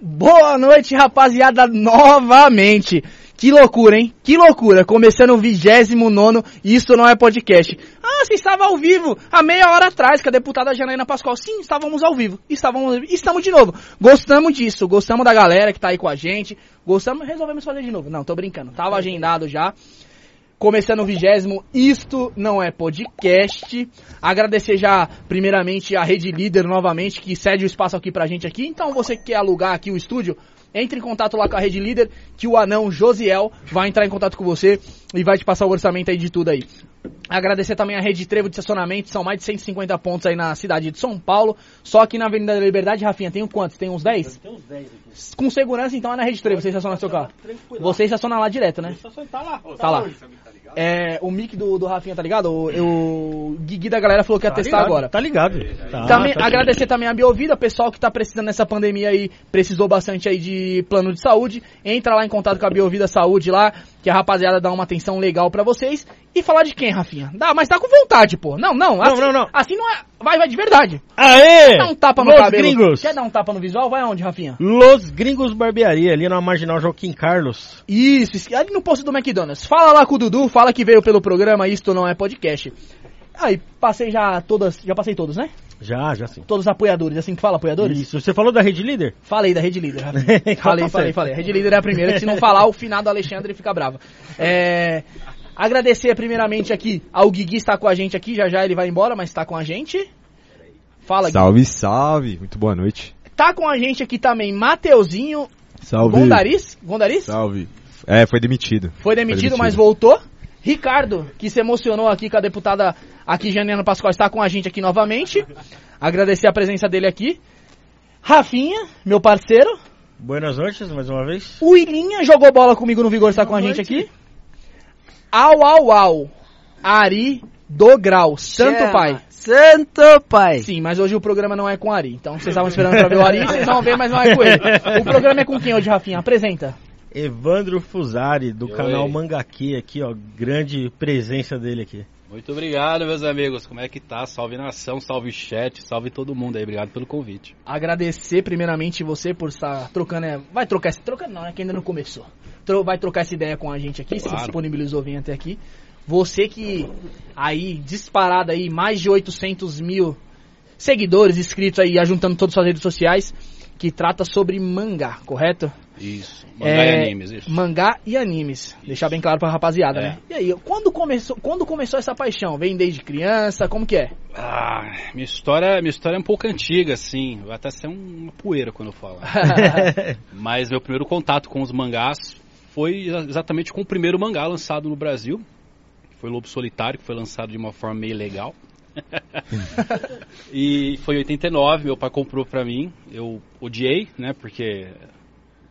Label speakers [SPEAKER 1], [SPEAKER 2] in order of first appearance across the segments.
[SPEAKER 1] Boa noite, rapaziada, novamente. Que loucura, hein? Que loucura. Começando o 29 Isso Não É Podcast. Ah, você estava ao vivo há meia hora atrás com a deputada Janaína Pascoal. Sim, estávamos ao vivo. Estávamos, estamos de novo. Gostamos disso. Gostamos da galera que tá aí com a gente. Gostamos, resolvemos fazer de novo. Não, tô brincando. Tava agendado já. Começando o vigésimo, isto não é podcast. Agradecer já, primeiramente, a Rede Líder novamente, que cede o espaço aqui pra gente aqui. Então, você que quer alugar aqui o estúdio, entre em contato lá com a Rede Líder, que o anão Josiel vai entrar em contato com você e vai te passar o orçamento aí de tudo aí. Agradecer também a Rede Trevo de Estacionamento, são mais de 150 pontos aí na cidade de São Paulo. Só aqui na Avenida da Liberdade, Rafinha, tem um quantos? Tem uns 10?
[SPEAKER 2] Tem uns 10 aqui.
[SPEAKER 1] Com segurança, então, é na Rede Trevo, você estaciona seu carro.
[SPEAKER 2] Tranquilo.
[SPEAKER 1] Você estaciona lá direto, né?
[SPEAKER 2] Só só tá lá.
[SPEAKER 1] Tá lá.
[SPEAKER 2] onde?
[SPEAKER 1] É, o mic do, do Rafinha, tá ligado? O, o Guigui da galera falou que ia testar agora.
[SPEAKER 3] Tá ligado. Tá,
[SPEAKER 1] também,
[SPEAKER 3] tá
[SPEAKER 1] agradecer também a Biovida, pessoal que tá precisando nessa pandemia aí, precisou bastante aí de plano de saúde. Entra lá em contato com a Biovida Saúde lá, que a rapaziada dá uma atenção legal pra vocês. E falar de quem, Rafinha? Dá, mas tá com vontade, pô. Não, não, assim
[SPEAKER 3] não, não.
[SPEAKER 1] assim não é. Vai, vai de verdade.
[SPEAKER 3] Aê!
[SPEAKER 1] Quer dar um tapa no
[SPEAKER 3] Los
[SPEAKER 1] cabelo?
[SPEAKER 3] Gringos.
[SPEAKER 1] Quer dar um tapa no visual? Vai aonde, Rafinha?
[SPEAKER 3] Los Gringos Barbearia, ali na Marginal Joaquim Carlos.
[SPEAKER 1] Isso, isso, ali no posto do McDonald's. Fala lá com o Dudu, fala que veio pelo programa Isto Não É Podcast. Aí, passei já todas, já passei todos, né?
[SPEAKER 3] Já, já sim.
[SPEAKER 1] Todos os apoiadores, assim que fala, apoiadores?
[SPEAKER 3] Isso, você falou da Rede Líder?
[SPEAKER 1] Falei da Rede Líder, Rafinha. falei,
[SPEAKER 3] Então tá
[SPEAKER 1] falei,
[SPEAKER 3] certo.
[SPEAKER 1] falei. A Rede Líder é a primeira, que se não falar, o finado Alexandre fica bravo. É, Agradecer primeiramente aqui ao Guigui está com a gente aqui, já já ele vai embora, mas está com a gente. Fala, Gui.
[SPEAKER 4] Salve, salve. Muito boa noite.
[SPEAKER 1] Tá com a gente aqui também Mateuzinho
[SPEAKER 4] Salve.
[SPEAKER 1] Gondaris, Gondaris?
[SPEAKER 4] Salve. É, foi demitido.
[SPEAKER 1] Foi demitido,
[SPEAKER 4] Foi demitido.
[SPEAKER 1] mas voltou. Ricardo, que se emocionou aqui com a deputada aqui, Janiana Pascoal, está com a gente aqui novamente. Agradecer a presença dele aqui. Rafinha, meu parceiro.
[SPEAKER 3] Buenas noites, mais uma vez.
[SPEAKER 1] O Ilinha jogou bola comigo no Vigor, está com a gente aqui. Au, au, au. Ari do Grau, Santo
[SPEAKER 5] Chama.
[SPEAKER 1] Pai.
[SPEAKER 5] Santo Pai.
[SPEAKER 1] Sim, mas hoje o programa não é com o Ari. Então vocês estavam esperando pra ver o Ari, vocês vão ver, mas não é com ele. O programa é com quem hoje, Rafinha? Apresenta.
[SPEAKER 3] Evandro Fusari, do
[SPEAKER 2] Oi.
[SPEAKER 3] canal Mangaque aqui, ó. Grande presença dele aqui.
[SPEAKER 2] Muito obrigado, meus amigos. Como é que tá? Salve nação, salve chat, salve todo mundo aí. Obrigado pelo convite.
[SPEAKER 1] Agradecer primeiramente você por estar trocando. é, Vai trocar essa. Trocando não, né? Que ainda não começou. Tro- Vai trocar essa ideia com a gente aqui, se
[SPEAKER 2] Claro.
[SPEAKER 1] disponibilizou vir até aqui. Você que aí, disparado aí, mais de 800 mil seguidores inscritos aí, ajuntando todas as suas redes sociais, que trata sobre mangá, correto?
[SPEAKER 2] Isso. Mangá
[SPEAKER 1] É,
[SPEAKER 2] e animes, isso.
[SPEAKER 1] Mangá e animes. Deixar bem claro pra rapaziada,
[SPEAKER 2] É.
[SPEAKER 1] né? E aí, quando começou, quando começou essa paixão? Vem desde criança? Como que é?
[SPEAKER 2] Ah, minha história, minha história é um pouco antiga, assim. Vai até ser uma poeira quando eu falar. Mas meu primeiro contato com os mangás foi exa- exatamente com o primeiro mangá lançado no Brasil. que Foi Lobo Solitário, que foi lançado de uma forma meio legal. e foi em 89, meu pai comprou pra mim. Eu odiei, né? Porque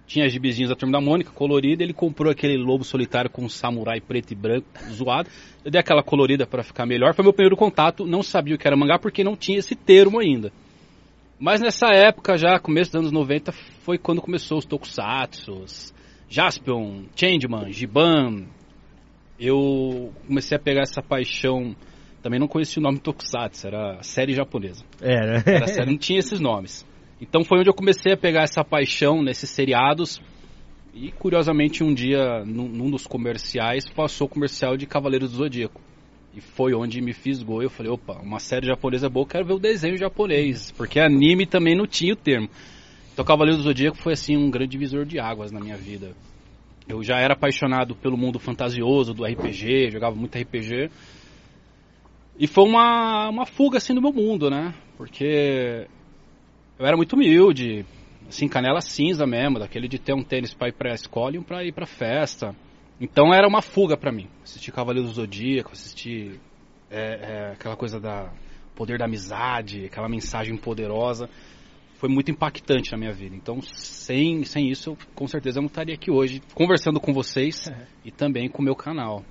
[SPEAKER 2] tinha as gibizinhas da Turma da Mônica, colorida. Ele comprou aquele Lobo Solitário com um samurai preto e branco, zoado. Eu dei aquela colorida pra ficar melhor. Foi meu primeiro contato. Não sabia o que era mangá porque não tinha esse termo ainda. Mas nessa época, já começo dos anos 90, foi quando começou os Tokusatsu, os Jaspion, Changeman, Giban. Eu comecei a pegar essa paixão. Também não conhecia o nome Tokusatsu, era série japonesa.
[SPEAKER 3] É, né?
[SPEAKER 2] Era série, não tinha esses nomes. Então foi onde eu comecei a pegar essa paixão nesses seriados. E curiosamente, um dia, num, num dos comerciais, passou o comercial de Cavaleiros do Zodíaco. E foi onde me fiz gol. Eu falei, opa, uma série japonesa é boa, eu quero ver o desenho japonês. Porque anime também não tinha o termo. Então Cavaleiros do Zodíaco foi assim um grande divisor de águas na minha vida. Eu já era apaixonado pelo mundo fantasioso, do RPG, jogava muito RPG. E foi uma, uma fuga assim do meu mundo, né? Porque eu era muito humilde, assim, canela cinza mesmo, daquele de ter um tênis pra ir pra escola e um pra ir pra festa. Então era uma fuga pra mim. Assistir Cavaleiro do Zodíaco, assistir é, é, aquela coisa da poder da amizade, aquela mensagem poderosa. Foi muito impactante na minha vida. Então, sem, sem isso, eu com certeza eu não estaria aqui hoje conversando com vocês
[SPEAKER 1] É.
[SPEAKER 2] e também com o meu canal.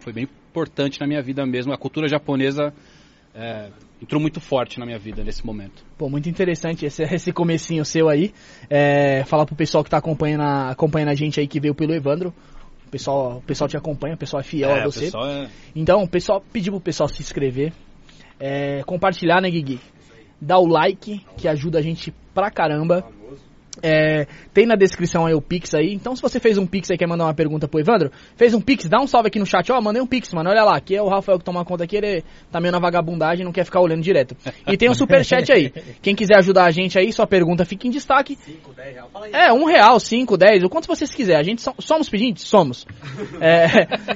[SPEAKER 2] Foi bem importante na minha vida mesmo. A cultura japonesa é, entrou muito forte na minha vida nesse momento.
[SPEAKER 1] Pô, muito interessante esse, esse comecinho seu aí. É, falar pro pessoal que tá acompanhando a, acompanhando a gente aí que veio pelo Evandro. O pessoal, o pessoal te acompanha, o pessoal é fiel a
[SPEAKER 2] o
[SPEAKER 1] você.
[SPEAKER 2] pessoal é-
[SPEAKER 1] Então, pessoal, pedir pro pessoal se inscrever, é, compartilhar, né, Guigui? Dá o like, que ajuda a gente pra caramba. É, tem na descrição aí o Pix aí. Então, se você fez um Pix aí, quer mandar uma pergunta pro Evandro, fez um Pix, dá um salve aqui no chat. Ó, mandei um Pix, mano. Olha lá, aqui é o Rafael que toma conta aqui, ele tá meio na vagabundagem, não quer ficar olhando direto. E tem o Superchat aí. Quem quiser ajudar a gente aí, sua pergunta fica em destaque.
[SPEAKER 5] 5, 10 reais. Fala aí.
[SPEAKER 1] É, um real, cinco, dez, o quanto vocês quiserem. A gente so- somos pedintes? Somos. É,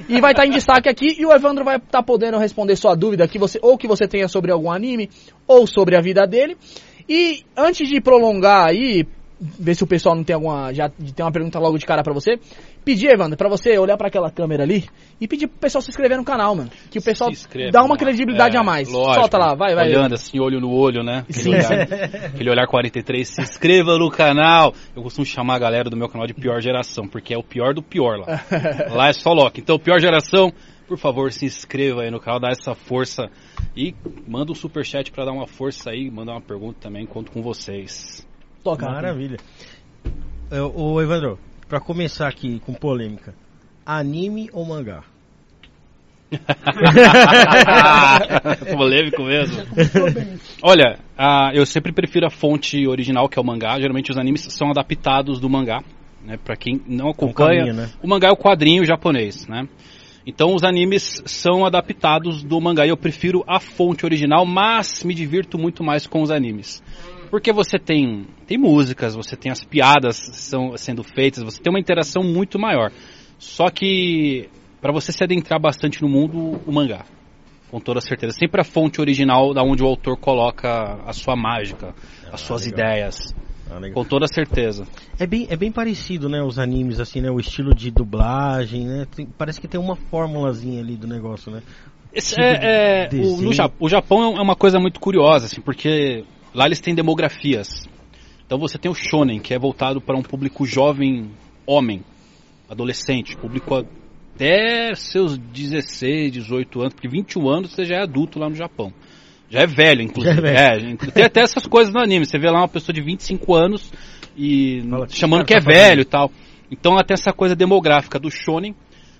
[SPEAKER 1] e vai estar em destaque aqui e o Evandro vai estar podendo responder sua dúvida que você, ou que você tenha sobre algum anime, ou sobre a vida dele. E antes de prolongar aí, ver se o pessoal não tem alguma. Já tem uma pergunta logo de cara pra você. Pedir, Evandro, pra você olhar pra aquela câmera ali e pedir pro pessoal se inscrever no canal, mano. Que o pessoal
[SPEAKER 2] Se inscreve,
[SPEAKER 1] dá uma
[SPEAKER 2] vamos lá.
[SPEAKER 1] credibilidade
[SPEAKER 2] É,
[SPEAKER 1] a mais.
[SPEAKER 2] lógico.
[SPEAKER 1] Solta lá, vai, vai.
[SPEAKER 2] Olhando assim, olho no olho, né? Aquele,
[SPEAKER 1] Sim.
[SPEAKER 2] Olhar, aquele olhar 43. Se inscreva no canal. Eu costumo chamar a galera do meu canal de pior geração, porque é o pior do pior lá. lá é só Loki. Então, pior geração, por favor, se inscreva aí no canal, dá essa força. E manda um superchat pra dar uma força aí, mandar uma pergunta também, conto com vocês.
[SPEAKER 1] Toca.
[SPEAKER 3] Maravilha. É, Ô, Evandro, pra começar aqui com polêmica. Anime ou mangá?
[SPEAKER 2] Polêmico mesmo. Olha, ah, eu sempre prefiro a fonte original, que é o mangá. Geralmente os animes são adaptados do mangá, né? Pra quem não acompanha,
[SPEAKER 3] caminho, né?
[SPEAKER 2] o mangá é o quadrinho japonês, né? Então os animes são adaptados do mangá e eu prefiro a fonte original, mas me divirto muito mais com os animes. Porque você tem, tem músicas, você tem as piadas são, sendo feitas, você tem uma interação muito maior. Só que para você se adentrar bastante no mundo, o mangá. Com toda certeza. Sempre a fonte original da onde o autor coloca a sua mágica, as suas
[SPEAKER 3] Ah, legal.
[SPEAKER 2] ideias.
[SPEAKER 3] Ah, legal.
[SPEAKER 2] Com toda certeza.
[SPEAKER 3] É bem, é bem parecido, né, os animes, assim, né, o estilo de dublagem, né, tem- parece que tem uma formulazinha ali do negócio, né.
[SPEAKER 2] Esse
[SPEAKER 3] Tipo
[SPEAKER 2] é, é,
[SPEAKER 3] de
[SPEAKER 2] o, no
[SPEAKER 3] desenho.
[SPEAKER 2] Ja- o Japão é um- é uma coisa muito curiosa, assim, porque lá eles têm demografias. Então você tem o shonen, que é voltado para um público jovem homem, adolescente, público até seus 16, 18 anos, porque 21 anos você já é adulto lá no Japão. Já é velho, inclusive.
[SPEAKER 3] Já é velho.
[SPEAKER 2] É, inclu- tem até essas coisas no anime. Você vê lá uma pessoa de 25 anos e
[SPEAKER 3] Fala,
[SPEAKER 2] chamando
[SPEAKER 3] cara,
[SPEAKER 2] que é
[SPEAKER 3] tá fazendo
[SPEAKER 2] velho e tal. Então até essa coisa demográfica do shonen.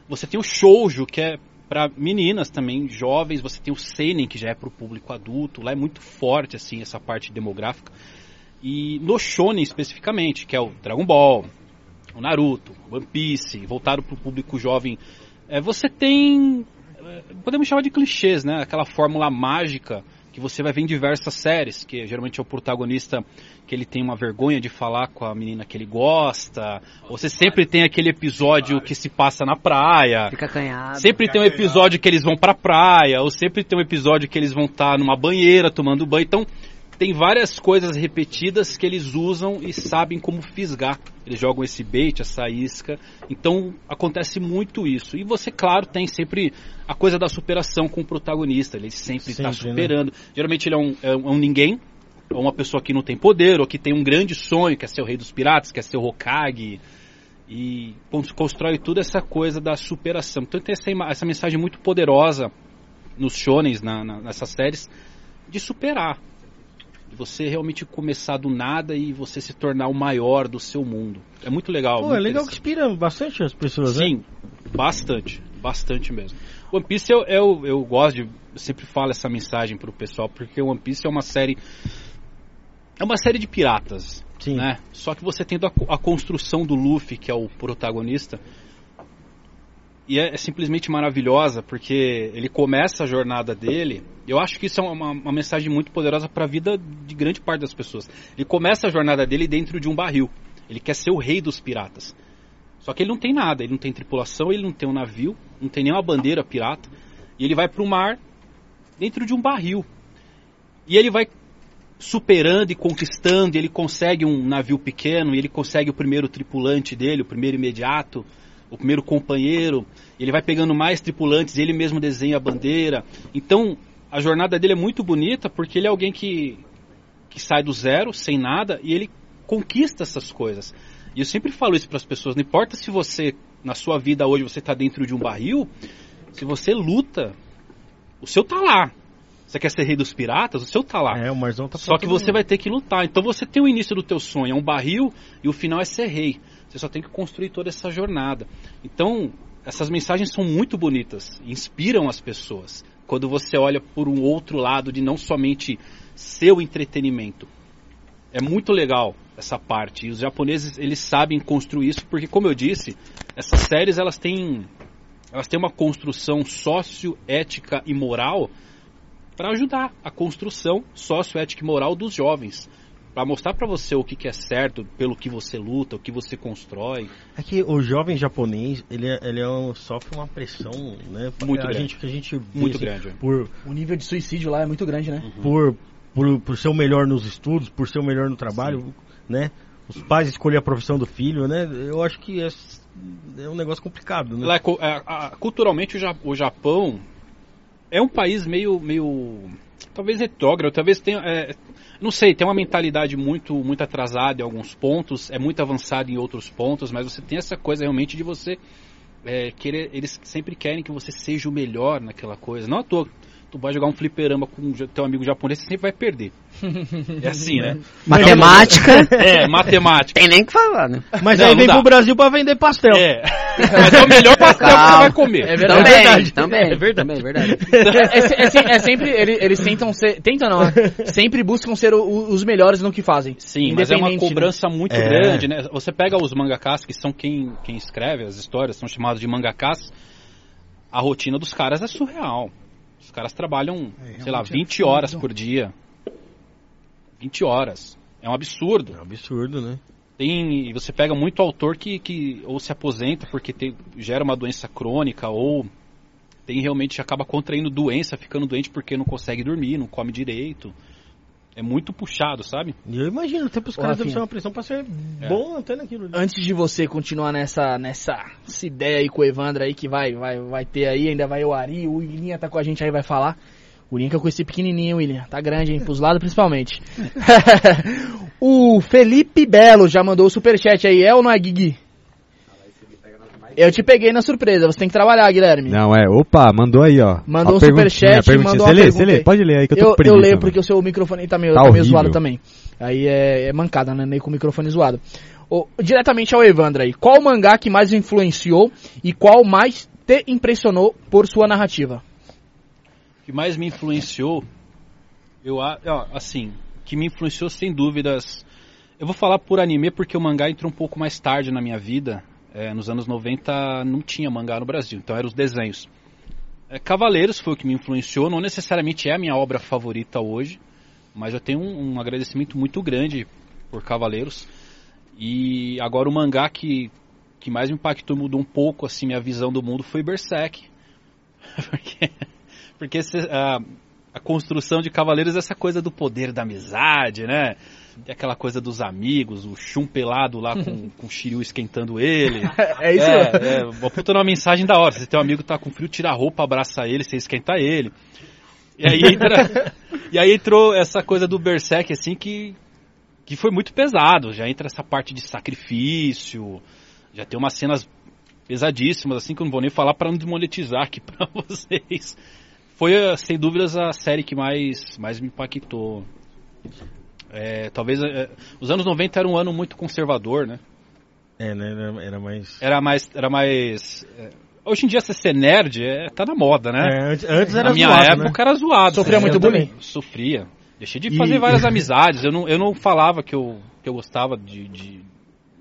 [SPEAKER 2] Você tem o shoujo, que é Pra meninas também, jovens, você tem o seinen, que já é pro público adulto. Lá é muito forte, assim, essa parte demográfica. E no shonen, especificamente, que é o Dragon Ball, o Naruto, One Piece, voltado pro público jovem. É, você tem, é, podemos chamar de clichês, né? Aquela fórmula mágica que você vai ver em diversas séries, que geralmente é o protagonista que ele tem uma vergonha de falar com a menina que ele gosta. Ou Você sempre tem aquele episódio que se passa na praia.
[SPEAKER 5] Fica acanhado.
[SPEAKER 2] Sempre tem um episódio que eles vão pra praia, ou sempre tem um episódio que eles vão estar numa banheira tomando banho. Então, tem várias coisas repetidas que eles usam e sabem como fisgar. Eles jogam esse bait, essa isca. Então, acontece muito isso. E você, claro, tem sempre a coisa da superação com o protagonista. Ele sempre
[SPEAKER 3] Sempre, né?
[SPEAKER 2] está superando. Geralmente, ele é um, é um- é um ninguém. Ou uma pessoa que não tem poder, ou que tem um grande sonho, quer ser o rei dos piratas, quer ser o Hokage, e cons- constrói toda essa coisa da superação. Então tem essa, ima- essa mensagem muito poderosa nos shonens, na, na- nessas séries, de superar. De você realmente começar do nada e você se tornar o maior do seu mundo. É muito legal.
[SPEAKER 3] Pô,
[SPEAKER 2] muito
[SPEAKER 3] é legal que
[SPEAKER 2] interessante.
[SPEAKER 3] inspira bastante as pessoas, né?
[SPEAKER 2] Sim, bastante. Bastante mesmo. One Piece eu, eu, eu gosto de. Eu sempre falo essa mensagem pro pessoal, porque One Piece é uma série. É uma série de piratas
[SPEAKER 3] Sim.
[SPEAKER 2] né? Só que você tendo a, co- a construção do Luffy, que é o protagonista, e é, é simplesmente maravilhosa, porque ele começa a jornada dele. Eu acho que isso é uma, uma mensagem muito poderosa para a vida de grande parte das pessoas. Ele começa a jornada dele dentro de um barril. Ele quer ser o rei dos piratas. Só que ele não tem nada, ele não tem tripulação, ele não tem um navio, não tem nenhuma bandeira pirata. E ele vai pro mar dentro de um barril. E ele vai superando e conquistando, e ele consegue um navio pequeno, e ele consegue o primeiro tripulante dele, o primeiro imediato, o primeiro companheiro, e ele vai pegando mais tripulantes, e ele mesmo desenha a bandeira. Então, a jornada dele é muito bonita, porque ele é alguém que, que sai do zero, sem nada, e ele conquista essas coisas. E eu sempre falo isso para as pessoas, não importa se você, na sua vida hoje, você está dentro de um barril, se você luta, o seu tá lá. Você quer ser rei dos piratas? O seu tá lá.
[SPEAKER 3] É, o Marzão tá
[SPEAKER 2] Só que
[SPEAKER 3] falando.
[SPEAKER 2] você vai ter que lutar. Então você tem o início do teu sonho, é um barril e o final é ser rei. Você só tem que construir toda essa jornada. Então, essas mensagens são muito bonitas, inspiram as pessoas. Quando você olha por um outro lado de não somente seu entretenimento. É muito legal essa parte. E os japoneses, eles sabem construir isso porque como eu disse, essas séries elas têm elas têm uma construção socioética e moral para ajudar a construção socioética e moral dos jovens. Para mostrar para você o que, que é certo, pelo que você luta, o que você constrói.
[SPEAKER 3] É que o jovem japonês, ele, é- ele é um- sofre uma pressão, né?
[SPEAKER 2] Muito
[SPEAKER 3] a
[SPEAKER 2] grande.
[SPEAKER 3] gente que a gente vê,
[SPEAKER 2] Muito
[SPEAKER 3] assim,
[SPEAKER 2] grande. Uhum.
[SPEAKER 3] por
[SPEAKER 1] O nível de suicídio lá é muito grande, né?
[SPEAKER 3] por por por ser o melhor nos estudos, por ser o melhor no trabalho, né? Os pais escolher a profissão do filho, né? Eu acho que é, é um negócio complicado, né?
[SPEAKER 2] Lá é cu- é- a- culturalmente, o Ja- o Japão é um país meio. meio talvez retrógrado, talvez tenha. é, não sei, tem uma mentalidade muito, muito atrasada em alguns pontos, é muito avançada em outros pontos, mas você tem essa coisa realmente de você. é, querer, eles sempre querem que você seja o melhor naquela coisa. Não à toa. Tu vai jogar um fliperama com o ja- teu amigo japonês, você sempre vai perder. É assim, né?
[SPEAKER 5] Matemática,
[SPEAKER 2] É, matemática.
[SPEAKER 5] tem nem o que falar, né?
[SPEAKER 3] Mas
[SPEAKER 2] Não,
[SPEAKER 3] aí
[SPEAKER 2] não
[SPEAKER 3] vem
[SPEAKER 2] dá.
[SPEAKER 3] pro Brasil pra vender pastel.
[SPEAKER 2] É. Mas é o melhor pastel que você vai comer.
[SPEAKER 1] É verdade.
[SPEAKER 5] Também,
[SPEAKER 1] É
[SPEAKER 5] verdade. também. É verdade. Também, é verdade.
[SPEAKER 1] É, se- é se- é sempre. ele- Eles, tentam ser. Tentam não, né? Sempre buscam ser o- o- os melhores no que fazem.
[SPEAKER 2] Sim, mas é uma
[SPEAKER 1] Independente, né?
[SPEAKER 2] cobrança muito
[SPEAKER 3] É.
[SPEAKER 2] grande, né? Você pega os mangakás, que são quem, quem escreve as histórias, são chamados de mangakás, a rotina dos caras é surreal. Os caras trabalham, sei lá,
[SPEAKER 1] realmente é
[SPEAKER 2] 20 horas por dia. 20 horas. É um absurdo.
[SPEAKER 3] É um absurdo, né?
[SPEAKER 2] Tem, e você pega muito autor que, que ou se aposenta porque tem, gera uma doença crônica ou tem realmente acaba contraindo doença, ficando doente porque não consegue dormir, não come direito. É muito puxado, sabe?
[SPEAKER 3] E eu imagino, até pros
[SPEAKER 1] Ô,
[SPEAKER 3] caras deve
[SPEAKER 1] Rafinha.
[SPEAKER 3] ser uma pressão pra ser
[SPEAKER 2] É.
[SPEAKER 3] bom até naquilo. né?
[SPEAKER 1] Antes de você continuar nessa, nessa essa ideia aí com o Evandro aí, que vai, vai, vai ter aí, ainda vai o Ari, o Ilinha tá com a gente aí, vai falar. O Ilinha que eu conheci pequenininho, Ilinha. Tá grande, hein? Pros lados principalmente. o Felipe Belo já mandou o superchat aí. É ou não é, Guigui? Eu te peguei na surpresa. Você tem que trabalhar, Guilherme.
[SPEAKER 4] Não, é. Opa, mandou aí, ó.
[SPEAKER 1] Mandou
[SPEAKER 4] Uma
[SPEAKER 1] um
[SPEAKER 4] perguntinha,
[SPEAKER 1] superchat,
[SPEAKER 4] perguntinha.
[SPEAKER 1] mandou
[SPEAKER 4] Você
[SPEAKER 1] uma
[SPEAKER 4] lê,
[SPEAKER 1] pergunta
[SPEAKER 4] você lê.
[SPEAKER 1] aí.
[SPEAKER 4] Pode ler aí que eu tô
[SPEAKER 1] Eu,
[SPEAKER 4] com
[SPEAKER 1] eu
[SPEAKER 4] preguiça,
[SPEAKER 1] leio
[SPEAKER 4] mano.
[SPEAKER 1] porque o seu microfone tá meio,
[SPEAKER 4] Tá
[SPEAKER 1] tá meio
[SPEAKER 4] horrível.
[SPEAKER 1] zoado também. Aí é, é mancada, né? Nem com o microfone zoado. Ô, diretamente ao Evandro aí. Qual mangá que mais influenciou e qual mais te impressionou por sua narrativa?
[SPEAKER 2] O que mais me influenciou, eu a- ó, assim, que me influenciou sem dúvidas. Eu vou falar por anime porque o mangá entrou um pouco mais tarde na minha vida. É, nos anos 90 não tinha mangá no Brasil, então eram os desenhos. É, Cavaleiros foi o que me influenciou, não necessariamente é a minha obra favorita hoje, mas eu tenho um, um agradecimento muito grande por Cavaleiros. E agora o mangá que, que mais me impactou, mudou um pouco assim minha visão do mundo foi Berserk. porque porque esse, ah, a construção de Cavaleiros é essa coisa do poder da amizade, né? E aquela coisa dos amigos, o chum pelado lá com, com o Shiryu esquentando ele.
[SPEAKER 1] É isso? mano?
[SPEAKER 2] É, é, uma puta uma mensagem da hora. Se teu amigo tá com frio, tira a roupa, abraça ele, você esquenta ele. E aí entra, e aí entrou essa coisa do Berserk, assim, que, que foi muito pesado. Já entra essa parte de sacrifício, já tem umas cenas pesadíssimas, assim, que eu não vou nem falar pra não desmonetizar aqui pra vocês. Foi, eh, sem dúvidas, a série que mais, mais me impactou. É, talvez. eh, os anos 90 era um ano muito conservador, né?
[SPEAKER 3] É, né? Era, era mais.
[SPEAKER 2] Era mais. Era mais é, hoje em dia, você ser nerd é, tá na moda, né?
[SPEAKER 3] É, antes, antes era
[SPEAKER 2] na minha
[SPEAKER 3] zoado, né?
[SPEAKER 2] época era zoado.
[SPEAKER 1] Sofria
[SPEAKER 2] É,
[SPEAKER 1] muito
[SPEAKER 2] eu
[SPEAKER 1] bullying?
[SPEAKER 2] também Sofria. Deixei de
[SPEAKER 3] E-
[SPEAKER 2] fazer várias amizades. Eu não, eu não falava que eu, que eu gostava de, de,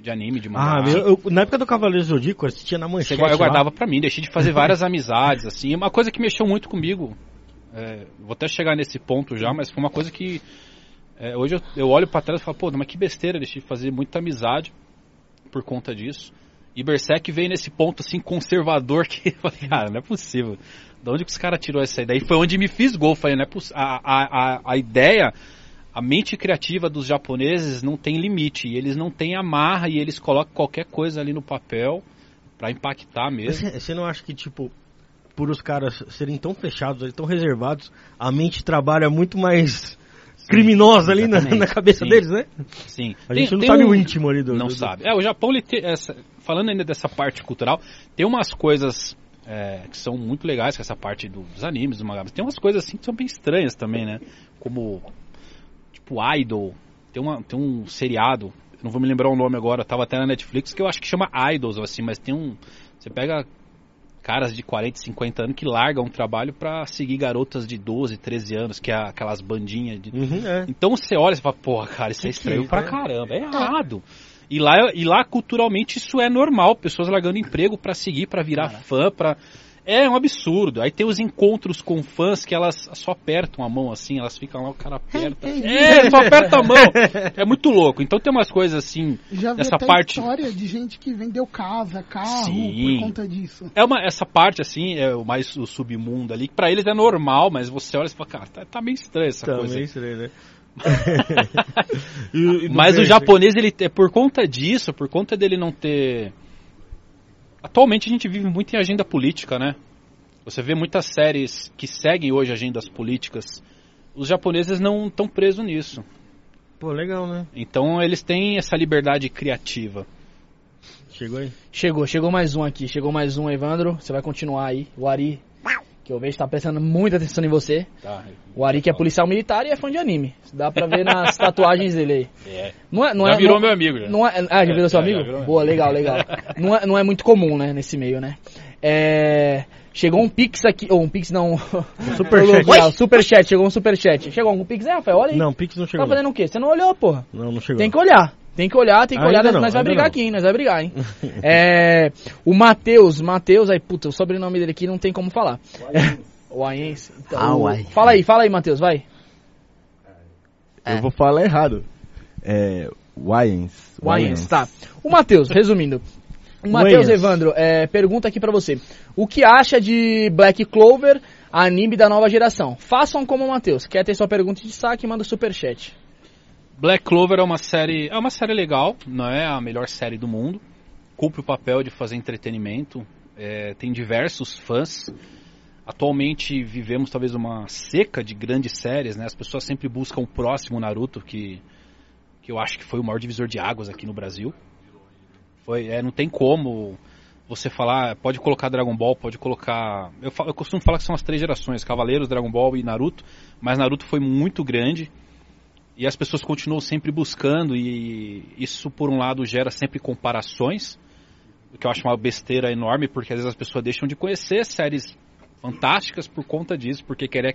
[SPEAKER 2] de anime, de mangá.
[SPEAKER 3] Ah, meu, eu- na época do Cavaleiro Zodíaco, eu assistia na
[SPEAKER 2] Você
[SPEAKER 3] manchete.
[SPEAKER 2] gua- eu
[SPEAKER 3] lá.
[SPEAKER 2] guardava pra mim, deixei de fazer várias amizades, assim. Uma coisa que mexeu muito comigo, é, vou até chegar nesse ponto já, mas foi uma coisa que. é, hoje eu, eu olho pra trás e falo, pô, mas que besteira, deixei de fazer muita amizade por conta disso. E Berserk veio nesse ponto, assim, conservador, que eu falei, cara, não é possível. De onde que os caras tirou essa ideia? E foi onde me fiz gol, falei, não é poss- a, a, a, a ideia, a mente criativa dos japoneses não tem limite, e eles não têm amarra, e eles colocam qualquer coisa ali no papel pra impactar
[SPEAKER 3] Mas
[SPEAKER 2] mesmo.
[SPEAKER 3] Você você não acha que, tipo, por os caras serem tão fechados, ali, tão reservados, a mente trabalha muito mais criminosa ali na,
[SPEAKER 5] exatamente.
[SPEAKER 3] na cabeça
[SPEAKER 2] Sim.
[SPEAKER 3] deles, né?
[SPEAKER 2] Sim.
[SPEAKER 3] A
[SPEAKER 2] Tem-
[SPEAKER 3] gente não
[SPEAKER 2] tem
[SPEAKER 3] sabe
[SPEAKER 2] um-
[SPEAKER 3] o íntimo ali do.
[SPEAKER 2] Não
[SPEAKER 3] do- do-
[SPEAKER 2] sabe. É, o Japão, ele tem essa- falando ainda dessa parte cultural, tem umas coisas é, que são muito legais, que é essa parte dos animes, do mangá, mas tem umas coisas assim que são bem estranhas também, né? Como, tipo, Idol. Tem, uma, tem um seriado, eu não vou me lembrar o nome agora, tava até na Netflix, que eu acho que chama Idols, ou assim, mas tem um... Você pega caras de 40, 50 anos que largam um trabalho pra seguir garotas de 12, 13 anos, que é aquelas bandinhas de
[SPEAKER 3] Uhum, é.
[SPEAKER 2] então você olha e fala, porra, cara, isso é estranho
[SPEAKER 3] que é,
[SPEAKER 2] pra
[SPEAKER 3] né?
[SPEAKER 2] caramba, é errado. E lá, e lá, culturalmente, isso é normal, pessoas largando emprego pra seguir, pra virar fã, pra. É um absurdo. Aí tem os encontros com fãs que elas só apertam a mão assim, elas ficam lá, o cara aperta. É, só aperta a mão. É muito louco. Então tem umas coisas assim.
[SPEAKER 6] Já vi
[SPEAKER 2] Essa
[SPEAKER 6] até
[SPEAKER 2] parte-
[SPEAKER 6] história de gente que vendeu casa, carro
[SPEAKER 2] Sim.
[SPEAKER 6] por conta disso.
[SPEAKER 2] É uma, essa parte assim, é o mais o submundo ali, que pra eles é normal, mas você olha e fala, cara, tá, tá meio estranho essa
[SPEAKER 3] Também
[SPEAKER 2] coisa.
[SPEAKER 3] isso aí, né? E o- e do
[SPEAKER 2] Mas o
[SPEAKER 3] Berserk?
[SPEAKER 2] japonês, ele é por conta disso, por conta dele não ter. Atualmente a gente vive muito em agenda política, né? Você vê muitas séries que seguem hoje agendas políticas. Os japoneses não estão presos nisso.
[SPEAKER 3] Pô, legal, né?
[SPEAKER 2] Então eles têm essa liberdade criativa.
[SPEAKER 3] Chegou aí.
[SPEAKER 1] Chegou, chegou mais um aqui. Chegou mais um, Evandro. Você vai continuar aí. O Ari, que eu vejo tá prestando muita atenção em você.
[SPEAKER 2] tá?
[SPEAKER 1] O Ari que é policial militar e é fã de anime. Isso Dá pra ver nas tatuagens dele aí.
[SPEAKER 2] É.
[SPEAKER 1] Não é, não
[SPEAKER 2] Já
[SPEAKER 1] é,
[SPEAKER 2] virou
[SPEAKER 1] não-
[SPEAKER 2] meu amigo, já.
[SPEAKER 1] Não é, ah, já
[SPEAKER 2] É,
[SPEAKER 1] virou seu
[SPEAKER 2] já, já
[SPEAKER 1] amigo?
[SPEAKER 2] virou meu
[SPEAKER 1] Boa, legal, legal. não, é, não é muito comum, né, nesse meio, né? É, chegou um pix aqui, ou um pix não... Um
[SPEAKER 3] superchat.
[SPEAKER 1] superchat, chegou um superchat. Chegou um pix, é, Rafael, olha aí.
[SPEAKER 3] Não, Pix não
[SPEAKER 1] tá
[SPEAKER 3] chegou.
[SPEAKER 1] fazendo o quê? Você não olhou, porra.
[SPEAKER 3] Não, não chegou.
[SPEAKER 1] Tem que olhar. Tem que olhar, tem que
[SPEAKER 3] Ainda
[SPEAKER 1] olhar.
[SPEAKER 3] não,
[SPEAKER 1] nós vai
[SPEAKER 3] ainda
[SPEAKER 1] brigar
[SPEAKER 3] não.
[SPEAKER 1] aqui, hein? Nós vai brigar, hein? é, o Matheus, Matheus, aí, puta, o sobrenome dele aqui não tem como falar. O Aiense. Então,
[SPEAKER 5] Ah, o
[SPEAKER 1] o-
[SPEAKER 5] Aiense.
[SPEAKER 1] Fala aí, fala aí, Matheus, vai.
[SPEAKER 5] É.
[SPEAKER 4] Eu vou falar errado. É. Wyans.
[SPEAKER 1] O Aiense, tá. O Matheus, resumindo. O Matheus
[SPEAKER 3] Wayans.
[SPEAKER 1] Evandro, é, pergunta aqui pra você. O que acha de Black Clover, anime da nova geração? Façam como o Matheus. Quer ter sua pergunta de destaque, manda o superchat.
[SPEAKER 2] Black Clover é uma série, é uma série legal, não é a melhor série do mundo. Cumpre o papel de fazer entretenimento, é, tem diversos fãs. Atualmente vivemos talvez uma seca de grandes séries, né? As pessoas sempre buscam o próximo Naruto, que, que eu acho que foi o maior divisor de águas aqui no Brasil. Foi, é, não tem como você falar, pode colocar Dragon Ball, pode colocar. Eu, fa- eu costumo falar que são as três gerações, Cavaleiros, Dragon Ball e Naruto, mas Naruto foi muito grande e as pessoas continuam sempre buscando e isso por um lado gera sempre comparações o que eu acho uma besteira enorme, porque às vezes as pessoas deixam de conhecer séries fantásticas por conta disso, porque quer, é,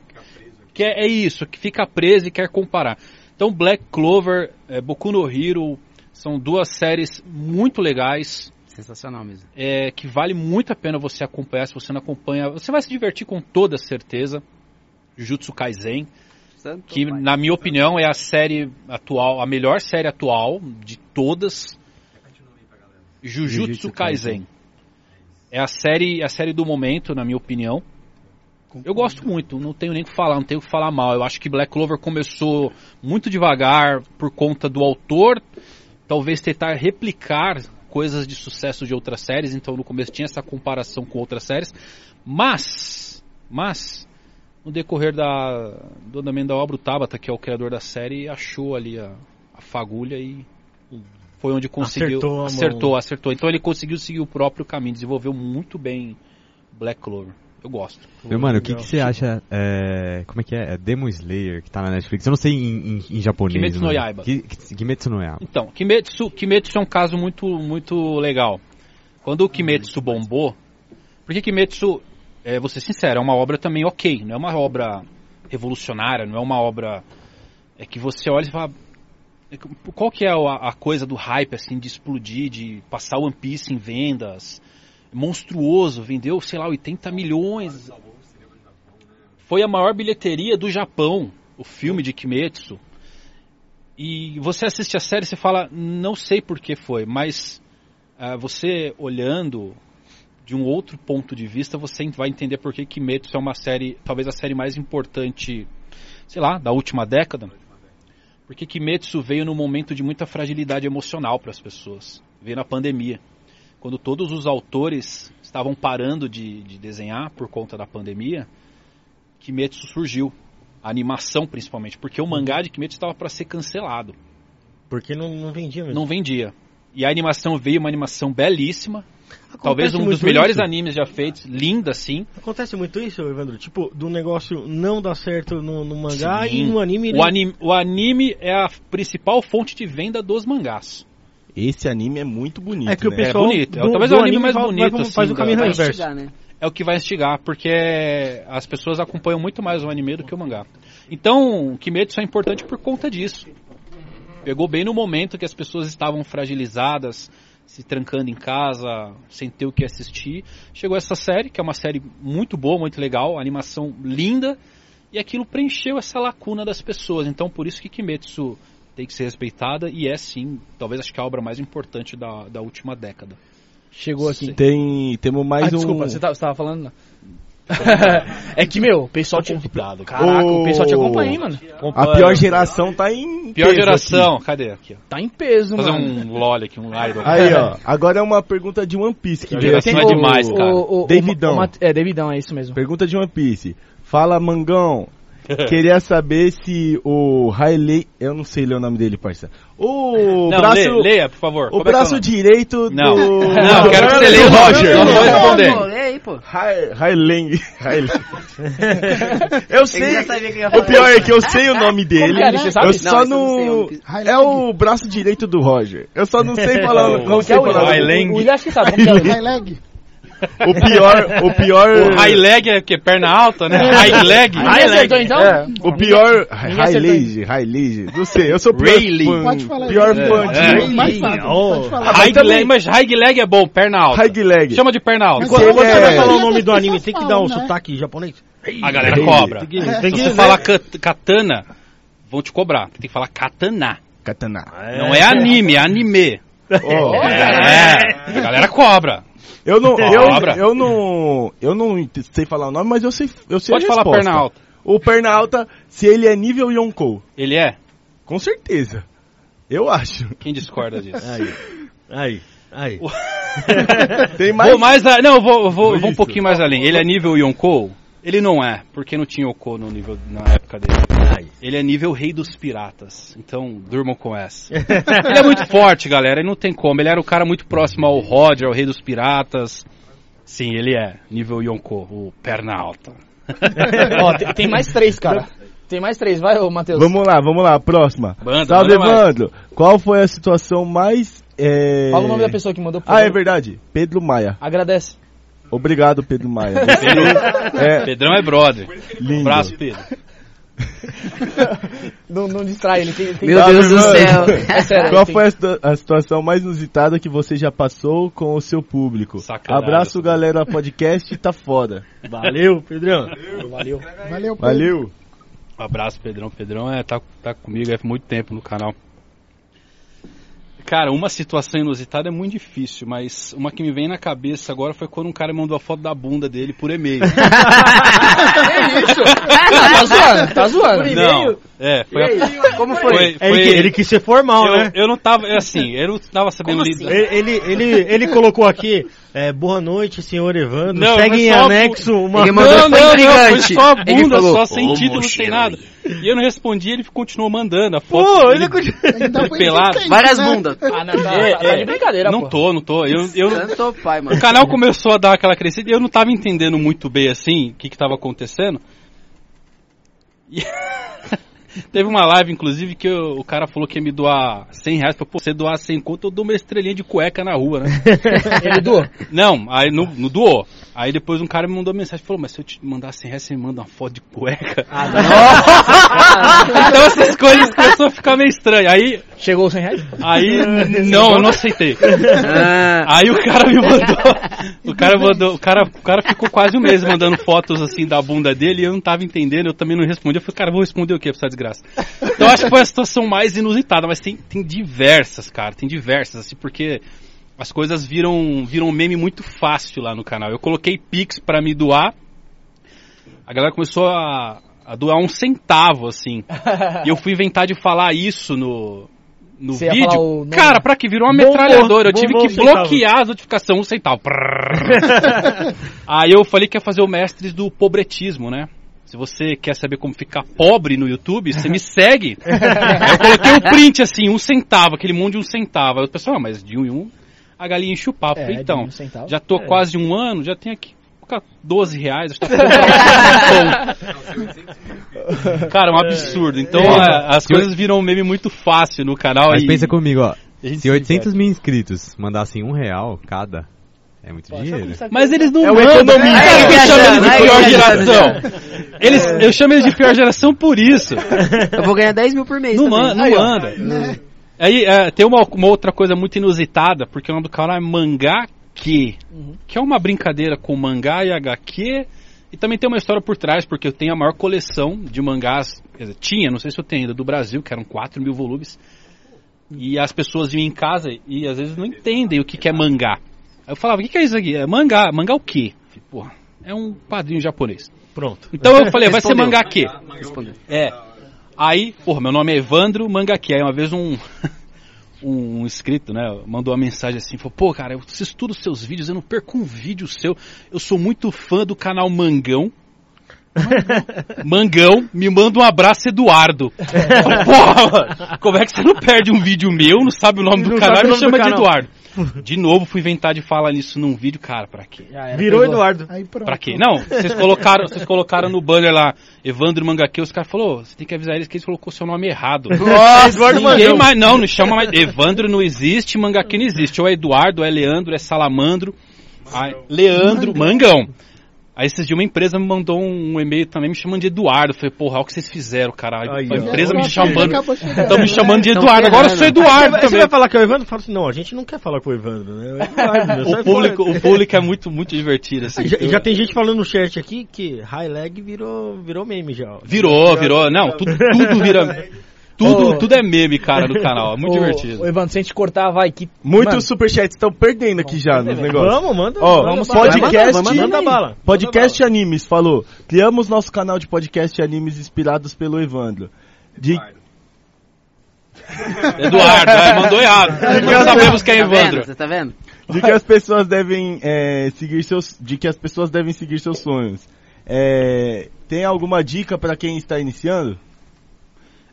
[SPEAKER 2] quer é isso, que fica preso e quer comparar. Então Black Clover, é, Boku no Hero, são duas séries muito legais,
[SPEAKER 5] Sensacional mesmo.
[SPEAKER 2] é, que vale muito a pena você acompanhar, se você não acompanha, você vai se divertir com toda certeza. Jujutsu Kaisen,
[SPEAKER 5] Santo
[SPEAKER 2] que
[SPEAKER 5] pai.
[SPEAKER 2] na minha opinião é a série atual, a melhor série atual de todas. Jujutsu
[SPEAKER 5] Jujutsu
[SPEAKER 2] Kaisen. É a série, a série do momento, na minha opinião. Eu gosto muito, não tenho nem o que falar, não tenho o que falar mal. Eu acho que Black Clover começou muito devagar por conta do autor, talvez tentar replicar coisas de sucesso de outras séries, então no começo tinha essa comparação com outras séries, mas, mas no decorrer da, do andamento da obra, o Tabata, que é o criador da série, achou ali a, a fagulha e foi onde conseguiu.
[SPEAKER 3] Acertou a mão.
[SPEAKER 2] acertou, acertou. Então ele conseguiu seguir o próprio caminho, desenvolveu muito bem Black Clover. Eu gosto.
[SPEAKER 7] Meu mano, o que,
[SPEAKER 3] Legal.
[SPEAKER 7] que você acha? é, como é que é? é? Demon Slayer, que tá na Netflix. Eu não sei em, em- em japonês.
[SPEAKER 2] Kimetsu no
[SPEAKER 7] mano.
[SPEAKER 2] Yaiba.
[SPEAKER 7] Ki- Ki- Kimetsu no Yaiba.
[SPEAKER 2] Então, Kimetsu, Kimetsu é um caso muito, muito legal. Quando o Kimetsu bombou, porque Kimetsu, é, vou ser sincero, é uma obra também ok, não é uma obra revolucionária, não é uma obra é que você olha e fala é que- qual que é a, a coisa do hype assim de explodir, de passar One Piece em vendas, monstruoso, vendeu sei lá 80 milhões. Foi a maior bilheteria do Japão, o filme de Kimetsu. E você assiste a série e você fala, não sei por que foi, mas ah, você olhando de um outro ponto de vista, você vai entender por que Kimetsu é uma série, talvez a série mais importante, sei lá, da última década. Porque Kimetsu veio num momento de muita fragilidade emocional para as pessoas. Veio na pandemia. Quando todos os autores estavam parando de, de desenhar por conta da pandemia, Kimetsu surgiu. A animação, principalmente. Porque o
[SPEAKER 3] Uhum.
[SPEAKER 2] mangá de Kimetsu estava para ser cancelado.
[SPEAKER 3] Porque não, não vendia mesmo.
[SPEAKER 2] Não vendia. E a animação veio, uma animação belíssima.
[SPEAKER 3] Acontece
[SPEAKER 2] talvez um dos
[SPEAKER 3] muito
[SPEAKER 2] melhores
[SPEAKER 3] isso.
[SPEAKER 2] animes já feitos. Linda, sim.
[SPEAKER 3] Acontece muito isso, Evandro? Tipo, do negócio não dar certo no, no mangá e
[SPEAKER 2] Sim.
[SPEAKER 3] no anime...
[SPEAKER 2] O anime, o anime é a principal fonte de venda dos mangás.
[SPEAKER 4] Esse anime é muito bonito,
[SPEAKER 3] É que o
[SPEAKER 4] né?
[SPEAKER 3] pessoal
[SPEAKER 2] bonito.
[SPEAKER 3] do-
[SPEAKER 2] É, talvez
[SPEAKER 3] do
[SPEAKER 2] é o anime
[SPEAKER 3] anime
[SPEAKER 2] mais
[SPEAKER 3] vai- vai
[SPEAKER 2] bonito,
[SPEAKER 3] como- faz
[SPEAKER 2] assim,
[SPEAKER 3] o caminho
[SPEAKER 2] da-
[SPEAKER 5] Vai
[SPEAKER 3] reverso.
[SPEAKER 5] instigar, né?
[SPEAKER 2] é o que vai instigar, porque as pessoas acompanham muito mais o anime do que o mangá. Então, Kimetsu é importante por conta disso. Pegou bem no momento que as pessoas estavam fragilizadas, se trancando em casa, sem ter o que assistir. Chegou essa série, que é uma série muito boa, muito legal, animação linda, e aquilo preencheu essa lacuna das pessoas. Então, por isso que Kimetsu tem que ser respeitada e é sim, talvez acho que a obra mais importante da, da última década.
[SPEAKER 1] Chegou aqui.
[SPEAKER 4] Tem, temos mais
[SPEAKER 1] Ah,
[SPEAKER 4] um...
[SPEAKER 1] desculpa, você tava, você tava falando? não. é que, meu, o pessoal te...
[SPEAKER 2] Convidado, cara.
[SPEAKER 1] Caraca, o
[SPEAKER 4] Ô.
[SPEAKER 1] pessoal te acompanha, hein, mano.
[SPEAKER 4] A pior geração tá em...
[SPEAKER 2] Pior
[SPEAKER 4] peso
[SPEAKER 2] geração, cadê? Aqui, ó.
[SPEAKER 1] Tá em peso,
[SPEAKER 2] Fazer
[SPEAKER 1] mano.
[SPEAKER 2] um LOL aqui, um idol.
[SPEAKER 4] aqui. Aí, ó. Agora é uma pergunta de One Piece. Que
[SPEAKER 2] A
[SPEAKER 4] veio
[SPEAKER 2] geração
[SPEAKER 4] aqui
[SPEAKER 2] é
[SPEAKER 4] do-
[SPEAKER 2] demais, cara.
[SPEAKER 4] Davidão.
[SPEAKER 1] o Mat- é, Davidão, é isso mesmo.
[SPEAKER 4] Pergunta de One Piece. Fala, Mangão. Queria saber se o Hailey... Eu não sei ler o nome dele, parça. O
[SPEAKER 2] Não, é
[SPEAKER 4] braço...
[SPEAKER 2] le- leia, por favor.
[SPEAKER 4] O
[SPEAKER 2] Como é que é
[SPEAKER 4] braço
[SPEAKER 2] nome?
[SPEAKER 4] direito
[SPEAKER 2] Não.
[SPEAKER 4] do...
[SPEAKER 2] Não, eu quero que você leia o
[SPEAKER 4] do
[SPEAKER 2] Roger. Não vou
[SPEAKER 5] Pô,
[SPEAKER 2] responder.
[SPEAKER 5] lê aí, pô.
[SPEAKER 4] Hai- Haileng. Haileng. eu
[SPEAKER 5] Ele
[SPEAKER 4] sei.
[SPEAKER 5] já sabia que eu ia falar.
[SPEAKER 4] O pior é que eu sei o nome dele.
[SPEAKER 1] que é? Você sabe?
[SPEAKER 4] Eu
[SPEAKER 5] Não, esse
[SPEAKER 4] só
[SPEAKER 5] eu não um sei,
[SPEAKER 4] não.
[SPEAKER 5] eu não
[SPEAKER 6] sei.
[SPEAKER 4] É o braço direito do Roger. Eu só não sei falar.
[SPEAKER 2] Não,
[SPEAKER 4] não sei
[SPEAKER 1] é o
[SPEAKER 4] falar.
[SPEAKER 1] William? O William acho que sabe. Como que é o William?
[SPEAKER 6] High leg.
[SPEAKER 4] O pior. O pior.
[SPEAKER 2] O high leg é que perna alta, né? High leg.
[SPEAKER 1] Ninguém acertou, então?
[SPEAKER 4] O pior.
[SPEAKER 1] Ninguém
[SPEAKER 4] High
[SPEAKER 1] acertou,
[SPEAKER 4] Lady. High Lady. Não sei. Eu sou pior.
[SPEAKER 2] Rayleigh.
[SPEAKER 4] fã-
[SPEAKER 6] Pode falar aí.
[SPEAKER 4] Pior
[SPEAKER 6] É.
[SPEAKER 4] fã de-
[SPEAKER 2] É.
[SPEAKER 4] Rayleigh.
[SPEAKER 6] Mais fácil, pode falar.
[SPEAKER 2] High
[SPEAKER 4] também-
[SPEAKER 2] leg, mas high leg é bom, perna alta.
[SPEAKER 4] High leg.
[SPEAKER 2] Chama de perna alta.
[SPEAKER 6] Mas
[SPEAKER 3] Quando
[SPEAKER 4] Ele
[SPEAKER 3] você
[SPEAKER 4] é-
[SPEAKER 3] vai falar o nome
[SPEAKER 6] Ele
[SPEAKER 3] do
[SPEAKER 6] é
[SPEAKER 3] anime, tem que dar um
[SPEAKER 6] sensacional, né?
[SPEAKER 3] sotaque japonês?
[SPEAKER 2] A galera
[SPEAKER 4] Rayleigh.
[SPEAKER 2] cobra.
[SPEAKER 3] Tem que- tem
[SPEAKER 2] Se
[SPEAKER 3] que-
[SPEAKER 2] você
[SPEAKER 3] né?
[SPEAKER 2] falar kat- katana, vão te cobrar. Tem que falar katana.
[SPEAKER 4] Katana.
[SPEAKER 2] Não é anime, é anime.
[SPEAKER 4] Ó,
[SPEAKER 2] É, a galera cobra.
[SPEAKER 4] Eu não.
[SPEAKER 2] Cobra.
[SPEAKER 4] Eu, eu não. Eu não sei falar o nome, mas eu sei. Eu sei a
[SPEAKER 2] Pode falar
[SPEAKER 4] resposta.
[SPEAKER 2] perna alta.
[SPEAKER 4] O perna alta, se ele é nível Yonkou.
[SPEAKER 2] Ele é?
[SPEAKER 4] Com certeza. Eu acho.
[SPEAKER 2] Quem discorda disso?
[SPEAKER 3] Aí, aí.
[SPEAKER 4] Tem mais.
[SPEAKER 2] Vou mais a- não, eu vou, eu vou, eu vou um
[SPEAKER 4] Isso.
[SPEAKER 2] pouquinho mais além. Ele é nível Yonkou? Ele não é, porque não tinha Yonkou no nível, na época dele.
[SPEAKER 3] aí.
[SPEAKER 2] Ele é nível Rei dos Piratas. Então, durmam com essa. ele é muito forte, galera. Ele não tem como. Ele era o cara muito próximo ao Roger, ao Rei dos Piratas. Sim, ele é nível Yonkou, o perna alta.
[SPEAKER 1] Ó, tem, tem mais três, cara. Tem mais três, vai, ô Matheus.
[SPEAKER 4] Vamos lá, vamos lá, próxima.
[SPEAKER 2] Banda,
[SPEAKER 4] Salve,
[SPEAKER 2] manda mais.
[SPEAKER 4] Evandro. Qual foi a situação mais É...
[SPEAKER 1] Fala o nome da pessoa que mandou. por
[SPEAKER 4] Ah, é
[SPEAKER 1] favor.
[SPEAKER 4] verdade. Pedro Maia.
[SPEAKER 1] Agradece.
[SPEAKER 4] Obrigado, Pedro Maia.
[SPEAKER 2] É.
[SPEAKER 4] é
[SPEAKER 2] Pedrão é brother. Um
[SPEAKER 4] lindo.
[SPEAKER 2] abraço, Pedro.
[SPEAKER 1] Não, não distrai ele. Tem, tem-
[SPEAKER 5] Meu
[SPEAKER 4] Tá,
[SPEAKER 5] Deus do
[SPEAKER 4] Bruno.
[SPEAKER 5] céu.
[SPEAKER 1] É sério.
[SPEAKER 4] Qual
[SPEAKER 1] tem-
[SPEAKER 4] foi a, situa- a situação mais inusitada que você já passou com o seu público?
[SPEAKER 2] Sacanagem.
[SPEAKER 4] Abraço, galera. Podcast tá foda.
[SPEAKER 3] Valeu, Pedrão.
[SPEAKER 1] Valeu.
[SPEAKER 6] Valeu, Pedro.
[SPEAKER 4] Valeu.
[SPEAKER 2] Um abraço, Pedrão. Pedrão é, tá, tá comigo há muito tempo no canal. Cara, uma situação inusitada é muito difícil, mas uma que me vem na cabeça agora foi quando um cara mandou a foto da bunda dele por e-mail.
[SPEAKER 1] Ah, tá zoando, tá zoando.
[SPEAKER 2] Não, é, foi a...
[SPEAKER 5] Como foi?
[SPEAKER 2] Foi,
[SPEAKER 3] É, ele,
[SPEAKER 2] foi-
[SPEAKER 3] que- ele quis ser formal, né?
[SPEAKER 2] eu, eu não tava, é assim, eu não tava sabendo lidar.
[SPEAKER 3] assim? Ele, ele, ele, ele colocou aqui, é, boa noite, senhor Evandro.
[SPEAKER 2] Não,
[SPEAKER 3] Segue
[SPEAKER 2] mas
[SPEAKER 3] em
[SPEAKER 2] só-
[SPEAKER 3] anexo uma...
[SPEAKER 5] Ele mandou
[SPEAKER 2] Não, não,
[SPEAKER 5] foi
[SPEAKER 2] não, foi
[SPEAKER 5] intrigante.
[SPEAKER 2] só a
[SPEAKER 5] Ele
[SPEAKER 2] bunda,
[SPEAKER 5] falou,
[SPEAKER 2] só sem título, não tem nada. E eu não respondi, ele continuou mandando a foto.
[SPEAKER 3] Pô,
[SPEAKER 2] dele
[SPEAKER 3] ele continua...
[SPEAKER 6] Ainda foi
[SPEAKER 2] pelado.
[SPEAKER 6] inocente,
[SPEAKER 5] Várias
[SPEAKER 6] né?
[SPEAKER 5] bundas.
[SPEAKER 1] Ah, não, tá,
[SPEAKER 2] É,
[SPEAKER 1] tá- tá
[SPEAKER 2] é.
[SPEAKER 1] de brincadeira,
[SPEAKER 2] Não
[SPEAKER 1] pô.
[SPEAKER 2] tô, não tô. Eu, eu,
[SPEAKER 5] Santo pai, mano.
[SPEAKER 2] o canal começou a dar aquela crescida e eu não tava entendendo muito bem assim o que, que tava acontecendo. E Teve uma live, inclusive, que eu- o cara falou que ia me doar 100 reais. Falei, pô, você doar 100 conto, eu dou uma estrelinha de cueca na rua, né?
[SPEAKER 1] Ele doou.
[SPEAKER 2] Não, aí não, não doou. Aí depois um cara me mandou mensagem, falou, mas se eu te mandar 100 reais, você me manda uma foto de cueca?
[SPEAKER 1] Ah,
[SPEAKER 2] então essas coisas começou a ficar meio estranho. Aí,
[SPEAKER 1] Chegou os 100 reais?
[SPEAKER 2] aí, não, eu não aceitei.
[SPEAKER 5] Ah,
[SPEAKER 2] Aí o cara me mandou. O cara mandou. O cara, o cara ficou quase um mês mandando fotos assim da bunda dele e eu não tava entendendo, eu também não respondi. Eu falei, cara, eu vou responder o que pra essa desgraça? Então acho que foi a situação mais inusitada, mas tem, tem diversas, cara, tem diversas, assim, porque as coisas viram, viram um meme muito fácil lá no canal. Eu coloquei Pix pra me doar. A galera começou a, a doar um centavo, assim. E eu fui inventar de falar isso no. No
[SPEAKER 1] Você ia falar o
[SPEAKER 2] vídeo,
[SPEAKER 1] nome?
[SPEAKER 2] cara, pra que virou uma
[SPEAKER 3] Bombou,
[SPEAKER 2] metralhadora. Eu tive
[SPEAKER 3] bombou
[SPEAKER 2] que
[SPEAKER 3] um centavo.
[SPEAKER 2] bloquear as notificações um centavo. Prrr. Aí eu falei que ia fazer o mestres do pobretismo, né? Se você quer saber como ficar pobre no YouTube, você me segue. Aí eu coloquei um print assim, um centavo, aquele monte de um centavo. Aí o pessoal, ah, mas de um em um, a galinha enche o papo. Falei, então,
[SPEAKER 1] de um centavo.
[SPEAKER 2] já tô quase um ano, já tenho aqui cara, 12 reais, acho que tá bom. Cara, é um absurdo. Então a- as coisas viram um meme muito fácil no canal.
[SPEAKER 7] Mas
[SPEAKER 2] e-
[SPEAKER 7] pensa comigo, ó.
[SPEAKER 2] a gente
[SPEAKER 7] Se 800 mil inscritos mandassem um real cada, é muito dinheiro.
[SPEAKER 2] Mas eles não
[SPEAKER 1] É o
[SPEAKER 2] mandam.
[SPEAKER 1] economista.
[SPEAKER 2] cara,
[SPEAKER 5] É,
[SPEAKER 2] eu chamo eles de
[SPEAKER 5] é,
[SPEAKER 2] pior
[SPEAKER 5] é,
[SPEAKER 2] geração. Eles, eu chamo eles de pior geração por isso.
[SPEAKER 5] eu vou ganhar 10 mil por mês.
[SPEAKER 2] Não,
[SPEAKER 5] É também.
[SPEAKER 2] man, não manda.
[SPEAKER 6] Né?
[SPEAKER 2] Aí é, tem uma, uma outra coisa muito inusitada, porque o nome do canal é Mangá Que. Que é uma brincadeira com mangá e HQ. E também tem uma história por trás, porque eu tenho a maior coleção de mangás. Quer dizer, tinha, não sei se eu tenho ainda, do Brasil, que eram 4 mil volumes. E as pessoas vinham em casa e às vezes não entendem o que, que é mangá. Aí eu falava, o que, que é isso aqui? É mangá. Mangá o quê? Eu falei, Porra, é um quadrinho japonês.
[SPEAKER 3] Pronto.
[SPEAKER 2] Então eu falei, vai ser
[SPEAKER 5] Respondeu.
[SPEAKER 2] mangá quê?
[SPEAKER 5] Respondeu.
[SPEAKER 2] É. Aí, porra, meu nome é Evandro Mangaki. Aí uma vez um, um inscrito, né, mandou uma mensagem assim, falou, pô, cara, eu assisto todos os seus vídeos, eu não perco um vídeo seu. Eu sou muito fã do canal Mangão. Mangão, me manda um abraço, Eduardo. Eu falei, Porra, mano, como é que você não perde um vídeo meu, não sabe o nome do
[SPEAKER 3] Não
[SPEAKER 2] canal
[SPEAKER 3] sabe
[SPEAKER 2] e
[SPEAKER 3] o
[SPEAKER 2] me
[SPEAKER 3] nome do
[SPEAKER 2] chama de
[SPEAKER 3] canal.
[SPEAKER 2] Eduardo? De novo, fui inventar de falar nisso num vídeo, cara, pra quê?
[SPEAKER 1] Já era,
[SPEAKER 3] Virou
[SPEAKER 1] pegou.
[SPEAKER 3] Eduardo.
[SPEAKER 6] Aí pronto.
[SPEAKER 2] Pra quê?
[SPEAKER 3] então.
[SPEAKER 2] Não, vocês colocaram, vocês colocaram no banner lá, Evandro Mangaque, os caras falaram, "Ô, você tem que avisar eles que eles colocou seu nome errado.
[SPEAKER 3] Eduardo
[SPEAKER 2] Ninguém
[SPEAKER 3] Mangão.
[SPEAKER 2] mais, não, não chama mais. Evandro não existe, Mangaque não existe. Ou é Eduardo, ou é Leandro, é Salamandro, aí- Leandro, Mangão. Aí esses dias uma empresa me mandou um, um e-mail também me chamando de Eduardo. Eu Falei, porra, olha o que vocês fizeram, caralho.
[SPEAKER 3] Aí,
[SPEAKER 2] a
[SPEAKER 3] ó.
[SPEAKER 2] empresa me
[SPEAKER 6] Agora
[SPEAKER 2] chamando.
[SPEAKER 6] acabou chegando,
[SPEAKER 2] Estão me
[SPEAKER 6] né?
[SPEAKER 2] chamando de
[SPEAKER 5] Tão
[SPEAKER 2] Eduardo. Agora eu sou
[SPEAKER 5] ferrando.
[SPEAKER 2] Eduardo
[SPEAKER 3] Aí você
[SPEAKER 2] também.
[SPEAKER 3] vai falar que é o Evandro? Fala assim, não, a gente não quer falar com o Evandro, né? É o Eduardo, meu,
[SPEAKER 2] O
[SPEAKER 3] sai
[SPEAKER 2] público,
[SPEAKER 3] fora.
[SPEAKER 2] o público é muito, muito divertido, assim.
[SPEAKER 3] Já,
[SPEAKER 2] Eu-
[SPEAKER 3] já tem gente falando no chat aqui que high lag virou, virou meme já. ó.
[SPEAKER 2] Virou, virou. Não, tudo, tudo vira. Tudo,
[SPEAKER 1] Ô.
[SPEAKER 2] tudo é meme, cara, no canal. É muito
[SPEAKER 1] Ô,
[SPEAKER 2] divertido.
[SPEAKER 1] Ô, Evandro, se a gente cortar, vai. Que...
[SPEAKER 4] Muitos
[SPEAKER 1] Mano.
[SPEAKER 4] superchats estão perdendo aqui já nos negócios.
[SPEAKER 3] Vamos, manda.
[SPEAKER 4] Ó,
[SPEAKER 3] manda bala.
[SPEAKER 4] podcast.
[SPEAKER 3] Vai, manda, manda bala.
[SPEAKER 4] Podcast Animes falou: criamos nosso canal de podcast e animes inspirados pelo Evandro. De...
[SPEAKER 2] Eduardo, é, mandou errado. Nós sabemos quem é
[SPEAKER 5] Tá vendo?
[SPEAKER 2] Evandro.
[SPEAKER 5] Você tá vendo?
[SPEAKER 4] De que as pessoas devem é, seguir seus, de que as pessoas devem seguir seus sonhos. É, tem alguma dica pra quem está iniciando?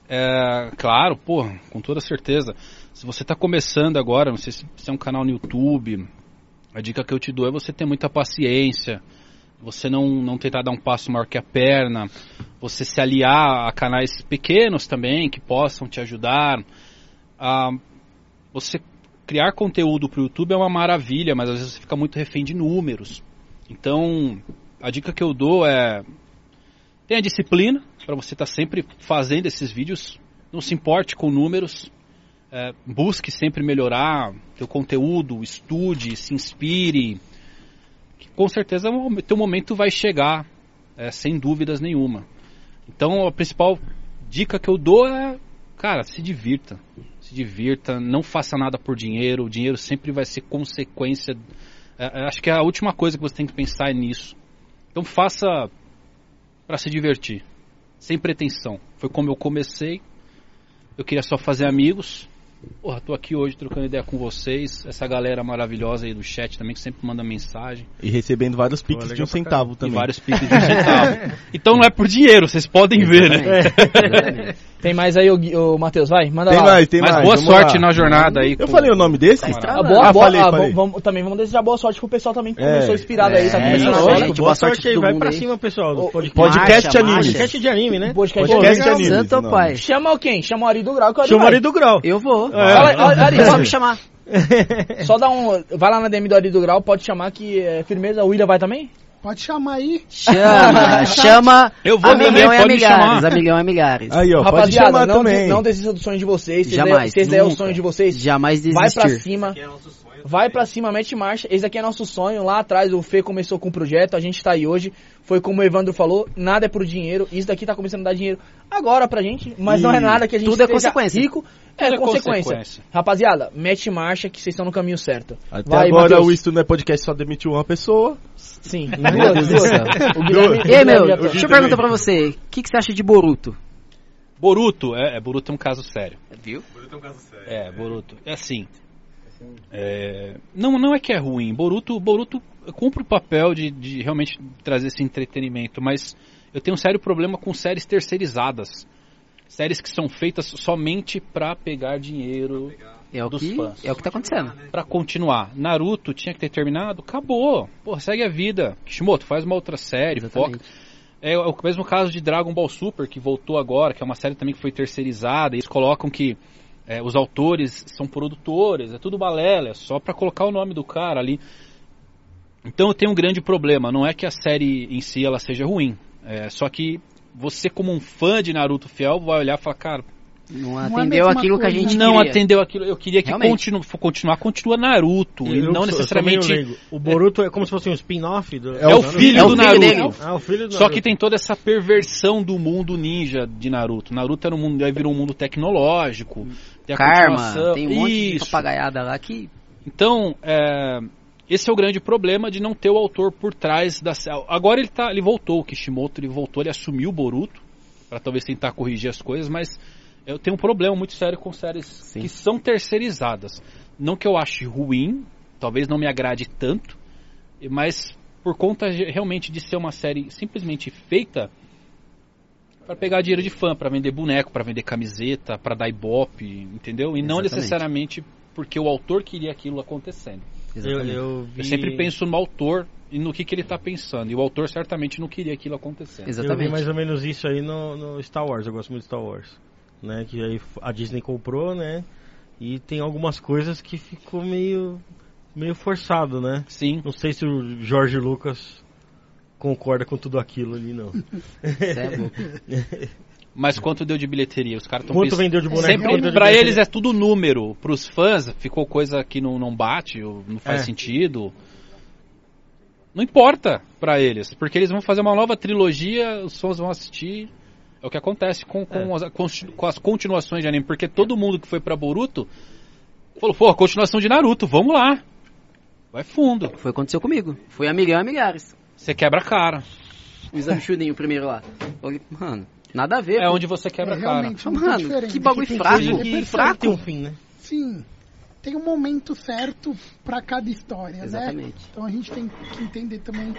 [SPEAKER 2] É, claro, pô, com toda certeza. Se você tá começando agora, não sei se, se é um canal no YouTube, a dica que eu te dou é você ter muita paciência. Você não, não tentar dar um passo maior que a perna. Você se aliar a canais pequenos também, que possam te ajudar. Ah, você criar conteúdo para o YouTube é uma maravilha, mas às vezes você fica muito refém de números. Então, a dica que eu dou é tenha disciplina para você estar sempre fazendo esses vídeos. Não se importe com números. É, busque sempre melhorar seu conteúdo, estude, se inspire. Que com certeza o teu momento vai chegar, é, sem dúvidas nenhuma. Então, a principal dica que eu dou é, cara, se divirta. Se divirta, não faça nada por dinheiro. O dinheiro sempre vai ser consequência. É, é, acho que é a última coisa que você tem que pensar é nisso. Então, faça para se divertir, sem pretensão. Foi como eu comecei. Eu queria só fazer amigos. Porra, tô aqui hoje trocando ideia com vocês. Essa galera maravilhosa aí do chat também que sempre manda mensagem.
[SPEAKER 4] E recebendo vários piques de um centavo
[SPEAKER 2] Tem
[SPEAKER 4] também.
[SPEAKER 2] vários piques de um centavo. Então não é por dinheiro, vocês podem ver, né?
[SPEAKER 4] É,
[SPEAKER 1] Tem mais aí, ô, ô Matheus, vai, manda
[SPEAKER 4] Tem
[SPEAKER 1] lá.
[SPEAKER 4] mais, tem
[SPEAKER 2] Mas
[SPEAKER 4] mais.
[SPEAKER 2] boa
[SPEAKER 4] vamos
[SPEAKER 2] sorte
[SPEAKER 4] lá.
[SPEAKER 2] na jornada aí.
[SPEAKER 4] Eu
[SPEAKER 2] com-
[SPEAKER 4] falei o nome desse?
[SPEAKER 1] Ah, boa,
[SPEAKER 4] Ah,
[SPEAKER 1] boa,
[SPEAKER 4] falei,
[SPEAKER 1] ah,
[SPEAKER 4] falei.
[SPEAKER 1] vamos- vamos- também vamos desejar boa sorte pro pessoal também que
[SPEAKER 4] É.
[SPEAKER 1] começou inspirado aí, tá
[SPEAKER 5] É,
[SPEAKER 1] começando
[SPEAKER 5] isso,
[SPEAKER 1] agora.
[SPEAKER 5] gente,
[SPEAKER 3] boa
[SPEAKER 5] boa
[SPEAKER 3] sorte,
[SPEAKER 5] sorte
[SPEAKER 3] aí,
[SPEAKER 5] todo
[SPEAKER 3] vai
[SPEAKER 5] mundo
[SPEAKER 3] pra
[SPEAKER 5] aí.
[SPEAKER 3] cima, pessoal. do
[SPEAKER 1] Ô,
[SPEAKER 3] podcast.
[SPEAKER 4] Podcast
[SPEAKER 5] Marcha,
[SPEAKER 4] anime.
[SPEAKER 5] marcha.
[SPEAKER 3] Podcast de anime, né?
[SPEAKER 1] Podcast.
[SPEAKER 4] Podcast
[SPEAKER 1] Ô,
[SPEAKER 4] de anime.
[SPEAKER 5] Santo
[SPEAKER 4] não.
[SPEAKER 5] pai.
[SPEAKER 1] Chama quem? Chama o Ari do Grau que é o Ari
[SPEAKER 3] Chama o
[SPEAKER 1] vai.
[SPEAKER 3] Ari do Grau.
[SPEAKER 5] Eu vou.
[SPEAKER 1] Fala aí, ó, Ari,
[SPEAKER 5] Só
[SPEAKER 1] ó,
[SPEAKER 5] me chamar.
[SPEAKER 1] só dá um. Vai lá na DM do Ari do Grau, pode chamar que é, firmeza. O William vai também?
[SPEAKER 6] Pode chamar aí.
[SPEAKER 5] Chama, chama.
[SPEAKER 2] Eu vou também,
[SPEAKER 5] amigão e
[SPEAKER 2] pode me
[SPEAKER 5] amigares.
[SPEAKER 2] chamar.
[SPEAKER 5] Amigão e amigares.
[SPEAKER 4] Aí, ó, pode
[SPEAKER 1] Rapaziada,
[SPEAKER 4] chamar
[SPEAKER 1] não,
[SPEAKER 4] também.
[SPEAKER 1] de- não desista do sonho de vocês. Se
[SPEAKER 5] Jamais,
[SPEAKER 1] Se é o
[SPEAKER 5] nunca.
[SPEAKER 1] sonho de vocês,
[SPEAKER 5] Jamais
[SPEAKER 1] vai pra
[SPEAKER 5] desistir.
[SPEAKER 1] cima.
[SPEAKER 2] é
[SPEAKER 1] Vai pra cima, mete marcha. Esse aqui é nosso sonho. Lá atrás o Fê começou com o projeto, a gente tá aí hoje. Foi como o Evandro falou, nada é por dinheiro. Isso daqui tá começando a dar dinheiro agora pra gente, mas não é nada que a gente
[SPEAKER 5] Tudo é
[SPEAKER 1] seja
[SPEAKER 5] consequência.
[SPEAKER 1] rico. É,
[SPEAKER 2] Tudo é
[SPEAKER 1] consequência.
[SPEAKER 2] consequência.
[SPEAKER 1] Rapaziada, mete marcha que vocês estão no caminho certo.
[SPEAKER 4] Até
[SPEAKER 1] Vai,
[SPEAKER 4] agora
[SPEAKER 1] Matheus.
[SPEAKER 4] o Isto Não é Podcast só demitiu uma pessoa.
[SPEAKER 1] Sim.
[SPEAKER 5] Meu Deus do céu.
[SPEAKER 1] O Guilherme, o
[SPEAKER 5] Ei,
[SPEAKER 1] Guilherme
[SPEAKER 5] meu,
[SPEAKER 1] já tá-
[SPEAKER 5] deixa eu perguntar pra você. O que, que você acha de Boruto?
[SPEAKER 2] Boruto, é, é, Boruto é um caso sério.
[SPEAKER 5] Viu?
[SPEAKER 2] É, Boruto. É assim. é, não, não é que é ruim. Boruto, Boruto cumpre o papel de, de realmente trazer esse entretenimento, mas eu tenho um sério problema com séries terceirizadas. Séries que são feitas somente pra pegar né? dinheiro,
[SPEAKER 5] É o
[SPEAKER 2] Dos
[SPEAKER 5] que,
[SPEAKER 2] fãs.
[SPEAKER 5] é o que tá acontecendo.
[SPEAKER 2] pra continuar. Naruto tinha que ter terminado, acabou. Pô, segue a vida. Kishimoto, faz uma outra série, foca.
[SPEAKER 5] Exatamente.
[SPEAKER 2] É o mesmo caso de Dragon Ball Super, que voltou agora, que é uma série também que foi terceirizada. E eles colocam que é, os autores são produtores, é tudo balela, é só pra colocar o nome do cara ali. Então eu tenho um grande problema. Não é que a série em si ela seja ruim, é, só que você, como um fã de Naruto fiel, vai olhar e falar: Cara,
[SPEAKER 5] Não
[SPEAKER 6] é a
[SPEAKER 5] atendeu
[SPEAKER 6] mesma
[SPEAKER 5] aquilo que a
[SPEAKER 6] coisa,
[SPEAKER 5] gente
[SPEAKER 6] né?
[SPEAKER 2] não
[SPEAKER 5] queria.
[SPEAKER 2] atendeu aquilo. Eu queria que
[SPEAKER 5] Realmente.
[SPEAKER 2] continu, continuar, continua Naruto. E
[SPEAKER 3] Eu sou- eu
[SPEAKER 2] não
[SPEAKER 3] sou
[SPEAKER 2] necessariamente
[SPEAKER 3] meio leigo. O Boruto é como se fosse um spin-off do...
[SPEAKER 2] É o filho
[SPEAKER 5] É o
[SPEAKER 2] do
[SPEAKER 5] filho
[SPEAKER 2] Naruto.
[SPEAKER 5] dele.
[SPEAKER 3] Ah, o filho do
[SPEAKER 2] Só que tem toda essa perversão do mundo ninja de Naruto. Naruto era um mundo, aí virou um mundo tecnológico. Tem a
[SPEAKER 5] Karma,
[SPEAKER 2] continuação.
[SPEAKER 5] tem um monte de
[SPEAKER 2] Isso.
[SPEAKER 5] papagaiada lá que...
[SPEAKER 2] Então, é, esse é o grande problema de não ter o autor por trás da. Agora ele, tá, ele voltou, o Kishimoto ele voltou, ele assumiu o Boruto, para talvez tentar corrigir as coisas, mas eu tenho um problema muito sério com séries que são terceirizadas. Não que eu ache ruim, talvez não me agrade tanto, mas por conta de- realmente de ser uma série simplesmente feita para pegar dinheiro de fã, para vender boneco, para vender camiseta, para dar ibope, entendeu? E não
[SPEAKER 5] Exatamente.
[SPEAKER 2] necessariamente porque o autor queria aquilo acontecendo.
[SPEAKER 3] Eu,
[SPEAKER 5] Exatamente.
[SPEAKER 3] vi-
[SPEAKER 2] Eu sempre penso no autor e no que, que ele tá pensando. E o autor certamente não queria aquilo acontecendo.
[SPEAKER 3] Eu vi
[SPEAKER 5] Exatamente.
[SPEAKER 3] mais ou menos isso aí no, no Star Wars, eu gosto muito de Star Wars. Né? Que aí a Disney comprou, né? E tem algumas coisas que ficou meio, meio forçado, né?
[SPEAKER 2] Sim.
[SPEAKER 3] Não sei se o Jorge Lucas concorda com tudo aquilo ali, não.
[SPEAKER 5] Cê é louco.
[SPEAKER 2] Mas quanto deu de bilheteria? Os caras estão
[SPEAKER 3] Quanto vendeu de boneco? quanto
[SPEAKER 2] Então, Sempre,
[SPEAKER 3] vendeu de
[SPEAKER 2] pra eles
[SPEAKER 3] bilheteria?
[SPEAKER 2] é tudo número. Pros fãs, ficou coisa que não, não bate, ou não faz
[SPEAKER 3] É.
[SPEAKER 2] sentido. Não importa pra eles, porque eles vão fazer uma nova trilogia, os fãs vão assistir. É o que acontece com, com, as, com as- com as continuações de anime, porque todo mundo que foi pra Boruto falou, pô, continuação de Naruto, vamos lá. Vai fundo.
[SPEAKER 5] Foi o que aconteceu comigo. Foi amigão e amigares.
[SPEAKER 2] Você quebra a cara.
[SPEAKER 5] O exame chudinho primeiro lá. Olhei, Mano, nada a ver.
[SPEAKER 2] É
[SPEAKER 5] pô.
[SPEAKER 2] onde você quebra a cara.
[SPEAKER 6] realmente muito
[SPEAKER 5] Mano,
[SPEAKER 6] diferente.
[SPEAKER 5] que bagulho
[SPEAKER 6] Tem
[SPEAKER 5] fraco.
[SPEAKER 6] você
[SPEAKER 5] Que
[SPEAKER 6] percebe
[SPEAKER 5] fraco.
[SPEAKER 6] que-
[SPEAKER 3] Tem um fim, né?
[SPEAKER 6] Sim. Tem um momento certo pra cada história, né?
[SPEAKER 5] Exatamente.
[SPEAKER 6] Então a gente tem que entender também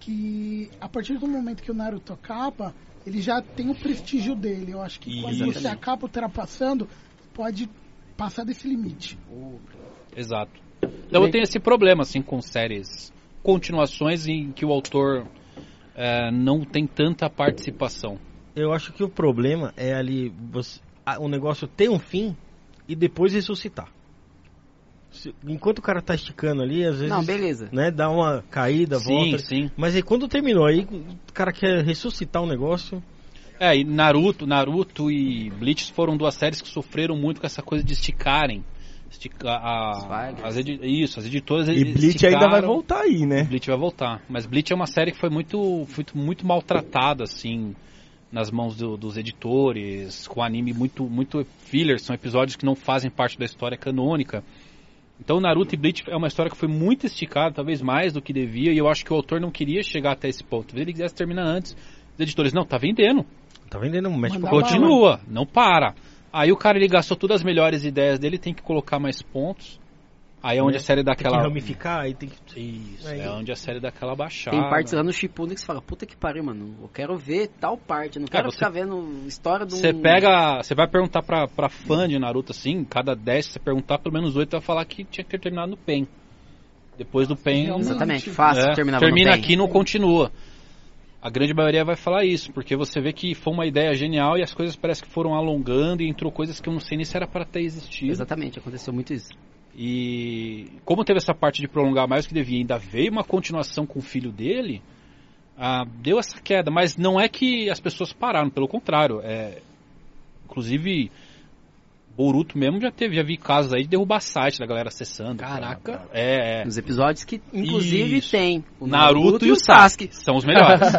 [SPEAKER 6] que a partir do momento que o Naruto acaba, ele já tem o prestígio dele. Eu acho que quando você
[SPEAKER 5] Exatamente.
[SPEAKER 6] acaba ultrapassando, pode passar desse limite.
[SPEAKER 2] Exato. Então eu tenho esse problema, assim, com séries, continuações em que o autor eh, não tem tanta participação.
[SPEAKER 3] Eu acho que o problema é ali você, a- o negócio ter um fim e depois ressuscitar. se- enquanto o cara tá esticando ali, às vezes,
[SPEAKER 5] Não, beleza.
[SPEAKER 3] né, dá uma caída,
[SPEAKER 2] Sim,
[SPEAKER 3] volta.
[SPEAKER 2] sim.
[SPEAKER 3] Mas aí quando terminou, aí o cara quer ressuscitar o negócio.
[SPEAKER 2] É, e Naruto, Naruto e Bleach foram duas séries que sofreram muito com essa coisa de esticarem. Estica, a-
[SPEAKER 5] Os files.
[SPEAKER 2] as edi- isso, as editoras
[SPEAKER 4] E Bleach ainda vai
[SPEAKER 2] esticaram.
[SPEAKER 4] voltar aí, né?
[SPEAKER 2] Bleach vai voltar. Mas Bleach é uma série que foi muito, foi muito maltratada, assim, nas mãos do- dos editores, com anime muito, muito fillers, são episódios que não fazem parte da história canônica. Então Naruto e Bleach é uma história que foi muito esticada, talvez mais do que devia, e eu acho que o autor não queria chegar até esse ponto. Talvez ele quisesse terminar antes. Os editores, não, tá vendendo.
[SPEAKER 3] Tá vendendo um
[SPEAKER 6] Mandar
[SPEAKER 3] médico.
[SPEAKER 2] Continua, não para. Aí o cara ele gastou todas as melhores ideias dele, tem que colocar mais pontos. Aí é onde
[SPEAKER 3] É,
[SPEAKER 2] a série dá
[SPEAKER 3] Tem que
[SPEAKER 2] aquela.
[SPEAKER 3] ramificar, aí tem que.
[SPEAKER 2] Isso,
[SPEAKER 3] Aí-
[SPEAKER 2] é onde a série dá aquela baixada.
[SPEAKER 5] Tem partes lá no Shippuden que você fala, puta que pariu, mano. Eu quero ver tal parte. Eu não quero
[SPEAKER 2] É, você-
[SPEAKER 5] ficar vendo história um do...
[SPEAKER 2] Você pega. Você vai perguntar pra, pra fã de Naruto assim, cada 10 que você perguntar, pelo menos 8 vai falar que tinha que ter terminado no PEN. Depois do PEN.
[SPEAKER 6] realmente.
[SPEAKER 5] Exatamente, fácil
[SPEAKER 2] um é,
[SPEAKER 5] Ah, terminar
[SPEAKER 2] termina
[SPEAKER 5] no
[SPEAKER 2] aqui e não continua. A grande maioria vai falar isso, porque você vê que foi uma ideia genial e as coisas parece que foram alongando e entrou coisas que eu não sei nem se era pra ter existido.
[SPEAKER 5] Exatamente, aconteceu muito isso.
[SPEAKER 2] E como teve essa parte de prolongar mais do que devia, ainda veio uma continuação com o filho dele, ah, deu essa queda. Mas não é que as pessoas pararam, pelo contrário. É, inclusive, Boruto mesmo já teve, já vi casos aí de derrubar site da galera acessando.
[SPEAKER 5] Caraca.
[SPEAKER 2] Pra- pra- É, é.
[SPEAKER 5] Nos episódios que, inclusive,
[SPEAKER 2] Isso.
[SPEAKER 5] tem
[SPEAKER 2] O Naruto, e o Sasuke são os melhores.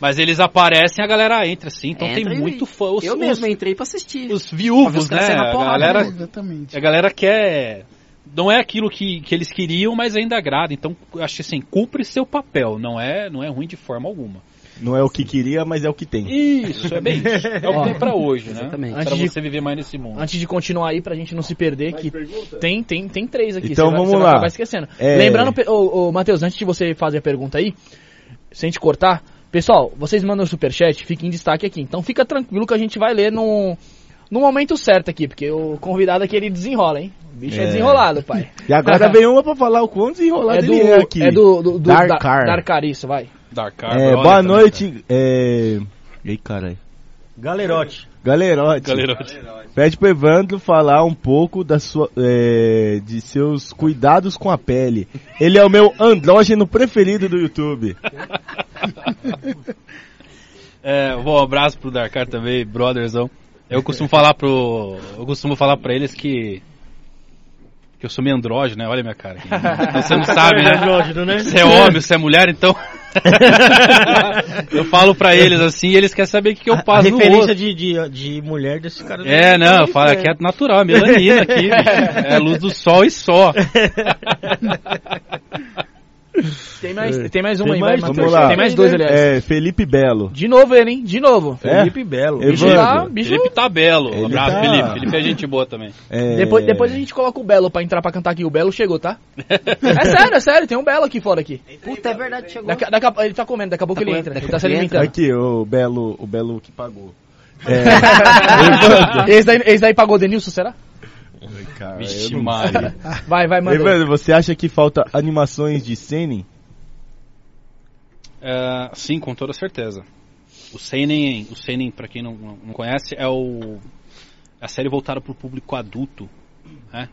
[SPEAKER 2] Mas eles aparecem, a galera entra assim, então
[SPEAKER 5] Entra
[SPEAKER 2] tem
[SPEAKER 5] e-
[SPEAKER 2] muito fã. Os,
[SPEAKER 5] Eu
[SPEAKER 2] os-
[SPEAKER 5] mesmo entrei pra assistir.
[SPEAKER 2] os
[SPEAKER 5] Pra ver
[SPEAKER 2] viúvos,
[SPEAKER 5] os
[SPEAKER 2] né?
[SPEAKER 5] caras saindo na
[SPEAKER 2] A
[SPEAKER 5] porrada,
[SPEAKER 2] galera
[SPEAKER 6] É, Exatamente.
[SPEAKER 2] a galera quer. Não é aquilo que, que eles queriam, mas ainda agrada. Então, eu acho que assim, cumpre seu papel. Não é, não é ruim de forma alguma.
[SPEAKER 4] Não é o que queria, mas é o que tem.
[SPEAKER 2] Isso, é bem isso. É o que tem pra hoje, né?
[SPEAKER 5] Exatamente.
[SPEAKER 2] Pra
[SPEAKER 1] Antes de-
[SPEAKER 2] você viver mais nesse mundo.
[SPEAKER 1] Antes de continuar aí, pra gente não se perder, que tem, tem, tem três aqui. você
[SPEAKER 4] Então
[SPEAKER 1] vai-
[SPEAKER 4] vamos
[SPEAKER 1] você
[SPEAKER 4] lá.
[SPEAKER 1] Vai acabar esquecendo.
[SPEAKER 4] É.
[SPEAKER 1] Lembrando, pe- ô, ô, Matheus, antes de você fazer a pergunta aí, sem te cortar, pessoal, vocês mandam o superchat, fica em destaque aqui. Então fica tranquilo que a gente vai ler no, no momento certo aqui, porque o convidado aqui ele desenrola, hein? O bicho é,
[SPEAKER 4] É.
[SPEAKER 1] desenrolado, pai.
[SPEAKER 4] E agora vem uma pra falar o quão
[SPEAKER 1] É
[SPEAKER 4] desenrolado
[SPEAKER 1] do,
[SPEAKER 4] ele é aqui.
[SPEAKER 1] é do, do, do
[SPEAKER 4] Darkar.
[SPEAKER 1] Da, Darkar, isso, vai.
[SPEAKER 2] Dark
[SPEAKER 4] É, boa
[SPEAKER 2] tá?
[SPEAKER 4] noite. É... Ei, caralho.
[SPEAKER 3] Galerote.
[SPEAKER 4] Galerote,
[SPEAKER 2] Galera,
[SPEAKER 4] pede pro Evandro falar um pouco da sua, é, de seus cuidados com a pele. Ele é o meu andrógeno preferido do YouTube.
[SPEAKER 2] é, bom, abraço pro Darkar também, brotherzão. Eu costumo falar pro. Eu costumo falar pra eles que. Que eu sou meio andrógeno, né? Olha a minha cara. aqui. Então, você não sabe, né?
[SPEAKER 3] Andrógeno, né?
[SPEAKER 2] Você é homem, você é mulher, então. eu falo pra eles assim e eles querem saber o que, que eu
[SPEAKER 3] a
[SPEAKER 2] passo no rosto.
[SPEAKER 3] um referência de, de, de mulher desse cara.
[SPEAKER 2] É, não, eu falo aqui é natural, é melanina aqui. bicho. é luz do sol e só.
[SPEAKER 1] Tem mais, tem mais uma
[SPEAKER 4] Tem
[SPEAKER 1] aí,
[SPEAKER 4] mais,
[SPEAKER 1] vai,
[SPEAKER 4] vamos
[SPEAKER 1] Matheus.
[SPEAKER 4] lá.
[SPEAKER 1] Tem mais dois, aliás.
[SPEAKER 4] É, Felipe Belo.
[SPEAKER 1] De novo ele, hein? De novo.
[SPEAKER 4] É?
[SPEAKER 3] Felipe Belo.
[SPEAKER 1] Bicho tá,
[SPEAKER 4] Evandro.
[SPEAKER 1] bicho
[SPEAKER 2] Felipe tá belo. Um
[SPEAKER 4] Ele é
[SPEAKER 2] abraço,
[SPEAKER 4] tá-
[SPEAKER 2] Felipe. Felipe é gente boa também.
[SPEAKER 4] é,
[SPEAKER 1] Depois, depois a gente coloca o Belo pra entrar pra cantar aqui. O Belo chegou, tá? é sério, é sério, tem um Belo aqui fora aqui.
[SPEAKER 5] Puta, é verdade, chegou.
[SPEAKER 1] Daqui, daqui a- ele tá comendo, daqui a pouco
[SPEAKER 5] Tá
[SPEAKER 1] ele
[SPEAKER 5] comendo,
[SPEAKER 1] entra.
[SPEAKER 5] daqui
[SPEAKER 1] Ele
[SPEAKER 5] a
[SPEAKER 1] tá se
[SPEAKER 5] pouco ele
[SPEAKER 1] alimentando.
[SPEAKER 4] Aqui, o Belo, o Belo que pagou.
[SPEAKER 1] Esse daí, esse daí pagou Denilson, será?
[SPEAKER 4] Cara, eu
[SPEAKER 2] Vixe,
[SPEAKER 4] não-
[SPEAKER 2] Maria.
[SPEAKER 1] Vai, vai, manda. aí.
[SPEAKER 4] Evandro, você acha que falta animações de Seinen?
[SPEAKER 2] É, sim, com toda certeza. O Seinen, o Seinen pra quem não, não conhece, é o a série voltada pro público adulto, né?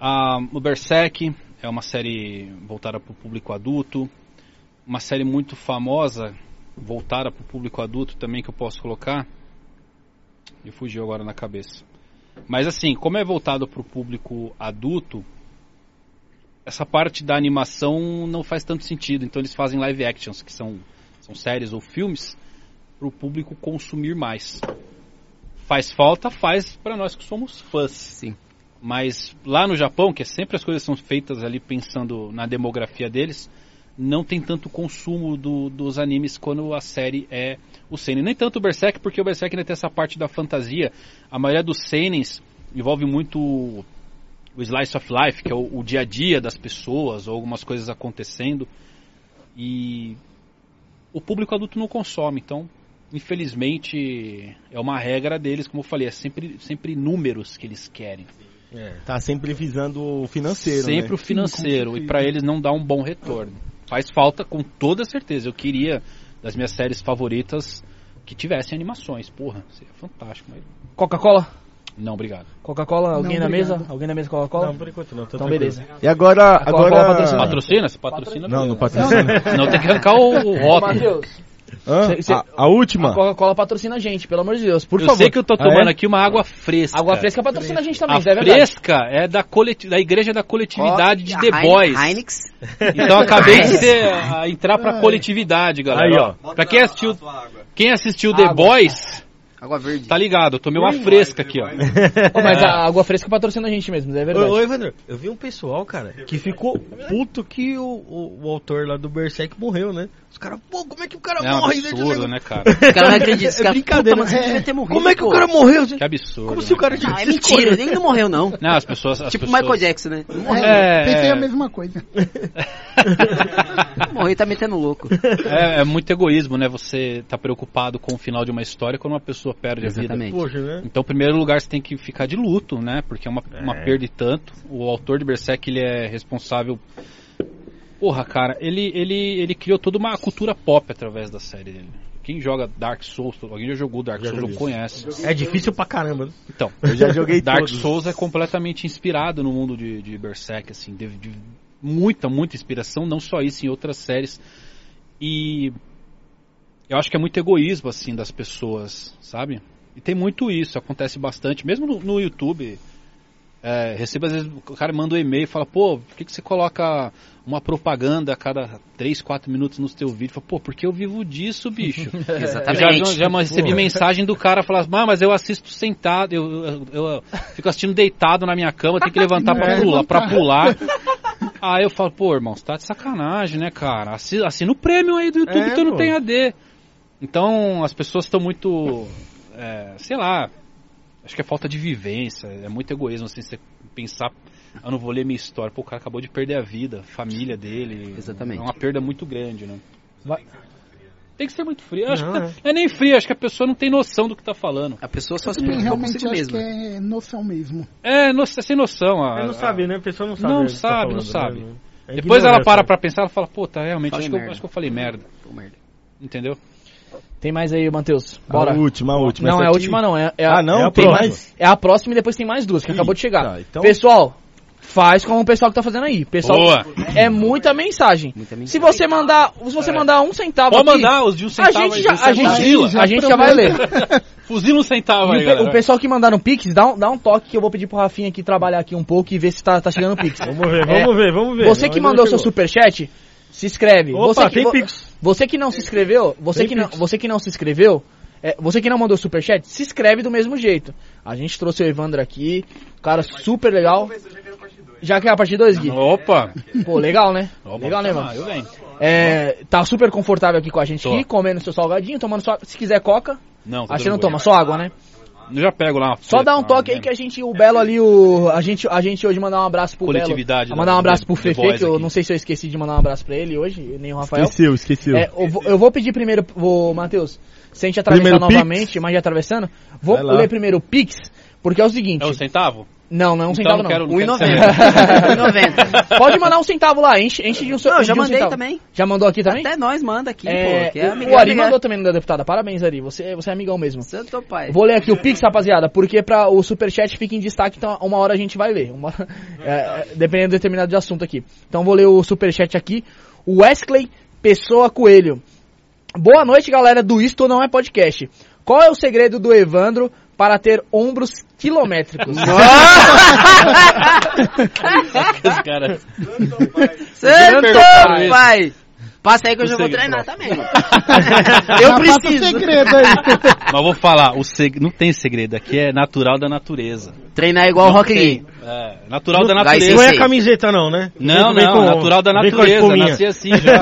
[SPEAKER 2] Ah, o Berserk é uma série voltada pro público adulto, uma série muito famosa voltada pro público adulto também que eu posso colocar. E fugiu agora na cabeça. Mas assim, como é voltado pro público adulto, essa parte da animação não faz tanto sentido. Então eles fazem live actions, que são, são séries ou filmes, para o público consumir mais. Faz falta, faz para nós que somos fãs.
[SPEAKER 5] Sim.
[SPEAKER 2] Mas lá no Japão, que é sempre as coisas são feitas ali pensando na demografia deles, não tem tanto consumo do- dos animes quando a série é o seinen. Nem tanto o Berserk, porque o Berserk ainda tem essa parte da fantasia. A maioria dos seinens envolve muito o o slice of life, que é o, o dia a dia das pessoas, ou algumas coisas acontecendo. E o público adulto não consome, então, infelizmente, é uma regra deles, como eu falei, é sempre, sempre números que eles querem.
[SPEAKER 4] Tá sempre visando o financeiro,
[SPEAKER 2] Sempre
[SPEAKER 4] né?
[SPEAKER 2] o financeiro. E pra eles não dá um bom retorno. Faz falta, com toda certeza. Eu queria, das minhas séries favoritas, que tivessem animações. Porra, seria fantástico. Mas...
[SPEAKER 1] Coca-Cola?
[SPEAKER 2] Não, obrigado.
[SPEAKER 1] Coca-Cola? Alguém
[SPEAKER 6] Não,
[SPEAKER 1] na
[SPEAKER 6] obrigado.
[SPEAKER 1] mesa? Alguém na mesa Coca-Cola?
[SPEAKER 3] por enquanto não. tá
[SPEAKER 1] então
[SPEAKER 3] tranquilo.
[SPEAKER 1] beleza.
[SPEAKER 4] E agora.
[SPEAKER 1] A Coca-Cola
[SPEAKER 3] Ah.
[SPEAKER 4] agora...
[SPEAKER 1] patrocina.
[SPEAKER 2] Patrocina? Se patrocina,
[SPEAKER 4] Não, não
[SPEAKER 2] beleza.
[SPEAKER 4] patrocina.
[SPEAKER 2] Não, tem que arrancar o, o rótulo.
[SPEAKER 4] Hã?
[SPEAKER 1] Cê- cê-
[SPEAKER 4] A, a última?
[SPEAKER 1] A Coca-Cola patrocina a gente, pelo amor de Deus. Por
[SPEAKER 2] eu
[SPEAKER 1] favor.
[SPEAKER 2] sei que eu tô tomando
[SPEAKER 4] Ah, é?
[SPEAKER 2] aqui uma água fresca.
[SPEAKER 1] Água fresca patrocina a gente também,
[SPEAKER 2] A
[SPEAKER 1] é verdade.
[SPEAKER 2] fresca é da, coleti da igreja da coletividade de
[SPEAKER 5] Ó,
[SPEAKER 2] The
[SPEAKER 5] a Heine-
[SPEAKER 2] Boys.
[SPEAKER 5] Heinix.
[SPEAKER 2] Então eu acabei de ser, a entrar pra coletividade, galera.
[SPEAKER 3] Aí, ó.
[SPEAKER 2] Pra quem assistiu, quem assistiu The Boys,
[SPEAKER 5] Água verde.
[SPEAKER 2] tá ligado, eu tomei uma fresca aqui, ó.
[SPEAKER 1] Pô, mas a água fresca patrocina a gente mesmo, é
[SPEAKER 3] Ô,
[SPEAKER 1] verdade.
[SPEAKER 3] ô, Evandro, eu vi um pessoal, cara, que ficou puto que o, o, o autor lá do Berserk morreu, né? Os caras, pô, como é que o cara
[SPEAKER 2] É um
[SPEAKER 3] morre? né,
[SPEAKER 2] absurdo,
[SPEAKER 3] desse
[SPEAKER 2] né, cara?
[SPEAKER 5] Os caras não acreditam. Os
[SPEAKER 3] É
[SPEAKER 5] caras,
[SPEAKER 3] brincadeira,
[SPEAKER 5] puta, mas ele
[SPEAKER 3] né?
[SPEAKER 5] devia ter
[SPEAKER 3] negócio?
[SPEAKER 5] morreu.
[SPEAKER 3] Como é que o cara morreu? gente?
[SPEAKER 2] Que absurdo.
[SPEAKER 3] Como se o
[SPEAKER 2] né?
[SPEAKER 3] cara
[SPEAKER 5] Não, é
[SPEAKER 3] tivesse
[SPEAKER 5] mentira,
[SPEAKER 3] escolhido?
[SPEAKER 5] ele não morreu, não.
[SPEAKER 2] Não, as pessoas... As
[SPEAKER 5] tipo o
[SPEAKER 2] pessoas...
[SPEAKER 5] Michael Jackson, né? Não morreu,
[SPEAKER 2] É,
[SPEAKER 6] Pensei
[SPEAKER 2] é.
[SPEAKER 6] a mesma coisa.
[SPEAKER 5] não morreu, tá metendo louco.
[SPEAKER 2] É, é muito egoísmo, né? Você tá preocupado com o final de uma história quando uma pessoa perde a vida.
[SPEAKER 5] Exatamente.
[SPEAKER 3] Poxa, né?
[SPEAKER 2] Então, em primeiro lugar, você tem que ficar de luto, né? Porque é uma, uma perda e tanto. O autor de Berserk, ele é responsável... Porra, cara, ele, ele, ele criou toda uma cultura pop através da série dele. Quem joga Dark Souls, alguém já jogou Dark
[SPEAKER 3] Já
[SPEAKER 2] Souls
[SPEAKER 3] joguei.
[SPEAKER 2] ou conhece.
[SPEAKER 3] É difícil pra caramba. né?
[SPEAKER 2] Então,
[SPEAKER 4] Eu já joguei
[SPEAKER 2] Dark
[SPEAKER 4] todos.
[SPEAKER 2] Souls é completamente inspirado no mundo de, de Berserk, assim, teve de muita, muita inspiração, não só isso, em outras séries. E eu acho que é muito egoísmo, assim, das pessoas, sabe? E tem muito isso, acontece bastante, mesmo no, no YouTube. É, recebo, às vezes, o cara manda um e-mail e fala, pô, por que, que você coloca uma propaganda a cada 3, 4 minutos no seu vídeo? Fala, pô, porque eu vivo disso, bicho. Eu já,
[SPEAKER 5] Exatamente.
[SPEAKER 2] já, já recebi mensagem do cara falar, "Ah, mas eu assisto sentado, eu, eu- eu fico assistindo deitado na minha cama, tenho que levantar pra
[SPEAKER 6] É.
[SPEAKER 2] pular, pra pular. Aí eu falo, pô, irmão, você tá de sacanagem, né, cara? Assi- Assina o prêmio aí do YouTube
[SPEAKER 3] É,
[SPEAKER 2] que eu não
[SPEAKER 3] pô.
[SPEAKER 2] tenho AD. Então as pessoas estão muito. é, sei lá. Acho que é falta de vivência, é muito egoísmo, assim, você pensar. "Ah, Eu não vou ler minha história, pô, o cara acabou de perder a vida, a família dele.
[SPEAKER 5] Exatamente.
[SPEAKER 2] É uma perda muito grande, né? Tem que ser muito frio. Eu Acho
[SPEAKER 3] Não,
[SPEAKER 2] que tá- não é nem frio, acho que a pessoa não tem noção do que tá falando.
[SPEAKER 5] A pessoa só se
[SPEAKER 6] Eu
[SPEAKER 5] preocupa
[SPEAKER 6] realmente
[SPEAKER 5] consigo
[SPEAKER 6] acho que
[SPEAKER 5] mesma.
[SPEAKER 6] é noção mesmo.
[SPEAKER 2] É, no- sem noção. A,
[SPEAKER 3] Ela não sabe, né? A pessoa não sabe.
[SPEAKER 2] Não
[SPEAKER 3] o que tá
[SPEAKER 2] sabe, não
[SPEAKER 3] falando,
[SPEAKER 2] sabe.
[SPEAKER 3] né?
[SPEAKER 2] a-
[SPEAKER 3] É
[SPEAKER 2] Depois ela
[SPEAKER 3] ignorância.
[SPEAKER 2] para pra pensar, ela fala, pô, tá, realmente,
[SPEAKER 5] Falei
[SPEAKER 2] acho que, eu,
[SPEAKER 5] merda.
[SPEAKER 2] acho que eu falei merda.
[SPEAKER 5] Pô, merda.
[SPEAKER 2] Entendeu?
[SPEAKER 1] Tem mais aí, Matheus. Bora.
[SPEAKER 4] A última, a última.
[SPEAKER 1] não,
[SPEAKER 4] Essa
[SPEAKER 1] é a
[SPEAKER 4] aqui-
[SPEAKER 1] última não. É, é a,
[SPEAKER 4] Ah, não?
[SPEAKER 3] é a
[SPEAKER 4] tem
[SPEAKER 3] próxima.
[SPEAKER 4] mais?
[SPEAKER 1] É a próxima e depois tem mais duas, que acabou de chegar.
[SPEAKER 4] tá, então-
[SPEAKER 1] Pessoal, faz como o pessoal que tá fazendo aí. Pessoal,
[SPEAKER 2] Boa.
[SPEAKER 1] é muita mensagem.
[SPEAKER 5] Muita mensagem.
[SPEAKER 1] Se você mandar, se você mandar um centavo
[SPEAKER 2] Pode
[SPEAKER 1] aqui,
[SPEAKER 2] mandar os de um
[SPEAKER 1] a
[SPEAKER 2] centavo
[SPEAKER 1] gente
[SPEAKER 2] aí,
[SPEAKER 1] já,
[SPEAKER 2] você
[SPEAKER 1] a gente,
[SPEAKER 2] Fuzila,
[SPEAKER 1] a gente já vai ler.
[SPEAKER 2] fuzila um
[SPEAKER 1] E
[SPEAKER 2] centavo
[SPEAKER 1] o
[SPEAKER 2] aí,
[SPEAKER 1] pe-
[SPEAKER 2] galera.
[SPEAKER 1] o pessoal que mandaram Pix, dá um, dá um toque que eu vou pedir pro Rafinha aqui trabalhar aqui um pouco e ver se tá, tá chegando Pix.
[SPEAKER 3] Vamos ver,
[SPEAKER 1] É,
[SPEAKER 3] vamos ver, vamos ver.
[SPEAKER 1] Você que
[SPEAKER 3] Ainda não
[SPEAKER 1] mandou seu
[SPEAKER 3] chegou.
[SPEAKER 1] superchat, se inscreve.
[SPEAKER 3] Opa,
[SPEAKER 1] você, que,
[SPEAKER 3] tem
[SPEAKER 1] vo-
[SPEAKER 3] Pix.
[SPEAKER 1] você que não se inscreveu, você
[SPEAKER 3] Tem
[SPEAKER 1] que não,
[SPEAKER 3] Pix.
[SPEAKER 1] você que não se inscreveu, é, você que não mandou superchat, se inscreve do mesmo jeito. A gente trouxe o Evandro aqui, cara super legal. Já que é a parte 2, Gui?
[SPEAKER 2] Opa.
[SPEAKER 1] Pô, legal, né?
[SPEAKER 2] Opa,
[SPEAKER 1] Legal, né,
[SPEAKER 3] Ah,
[SPEAKER 2] tá,
[SPEAKER 1] Evandro?
[SPEAKER 2] eu venho.
[SPEAKER 1] É, tá super confortável aqui com a gente
[SPEAKER 2] Tô.
[SPEAKER 1] aqui, comendo seu salgadinho, tomando só, se quiser coca,
[SPEAKER 2] Não, tá
[SPEAKER 1] aí você não
[SPEAKER 2] tranquilo.
[SPEAKER 1] toma, só água, né?
[SPEAKER 2] Eu já pego lá. uma
[SPEAKER 1] Só
[SPEAKER 2] feta,
[SPEAKER 1] dá um
[SPEAKER 2] uma-
[SPEAKER 1] toque aí que a gente, o Belo ali, o. A gente, a gente hoje mandar um abraço pro
[SPEAKER 2] Coletividade
[SPEAKER 1] Belo.
[SPEAKER 2] da-
[SPEAKER 1] Mandar um abraço pro
[SPEAKER 2] The
[SPEAKER 1] Fefe,
[SPEAKER 2] Boys
[SPEAKER 1] que eu
[SPEAKER 2] aqui.
[SPEAKER 1] não sei se eu esqueci de mandar um abraço pra ele hoje, nem o Rafael.
[SPEAKER 4] Esqueceu, esqueceu.
[SPEAKER 1] É, eu, vou- eu vou pedir primeiro, ô, Matheus, sem te atravessar
[SPEAKER 4] Primeiro Pix?
[SPEAKER 1] novamente, mas já atravessando, vou
[SPEAKER 4] Vai lá.
[SPEAKER 1] ler primeiro o Pix, porque é o seguinte.
[SPEAKER 2] É um centavo?
[SPEAKER 1] Não, não é um
[SPEAKER 2] Então
[SPEAKER 1] centavo
[SPEAKER 2] não
[SPEAKER 1] não.
[SPEAKER 2] quero- não quero
[SPEAKER 5] 1,90. 1,90.
[SPEAKER 1] Pode mandar um centavo lá, enche, enche de um centavo.
[SPEAKER 5] Não, eu já mandei também.
[SPEAKER 1] Já mandou aqui também?
[SPEAKER 5] Até nós manda aqui,
[SPEAKER 1] É,
[SPEAKER 5] pô. Que é
[SPEAKER 1] o-
[SPEAKER 5] amigão
[SPEAKER 1] o Ari
[SPEAKER 5] legal.
[SPEAKER 1] mandou também, da deputada. Parabéns, Ari. Você, você é amigão mesmo.
[SPEAKER 5] Santo pai.
[SPEAKER 1] Vou ler aqui o Pix, rapaziada, porque pra o Superchat fica em destaque, então uma hora a gente vai ler. Uma- é, é, dependendo do determinado de assunto aqui. Então vou ler o Superchat aqui. O Wesley Pessoa Coelho. Boa noite, galera do Isto Não É Podcast. Qual é o segredo do Evandro para ter ombros quilométricos?
[SPEAKER 2] Esse cara...
[SPEAKER 5] Santo
[SPEAKER 2] perguntaram
[SPEAKER 5] pai. Passa aí que eu
[SPEAKER 2] Não
[SPEAKER 5] já
[SPEAKER 2] sei
[SPEAKER 5] vou
[SPEAKER 2] que
[SPEAKER 5] treinar também. mano.
[SPEAKER 6] Já
[SPEAKER 5] eu
[SPEAKER 6] passa o
[SPEAKER 5] preciso.
[SPEAKER 6] segredo aí.
[SPEAKER 2] Mas eu vou falar, o seg... não tem segredo, aqui é natural da natureza.
[SPEAKER 5] Treinar igual o Rock Lee.
[SPEAKER 2] É, natural da
[SPEAKER 5] Vai
[SPEAKER 2] natureza.
[SPEAKER 5] ser-
[SPEAKER 3] Não é
[SPEAKER 5] Sei.
[SPEAKER 3] camiseta, não, né?
[SPEAKER 2] Não,
[SPEAKER 3] Vem
[SPEAKER 2] não,
[SPEAKER 3] com-
[SPEAKER 2] natural da
[SPEAKER 3] vem com a
[SPEAKER 2] natureza,
[SPEAKER 3] espuminha.
[SPEAKER 2] nasci assim já.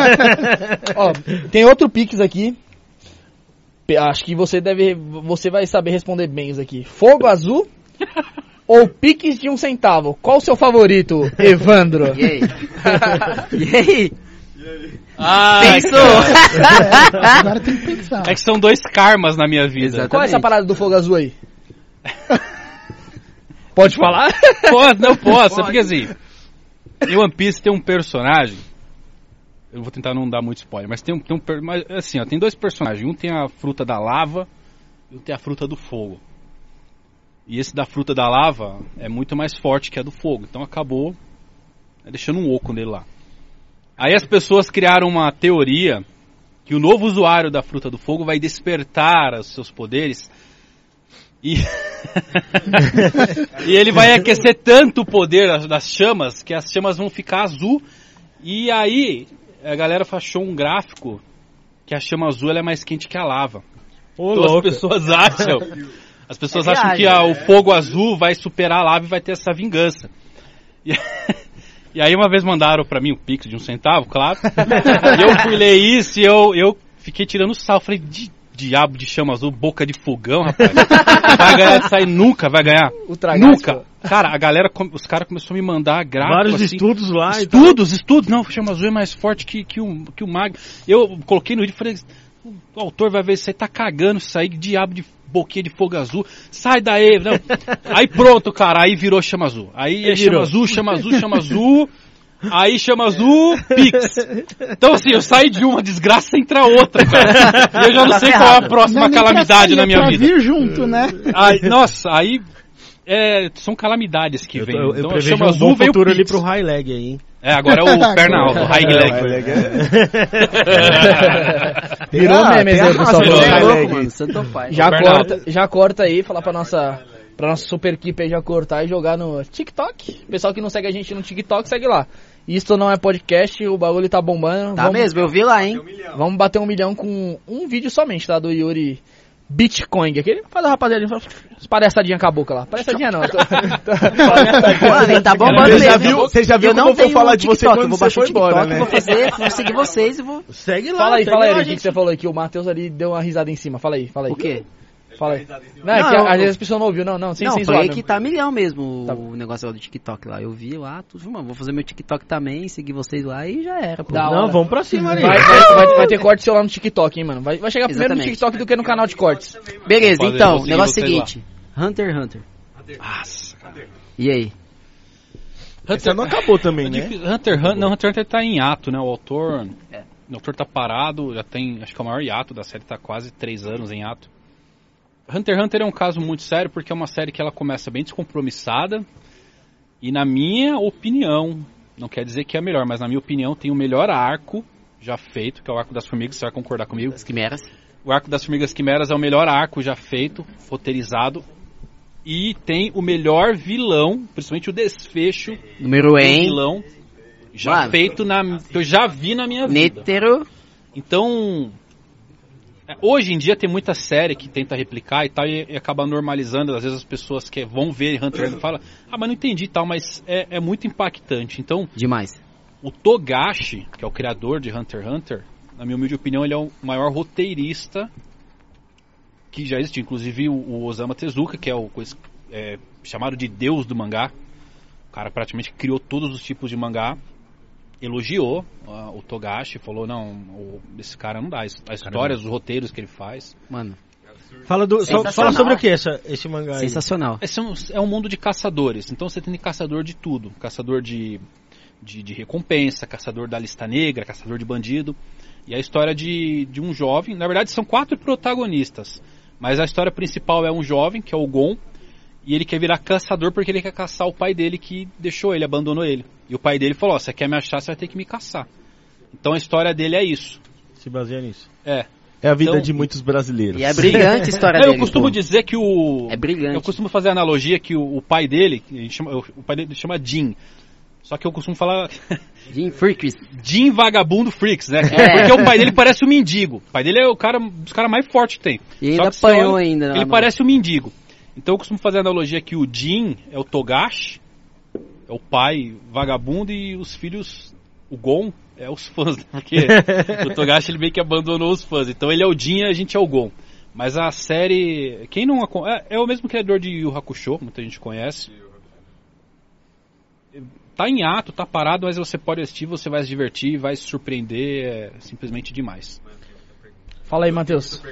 [SPEAKER 1] Ó, tem outro Pix aqui. Pe- Acho que você deve. Você vai saber responder bem isso aqui. Fogo azul ou Pix de um centavo? Qual o seu favorito, Evandro?
[SPEAKER 5] E aí? E aí?
[SPEAKER 2] Ah, cara.
[SPEAKER 5] Pensou?
[SPEAKER 6] Agora tem que pensar.
[SPEAKER 2] É que são dois karmas na minha vida.
[SPEAKER 5] Exatamente.
[SPEAKER 1] Qual é essa parada do fogo azul aí? Pode falar?
[SPEAKER 2] Posso, não posso, é porque assim. Em One Piece tem um personagem. Eu vou tentar não dar muito spoiler, mas tem um. Tem um per- mas, assim, ó, tem dois personagens. Um tem a fruta da lava e um tem a fruta do fogo. E esse da fruta da lava é muito mais forte que a do fogo. Então acabou deixando um oco nele lá. Aí as pessoas criaram uma teoria que o novo usuário da fruta do fogo vai despertar os seus poderes e, e ele vai aquecer tanto o poder das- das chamas que as chamas vão ficar azul. E aí a galera achou um gráfico que a chama azul ela é mais quente que a lava.
[SPEAKER 3] Ô,
[SPEAKER 2] Então as
[SPEAKER 3] louco.
[SPEAKER 2] pessoas acham. As pessoas
[SPEAKER 5] É
[SPEAKER 2] acham que
[SPEAKER 5] viagem,
[SPEAKER 2] ah, o fogo azul vai superar a lava e vai ter essa vingança. E, e aí uma vez mandaram pra mim um pix de um centavo, claro. e eu fui ler isso e eu, eu fiquei tirando sal. Falei, "Di- diabo de chama azul, boca de fogão, rapaz. Vai ganhar disso aí nunca, vai ganhar.
[SPEAKER 1] O tragado.
[SPEAKER 2] Nunca. Cara, a galera, com- os caras começaram a me mandar gráfico
[SPEAKER 3] Vários
[SPEAKER 2] assim,
[SPEAKER 3] estudos lá. e tal.
[SPEAKER 2] Estudos, estudos. Não, o Chama Azul é mais forte que, que, o, que o Mag. Eu coloquei no vídeo e falei: o autor vai ver isso aí, tá cagando isso aí, que diabo de boquinha de fogo azul. Sai daí, não. Aí pronto, cara, aí virou Chama Azul. Aí é Chama
[SPEAKER 3] virou.
[SPEAKER 2] Azul, Chama Azul, Chama Azul. Aí chama azul, Pix. Então assim, eu saí de uma desgraça entra outra, cara. E eu já não
[SPEAKER 5] Tá
[SPEAKER 2] sei
[SPEAKER 5] ferrado.
[SPEAKER 2] qual é a próxima
[SPEAKER 6] nem pra
[SPEAKER 2] calamidade
[SPEAKER 6] sair,
[SPEAKER 2] na
[SPEAKER 6] é
[SPEAKER 2] minha
[SPEAKER 6] pra
[SPEAKER 2] vida.
[SPEAKER 6] vir junto, né?
[SPEAKER 2] Aí, nossa, aí é, são calamidades que
[SPEAKER 3] Eu, tô-
[SPEAKER 2] vêm.
[SPEAKER 3] eu, eu
[SPEAKER 2] Então,
[SPEAKER 3] prevejo
[SPEAKER 2] chama
[SPEAKER 3] um bom
[SPEAKER 2] azul, veio o
[SPEAKER 3] futuro ali
[SPEAKER 2] Pix.
[SPEAKER 3] pro high leg aí, hein?
[SPEAKER 2] É, agora é o perna alta, o high
[SPEAKER 4] High
[SPEAKER 2] leg.
[SPEAKER 4] leg é-
[SPEAKER 1] Virou
[SPEAKER 5] Ah,
[SPEAKER 1] meme
[SPEAKER 5] tem a
[SPEAKER 1] exemplo,
[SPEAKER 5] raça,
[SPEAKER 1] só
[SPEAKER 5] você
[SPEAKER 1] falou.
[SPEAKER 5] é
[SPEAKER 4] High
[SPEAKER 5] louco,
[SPEAKER 4] leg.
[SPEAKER 5] mano. Santo pai.
[SPEAKER 1] Já
[SPEAKER 2] Bernardo.
[SPEAKER 1] corta, já corta aí, falar pra nossa, pra nossa super equipe aí já cortar e jogar no TikTok. Pessoal que não segue a gente no TikTok, segue lá. Isto não é podcast, o bagulho tá bombando.
[SPEAKER 5] Tá
[SPEAKER 1] vamos,
[SPEAKER 5] mesmo, eu vi lá, hein?
[SPEAKER 1] Vamos bater um milhão com um vídeo somente, tá? Do Yuri Bitcoin. Aquele faz a rapaziada, faz- palhaçadinha com a boca lá. Palhaçadinha não. tô- tô-
[SPEAKER 5] Mano, ele tá bombando
[SPEAKER 4] Você já
[SPEAKER 5] mesmo.
[SPEAKER 4] viu- você já viu
[SPEAKER 5] eu não
[SPEAKER 4] como eu vou
[SPEAKER 5] tenho
[SPEAKER 4] falar de você
[SPEAKER 5] TikTok,
[SPEAKER 4] quando
[SPEAKER 5] eu vou
[SPEAKER 4] você
[SPEAKER 5] baixar o
[SPEAKER 4] foi
[SPEAKER 5] TikTok,
[SPEAKER 4] embora, né?
[SPEAKER 5] vou fazer, vou seguir vocês e vou...
[SPEAKER 3] Segue lá.
[SPEAKER 1] fala aí,
[SPEAKER 3] segue
[SPEAKER 1] fala aí,
[SPEAKER 3] lá,
[SPEAKER 1] Eric, o que que você falou aqui? O Matheus ali deu uma risada em cima. Fala aí, fala aí.
[SPEAKER 5] O quê?
[SPEAKER 1] Fala aí. Não, é
[SPEAKER 5] Não,
[SPEAKER 1] que
[SPEAKER 5] eu-
[SPEAKER 1] às vezes a pessoa não ouviu. Não, não, sem,
[SPEAKER 5] não,
[SPEAKER 1] sem
[SPEAKER 5] falei
[SPEAKER 1] zoar né?
[SPEAKER 5] que
[SPEAKER 1] mesmo.
[SPEAKER 5] tá milhão mesmo
[SPEAKER 1] Tá.
[SPEAKER 5] o negócio lá do TikTok lá. Eu vi lá, tudo, mano, vou fazer meu TikTok também, seguir vocês lá e já era. Pô.
[SPEAKER 1] Da
[SPEAKER 3] Não,
[SPEAKER 1] hora.
[SPEAKER 3] vamos pra cima ali.
[SPEAKER 1] Vai, vai- vai- vai ter corte seu lá no TikTok, hein, mano. Vai, vai chegar primeiro no
[SPEAKER 5] Exatamente.
[SPEAKER 1] Tiktok do que no canal de cortes.
[SPEAKER 5] Beleza,
[SPEAKER 2] Fazer,
[SPEAKER 5] então,
[SPEAKER 2] vou
[SPEAKER 5] o
[SPEAKER 2] seguir
[SPEAKER 5] negócio é o
[SPEAKER 2] vocês lá.
[SPEAKER 5] seguinte. Hunter x Hunter.
[SPEAKER 2] Nossa,
[SPEAKER 5] E aí?
[SPEAKER 4] Essa não acabou
[SPEAKER 3] É
[SPEAKER 4] também,
[SPEAKER 2] Hunter,
[SPEAKER 4] né?
[SPEAKER 2] Hunter, Hunter- não, Hunter Hunter tá em ato, né? O autor. O autor tá parado, já tem. Acho que é o maior hiato da série, tá quase três anos em ato. Hunter x Hunter é um caso muito sério porque é uma série que ela começa bem descompromissada. E na minha opinião, não quer dizer que é a melhor, mas na minha opinião tem o melhor arco já feito, que é o arco das formigas, você vai concordar comigo.
[SPEAKER 5] As quimeras?
[SPEAKER 2] O arco das formigas quimeras é o melhor arco já feito, roteirizado. E tem o melhor vilão, principalmente o desfecho
[SPEAKER 5] Número
[SPEAKER 2] um
[SPEAKER 5] N.
[SPEAKER 2] vilão já
[SPEAKER 5] Mano.
[SPEAKER 2] feito na que eu já vi na minha vida.
[SPEAKER 5] Nétero.
[SPEAKER 2] Então, é, hoje em dia tem muita série que tenta replicar e tal e, e acaba normalizando. Às vezes as pessoas que vão ver Hunter x Hunter falam, ah, mas não entendi e tal, mas é, é muito impactante. Então,
[SPEAKER 5] Demais.
[SPEAKER 2] o Togashi, que é o criador de Hunter x Hunter, na minha humilde opinião, ele é o maior roteirista que já existe. Inclusive o, o Osama Tezuka, que é o cois- é, chamado de Deus do mangá. O cara praticamente criou todos os tipos de mangá. Elogiou ah, o Togashi, falou, não, o- esse cara não dá. As as histórias, os roteiros que ele faz.
[SPEAKER 5] Mano,
[SPEAKER 3] Fala, do, só-
[SPEAKER 5] Sensacional.
[SPEAKER 3] fala sobre o que essa, esse mangá aí?
[SPEAKER 5] sensacional.
[SPEAKER 2] Esse é um, é um mundo de caçadores. Então você tem caçador de tudo. Caçador de, de, de recompensa, caçador da lista negra, caçador de bandido. E a história de, de um jovem. Na verdade, são quatro protagonistas. Mas a história principal é um jovem, que é o Gon. E ele quer virar caçador porque ele quer caçar o pai dele que deixou ele, abandonou ele. E o pai dele falou: Ó, você quer me achar, você vai ter que me caçar. Então a história dele é isso.
[SPEAKER 3] Se baseia nisso.
[SPEAKER 2] É.
[SPEAKER 4] É a vida
[SPEAKER 2] Então-
[SPEAKER 4] de muitos brasileiros.
[SPEAKER 5] E é brilhante a história
[SPEAKER 2] Eu
[SPEAKER 5] dele.
[SPEAKER 2] costumo
[SPEAKER 5] pô.
[SPEAKER 2] dizer que o.
[SPEAKER 5] É brilhante.
[SPEAKER 2] Eu costumo fazer a analogia que o, o pai dele, a gente chama- o pai dele chama Jim. Só que eu costumo falar
[SPEAKER 5] Jim Freaks.
[SPEAKER 2] Jim Vagabundo Freaks, né?
[SPEAKER 5] É.
[SPEAKER 2] Porque o pai dele parece um mendigo. O pai dele é o cara, um dos caras mais fortes que tem.
[SPEAKER 5] E
[SPEAKER 2] Só
[SPEAKER 5] ainda
[SPEAKER 2] que você olha-
[SPEAKER 5] apanhou ainda. lá
[SPEAKER 2] Ele
[SPEAKER 5] no-
[SPEAKER 2] parece um mendigo. Então eu costumo fazer a analogia que o Jin é o Togashi, é o pai vagabundo e os filhos, o Gon, é os fãs, né? porque o Togashi ele meio que abandonou os fãs. Então ele é o Jin e a gente é o Gon. Mas a série, quem não acon- é, é o mesmo criador de Yu Hakusho, muita gente conhece. Tá em ato, tá parado, mas você pode assistir, você vai se divertir, vai se surpreender, é simplesmente demais.
[SPEAKER 1] Fala aí, Matheus.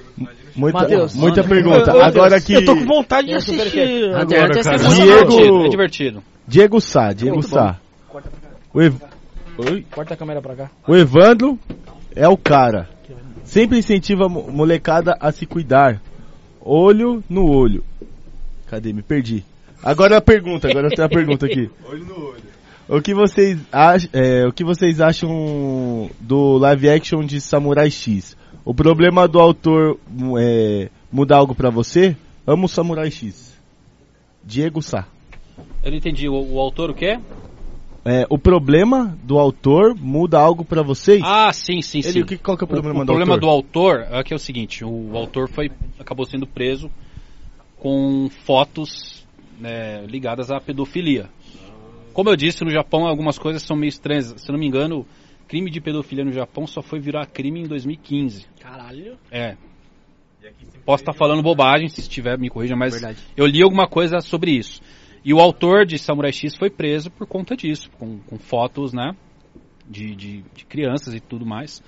[SPEAKER 4] Muita,
[SPEAKER 1] Matheus.
[SPEAKER 4] muita
[SPEAKER 1] Manda.
[SPEAKER 4] pergunta.
[SPEAKER 1] Ô,
[SPEAKER 4] Agora
[SPEAKER 1] Matheus,
[SPEAKER 4] que
[SPEAKER 3] Eu tô com vontade de
[SPEAKER 1] Eu super
[SPEAKER 3] assistir
[SPEAKER 5] quero. Hunter
[SPEAKER 3] agora,
[SPEAKER 5] x Hunter é
[SPEAKER 3] cara.
[SPEAKER 2] É
[SPEAKER 4] Diego!
[SPEAKER 2] divertido, é divertido.
[SPEAKER 4] Diego Sá, Diego Sá. O, Ev- Oi?
[SPEAKER 1] Corta a câmera pra cá.
[SPEAKER 4] O Evandro é o cara. Sempre incentiva a mo- molecada a se cuidar. Olho no olho. Cadê? Me perdi. Agora é a pergunta, agora tem a pergunta aqui.
[SPEAKER 8] Olho no olho.
[SPEAKER 4] O que vocês acham, o que vocês acham do live action de Samurai X? O problema do autor mu- é, mudar algo pra você? Amo Samurai X. Diego Sá.
[SPEAKER 2] Eu não entendi. O, o autor o quê?
[SPEAKER 4] É, o problema do autor muda algo pra vocês?
[SPEAKER 2] Ah, sim, sim, sim.
[SPEAKER 4] Ele, o que, qual que é o
[SPEAKER 2] O-
[SPEAKER 4] problema,
[SPEAKER 2] o
[SPEAKER 4] do
[SPEAKER 2] problema
[SPEAKER 4] autor?
[SPEAKER 2] do autor é que é o seguinte, o autor foi acabou sendo preso com fotos né, ligadas à pedofilia. Como eu disse, no Japão algumas coisas são meio estranhas. Se eu não me engano, crime de pedofilia no Japão só foi virar crime em 2015.
[SPEAKER 5] Caralho.
[SPEAKER 2] É. Posso estar falando bobagem, se estiver me corrija, mas
[SPEAKER 5] É Verdade.
[SPEAKER 2] eu li alguma coisa sobre isso. E o autor de Samurai X foi preso por conta disso, com, com fotos, né? De, de, de crianças e tudo mais.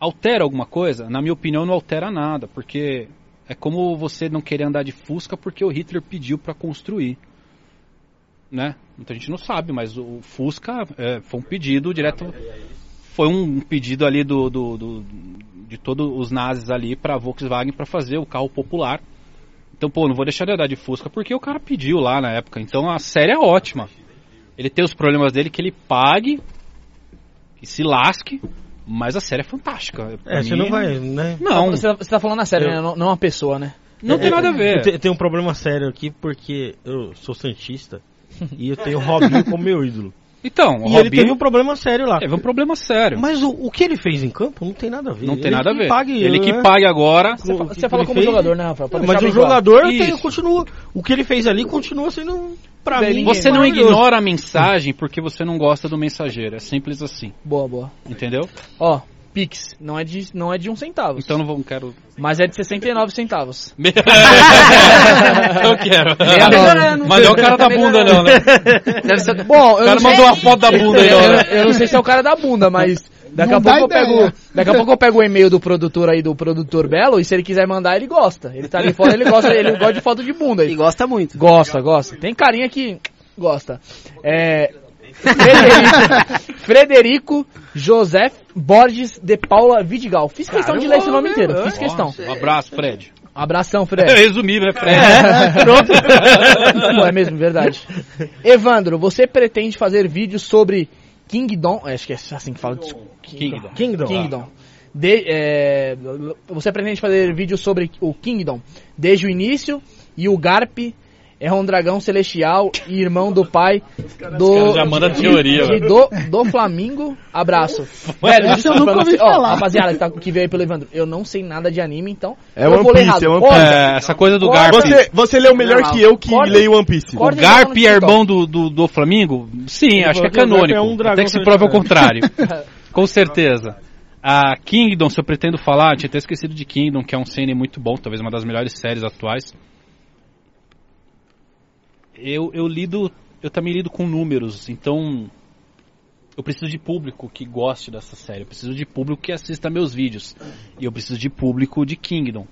[SPEAKER 2] Altera alguma coisa? Na minha opinião, não altera nada, porque é como você não querer andar de Fusca porque o Hitler pediu para construir. Né? Muita gente não sabe, mas o Fusca é, foi um pedido direto. Foi um pedido ali do, do, do- de todos os nazis ali pra Volkswagen para fazer o carro popular. Então, pô, não vou deixar de andar de Fusca porque o cara pediu lá na época. Então a série é ótima. Ele tem os problemas dele que ele pague, que se lasque, mas a série é fantástica. Pra
[SPEAKER 3] É, você
[SPEAKER 2] mim,
[SPEAKER 3] não vai, né?
[SPEAKER 2] Não,
[SPEAKER 1] Você, tá, você tá falando a sério,
[SPEAKER 3] Eu-
[SPEAKER 1] né? Não, não a pessoa, né?
[SPEAKER 2] É, não tem nada a
[SPEAKER 3] Eu te-
[SPEAKER 2] ver.
[SPEAKER 3] eu tenho um problema sério aqui porque eu sou santista e eu tenho o Robinho como meu ídolo.
[SPEAKER 2] Então, o
[SPEAKER 3] E ele teve um
[SPEAKER 2] Robinho
[SPEAKER 3] problema sério lá.
[SPEAKER 2] teve um problema sério.
[SPEAKER 3] Mas o, o que ele fez em campo não tem nada a ver.
[SPEAKER 2] Não tem
[SPEAKER 3] Ele
[SPEAKER 2] nada a
[SPEAKER 3] que
[SPEAKER 2] ver.
[SPEAKER 3] pague,
[SPEAKER 2] ele que
[SPEAKER 3] né?
[SPEAKER 2] pague agora.
[SPEAKER 1] Você,
[SPEAKER 3] O
[SPEAKER 1] fa-
[SPEAKER 3] que
[SPEAKER 1] você fala
[SPEAKER 3] ele
[SPEAKER 1] como
[SPEAKER 3] fez-
[SPEAKER 1] jogador, né, Rafael? Pra
[SPEAKER 3] Não,
[SPEAKER 1] deixar
[SPEAKER 3] mas o
[SPEAKER 1] bem claro.
[SPEAKER 3] jogador tem,
[SPEAKER 2] Isso.
[SPEAKER 3] continua. O que ele fez ali continua sendo pra
[SPEAKER 1] Velhinho.
[SPEAKER 3] mim.
[SPEAKER 2] Você não
[SPEAKER 3] maravilhoso.
[SPEAKER 2] ignora a mensagem porque você não gosta do mensageiro. É simples assim,
[SPEAKER 1] Boa, boa.
[SPEAKER 2] entendeu?
[SPEAKER 1] Ó, Pix, não é de, não é de um centavo.
[SPEAKER 2] Então não vou, não quero.
[SPEAKER 1] Mas é de 69 centavos.
[SPEAKER 2] não quero.
[SPEAKER 1] Meia
[SPEAKER 5] melhorando.
[SPEAKER 2] Mas não é o cara da bunda, não, né?
[SPEAKER 1] Deve ser... Bom,
[SPEAKER 2] O
[SPEAKER 1] eu
[SPEAKER 2] cara
[SPEAKER 1] não sei...
[SPEAKER 2] mandou uma foto da bunda aí,
[SPEAKER 1] Eu,
[SPEAKER 2] ó.
[SPEAKER 1] eu- eu não sei se é o cara da bunda, mas daqui a
[SPEAKER 6] Não dá
[SPEAKER 1] pouco eu
[SPEAKER 6] ideia.
[SPEAKER 1] pego, daqui a pouco eu pego o e-mail do produtor aí do produtor Belo e se ele quiser mandar ele gosta. Ele tá ali fora, ele gosta, ele gosta de foto de bunda
[SPEAKER 5] E
[SPEAKER 1] aí.
[SPEAKER 5] gosta muito.
[SPEAKER 1] Gosta, gosta. Tem carinha que gosta. É Frederico, Frederico José Borges de Paula Vidigal. Fiz questão de ler esse nome inteiro.
[SPEAKER 6] né?
[SPEAKER 1] Fiz questão.
[SPEAKER 2] Um abraço, Fred.
[SPEAKER 1] Abração,
[SPEAKER 2] É.
[SPEAKER 1] Fred.
[SPEAKER 2] Resumir, né, Fred?
[SPEAKER 1] Pô, é mesmo, verdade. Evandro, você pretende fazer vídeos sobre Kingdom? Acho que é assim que fala.
[SPEAKER 2] Kingdom.
[SPEAKER 3] Kingdom.
[SPEAKER 1] Kingdom. De- é, você pretende fazer vídeo sobre o Kingdom desde o início e o Garp é um dragão celestial e irmão do pai do
[SPEAKER 2] caras já mandam
[SPEAKER 1] de-
[SPEAKER 2] teoria,
[SPEAKER 1] de-
[SPEAKER 2] velho.
[SPEAKER 1] do, do Flamingo. Abraço. Velho,
[SPEAKER 6] Essa eu nunca
[SPEAKER 1] não
[SPEAKER 6] ouvi
[SPEAKER 1] sei- ó,
[SPEAKER 6] falar.
[SPEAKER 1] rapaziada que, tá, que veio aí pelo Evandro, eu não sei nada de anime, então
[SPEAKER 4] É
[SPEAKER 1] eu
[SPEAKER 4] One
[SPEAKER 1] vou ler
[SPEAKER 4] Piece,
[SPEAKER 1] errado.
[SPEAKER 4] é One
[SPEAKER 1] Corta,
[SPEAKER 2] É, essa coisa do Garp.
[SPEAKER 4] Você, você leu melhor
[SPEAKER 5] Normal.
[SPEAKER 4] que eu que
[SPEAKER 1] Corta-
[SPEAKER 4] leio One Piece.
[SPEAKER 2] O
[SPEAKER 1] corta e joga
[SPEAKER 2] Garp
[SPEAKER 1] no
[SPEAKER 2] é
[SPEAKER 1] TikTok.
[SPEAKER 2] irmão do, do, do Flamingo? Sim, acho que
[SPEAKER 3] falou que o
[SPEAKER 2] é
[SPEAKER 3] Garp
[SPEAKER 2] canônico.
[SPEAKER 3] é um dragão
[SPEAKER 2] até que se prove ao contrário.
[SPEAKER 3] solitário.
[SPEAKER 2] Com certeza. A Kingdom, se eu pretendo falar, tinha até esquecido de Kingdom, que é um CN muito bom, talvez uma das melhores séries atuais. Eu, eu lido, eu também lido com números, então eu preciso de público que goste dessa série, eu preciso de público que assista meus vídeos e eu preciso de público de Kingdom.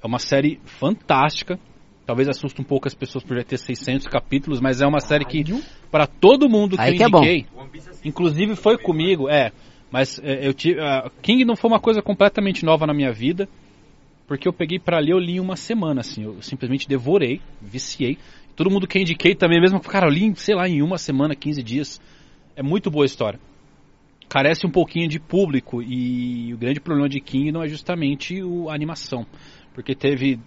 [SPEAKER 2] É uma série fantástica. Talvez assuste um pouco as pessoas por já ter 600 capítulos, mas é uma série que, para todo mundo que
[SPEAKER 5] Aí
[SPEAKER 2] eu
[SPEAKER 5] que é bom.
[SPEAKER 2] indiquei, inclusive foi comigo, é. Mas é, eu tive. a Kingdom foi uma coisa completamente nova na minha vida, porque eu peguei pra ler, eu li em uma semana, assim. Eu simplesmente devorei, viciei. Todo mundo que eu indiquei também, mesmo, cara, eu li, em, sei lá, em uma semana, 15 dias. É muito boa a história carece um pouquinho de público e o grande problema de Kingdom é justamente o, a animação, porque teve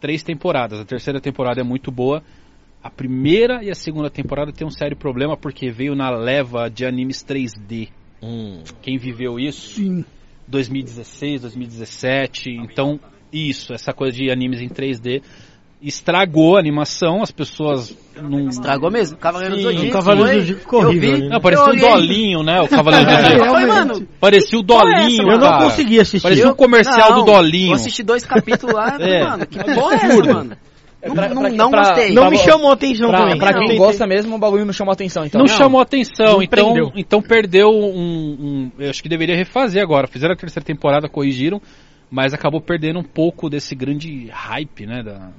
[SPEAKER 2] três temporadas. A terceira temporada é muito boa. A primeira e a segunda temporada tem um sério problema porque veio na leva de animes 3D. Quem viveu isso?
[SPEAKER 6] Sim.
[SPEAKER 2] 2016, 2017. Então, isso, essa coisa de animes em 3D estragou a animação, as pessoas não
[SPEAKER 5] Estragou mesmo. Cavaleiro do
[SPEAKER 3] Sim,
[SPEAKER 5] Zodíaco.
[SPEAKER 3] o Cavaleiro do
[SPEAKER 5] foi.
[SPEAKER 3] Zodíaco ficou
[SPEAKER 5] Eu
[SPEAKER 3] horrível,
[SPEAKER 5] vi, É,
[SPEAKER 3] né?
[SPEAKER 2] não, parecia
[SPEAKER 5] eu
[SPEAKER 2] um
[SPEAKER 5] olhei.
[SPEAKER 2] dolinho, né? O Cavaleiro do Zodíaco.
[SPEAKER 5] Foi, mano.
[SPEAKER 2] Parecia o
[SPEAKER 5] é
[SPEAKER 2] dolinho,
[SPEAKER 5] mano?
[SPEAKER 3] Eu não
[SPEAKER 2] cara.
[SPEAKER 3] consegui assistir.
[SPEAKER 2] Parecia um comercial
[SPEAKER 5] Não,
[SPEAKER 2] do dolinho.
[SPEAKER 5] Eu assisti dois capítulos lá,
[SPEAKER 2] É.
[SPEAKER 5] mano. Que porra é essa, mano?
[SPEAKER 1] É
[SPEAKER 5] Não,
[SPEAKER 1] pra-
[SPEAKER 5] não,
[SPEAKER 1] pra-
[SPEAKER 5] não
[SPEAKER 1] pra-
[SPEAKER 5] gostei.
[SPEAKER 3] Não
[SPEAKER 1] Tá
[SPEAKER 3] me
[SPEAKER 1] bom.
[SPEAKER 3] chamou atenção
[SPEAKER 1] Pra,
[SPEAKER 3] também.
[SPEAKER 1] pra quem
[SPEAKER 3] Não,
[SPEAKER 1] gosta mesmo, o bagulho não chamou atenção, então.
[SPEAKER 2] Não, chamou atenção,
[SPEAKER 3] Não
[SPEAKER 2] então,
[SPEAKER 3] prendeu.
[SPEAKER 2] então perdeu um, um- Eu acho que deveria refazer agora. Fizeram a terceira temporada, corrigiram, mas acabou perdendo um pouco desse grande hype, né? Da,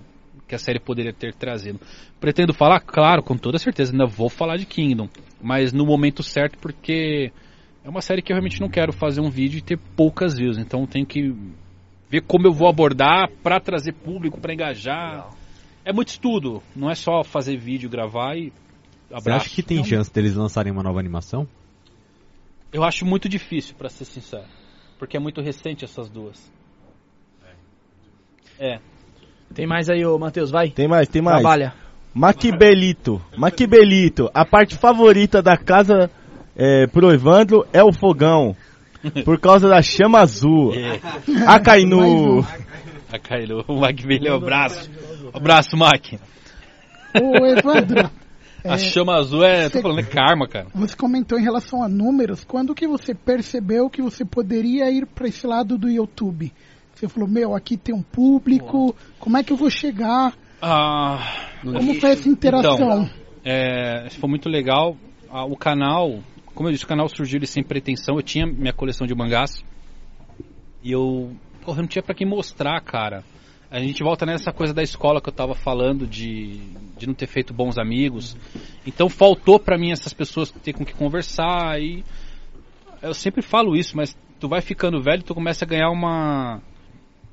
[SPEAKER 2] que a série poderia ter trazido. Pretendo falar, claro, com toda certeza, ainda vou falar de Kingdom, mas no momento certo, porque é uma série que eu realmente não quero fazer um vídeo e ter poucas views, então eu tenho que ver como eu vou abordar pra trazer público, pra engajar. É muito estudo, não é só fazer vídeo, gravar e
[SPEAKER 7] Você
[SPEAKER 2] um abraço.
[SPEAKER 7] acha que tem chance deles lançarem uma nova animação?
[SPEAKER 2] Eu acho muito difícil, pra ser sincero, porque é muito recente essas duas. É.
[SPEAKER 1] Tem mais aí, ô Matheus, vai.
[SPEAKER 4] Tem mais, tem mais.
[SPEAKER 1] Trabalha.
[SPEAKER 4] Maquibelito. Maquibelito. A parte favorita da casa é, pro Evandro é o fogão. Por causa da chama azul. A Kainu.
[SPEAKER 2] A Cairo, Ah, o Mac Miller, um abraço. Um abraço, Mac.
[SPEAKER 6] Ô, Evandro,
[SPEAKER 2] A chama azul é, tô
[SPEAKER 6] Você-
[SPEAKER 2] falando, é karma, cara.
[SPEAKER 6] você comentou em relação a números, quando que você percebeu que você poderia ir para esse lado do YouTube? Você falou, meu, aqui tem um público, como é que eu vou chegar?
[SPEAKER 2] Ah,
[SPEAKER 6] Como foi essa interação?
[SPEAKER 2] é, foi muito legal. Ah, o canal, como eu disse, o canal surgiu ele sem pretensão. Eu tinha minha coleção de mangás e eu, porra, eu não tinha pra quem mostrar, cara. A gente volta nessa coisa da escola que eu tava falando de, de não ter feito bons amigos. Então faltou pra mim essas pessoas ter com que conversar e eu sempre falo isso, mas tu vai ficando velho, tu começa a ganhar uma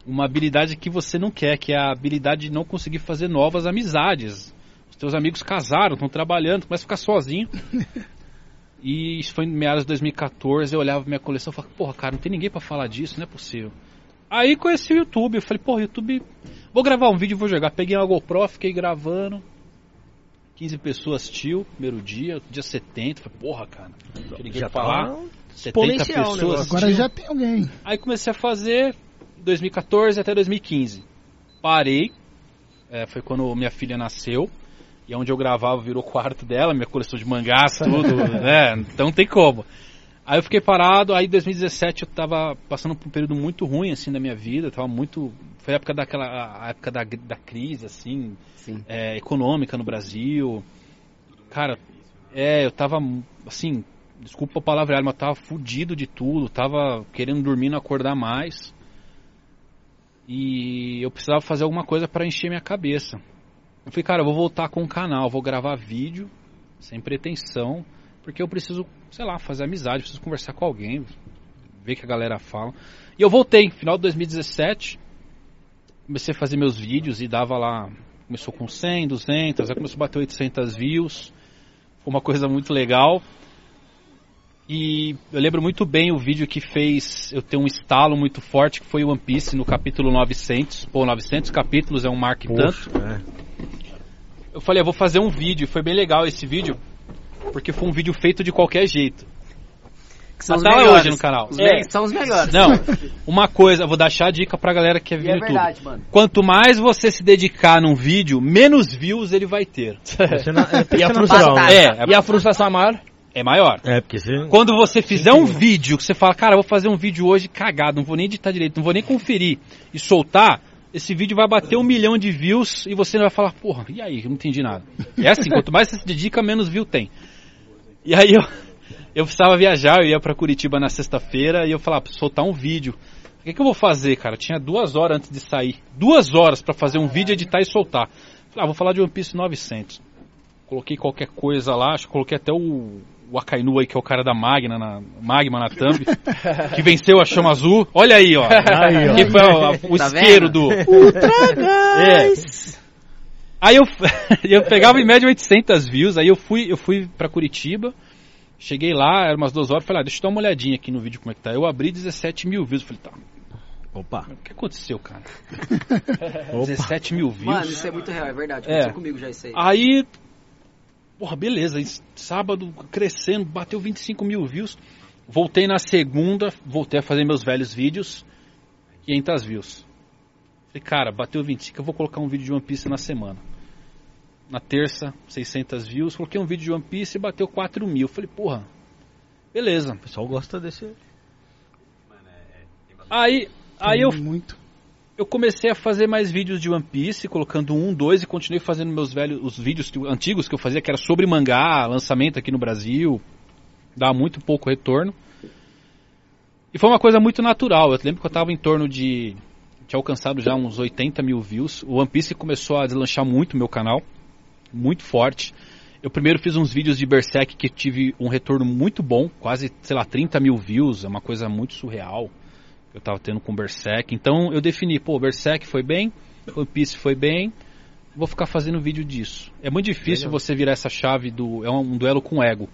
[SPEAKER 2] uma habilidade que você não quer, que é a habilidade de não conseguir fazer novas amizades. Os teus amigos casaram, estão trabalhando, tu começa a ficar sozinho. e isso foi em meados de 2014, eu olhava minha coleção e falava, porra, cara, não tem ninguém pra falar disso, não é possível. Aí conheci o YouTube, eu falei, porra, YouTube, vou gravar um vídeo e vou jogar. Peguei uma GoPro, fiquei gravando. 15 pessoas assistiu, primeiro dia, dia 70, falei, porra, cara, não tem ninguém pra
[SPEAKER 3] tá
[SPEAKER 2] falar. 70
[SPEAKER 3] exponencial o
[SPEAKER 2] pessoas
[SPEAKER 3] negócio.
[SPEAKER 6] Agora já tem alguém.
[SPEAKER 2] Aí comecei a fazer 2014 até 2015. Parei. é, foi quando minha filha nasceu. E é onde eu gravava virou quarto dela, minha coleção de mangás, tudo, né? Então não tem como. Aí eu fiquei parado, aí em 2017 eu tava passando por um período muito ruim, assim, da minha vida. eu Tava muito. Foi a época daquela. A época da, da crise, assim,
[SPEAKER 5] Sim.
[SPEAKER 2] é, econômica no Brasil. Cara, é, eu tava assim, desculpa o palavreado, mas eu tava fudido de tudo, tava querendo dormir, não acordar mais. E eu precisava fazer alguma coisa pra encher minha cabeça. Eu falei, cara, eu vou voltar com o canal, vou gravar vídeo, sem pretensão, porque eu preciso, sei lá, fazer amizade, preciso conversar com alguém, ver o que a galera fala. E eu voltei, final de 2017, comecei a fazer meus vídeos e dava lá Começou com 100, 200, aí começou a bater 800 views. Foi uma coisa muito legal. E eu lembro muito bem o vídeo que fez eu ter um estalo muito forte, que foi One Piece no capítulo 900. Pô, 900 capítulos é um marco e tanto.
[SPEAKER 3] Poxa, é.
[SPEAKER 2] Eu falei, eu vou fazer um vídeo. e Foi bem legal esse vídeo, porque foi um vídeo feito de qualquer jeito.
[SPEAKER 5] Que são
[SPEAKER 2] Mas tá lá
[SPEAKER 5] melhores.
[SPEAKER 2] hoje no canal.
[SPEAKER 5] Os
[SPEAKER 2] É.
[SPEAKER 5] melhores- São os melhores.
[SPEAKER 2] Não, uma coisa, eu vou deixar a dica pra galera que é
[SPEAKER 5] E
[SPEAKER 2] vir
[SPEAKER 5] é
[SPEAKER 2] no YouTube.
[SPEAKER 5] verdade, mano.
[SPEAKER 2] Quanto mais você se dedicar num vídeo, menos views ele vai ter.
[SPEAKER 3] Você não- é porque
[SPEAKER 1] E a
[SPEAKER 3] você não-
[SPEAKER 1] frustração.
[SPEAKER 5] Batalha.
[SPEAKER 2] É, é,
[SPEAKER 1] E a frustração é maior?
[SPEAKER 2] é maior.
[SPEAKER 3] É, porque você.
[SPEAKER 2] Quando você fizer um vídeo que você fala, cara, eu vou fazer um vídeo hoje cagado, não vou nem editar direito, não vou nem conferir e soltar, esse vídeo vai bater um milhão de views e você vai falar, porra, e aí? Eu não entendi nada. É assim, quanto mais você se dedica, menos view tem. E aí eu, eu precisava viajar, eu ia pra Curitiba na sexta-feira e eu falava, preciso soltar um vídeo. O que, que eu vou fazer, cara? Eu tinha duas horas antes de sair. Duas horas pra fazer um vídeo, editar e soltar. Falei, ah, vou falar de One Piece 900. Coloquei qualquer coisa lá, acho que coloquei até o, o Akainu aí, que é o cara da Magna na, Magma na thumb, que venceu a chama azul. Olha aí, ó.
[SPEAKER 3] Aí, ó.
[SPEAKER 2] que foi o, o
[SPEAKER 5] Tá
[SPEAKER 2] isqueiro
[SPEAKER 5] vendo?
[SPEAKER 2] do. É. Aí eu, eu pegava em média 800 views, aí eu fui, eu fui pra Curitiba, cheguei lá, era umas duas horas, falei, ah, deixa eu dar uma olhadinha aqui no vídeo como é que tá. Eu abri 17 mil views, falei, tá,
[SPEAKER 3] É.
[SPEAKER 7] Opa.
[SPEAKER 2] o que aconteceu, cara? 17 mil views.
[SPEAKER 5] Mano, isso é muito real, é verdade.
[SPEAKER 2] É.
[SPEAKER 5] Aconteceu comigo já isso aí.
[SPEAKER 2] Aí, porra, beleza, es- sábado crescendo, bateu 25 mil views. Voltei na segunda, voltei a fazer meus velhos vídeos, 500 views. Falei, cara, bateu 25, eu vou colocar um vídeo de One Piece na semana. Na terça, 600 views, coloquei um vídeo de One Piece e bateu 4 mil. Falei, porra, beleza.
[SPEAKER 3] O pessoal gosta desse.
[SPEAKER 2] Aí, aí eu
[SPEAKER 6] Muito.
[SPEAKER 2] eu comecei a fazer mais vídeos de One Piece, colocando um, dois, e continuei fazendo meus velhos, os vídeos que- antigos que eu fazia, que era sobre mangá, lançamento aqui no Brasil. Dá muito pouco retorno. E foi uma coisa muito natural. Eu lembro que eu tava em torno de. Tinha alcançado já uns 80 mil views. O One Piece começou a deslanchar muito o meu canal. Muito forte. Eu primeiro fiz uns vídeos de Berserk que tive um retorno muito bom, quase, sei lá, 30 mil views, é uma coisa muito surreal que eu tava tendo com o Berserk. Então eu defini, pô, Berserk foi bem, One Piece foi bem, vou ficar fazendo vídeo disso. É muito difícil você virar essa chave do. É um duelo com ego.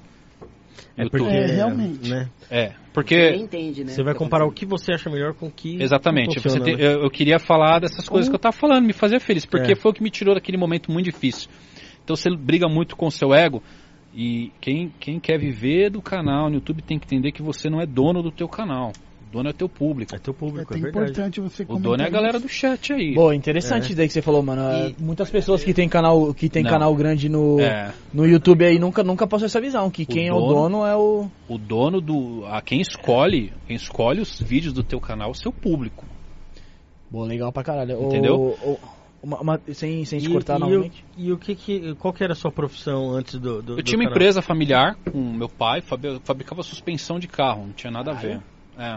[SPEAKER 3] É
[SPEAKER 2] YouTube.
[SPEAKER 3] porque,
[SPEAKER 6] É, realmente.
[SPEAKER 3] né,
[SPEAKER 2] É,
[SPEAKER 5] Ninguém
[SPEAKER 2] porque.
[SPEAKER 5] entende, né?
[SPEAKER 3] você vai comparar o que você acha melhor com o que.
[SPEAKER 2] Exatamente.
[SPEAKER 3] não funciona,
[SPEAKER 2] você tem-
[SPEAKER 3] né?
[SPEAKER 2] eu, eu queria falar dessas coisas que eu tava falando, me fazia feliz, porque
[SPEAKER 3] É.
[SPEAKER 2] foi o que me tirou daquele momento muito difícil. Então você briga muito com o seu ego. E quem, quem quer viver do canal no YouTube tem que entender que você não é dono do teu canal. O dono é teu público.
[SPEAKER 3] É teu público,
[SPEAKER 6] É,
[SPEAKER 3] é,
[SPEAKER 6] é
[SPEAKER 3] verdade.
[SPEAKER 6] importante você
[SPEAKER 2] O dono é a galera do chat aí.
[SPEAKER 1] Pô, interessante isso daí que você falou, mano. É, Muitas pessoas que tem canal, que tem
[SPEAKER 2] Não.
[SPEAKER 1] canal grande no,
[SPEAKER 2] É,
[SPEAKER 1] no YouTube aí nunca, nunca passou essa visão, que quem é o
[SPEAKER 2] dono-
[SPEAKER 1] dono é o.
[SPEAKER 2] o dono do. A quem escolhe, quem escolhe os vídeos do teu canal é o seu público.
[SPEAKER 1] Pô, legal pra caralho. Ô,
[SPEAKER 2] Entendeu?
[SPEAKER 1] ô, uma- uma- sem, sem te
[SPEAKER 3] E-
[SPEAKER 1] cortar
[SPEAKER 3] e, o,
[SPEAKER 1] novamente.
[SPEAKER 3] e o que que. Qual que era a sua profissão antes do. do
[SPEAKER 2] Eu
[SPEAKER 3] do
[SPEAKER 2] tinha uma
[SPEAKER 3] canal?
[SPEAKER 2] empresa familiar com meu pai, fabi- fabricava suspensão de carro, não tinha nada a ver. É.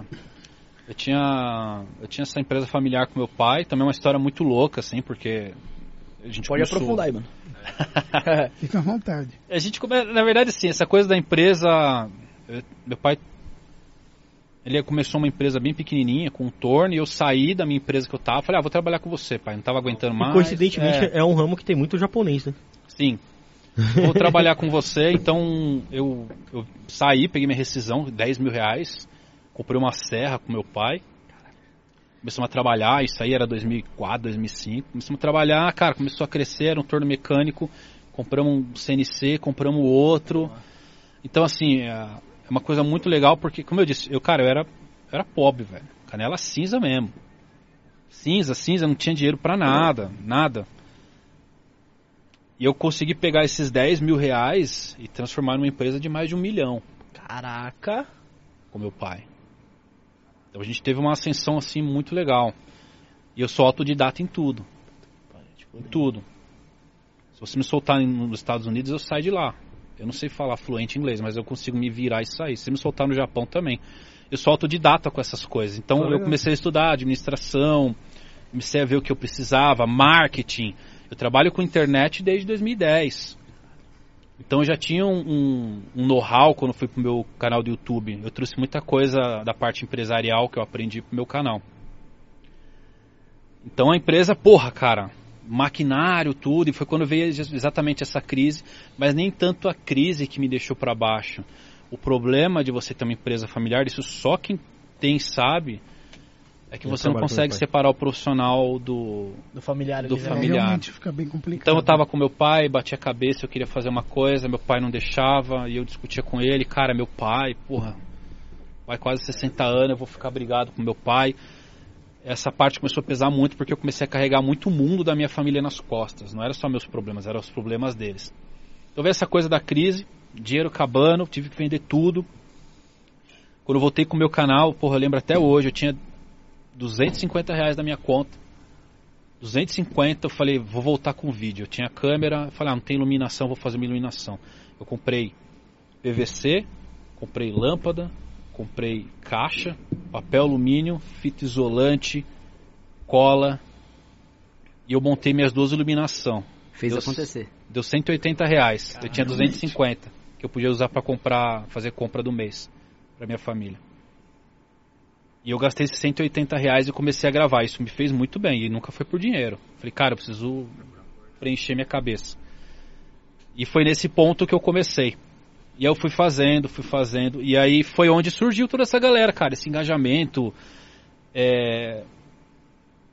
[SPEAKER 2] Eu tinha, eu tinha essa empresa familiar com meu pai, também é uma história muito louca, assim, porque a gente
[SPEAKER 1] Pode
[SPEAKER 2] começou-
[SPEAKER 1] aprofundar aí, mano.
[SPEAKER 6] Fica à vontade.
[SPEAKER 2] A gente come... na verdade sim, essa coisa da empresa, eu- meu pai ele começou uma empresa bem pequenininha, com um torno, e eu saí da minha empresa que eu tava, falei, ah, vou trabalhar com você, pai, não tava aguentando mais.
[SPEAKER 3] E, coincidentemente,
[SPEAKER 2] É.
[SPEAKER 3] é. um ramo que tem muito japonês, né?
[SPEAKER 2] Sim. Vou trabalhar com você, então eu, eu saí, peguei minha rescisão, 10 mil reais, comprei uma serra com meu pai, começamos a trabalhar, isso aí era 2004, 2005, começamos a trabalhar, cara, começou a crescer, era um torno mecânico, compramos um CNC, compramos outro, então assim, é é uma coisa muito legal, porque como eu disse, eu, cara, eu era, eu era pobre, velho, canela cinza mesmo, cinza, cinza, não tinha dinheiro pra nada, nada. E eu consegui pegar esses 10 mil reais e transformar numa empresa de mais de um milhão. Caraca! Com meu pai. Então a gente teve uma ascensão assim muito legal. E eu sou autodidata em tudo. Em tudo. Se você me soltar em- nos Estados Unidos, eu saio de lá. Eu não sei falar fluente inglês, mas eu consigo me virar e sair. Se me soltar no Japão também. Eu sou autodidata com essas coisas. Então eu comecei a estudar administração, comecei a ver o que eu precisava, marketing. Eu trabalho com internet desde 2010. Então eu já tinha um, um- um know-how quando fui pro meu canal do YouTube. Eu trouxe muita coisa da parte empresarial que eu aprendi pro meu canal. Então a empresa, porra, cara, maquinário, tudo, e foi quando veio ex- exatamente essa crise, mas nem tanto a crise que me deixou para baixo. O problema de você ter uma empresa familiar, isso só quem tem sabe, é que
[SPEAKER 3] Eu
[SPEAKER 2] você
[SPEAKER 3] trabalho
[SPEAKER 2] não
[SPEAKER 3] com meu
[SPEAKER 2] consegue
[SPEAKER 3] pai.
[SPEAKER 2] separar o profissional do,
[SPEAKER 1] Do familiar.
[SPEAKER 2] Do
[SPEAKER 1] ali, né?
[SPEAKER 2] familiar.
[SPEAKER 6] Realmente fica bem complicado.
[SPEAKER 2] então eu tava com meu pai, bati a cabeça, eu queria fazer uma coisa, meu pai não deixava, e eu discutia com ele, cara, meu pai, porra, vai quase 60 anos, eu vou ficar brigado com meu pai. Essa parte começou a pesar muito porque eu comecei a carregar muito o mundo da minha família nas costas. Não era só meus problemas, eram os problemas deles. Então veio essa coisa da crise, dinheiro acabando, tive que vender tudo. Quando eu voltei com o meu canal, porra, eu lembro até hoje, eu tinha 250 reais na minha conta. 250, eu falei, vou voltar com o vídeo. Eu tinha câmera, eu falei, ah, não tem iluminação, vou fazer uma iluminação. Eu comprei PVC, comprei lâmpada, comprei caixa, papel alumínio, fita isolante, cola. E eu montei minhas duas iluminações.
[SPEAKER 5] Fez
[SPEAKER 2] Eu-
[SPEAKER 5] acontecer.
[SPEAKER 2] Deu 180 reais. Eu tinha 250 que eu podia usar pra comprar, fazer compra do mês pra minha família. E eu gastei esses 180 reais e comecei a gravar. Isso me fez muito bem e nunca foi por dinheiro. Falei, cara, eu preciso preencher minha cabeça. E foi nesse ponto que eu comecei. E aí eu fui fazendo, fui fazendo. E aí foi onde surgiu toda essa galera, cara. Esse engajamento. é,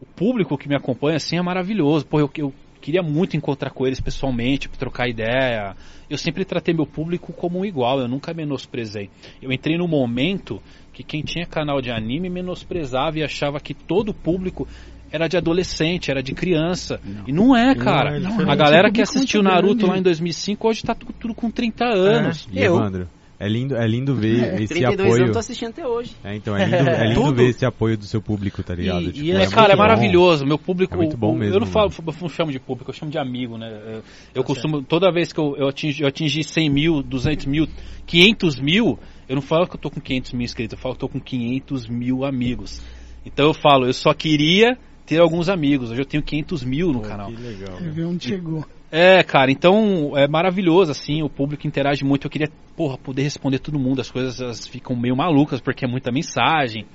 [SPEAKER 2] O público que me acompanha, assim, é maravilhoso. Pô, eu, eu queria muito encontrar com eles pessoalmente, trocar ideia. Eu sempre tratei meu público como um igual, eu nunca menosprezei. Eu entrei no momento que quem tinha canal de anime menosprezava e achava que todo o público era de adolescente, era de criança. E não é, cara.
[SPEAKER 3] Não é,
[SPEAKER 6] Não, um
[SPEAKER 3] diferente.
[SPEAKER 2] A
[SPEAKER 6] realmente,
[SPEAKER 2] galera
[SPEAKER 6] o
[SPEAKER 2] que
[SPEAKER 6] público
[SPEAKER 2] assistiu
[SPEAKER 6] muito grande.
[SPEAKER 2] Naruto lá em 2005, hoje tá tu- tudo com 30 anos.
[SPEAKER 7] E, Evandro, é lindo, é lindo ver esse
[SPEAKER 5] 32
[SPEAKER 7] apoio.
[SPEAKER 5] anos eu tô assistindo até hoje.
[SPEAKER 7] É, então, é lindo, é lindo
[SPEAKER 2] Tudo.
[SPEAKER 7] ver esse apoio do seu público, tá ligado?
[SPEAKER 3] E-
[SPEAKER 7] Tipo,
[SPEAKER 3] e é,
[SPEAKER 2] É, cara,
[SPEAKER 7] muito
[SPEAKER 2] é
[SPEAKER 7] bom.
[SPEAKER 2] maravilhoso. Meu público.
[SPEAKER 7] É muito bom
[SPEAKER 2] o-
[SPEAKER 7] mesmo,
[SPEAKER 2] Eu não falo,
[SPEAKER 7] mano. Tá
[SPEAKER 2] eu não chamo de público, eu chamo de amigo, né? Eu- Eu costumo, toda vez que eu, eu, atingi, eu atingi 100 mil, 200 mil, 500 mil, eu não falo que eu tô com 500 mil inscritos, eu falo que eu tô com 500 mil amigos. Então eu falo, eu só queria ter alguns amigos, hoje eu tenho 500 mil no canal.
[SPEAKER 3] Que legal.
[SPEAKER 6] Você vê onde chegou.
[SPEAKER 2] É, cara, então é maravilhoso, assim, o público interage muito. Eu queria, porra, poder responder todo mundo. As coisas elas ficam meio malucas porque é muita mensagem.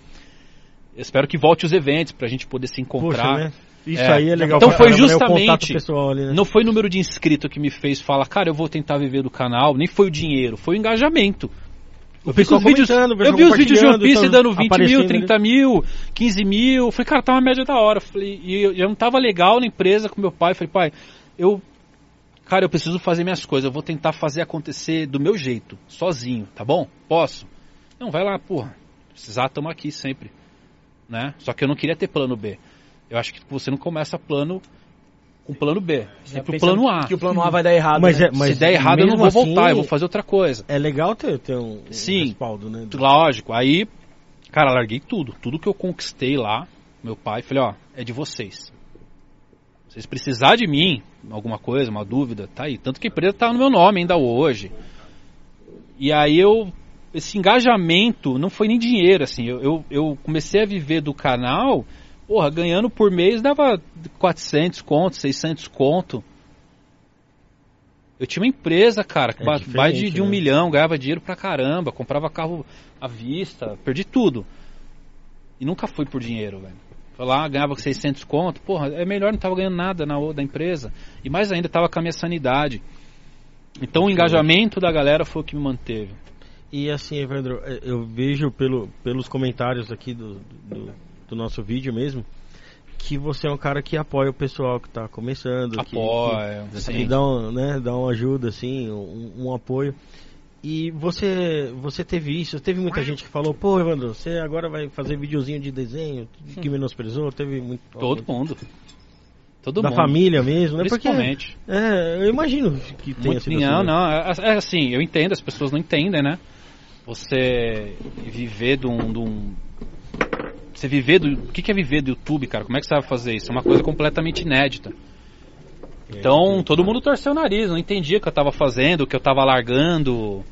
[SPEAKER 2] Eu espero que volte os eventos pra gente poder se encontrar.
[SPEAKER 3] Poxa, né? Isso
[SPEAKER 2] É.
[SPEAKER 3] aí é legal.
[SPEAKER 2] Então
[SPEAKER 3] pra
[SPEAKER 2] foi
[SPEAKER 3] caramba, né? O contato
[SPEAKER 2] justamente-
[SPEAKER 3] pessoal ali, né?
[SPEAKER 2] Não foi o número de inscrito que me fez falar, cara, eu vou tentar viver do canal, nem foi o dinheiro, foi o engajamento. Eu vi
[SPEAKER 3] pessoal
[SPEAKER 2] os vídeos,
[SPEAKER 3] comentando, o
[SPEAKER 2] eu
[SPEAKER 3] pessoal
[SPEAKER 2] vi os vídeos de One
[SPEAKER 3] compartilhando,
[SPEAKER 2] Piece
[SPEAKER 3] tá
[SPEAKER 2] dando 20 mil,
[SPEAKER 3] aparecendo
[SPEAKER 2] 30 mil, 15 mil. Falei, cara, tá uma média da hora. Falei, e eu, eu não tava legal na empresa com meu pai. Falei, pai, eu. Cara, eu preciso fazer minhas coisas, eu vou tentar fazer acontecer do meu jeito, sozinho, tá bom? Posso? Não, vai lá, porra. Se Precisar, tamo aqui sempre. Né? Só que eu não queria ter plano B. Eu acho que você não começa plano com plano B. Sempre o
[SPEAKER 1] Pensando
[SPEAKER 2] plano A.
[SPEAKER 1] Que o plano A vai dar errado.
[SPEAKER 3] Mas,
[SPEAKER 1] né?
[SPEAKER 3] é, mas
[SPEAKER 2] Se der errado, eu não
[SPEAKER 3] mesmo
[SPEAKER 2] vou voltar,
[SPEAKER 3] assim,
[SPEAKER 2] eu vou fazer outra coisa.
[SPEAKER 3] É legal ter, ter um, um
[SPEAKER 2] Sim.
[SPEAKER 3] respaldo, né?
[SPEAKER 2] Lógico, aí, cara, larguei tudo. Tudo que eu conquistei lá, meu pai, falei, ó, é de vocês. Se vocês precisar de mim, alguma coisa, uma dúvida, tá aí. Tanto que a empresa tá no meu nome ainda hoje. E aí eu. Esse engajamento não foi nem dinheiro, assim. Eu, eu, eu comecei a viver do canal, porra, ganhando por mês dava 400 conto, 600 conto. Eu tinha uma empresa, cara, que
[SPEAKER 3] É
[SPEAKER 2] ba-
[SPEAKER 3] diferente,
[SPEAKER 2] mais de, de um
[SPEAKER 3] né?
[SPEAKER 2] milhão, ganhava dinheiro pra caramba, comprava carro à vista, perdi tudo. E nunca fui por dinheiro, velho. Foi lá, ganhava 600 conto, porra, é melhor, não tava ganhando nada na o- da empresa. E mais ainda, tava com a minha sanidade. Então o engajamento da galera foi o que me manteve.
[SPEAKER 3] E assim, Evandro, eh, eu vejo pelo, pelos comentários aqui do, do, do nosso vídeo mesmo que você é um cara que apoia o pessoal que está começando, que-
[SPEAKER 2] Apoia,
[SPEAKER 3] que, que
[SPEAKER 2] sim.
[SPEAKER 3] dá, um, né, dá uma ajuda, assim, um, um apoio. E você, você teve isso, teve muita gente que falou, pô, Evandro, você agora vai fazer videozinho de desenho, que menosprezou, teve muito.
[SPEAKER 2] Todo mundo. Todo
[SPEAKER 3] da
[SPEAKER 2] mundo.
[SPEAKER 3] família mesmo, né? Porque,
[SPEAKER 2] Principalmente.
[SPEAKER 3] é, eu imagino que tenha
[SPEAKER 2] Muito,
[SPEAKER 3] sido
[SPEAKER 2] não,
[SPEAKER 3] assim, né?
[SPEAKER 2] não. É, é assim, eu entendo, as pessoas não entendem, né? Você viver de um. de um- você viver do. O que que é viver do YouTube, cara? Como é que você vai fazer isso? É uma coisa completamente inédita.
[SPEAKER 3] É,
[SPEAKER 2] Então, todo mundo torceu o nariz, não entendia o que eu tava fazendo, o que eu tava largando.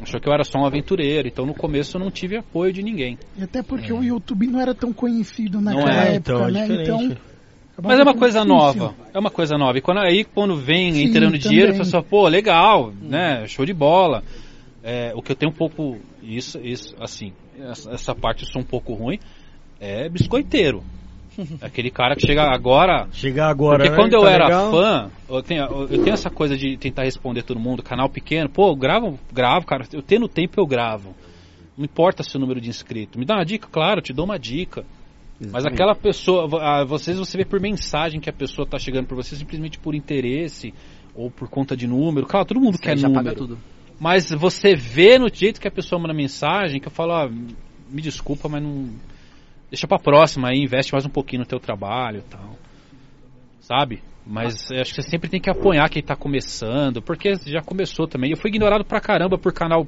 [SPEAKER 2] Achou que eu era só um aventureiro. Então, no começo, eu não tive apoio de ninguém.
[SPEAKER 6] E até porque o YouTube não era tão conhecido naquela
[SPEAKER 2] É. Não é,
[SPEAKER 6] época,
[SPEAKER 3] então, é
[SPEAKER 6] né?
[SPEAKER 3] diferente.
[SPEAKER 6] Então,
[SPEAKER 2] Mas é uma coisa
[SPEAKER 6] difícil.
[SPEAKER 2] nova. É uma coisa nova. E quando, aí quando vem
[SPEAKER 6] Sim,
[SPEAKER 2] entrando dinheiro, a
[SPEAKER 6] também.
[SPEAKER 2] pessoa, pô, legal, né? Show de bola. É, o que eu tenho um pouco. Isso, isso, assim, essa, essa parte eu sou um pouco ruim. É biscoiteiro. Aquele cara que chega agora.
[SPEAKER 3] Chegar agora.
[SPEAKER 2] porque
[SPEAKER 3] né,
[SPEAKER 2] quando
[SPEAKER 3] tá
[SPEAKER 2] eu era
[SPEAKER 3] legal.
[SPEAKER 2] fã, eu tenho, eu tenho essa coisa de tentar responder todo mundo, canal pequeno, pô, eu gravo, gravo, cara, eu tendo tempo eu gravo. Não importa se o número de inscritos. Me dá uma dica? Claro, eu te dou uma dica. Mas aquela pessoa, vo- ah, vocês você vê por mensagem que a pessoa tá chegando por você simplesmente por interesse ou por conta de número. Cara, todo mundo
[SPEAKER 5] Aí
[SPEAKER 2] quer
[SPEAKER 5] já
[SPEAKER 2] número.
[SPEAKER 5] paga tudo.
[SPEAKER 2] Mas você vê no jeito que a pessoa manda mensagem, que eu falo, ah, ó, me desculpa, mas não. Deixa pra próxima aí, investe mais um pouquinho no teu trabalho e tal. Sabe? Mas eu acho que você sempre tem que apoiar quem tá começando, porque já começou também. Eu fui ignorado pra caramba por canal.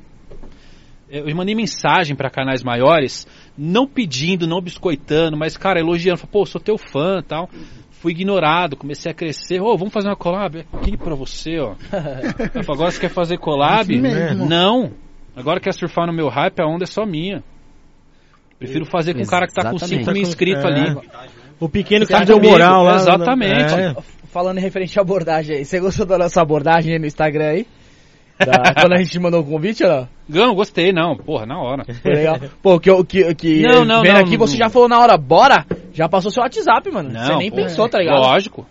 [SPEAKER 2] Eu mandei mensagem pra canais maiores, não pedindo, não biscoitando, mas, cara, elogiando. Falei, pô, sou teu fã e tal. Fui ignorado, comecei a crescer. Ô, vamos fazer uma collab? Aqui pra você, ó. Eu falei, Agora você quer fazer collab?
[SPEAKER 6] Isso mesmo.
[SPEAKER 2] Não. Agora quer surfar no meu hype, a onda é só minha. Prefiro fazer com o cara que tá com 5 mil
[SPEAKER 3] Exatamente.
[SPEAKER 2] inscritos
[SPEAKER 3] Tá com-
[SPEAKER 2] ali.
[SPEAKER 3] O pequeno
[SPEAKER 2] Tá
[SPEAKER 3] que deu
[SPEAKER 2] comigo,
[SPEAKER 3] moral lá.
[SPEAKER 2] exatamente.
[SPEAKER 3] né?
[SPEAKER 1] Falando em referente à abordagem aí, você gostou da nossa abordagem aí no Instagram aí? Da- quando a gente te mandou o convite, ó.
[SPEAKER 2] Não, gostei, não. Porra, na hora.
[SPEAKER 1] Foi legal. Pô, que, eu- que, que
[SPEAKER 2] Não, não,
[SPEAKER 1] vendo
[SPEAKER 2] não,
[SPEAKER 1] aqui,
[SPEAKER 2] não.
[SPEAKER 1] você já falou na hora, bora, já passou seu WhatsApp, mano.
[SPEAKER 2] Não,
[SPEAKER 1] você nem
[SPEAKER 2] pô,
[SPEAKER 1] pensou, tá ligado? Ah.
[SPEAKER 2] Lógico.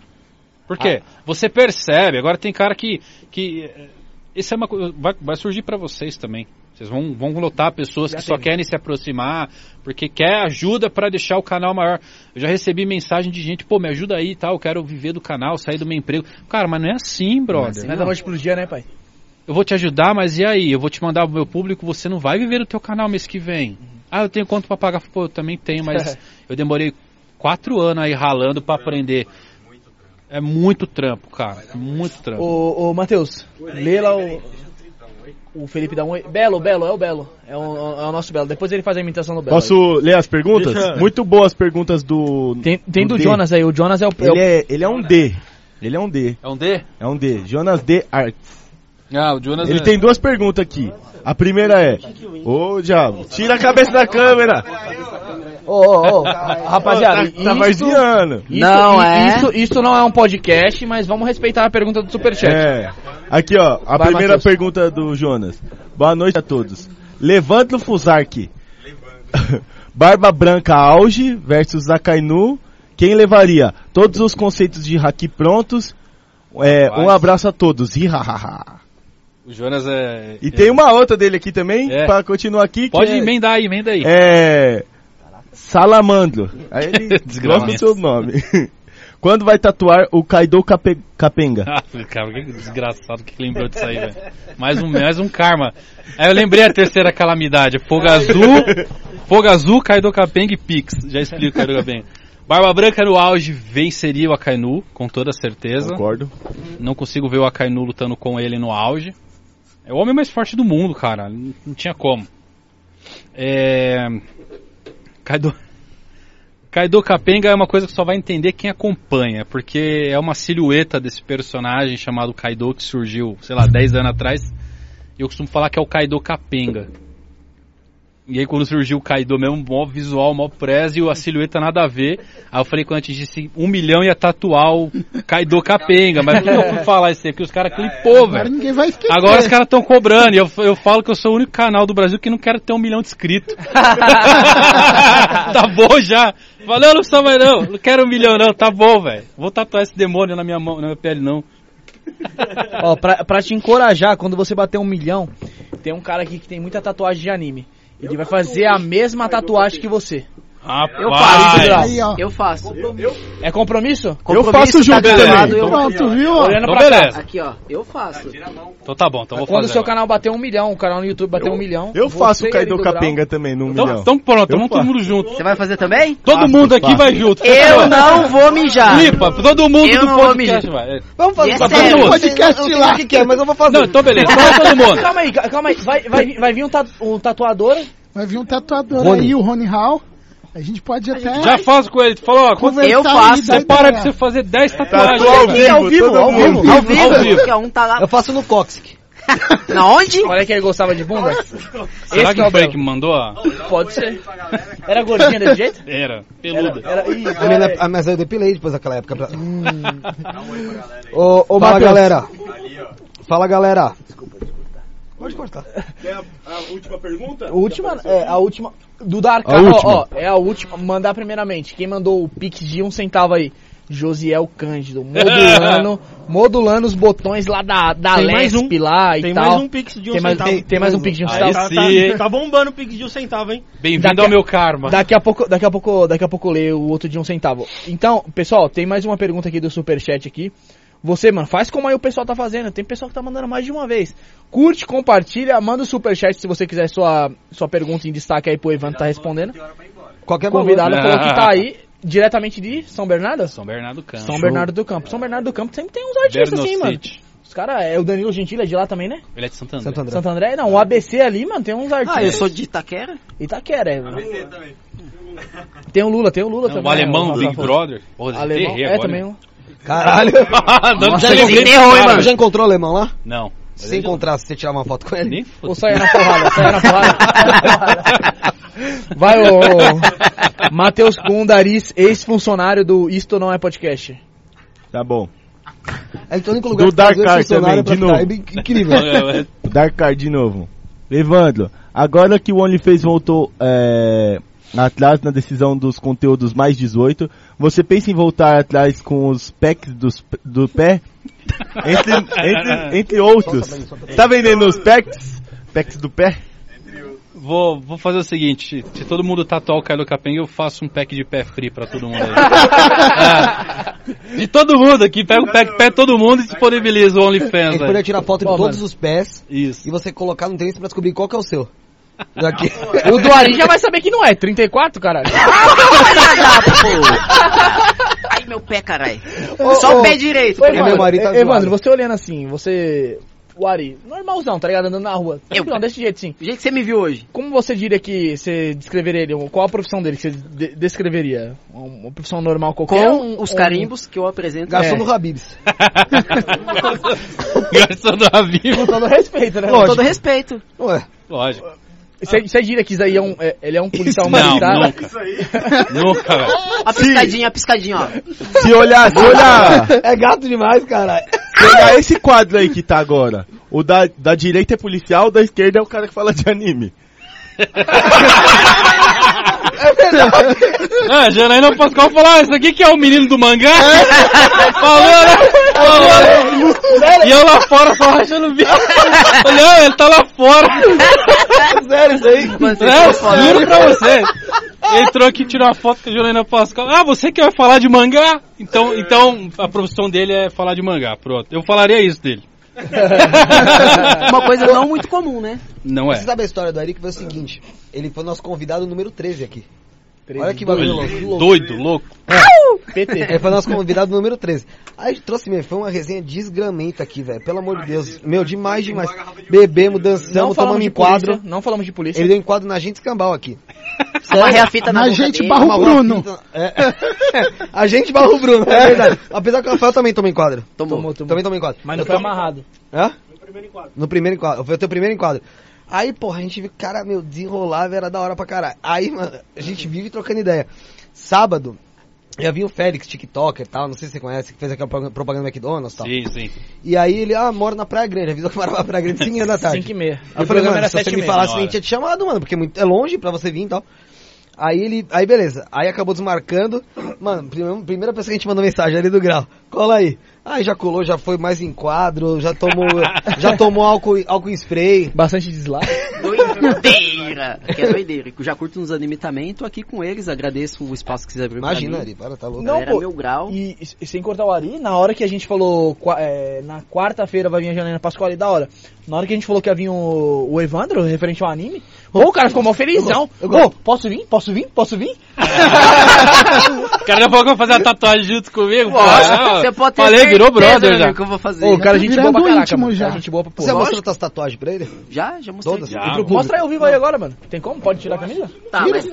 [SPEAKER 2] Por quê? Você percebe. Agora tem cara que. que eh, isso é uma coisa. Vai, vai surgir pra vocês também. Vocês vão, vão lotar pessoas
[SPEAKER 1] Já
[SPEAKER 2] que só
[SPEAKER 1] teve.
[SPEAKER 2] querem se aproximar, porque quer ajuda pra deixar o canal maior. Eu já recebi mensagem de gente, pô, me ajuda aí e tal, eu quero viver do canal, sair do meu emprego. Cara, mas não é assim, brother.
[SPEAKER 1] Não é da noite pro dia, né, pai?
[SPEAKER 2] Eu vou te ajudar, mas e aí? Eu vou te mandar o meu público, você não vai viver o teu canal mês que vem. Ah, eu tenho conta pra pagar. Pô, eu também tenho, mas eu demorei quatro anos aí ralando pra aprender. É muito trampo, cara. É Muito trampo.
[SPEAKER 1] Ô, ô Matheus, lê lá o. O Felipe dá um oi. Belo, Belo, é o Belo. É o, é o nosso Belo. Depois ele faz a imitação do Belo.
[SPEAKER 4] Posso ler as perguntas?
[SPEAKER 3] Deixa-
[SPEAKER 4] Muito boas perguntas do.
[SPEAKER 1] Tem, tem do
[SPEAKER 4] D.
[SPEAKER 1] Jonas aí, o Jonas é o.
[SPEAKER 4] Ele é, ele é um D. Ele é um D.
[SPEAKER 2] É um D?
[SPEAKER 4] É um D. Jonas D. Art.
[SPEAKER 2] Ah, o Jonas
[SPEAKER 4] Ele tem duas perguntas aqui. A primeira é: Ô diabo, tira a cabeça da câmera!
[SPEAKER 1] Ô, ô, ô, rapaziada,
[SPEAKER 4] Ô, tá, tá
[SPEAKER 1] isso-
[SPEAKER 4] varziano.
[SPEAKER 1] Isso,
[SPEAKER 5] Não
[SPEAKER 1] i-
[SPEAKER 5] é?
[SPEAKER 1] Isso, isso não é um podcast, mas vamos respeitar a pergunta do Superchat.
[SPEAKER 4] É. Aqui ó, a
[SPEAKER 1] Vai,
[SPEAKER 4] primeira
[SPEAKER 1] Matheus.
[SPEAKER 4] pergunta do Jonas. Boa noite a todos. Levanta o Fusark. Barba Branca Auge versus Akainu. Quem levaria? Todos os conceitos de haki prontos. É, um
[SPEAKER 2] Rapaz.
[SPEAKER 4] abraço a todos. Ihahaha.
[SPEAKER 2] O Jonas é.
[SPEAKER 4] E
[SPEAKER 2] é-
[SPEAKER 4] tem uma outra dele aqui também,
[SPEAKER 2] É.
[SPEAKER 4] pra continuar aqui. que
[SPEAKER 2] Pode
[SPEAKER 4] é-
[SPEAKER 2] emendar aí, emenda aí.
[SPEAKER 4] É. Salamandro. Aí ele
[SPEAKER 2] Desgraça.
[SPEAKER 4] gosta o seu nome.
[SPEAKER 3] É.
[SPEAKER 4] Quando vai tatuar o Kaido Cape- Capenga?
[SPEAKER 2] Ah, cara, que desgraçado que lembrou disso aí, velho. Mais um, mais um karma. Aí eu lembrei a terceira calamidade. Fogo azul, fogo azul, Kaido Capenga e Pix. Já explico Kaido Capenga. Barba Branca no auge venceria o Akainu, com toda certeza.
[SPEAKER 4] Concordo.
[SPEAKER 2] Não consigo ver o Akainu lutando com ele no auge. É o homem mais forte do mundo, cara. Não não tinha como. É... Kaido... Kaido Capenga é uma coisa que só vai entender quem acompanha, porque é uma silhueta desse personagem chamado Kaido que surgiu, sei lá, 10 anos atrás. E eu costumo falar que é o Kaido Capenga. E aí quando surgiu o Kaido mesmo, mó visual, mó prezio, a silhueta nada a ver. Aí eu falei que antes disse um milhão ia tatuar o Kaido Capenga, mas por que eu fui falar isso aí? Porque os caras clipou, velho.
[SPEAKER 6] Agora ninguém vai esquecer.
[SPEAKER 2] Agora os caras estão cobrando. E eu, eu falo que eu sou o único canal do Brasil que não quero ter um milhão de inscritos. É. tá bom já. Valeu, não sou mais não. Não quero um milhão não. Tá bom, velho. Vou tatuar esse demônio na minha mão, na minha pele não.
[SPEAKER 1] Ó, pra, pra te encorajar, quando você bater um milhão, tem um cara aqui que tem muita tatuagem de anime. Ele vai fazer a mesma tatuagem que você. Eu parei de
[SPEAKER 2] Rapaz.
[SPEAKER 1] gravar.
[SPEAKER 6] Aí, ó.
[SPEAKER 5] Eu faço.
[SPEAKER 1] É compromisso? tá
[SPEAKER 5] Compromisso,
[SPEAKER 4] faço junto também.
[SPEAKER 5] gravado, eu-
[SPEAKER 6] Pronto, viu? ó?
[SPEAKER 1] Olhando
[SPEAKER 2] Então
[SPEAKER 1] pra cá.
[SPEAKER 2] beleza.
[SPEAKER 5] Aqui, ó. Eu faço.
[SPEAKER 2] Então tá bom. Então vou
[SPEAKER 1] Quando o
[SPEAKER 2] fazer.
[SPEAKER 1] seu
[SPEAKER 2] agora.
[SPEAKER 1] canal bater um milhão, o canal no YouTube bater um milhão.
[SPEAKER 4] Eu faço
[SPEAKER 1] você
[SPEAKER 4] o Kaido
[SPEAKER 1] e Igor Grau-
[SPEAKER 4] Capenga também, no
[SPEAKER 2] Então,
[SPEAKER 4] milhão.
[SPEAKER 2] então pronto.
[SPEAKER 4] Eu
[SPEAKER 2] Vamos todo
[SPEAKER 4] faço.
[SPEAKER 2] mundo junto.
[SPEAKER 5] Você vai fazer também?
[SPEAKER 2] Todo
[SPEAKER 4] Faço,
[SPEAKER 2] mundo aqui
[SPEAKER 4] faço.
[SPEAKER 2] vai junto.
[SPEAKER 5] Eu não vou mijar.
[SPEAKER 2] Flipa, todo mundo
[SPEAKER 5] Eu
[SPEAKER 2] do
[SPEAKER 5] não vou
[SPEAKER 2] podcast,
[SPEAKER 5] mijar.
[SPEAKER 2] vai.
[SPEAKER 8] Vamos fazer
[SPEAKER 5] E é
[SPEAKER 8] mas
[SPEAKER 5] sério,
[SPEAKER 8] eu não
[SPEAKER 6] vocês
[SPEAKER 8] sei-
[SPEAKER 6] podcast
[SPEAKER 8] eu não sei
[SPEAKER 6] lá.
[SPEAKER 8] o que que é, mas eu vou fazer.
[SPEAKER 2] Não, então beleza. Vai
[SPEAKER 1] Tá
[SPEAKER 2] todo mundo.
[SPEAKER 1] Calma aí, ca- calma aí. Vai, vai, vir- vai vir um, tatu- um tatuador.
[SPEAKER 6] Vai vir um tatuador
[SPEAKER 1] Rony.
[SPEAKER 6] aí, o Rony Hall. A gente pode até
[SPEAKER 2] Já faço com ele. Falou, ó. quando-
[SPEAKER 6] conversar.
[SPEAKER 5] Eu faço.
[SPEAKER 6] e dar
[SPEAKER 2] Você para de
[SPEAKER 6] ideia.
[SPEAKER 2] você fazer 10
[SPEAKER 4] Tatu
[SPEAKER 2] tatuagens. né,
[SPEAKER 4] ao
[SPEAKER 2] cara.
[SPEAKER 4] vivo, ao tá vivo,
[SPEAKER 8] ao vivo.
[SPEAKER 5] Ao vivo?
[SPEAKER 2] Ao vivo.
[SPEAKER 5] Porque um tá lá.
[SPEAKER 8] Eu faço no Coxic.
[SPEAKER 5] Na onde?
[SPEAKER 1] Olha que ele gostava de bunda.
[SPEAKER 2] Será que
[SPEAKER 1] é
[SPEAKER 2] o
[SPEAKER 1] o
[SPEAKER 2] Break me mandou? ó?
[SPEAKER 1] Pode ser. Era gordinha desse jeito?
[SPEAKER 2] Era,
[SPEAKER 1] Era,
[SPEAKER 2] peluda.
[SPEAKER 1] era... Ih,
[SPEAKER 8] A minha, a minha eu depilei depois daquela época. Pra...
[SPEAKER 1] Hum.
[SPEAKER 8] um ô, ô, fala
[SPEAKER 1] Matheus.
[SPEAKER 8] galera. Fala galera. Pode cortar. A última pergunta? Última,
[SPEAKER 3] né?
[SPEAKER 8] é, a última.
[SPEAKER 1] do Dark
[SPEAKER 4] A
[SPEAKER 1] ó,
[SPEAKER 4] última.
[SPEAKER 1] ó, é a última. Mandar primeiramente. Quem mandou o pix de um centavo aí? Josiel Cândido, modulando, modulando os botões lá da, da
[SPEAKER 3] Tem mais
[SPEAKER 1] Lesp lá Ah, e
[SPEAKER 3] Tem
[SPEAKER 1] tal.
[SPEAKER 3] mais um pix de um
[SPEAKER 1] tem, mais,
[SPEAKER 3] centavo.
[SPEAKER 1] tem, tem mais um pix de um
[SPEAKER 2] Aí
[SPEAKER 1] centavo.
[SPEAKER 3] Tá, tá,
[SPEAKER 2] sim, hein?
[SPEAKER 3] tá bombando o pix de um centavo, hein?
[SPEAKER 2] Bem-vindo
[SPEAKER 1] Daqui-
[SPEAKER 2] ao meu karma.
[SPEAKER 1] Daqui a pouco, daqui a pouco, daqui a pouco eu leio o outro de um centavo. Então, pessoal, tem mais uma pergunta aqui do Superchat aqui. Você, mano, faz como aí o pessoal tá fazendo. Tem pessoal que tá mandando mais de uma vez. Curte, compartilha, manda o superchat se você quiser sua, sua pergunta em destaque aí pro Ivan tá respondendo.
[SPEAKER 8] Qualquer
[SPEAKER 1] Convidado
[SPEAKER 2] Ah.
[SPEAKER 1] falou que tá aí, diretamente de São Bernardo?
[SPEAKER 2] São Bernardo Campos.
[SPEAKER 1] São Bernardo do Campo. São Bernardo do Campo sempre tem uns artistas
[SPEAKER 2] Berno
[SPEAKER 1] assim, mano.
[SPEAKER 2] City.
[SPEAKER 1] Os caras, é o Danilo Gentili é de lá também, né?
[SPEAKER 2] Ele é de Santo André.
[SPEAKER 8] Santo André.
[SPEAKER 1] Santo André, não, o ABC ali, mano, tem uns artistas.
[SPEAKER 5] Ah, eu sou de Itaquera?
[SPEAKER 1] Itaquera, é. Tem o Lula, tem o Lula
[SPEAKER 2] Não,
[SPEAKER 1] também.
[SPEAKER 2] o É um alemão
[SPEAKER 1] né?
[SPEAKER 2] Big Brother. Pô,
[SPEAKER 1] Alemão,
[SPEAKER 2] desenterrei
[SPEAKER 1] é
[SPEAKER 2] agora,
[SPEAKER 1] também.
[SPEAKER 2] hein?
[SPEAKER 1] um.
[SPEAKER 8] Caralho.
[SPEAKER 2] Não,
[SPEAKER 5] Nossa,
[SPEAKER 2] eu lembrei do
[SPEAKER 5] desenterrou, hein,
[SPEAKER 2] cara.
[SPEAKER 5] mano?
[SPEAKER 8] Já encontrou o alemão lá?
[SPEAKER 2] Não.
[SPEAKER 8] Se encontrar, se você tirar uma foto com ele.
[SPEAKER 2] Nem
[SPEAKER 1] Ou
[SPEAKER 2] foda.
[SPEAKER 1] saia na porrada, saia na porrada. Vai, ô. ô. Matheus Kundaris, ex-funcionário do Isto Não É Podcast.
[SPEAKER 4] Tá bom.
[SPEAKER 8] É que o único lugar
[SPEAKER 4] Do
[SPEAKER 8] que trazer
[SPEAKER 4] Dakar
[SPEAKER 8] funcionário
[SPEAKER 4] também,
[SPEAKER 8] pra
[SPEAKER 4] de
[SPEAKER 8] ficar. É incrível.
[SPEAKER 4] Dark Card de novo. Evandro, agora que o OnlyFans voltou é, atrás na decisão dos conteúdos mais 18, você pensa em voltar atrás com os packs dos, do pé? Entre, entre, entre outros. Tá vendendo os packs? Packs do pé?
[SPEAKER 2] Vou, vou fazer o seguinte: se todo mundo tatuar o Kylo Capenga, eu faço um pack de pé free pra todo mundo aí. É. De todo mundo aqui, pega o pack de pé de todo mundo e disponibiliza o
[SPEAKER 8] A
[SPEAKER 2] OnlyFans
[SPEAKER 8] gente
[SPEAKER 2] aí.
[SPEAKER 8] poderia tirar foto de
[SPEAKER 1] Pô,
[SPEAKER 8] todos
[SPEAKER 1] mano.
[SPEAKER 8] os pés
[SPEAKER 2] Isso.
[SPEAKER 8] e você colocar no tênis pra descobrir qual que é o seu. Daqui.
[SPEAKER 1] O do Ari já vai saber que não é, 34, caralho.
[SPEAKER 5] Ai, meu pé, caralho. Só o pé direito.
[SPEAKER 1] Ô,
[SPEAKER 8] meu
[SPEAKER 1] Evandro,
[SPEAKER 8] marido tá
[SPEAKER 1] eh, Evandro,
[SPEAKER 8] zoado.
[SPEAKER 1] você olhando assim, você. O Ari, normalzão, tá ligado? Andando na rua.
[SPEAKER 5] Eu-
[SPEAKER 1] Não, desse jeito sim.
[SPEAKER 5] Do jeito que você me viu hoje.
[SPEAKER 1] Como você diria que você descreveria ele? Qual a profissão dele que você de- descreveria? Um- Uma profissão normal qualquer?
[SPEAKER 5] Com
[SPEAKER 1] um-
[SPEAKER 5] os
[SPEAKER 1] um-
[SPEAKER 5] carimbos que eu apresento.
[SPEAKER 8] Garçom
[SPEAKER 1] É.
[SPEAKER 8] do Habibs.
[SPEAKER 2] Garçom do
[SPEAKER 1] Com
[SPEAKER 2] Avivo.
[SPEAKER 1] todo respeito, né?
[SPEAKER 5] Com todo respeito.
[SPEAKER 8] Ué,
[SPEAKER 2] Lógico.
[SPEAKER 1] Você você diria que isso aí é um, é- ele é um
[SPEAKER 5] Tá
[SPEAKER 1] policial
[SPEAKER 2] Não,
[SPEAKER 1] militar?
[SPEAKER 2] nunca. Nunca, velho.
[SPEAKER 5] A piscadinha, a piscadinha, ó.
[SPEAKER 4] Se olhar, se olhar,
[SPEAKER 8] é gato demais, caralho.
[SPEAKER 4] pegar esse quadro aí que tá agora. O da, da direita é policial, o da esquerda é o cara que fala de anime.
[SPEAKER 8] É verdade.
[SPEAKER 2] Ah, Janaína Pascoal falou, ah, isso aqui que é o menino do mangá? falou, né? Falou, né? E eu lá fora só rachando o bico. Não, ele tá lá fora.
[SPEAKER 8] Sério isso aí?
[SPEAKER 5] tá
[SPEAKER 2] É,
[SPEAKER 5] assim,
[SPEAKER 2] juro pra você. Entrou aqui, tirou uma foto com a Janaína Pascoal. Ah, você que vai falar de mangá? Então, então a profissão dele é falar de mangá, pronto. Eu falaria isso dele.
[SPEAKER 5] assim, Uma coisa não muito comum, né?
[SPEAKER 2] Não é.
[SPEAKER 8] Você sabe a história do Eric? Foi o seguinte: ele foi nosso convidado número 13 aqui. Olha que bagulho louco. louco.
[SPEAKER 2] Doido, louco.
[SPEAKER 1] PT.
[SPEAKER 8] Ele foi nosso convidado número 13. Aí trouxe mesmo, foi uma resenha desgramenta aqui, velho. Pelo amor de Deus. Meu, demais, demais. Bebemos,
[SPEAKER 1] Não
[SPEAKER 8] dançamos,
[SPEAKER 1] falamos
[SPEAKER 8] tomamos
[SPEAKER 1] de
[SPEAKER 8] enquadro.
[SPEAKER 1] polícia. Não falamos de polícia.
[SPEAKER 8] Ele deu enquadro na gente escambau aqui.
[SPEAKER 5] Amarrei a fita na
[SPEAKER 6] Na
[SPEAKER 5] boca
[SPEAKER 6] gente
[SPEAKER 5] dele.
[SPEAKER 6] barro Bruno.
[SPEAKER 8] É. a gente barra o Bruno, é verdade. Apesar que o Rafael também tomou enquadro.
[SPEAKER 5] Tomou.
[SPEAKER 8] Também tomou enquadro.
[SPEAKER 1] Mas não
[SPEAKER 8] Eu
[SPEAKER 1] foi
[SPEAKER 8] tomo-
[SPEAKER 1] amarrado.
[SPEAKER 8] Hã? No primeiro enquadro. Foi o teu primeiro enquadro. Aí, porra, a gente viu, cara, meu, desenrolava era da hora pra caralho. Aí, mano, a gente vive trocando ideia. Sábado, eu vi o Félix, TikToker e tal, não sei se você conhece, que fez aquela pro- propaganda do McDonald's e tal.
[SPEAKER 2] Sim, sim.
[SPEAKER 8] E aí ele, ah, mora na Praia Grande, avisou que morava na Praia Grande 5 da
[SPEAKER 7] Tá.
[SPEAKER 8] tarde.
[SPEAKER 1] 5 e meia. E
[SPEAKER 8] Aí eu
[SPEAKER 1] o
[SPEAKER 8] falei,
[SPEAKER 1] programa
[SPEAKER 8] mano,
[SPEAKER 1] era
[SPEAKER 8] se você
[SPEAKER 1] 7 e
[SPEAKER 8] me
[SPEAKER 1] meia.
[SPEAKER 8] falasse, nem tinha te chamado, mano, porque é muito- é longe pra você vir e tal. Aí ele, aí beleza, aí acabou desmarcando. Mano, prime- primeira pessoa que a gente mandou mensagem ali do grau, cola aí. Aí já colou, já foi mais em quadro, já tomou, já tomou álcool, álcool em spray.
[SPEAKER 1] Bastante dislike.
[SPEAKER 5] Doideira! Que é doideira. Eu já curto uns animes também, tô aqui com eles, agradeço o espaço que vocês abriram
[SPEAKER 8] Imagina
[SPEAKER 5] pra mim.
[SPEAKER 8] ali, para, tá louco.
[SPEAKER 1] Não,
[SPEAKER 5] Galera,
[SPEAKER 1] pô.
[SPEAKER 5] meu grau.
[SPEAKER 1] E, e sem cortar o Ari, na hora que a gente falou, qua- é, na quarta-feira vai vir a Janaína Pascoal, e da hora. Na hora que a gente falou que ia vir o, o Evandro, referente ao anime, ô, o cara ficou mó felizão. Ô, posso vir? Posso vir? Posso vir?
[SPEAKER 2] O cara já falou que vai fazer a tatuagem junto comigo. pô. Ah,
[SPEAKER 5] Você pode ter
[SPEAKER 2] Falei,
[SPEAKER 5] certeza,
[SPEAKER 2] virou brother
[SPEAKER 5] meu
[SPEAKER 2] já.
[SPEAKER 5] amigo, que eu vou fazer.
[SPEAKER 1] Ô, o cara, gente boa pra
[SPEAKER 6] Virando
[SPEAKER 1] caraca,
[SPEAKER 6] íntimo
[SPEAKER 1] mano.
[SPEAKER 6] já.
[SPEAKER 1] Cara, gente boa pra
[SPEAKER 8] Você
[SPEAKER 1] porra.
[SPEAKER 8] mostra as tatuagens pra ele?
[SPEAKER 5] Já, já mostrei.
[SPEAKER 8] Todas?
[SPEAKER 2] Já.
[SPEAKER 1] Mostra aí ao vivo aí agora, mano. Tem como? Pode tirar a camisa?
[SPEAKER 5] Tá, mas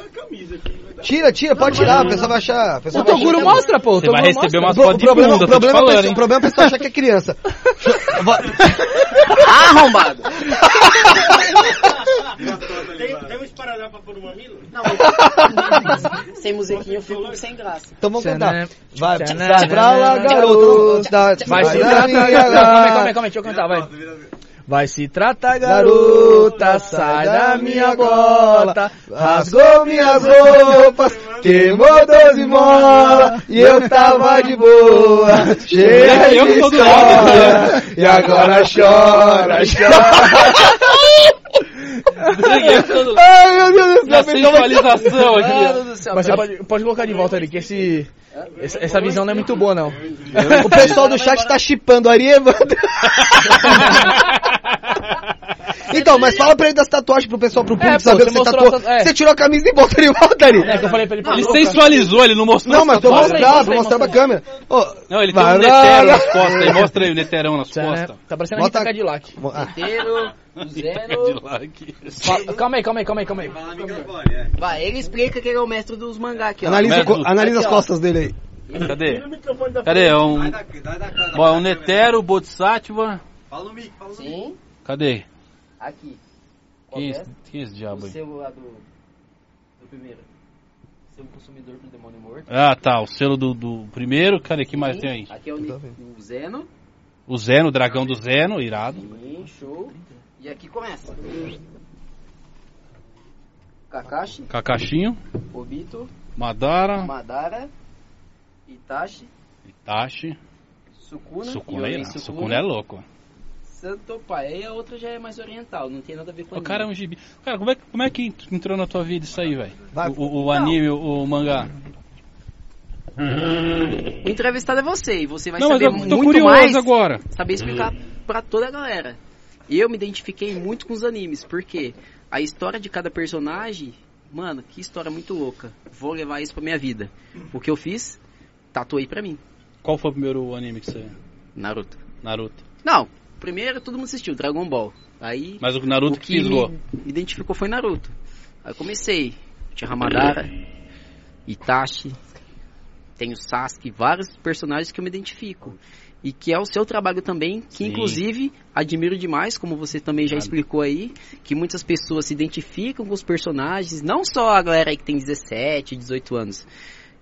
[SPEAKER 8] Tira, tira, pode tirar, a pessoa vai achar. A pessoa
[SPEAKER 1] O
[SPEAKER 8] vai achar.
[SPEAKER 1] Toguro mostra, pô. o
[SPEAKER 2] Você vai
[SPEAKER 1] Toguro mostra.
[SPEAKER 2] receber umas
[SPEAKER 8] Pro-
[SPEAKER 2] fotos de
[SPEAKER 8] problema,
[SPEAKER 2] bunda, tô te
[SPEAKER 8] problema, é a
[SPEAKER 2] falando,
[SPEAKER 8] pessoa-
[SPEAKER 2] hein.
[SPEAKER 8] problema é a pessoa achar que é criança.
[SPEAKER 5] arrombado. Sem musiquinha eu fico sem graça.
[SPEAKER 8] Então vamos cantar.
[SPEAKER 1] Tchanan,
[SPEAKER 8] Vai,
[SPEAKER 1] tchanan,
[SPEAKER 8] vai pra lá,
[SPEAKER 1] tchanan,
[SPEAKER 8] garoto. Vai
[SPEAKER 1] Vai se tratar, calma aí, calma aí, calma aí, deixa eu cantar, vai. Vai se tratar, garota, sai da minha gota,
[SPEAKER 8] Rasgou minhas roupas, queimou 12 molas, e eu tava de boa, cheia
[SPEAKER 2] Eu
[SPEAKER 8] de
[SPEAKER 2] que tô do
[SPEAKER 8] história, e agora chora, chora. Ai, meu Deus do
[SPEAKER 2] Na
[SPEAKER 8] céu, pessoal, vai-
[SPEAKER 2] sensualização aqui. ó.
[SPEAKER 1] Mas
[SPEAKER 5] tá
[SPEAKER 1] você pode, pode colocar de volta ali, que esse, essa, essa visão não é muito boa, não.
[SPEAKER 8] o pessoal do chat tá chipando Ari Evandro. Então, mas fala pra ele das tatuagens pro pessoal, pro público
[SPEAKER 1] pô, você
[SPEAKER 8] saber o que você
[SPEAKER 1] mostrou
[SPEAKER 8] tatuou.
[SPEAKER 1] a tatu- é.
[SPEAKER 8] Você tirou a camisa e botou ele volta ali.
[SPEAKER 1] É que eu falei pra ele, pra
[SPEAKER 2] Ele
[SPEAKER 1] ele
[SPEAKER 2] sensualizou, ele não mostrou.
[SPEAKER 8] Não,
[SPEAKER 2] as
[SPEAKER 8] mas vou
[SPEAKER 2] tatuagens.
[SPEAKER 1] mostra aí, mostra
[SPEAKER 8] mostrar, vou
[SPEAKER 1] aí,
[SPEAKER 8] mostrar pra
[SPEAKER 1] mostra
[SPEAKER 8] câmera. Ô,
[SPEAKER 2] Não, ele
[SPEAKER 8] Vai
[SPEAKER 2] tem um
[SPEAKER 8] lá,
[SPEAKER 2] netero
[SPEAKER 8] lá.
[SPEAKER 2] nas costas. Ele mostra aí o neterão nas costas.
[SPEAKER 1] Tá parecendo
[SPEAKER 8] Bota-
[SPEAKER 1] a Rita Cadillac.
[SPEAKER 8] Bom, ah,
[SPEAKER 5] Inteiro, zero.
[SPEAKER 1] Fa- Calma aí, calma aí, calma aí, calma aí.
[SPEAKER 5] Vai, ele explica que ele é o mestre dos mangá aqui, ó.
[SPEAKER 8] analisa, o co-
[SPEAKER 2] Aqui,
[SPEAKER 8] analisa as
[SPEAKER 5] ó.
[SPEAKER 8] costas dele aí.
[SPEAKER 2] Cadê? Cadê? É um... Bom, é um netero, bodhisattva...
[SPEAKER 5] Sim,
[SPEAKER 2] Cadê?
[SPEAKER 5] aqui. Qual
[SPEAKER 2] Quem é
[SPEAKER 5] é?
[SPEAKER 2] esse, quem é esse diabo
[SPEAKER 5] O
[SPEAKER 2] aí?
[SPEAKER 5] seu lá do. Do primeiro. Seu consumidor do demônio morto.
[SPEAKER 2] Ah, tá. O selo do, do primeiro. Cadê? que mais
[SPEAKER 5] Sim,
[SPEAKER 2] tem aí?
[SPEAKER 5] Aqui é o, Ni- o Zeno.
[SPEAKER 2] O Zeno, o dragão do Zeno, irado.
[SPEAKER 5] Sim, show. E aqui começa. Kakashi,
[SPEAKER 2] Kakashinho,
[SPEAKER 5] Obito,
[SPEAKER 2] Madara,
[SPEAKER 5] Madara, Itachi,
[SPEAKER 2] Itachi,
[SPEAKER 5] Sukuna.
[SPEAKER 2] Sukuna,
[SPEAKER 5] Yorin
[SPEAKER 2] irado. Sukuna é louco.
[SPEAKER 5] Santo Pai. Aí a outra já é mais oriental, não tem nada a ver com
[SPEAKER 2] O
[SPEAKER 5] anime.
[SPEAKER 2] cara é um gibi. Cara, como é, que- como é que entrou na tua vida isso aí, velho?
[SPEAKER 8] Vai.
[SPEAKER 2] O, o- o anime, o, o mangá.
[SPEAKER 5] O entrevistado é você, e você vai
[SPEAKER 2] um Não, mas
[SPEAKER 5] saber
[SPEAKER 2] eu tô
[SPEAKER 5] muito
[SPEAKER 2] curioso
[SPEAKER 5] mais,
[SPEAKER 2] agora.
[SPEAKER 5] saber explicar pra toda a galera. Eu me identifiquei muito com os animes, porque a história de cada personagem, mano, que história muito louca. Vou levar isso pra minha vida. O que eu fiz, tatuei pra mim,
[SPEAKER 2] Qual foi o primeiro anime que você...
[SPEAKER 5] Naruto.
[SPEAKER 2] Naruto.
[SPEAKER 5] Não, primeiro todo mundo assistiu, Dragon Ball. Aí
[SPEAKER 2] Mas o Naruto
[SPEAKER 5] o
[SPEAKER 2] que
[SPEAKER 5] que
[SPEAKER 2] pisou.
[SPEAKER 5] me identificou foi Naruto. Aí eu comecei. Tinha Hamadara, Itachi, tem o Sasuke, vários personagens que eu me identifico. E que é o seu trabalho também, que
[SPEAKER 2] Sim.
[SPEAKER 5] inclusive admiro demais, como você também já
[SPEAKER 2] Claro.
[SPEAKER 5] explicou aí, que muitas pessoas se identificam com os personagens, não só a galera aí que tem 17, 18 anos.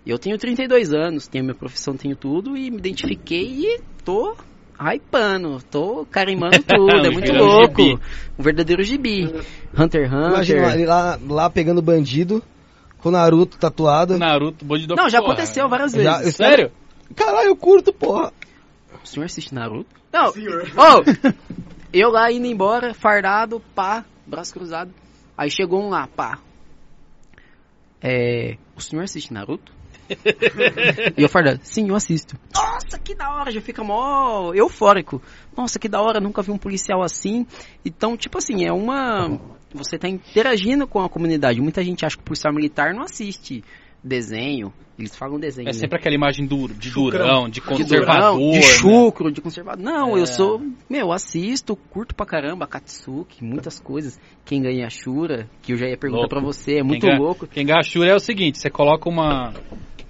[SPEAKER 5] Eu tenho 32 anos, tenho minha profissão, tenho tudo, e me identifiquei e tô hypando, tô carimando tudo, é muito
[SPEAKER 2] Virando
[SPEAKER 5] louco.
[SPEAKER 2] gibi.
[SPEAKER 5] Um verdadeiro gibi. Hunter x Hunter.
[SPEAKER 8] Imagina ele lá, lá pegando bandido,
[SPEAKER 7] com o Naruto tatuado.
[SPEAKER 2] Naruto, Bodidok.
[SPEAKER 5] Não, já
[SPEAKER 2] porra.
[SPEAKER 5] aconteceu várias
[SPEAKER 7] Já-
[SPEAKER 5] vezes.
[SPEAKER 2] Sério?
[SPEAKER 7] Caralho, eu curto, porra.
[SPEAKER 5] O senhor assiste Naruto? Não. Ô, eu lá indo embora, fardado, pá, braço cruzado. Aí chegou um lá, pá. É. O senhor assiste Naruto? e eu fardado, sim, eu assisto. Nossa, que da hora, já fica mó eufórico. Nossa, que da hora, nunca vi um policial assim. Então, tipo assim, é uma. Você tá interagindo com a comunidade. Muita gente acha que o policial militar não assiste desenho. Eles falam desenho.
[SPEAKER 2] É
[SPEAKER 5] né?
[SPEAKER 2] sempre aquela imagem duro, de durão, de
[SPEAKER 5] de
[SPEAKER 2] conservador.
[SPEAKER 5] durão, de
[SPEAKER 2] né?
[SPEAKER 5] chucro, de conservador. Não,
[SPEAKER 2] É.
[SPEAKER 5] eu sou. Meu, assisto, curto pra caramba, Katsuki, muitas coisas. Quem ganha a Shura, que eu já ia perguntar
[SPEAKER 2] Louco.
[SPEAKER 5] pra você, é muito
[SPEAKER 2] ganha-
[SPEAKER 5] louco.
[SPEAKER 2] Quem ganha a Shura é o seguinte, você coloca uma,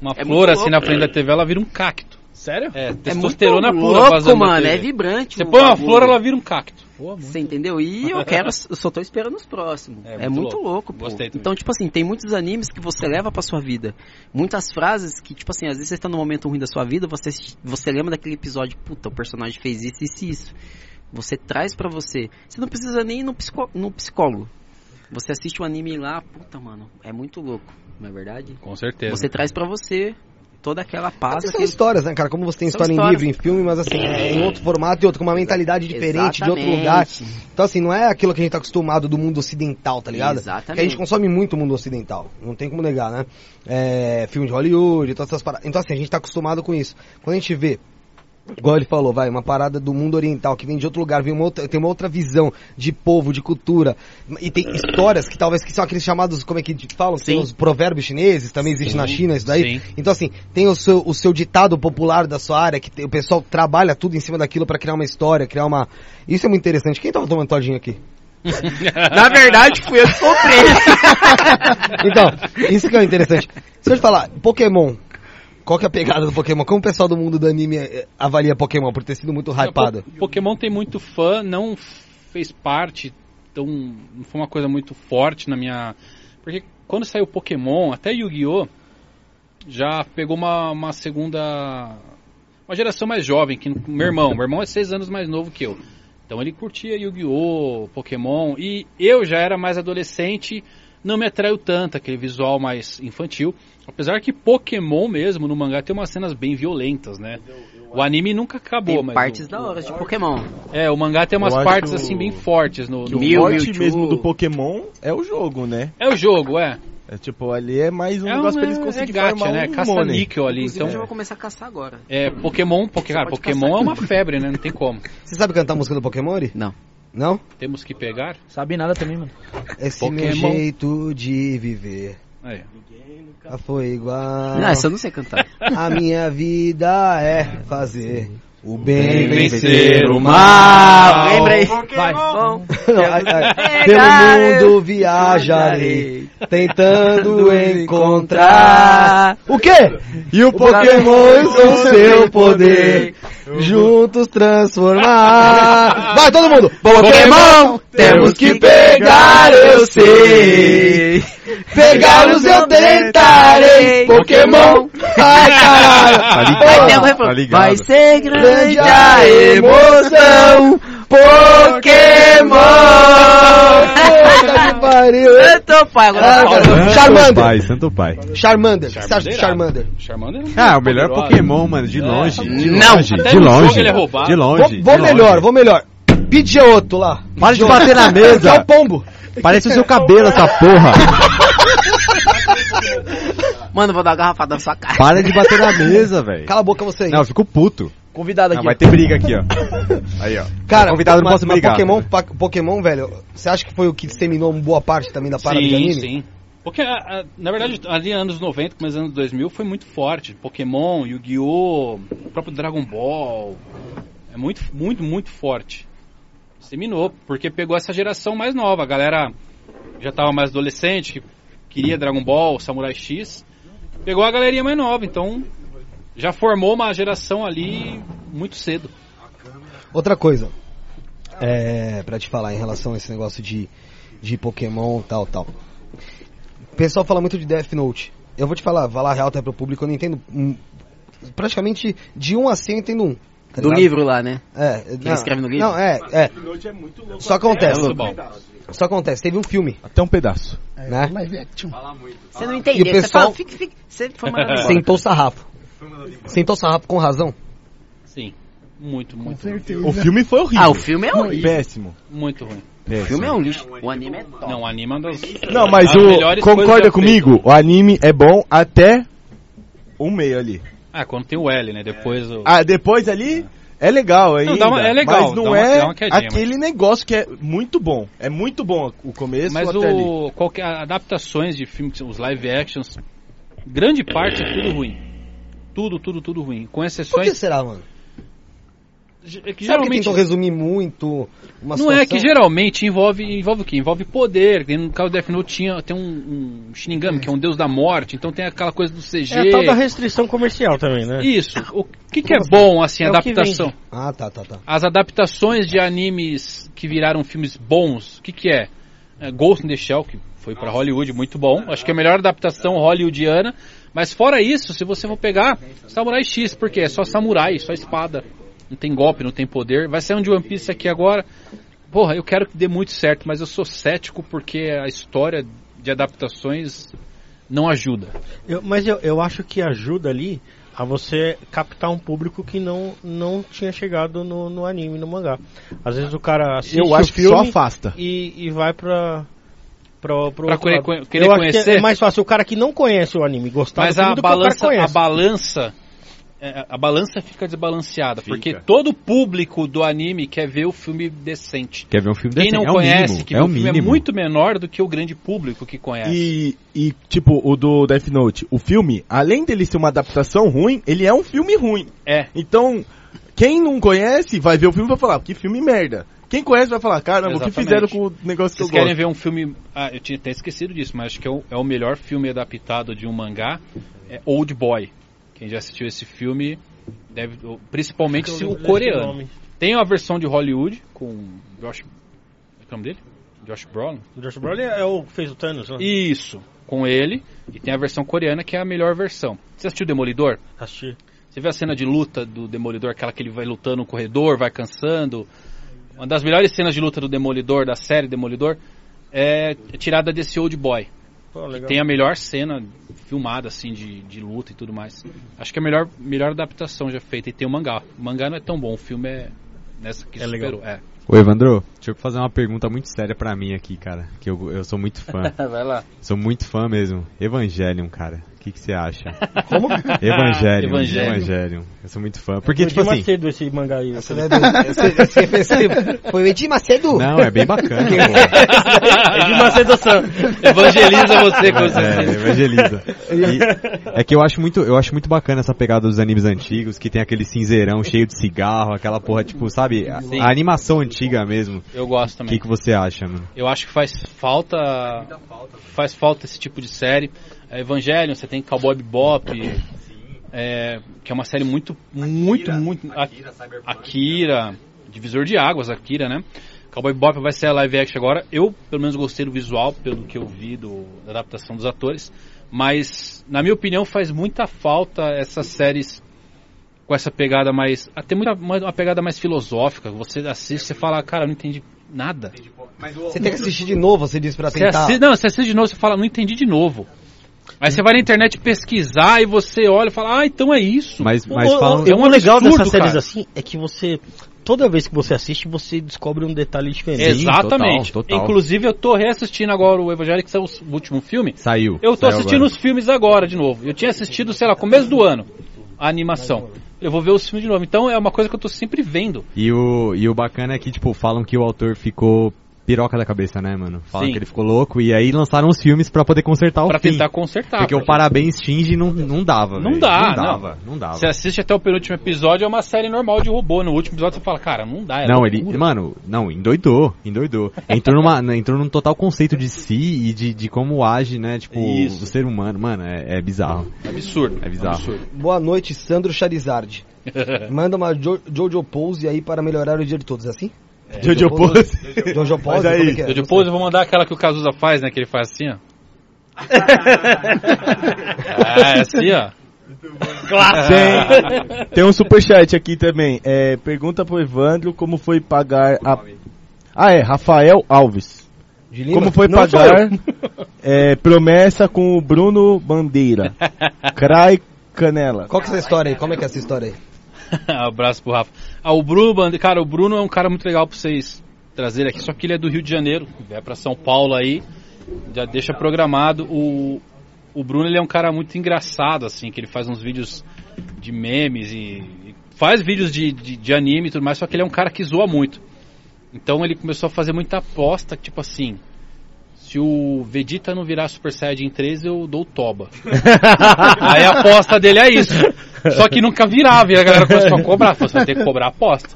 [SPEAKER 2] uma
[SPEAKER 5] É muito
[SPEAKER 2] flor assim
[SPEAKER 5] louco.
[SPEAKER 2] na frente da TV, ela vira um cacto.
[SPEAKER 1] Sério?
[SPEAKER 2] É,
[SPEAKER 5] É muito
[SPEAKER 2] testosterona pura
[SPEAKER 5] louco,
[SPEAKER 2] vazando na
[SPEAKER 5] mano,
[SPEAKER 2] TV.
[SPEAKER 5] é vibrante.
[SPEAKER 2] Você
[SPEAKER 5] o
[SPEAKER 2] põe uma
[SPEAKER 5] bagulho.
[SPEAKER 2] flor, ela vira um cacto.
[SPEAKER 5] Você entendeu? E eu quero, eu só tô esperando os próximos.
[SPEAKER 2] É
[SPEAKER 5] É,
[SPEAKER 2] muito
[SPEAKER 5] muito
[SPEAKER 2] louco.
[SPEAKER 5] louco, pô.
[SPEAKER 2] Gostei também.
[SPEAKER 5] Então, tipo assim, tem muitos animes que você leva pra sua vida. Muitas frases que, tipo assim, às vezes você tá num momento ruim da sua vida, você, você lembra daquele episódio, puta, o personagem fez isso, isso e isso. Você traz pra você. Você não precisa nem ir no, psicó- no psicólogo. Você assiste o anime lá, puta, mano, é muito louco, não é verdade?
[SPEAKER 2] Com certeza.
[SPEAKER 5] Você traz pra você toda aquela paz.
[SPEAKER 7] Mas são
[SPEAKER 5] aquele-
[SPEAKER 7] histórias, né, cara? Como você tem
[SPEAKER 5] São
[SPEAKER 7] história em
[SPEAKER 5] histórias.
[SPEAKER 7] livro, em filme, mas assim, em outro formato e outro, com uma mentalidade diferente, de outro lugar.
[SPEAKER 5] Exatamente.
[SPEAKER 7] Então, assim, não é aquilo que a gente tá acostumado do mundo ocidental, tá ligado? Porque a gente
[SPEAKER 5] Exatamente.
[SPEAKER 7] consome muito o mundo ocidental, não tem como negar, né? É, filme de Hollywood, todas essas paradas. Então, assim, a gente tá acostumado com isso. Quando a gente vê, igual ele falou, vai, uma parada do mundo oriental que vem de outro lugar, vem uma outra, tem uma outra visão de povo, de cultura, e tem histórias que talvez que são aqueles chamados, como é que falam? Tem
[SPEAKER 5] Sim.
[SPEAKER 7] os provérbios chineses, também existe na China isso daí.
[SPEAKER 2] Sim.
[SPEAKER 7] Então, assim, tem o seu, o seu ditado popular da sua área, que tem- o pessoal trabalha tudo em cima daquilo pra criar uma história, criar uma. Isso é muito interessante. Quem tava tomando todinho aqui?
[SPEAKER 5] Na verdade, fui eu que comprei.
[SPEAKER 7] Então, isso que é o interessante. Se eu te falar, Pokémon. Qual que é a pegada do Pokémon? Como o pessoal do mundo do anime eh, avalia Pokémon por ter sido muito hypado?
[SPEAKER 2] Po- É, Pokémon tem muito fã, não fez parte, então não foi uma coisa muito forte na minha. Porque quando saiu Pokémon, até Yu-Gi-Oh! já pegou uma, uma segunda. Uma geração mais jovem, que meu irmão. Meu irmão é seis anos mais novo que eu. Então ele curtia Yu-Gi-Oh! Pokémon. E eu já era mais adolescente, não me atraiu tanto aquele visual mais infantil. Apesar que Pokémon mesmo, no mangá, tem umas cenas bem violentas, né? O anime nunca acabou,
[SPEAKER 5] Tem
[SPEAKER 2] mas.
[SPEAKER 5] partes
[SPEAKER 2] o-
[SPEAKER 5] da hora de Pokémon.
[SPEAKER 2] É, o mangá tem umas
[SPEAKER 3] Eu acho
[SPEAKER 2] partes
[SPEAKER 3] o-
[SPEAKER 2] assim bem fortes no.
[SPEAKER 3] Que o
[SPEAKER 2] no...
[SPEAKER 5] Mil,
[SPEAKER 3] forte
[SPEAKER 5] Mewtwo.
[SPEAKER 3] mesmo do Pokémon é o jogo, né?
[SPEAKER 2] É o jogo, é.
[SPEAKER 3] É tipo, ali é mais um
[SPEAKER 2] é
[SPEAKER 3] negócio pra
[SPEAKER 2] um-
[SPEAKER 3] eles conseguirem
[SPEAKER 2] é gacha,
[SPEAKER 3] formar
[SPEAKER 2] né?
[SPEAKER 3] um
[SPEAKER 2] Caça
[SPEAKER 3] money.
[SPEAKER 2] níquel ali.
[SPEAKER 5] Inclusive,
[SPEAKER 2] Então,
[SPEAKER 5] eu já vou começar a caçar agora.
[SPEAKER 2] é Pokémon, porque, cara,
[SPEAKER 5] pode
[SPEAKER 2] Pokémon
[SPEAKER 5] caçar.
[SPEAKER 2] é uma febre, né? Não tem como.
[SPEAKER 7] Você sabe cantar a música do Pokémon, Ori?
[SPEAKER 5] Não.
[SPEAKER 7] Não?
[SPEAKER 2] Temos que pegar.
[SPEAKER 1] Sabe nada também, mano.
[SPEAKER 7] Esse
[SPEAKER 2] Pokémon.
[SPEAKER 7] meu jeito de viver
[SPEAKER 2] Aí.
[SPEAKER 7] já foi igual.
[SPEAKER 5] Não, essa eu não sei cantar.
[SPEAKER 7] A minha vida é fazer o bem,
[SPEAKER 2] vencer o
[SPEAKER 7] mal.
[SPEAKER 5] Lembrei. Vai. Bom,
[SPEAKER 7] Não, ai,
[SPEAKER 2] É
[SPEAKER 7] ai.
[SPEAKER 5] Pegar
[SPEAKER 7] Pelo mundo
[SPEAKER 5] eu
[SPEAKER 7] viajarei, tentando encontrar.
[SPEAKER 5] encontrar.
[SPEAKER 7] O quê? E o Pokémon com seu poder juntos transformar. Vai todo mundo! Pokémon temos que pegar, eu sei. Pegá-los eu tentarei. Pokémon, ai caralho!
[SPEAKER 5] Vai,
[SPEAKER 7] Pô,
[SPEAKER 5] ter um refrão.
[SPEAKER 6] Tá ligado.
[SPEAKER 5] Vai ser grande
[SPEAKER 7] Grande
[SPEAKER 5] a
[SPEAKER 7] a emoção,
[SPEAKER 5] emoção. Pokémon.
[SPEAKER 7] Puta que pariu!
[SPEAKER 5] Eu tô pai agora.
[SPEAKER 7] Ah,
[SPEAKER 5] tá bom.
[SPEAKER 7] cara.
[SPEAKER 6] Santo
[SPEAKER 7] Charmander.
[SPEAKER 6] pai, santo pai.
[SPEAKER 7] Charmander, o que você acha do Charmander?
[SPEAKER 2] Charmander é um
[SPEAKER 6] Ah, o melhor
[SPEAKER 2] poderoso.
[SPEAKER 6] Pokémon, mano, de longe. De
[SPEAKER 5] Não,
[SPEAKER 6] longe,
[SPEAKER 2] É. até
[SPEAKER 6] de
[SPEAKER 2] no jogo
[SPEAKER 6] longe.
[SPEAKER 2] ele é roubado.
[SPEAKER 6] De
[SPEAKER 7] Vou,
[SPEAKER 6] longe.
[SPEAKER 7] vou
[SPEAKER 6] de
[SPEAKER 7] melhor,
[SPEAKER 6] longe.
[SPEAKER 7] vou melhor. Pidgeotto lá.
[SPEAKER 6] Para de bater na mesa.
[SPEAKER 7] É o pombo.
[SPEAKER 6] Parece o seu cabelo essa porra.
[SPEAKER 5] Mano, vou dar uma garrafada na sua cara.
[SPEAKER 6] Para de bater na mesa, velho.
[SPEAKER 7] Cala a boca você aí.
[SPEAKER 6] Não, eu fico puto.
[SPEAKER 1] Convidado
[SPEAKER 6] Não,
[SPEAKER 1] aqui.
[SPEAKER 5] tá-
[SPEAKER 6] vai ter briga aqui, ó. Aí, ó.
[SPEAKER 7] Cara,
[SPEAKER 6] convidado não
[SPEAKER 7] mas-
[SPEAKER 6] posso
[SPEAKER 7] mas
[SPEAKER 6] brigar.
[SPEAKER 7] Pokémon, pa- Pokémon, velho, você acha que foi o que disseminou uma boa parte também da parada de
[SPEAKER 2] Sim,
[SPEAKER 7] anime?
[SPEAKER 2] sim. Porque, a- a- na verdade, ali anos 90, começo dos anos 2000, foi muito forte. Pokémon, Yu-Gi-Oh!, o próprio Dragon Ball. É muito, muito, muito forte. Seminou, porque pegou essa geração mais nova. A galera já tava mais adolescente, que queria Dragon Ball, Samurai X. Pegou a galerinha mais nova, então já formou uma geração ali muito cedo.
[SPEAKER 7] Outra coisa, é, pra te falar em relação a esse negócio de, de Pokémon tal, tal. O pessoal fala muito de Death Note. Eu vou te falar, falar um a real até pro público, eu não entendo. hum, Praticamente de 1 a 100 eu entendo um.
[SPEAKER 8] tá
[SPEAKER 5] Do
[SPEAKER 8] ligado?
[SPEAKER 5] livro lá, né?
[SPEAKER 8] É,
[SPEAKER 5] ele escreve no livro?
[SPEAKER 8] Não, é, é. Só acontece.
[SPEAKER 2] É,
[SPEAKER 8] Só acontece. Teve um filme,
[SPEAKER 4] Até um pedaço.
[SPEAKER 6] É,
[SPEAKER 8] né?
[SPEAKER 6] live action.
[SPEAKER 5] Você não
[SPEAKER 8] E o
[SPEAKER 5] entendeu. Você
[SPEAKER 8] pessoal-
[SPEAKER 5] fala, fica, fica, você foi mandado embora.
[SPEAKER 8] Sentou o sarrafo. Sentou o sarrafo com razão.
[SPEAKER 2] Sim. Muito,
[SPEAKER 6] Com
[SPEAKER 2] muito,
[SPEAKER 6] certeza.
[SPEAKER 4] O filme foi horrível.
[SPEAKER 5] Ah, o filme é horrível.
[SPEAKER 4] Péssimo.
[SPEAKER 2] muito ruim.
[SPEAKER 5] O filme é um lixo. O anime é top.
[SPEAKER 2] Não, anima das.
[SPEAKER 4] Não, mas
[SPEAKER 2] das
[SPEAKER 4] o.
[SPEAKER 2] melhores coisas
[SPEAKER 4] Concorda
[SPEAKER 2] já
[SPEAKER 4] comigo? O anime é bom até um meio ali.
[SPEAKER 2] feitas. Ah, quando tem o L, né? Depois o.
[SPEAKER 4] Ah, depois ali é legal ainda.
[SPEAKER 2] dá uma- é legal,
[SPEAKER 4] Mas não
[SPEAKER 2] dá uma-
[SPEAKER 4] é
[SPEAKER 2] dá uma quedinha, mas-
[SPEAKER 4] aquele negócio que é muito bom. É muito bom o começo
[SPEAKER 2] Mas
[SPEAKER 4] até ali.
[SPEAKER 2] o qualquer adaptações de filmes, os live actions, grande parte é tudo ruim. Tudo, tudo, tudo ruim. Com
[SPEAKER 8] Por que
[SPEAKER 2] exceções
[SPEAKER 8] será, mano?
[SPEAKER 2] ge- é que
[SPEAKER 8] Será que
[SPEAKER 2] geralmente
[SPEAKER 8] tentam resumir muito uma
[SPEAKER 2] não é que
[SPEAKER 8] situação?
[SPEAKER 2] geralmente envolve envolve o quê? Envolve poder. Tem, no caso do Death Note tinha tem um, um Shinigami que é um deus da morte, então tem aquela coisa do CG.
[SPEAKER 3] É a tal da restrição comercial também, né?
[SPEAKER 2] Isso. O que, que é bom assim
[SPEAKER 3] É o que
[SPEAKER 2] adaptação?
[SPEAKER 8] Ah, tá, tá, tá.
[SPEAKER 2] As adaptações de animes que viraram filmes bons, o que, que é? É, Ghost in the Shell, que foi pra Hollywood, muito bom. Acho que é a melhor adaptação hollywoodiana. Mas fora isso, se você for pegar Samurai X, porque é só samurai, só espada. Não tem golpe, não tem poder. Vai sair um de One Piece aqui agora. Porra, eu quero que dê muito certo, mas eu sou cético porque a história de adaptações não ajuda.
[SPEAKER 3] Eu- mas eu, eu acho que ajuda ali a você captar um público que não, não tinha chegado no, no anime, no mangá. Às vezes o cara assiste
[SPEAKER 4] Eu acho
[SPEAKER 3] o
[SPEAKER 4] que só
[SPEAKER 3] filme
[SPEAKER 4] afasta.
[SPEAKER 3] e, e vai pra... Pra, pro
[SPEAKER 2] Pra
[SPEAKER 3] outro
[SPEAKER 2] querer
[SPEAKER 3] lado.
[SPEAKER 2] conhe- querer
[SPEAKER 3] eu acho que
[SPEAKER 2] conhecer?
[SPEAKER 3] é mais fácil o cara que não conhece o anime gostar
[SPEAKER 2] Mas
[SPEAKER 3] do Tá filme do
[SPEAKER 2] a
[SPEAKER 3] que o cara
[SPEAKER 2] balança, a
[SPEAKER 3] conhece.
[SPEAKER 2] balança, é, a balança fica desbalanceada, porque todo público do anime quer ver o filme decente.
[SPEAKER 7] Quer ver um filme
[SPEAKER 2] Quem
[SPEAKER 7] desse?
[SPEAKER 2] não
[SPEAKER 7] é o
[SPEAKER 2] conhece,
[SPEAKER 7] mínimo,
[SPEAKER 2] que
[SPEAKER 7] é
[SPEAKER 2] vê
[SPEAKER 7] o
[SPEAKER 2] o filme é
[SPEAKER 7] mínimo.
[SPEAKER 2] muito menor do que o grande público que conhece.
[SPEAKER 4] E, e, tipo, o do Death Note, o filme, além dele ser uma adaptação ruim, ele é um filme ruim.
[SPEAKER 2] É.
[SPEAKER 4] Então, quem não conhece vai ver o filme e vai falar, que filme merda. Quem conhece vai falar, caramba, o que fizeram
[SPEAKER 2] Exatamente.
[SPEAKER 4] com o negócio
[SPEAKER 2] Vocês
[SPEAKER 4] que eu
[SPEAKER 2] querem ver
[SPEAKER 4] gosto?
[SPEAKER 2] um filme? Ah, eu tinha até esquecido disso, mas acho que é o, é o melhor filme adaptado de um mangá, é Old Boy. Quem já assistiu esse filme deve, principalmente se o coreano. Tem a versão de Hollywood com Josh, como é o nome dele? Josh Brolin.
[SPEAKER 3] O Josh Brolin é o que fez o Thanos, né?
[SPEAKER 2] Isso, com ele. E tem a versão coreana que é a melhor versão. Você assistiu Demolidor?
[SPEAKER 3] Assisti.
[SPEAKER 2] Você viu a cena de luta do Demolidor, aquela que ele vai lutando no corredor, vai cansando? Uma das melhores cenas de luta do Demolidor, da série Demolidor, é tirada desse Old Boy.
[SPEAKER 3] Pô, legal.
[SPEAKER 2] Tem a melhor cena filmada, assim, de, de luta e tudo mais. Acho que é a melhor, melhor adaptação já feita. E tem o mangá. O mangá não é tão bom, o filme é nessa que
[SPEAKER 3] É legal.
[SPEAKER 2] superou. É.
[SPEAKER 7] Ô, Evandro, deixa eu fazer uma pergunta muito séria pra mim aqui, cara. Que eu, eu sou muito fã.
[SPEAKER 2] Vai lá.
[SPEAKER 7] Sou muito fã mesmo. Evangelion, cara. O que que você acha? Como? Evangelion.
[SPEAKER 2] Evangelion.
[SPEAKER 7] Evangelion. Eu sou muito fã. Porque, tipo assim...
[SPEAKER 3] Macedo esse mangá aí.
[SPEAKER 8] Você não é do- esse- esse- esse- Foi o Edir Macedo.
[SPEAKER 7] Não, é bem bacana. pô.
[SPEAKER 3] É de Macedo San.
[SPEAKER 2] Evangeliza você com você.
[SPEAKER 7] é, evangeliza. E é que eu acho, muito, eu acho muito bacana essa pegada dos animes antigos, que tem aquele cinzeirão cheio de cigarro, aquela porra, tipo, sabe? A,
[SPEAKER 2] Sim.
[SPEAKER 7] a animação antiga mesmo.
[SPEAKER 2] Eu gosto
[SPEAKER 7] O
[SPEAKER 2] também.
[SPEAKER 7] que, que você acha, mano?
[SPEAKER 2] Eu acho que faz falta, faz falta esse tipo de série. É, Evangelion, você tem Cowboy Bebop, é, que é uma série muito, muito, muito... A- Akira, divisor de águas, Akira, né? Cowboy Bebop vai ser a live action agora. Eu, pelo menos, gostei do visual, pelo que eu vi do, da adaptação dos atores. Mas, na minha opinião, faz muita falta essas séries com essa pegada mais... Até muita, mais- uma pegada mais filosófica. Você assiste e fala, cara, eu não entendi nada.
[SPEAKER 8] Você tem que assistir de novo, você disse, pra
[SPEAKER 2] Você
[SPEAKER 8] tentar.
[SPEAKER 2] assi- não, você assiste de novo, você fala, não entendi de novo. Aí você vai na internet pesquisar e você olha e fala, ah, então é isso.
[SPEAKER 7] Mas, mas
[SPEAKER 3] o,
[SPEAKER 7] falam...
[SPEAKER 3] o, é um legal
[SPEAKER 2] absurdo,
[SPEAKER 3] dessas séries
[SPEAKER 2] cara.
[SPEAKER 3] assim é que você toda vez que você assiste você descobre um detalhe diferente.
[SPEAKER 2] Exatamente.
[SPEAKER 7] total, total.
[SPEAKER 2] Inclusive, eu tô reassistindo agora o Evangelho, que é o s- o último filme.
[SPEAKER 7] Saiu.
[SPEAKER 2] Eu tô
[SPEAKER 7] Saiu
[SPEAKER 2] assistindo
[SPEAKER 7] agora.
[SPEAKER 2] os filmes agora de novo. Eu tinha assistido, sei lá, começo do ano, a animação. Eu vou ver os filmes de novo. Então é uma coisa que eu tô sempre vendo.
[SPEAKER 7] E o, e o bacana é que, tipo, falam que o autor ficou piroca da cabeça, né, mano? Falam
[SPEAKER 2] Sim.
[SPEAKER 7] que ele ficou louco e aí lançaram os filmes pra poder consertar o
[SPEAKER 2] Pra
[SPEAKER 7] fim.
[SPEAKER 2] tentar consertar.
[SPEAKER 7] porque o
[SPEAKER 2] porque
[SPEAKER 7] Parabéns Shinji não, não dava,
[SPEAKER 2] Não
[SPEAKER 7] velho.
[SPEAKER 2] dá,
[SPEAKER 7] não
[SPEAKER 2] não.
[SPEAKER 7] dava, não dava.
[SPEAKER 2] Você assiste até o penúltimo episódio, é uma série normal de robô. No último episódio você fala, cara, não dá. é
[SPEAKER 7] Não,
[SPEAKER 2] loucura.
[SPEAKER 7] ele, mano, não, endoidou, endoidou. Entrou, numa, entrou num total conceito de si e de, de como age, né, tipo,
[SPEAKER 2] Isso.
[SPEAKER 7] o ser humano, mano, é, é bizarro.
[SPEAKER 2] É absurdo.
[SPEAKER 7] É bizarro.
[SPEAKER 2] absurdo.
[SPEAKER 8] Boa noite, Sandro Charizard. Manda uma Jo- Jojo Pose aí para melhorar o dia de todos, é assim?
[SPEAKER 4] Jojo Pose.
[SPEAKER 8] Jojo Pose?
[SPEAKER 4] Mas aí-
[SPEAKER 8] Como é que é?
[SPEAKER 2] Eu depois eu vou mandar aquela que o Cazuza faz, né? Que ele faz assim, ó. Ah, é, assim, ó.
[SPEAKER 4] Tem, tem um superchat aqui também. É, pergunta pro Evandro como foi pagar a. Ah, é, Rafael Alves.
[SPEAKER 8] De
[SPEAKER 4] Como foi
[SPEAKER 8] Não, sou
[SPEAKER 4] pagar
[SPEAKER 8] eu.
[SPEAKER 4] é, promessa com o Bruno Bandeira? Crai Canela.
[SPEAKER 8] Qual que é essa história aí? Como é que é essa história aí?
[SPEAKER 2] Abraço pro Rafa. Ah, o Bruno, Bande- cara, o Bruno é um cara muito legal pra vocês trazerem aqui, só que ele é do Rio de Janeiro, vai pra São Paulo aí, já deixa programado. O, o Bruno ele é um cara muito engraçado, assim, que ele faz uns vídeos de memes e, e faz vídeos de, de, de anime e tudo mais, só que ele é um cara que zoa muito. Então ele começou a fazer muita aposta, tipo assim. Se o Vegeta não virar Super Saiyajin 3, eu dou o Toba. Aí a aposta dele é isso. Só que nunca virava, e a galera começou a cobrar. Falou, assim, você vai ter que cobrar a aposta.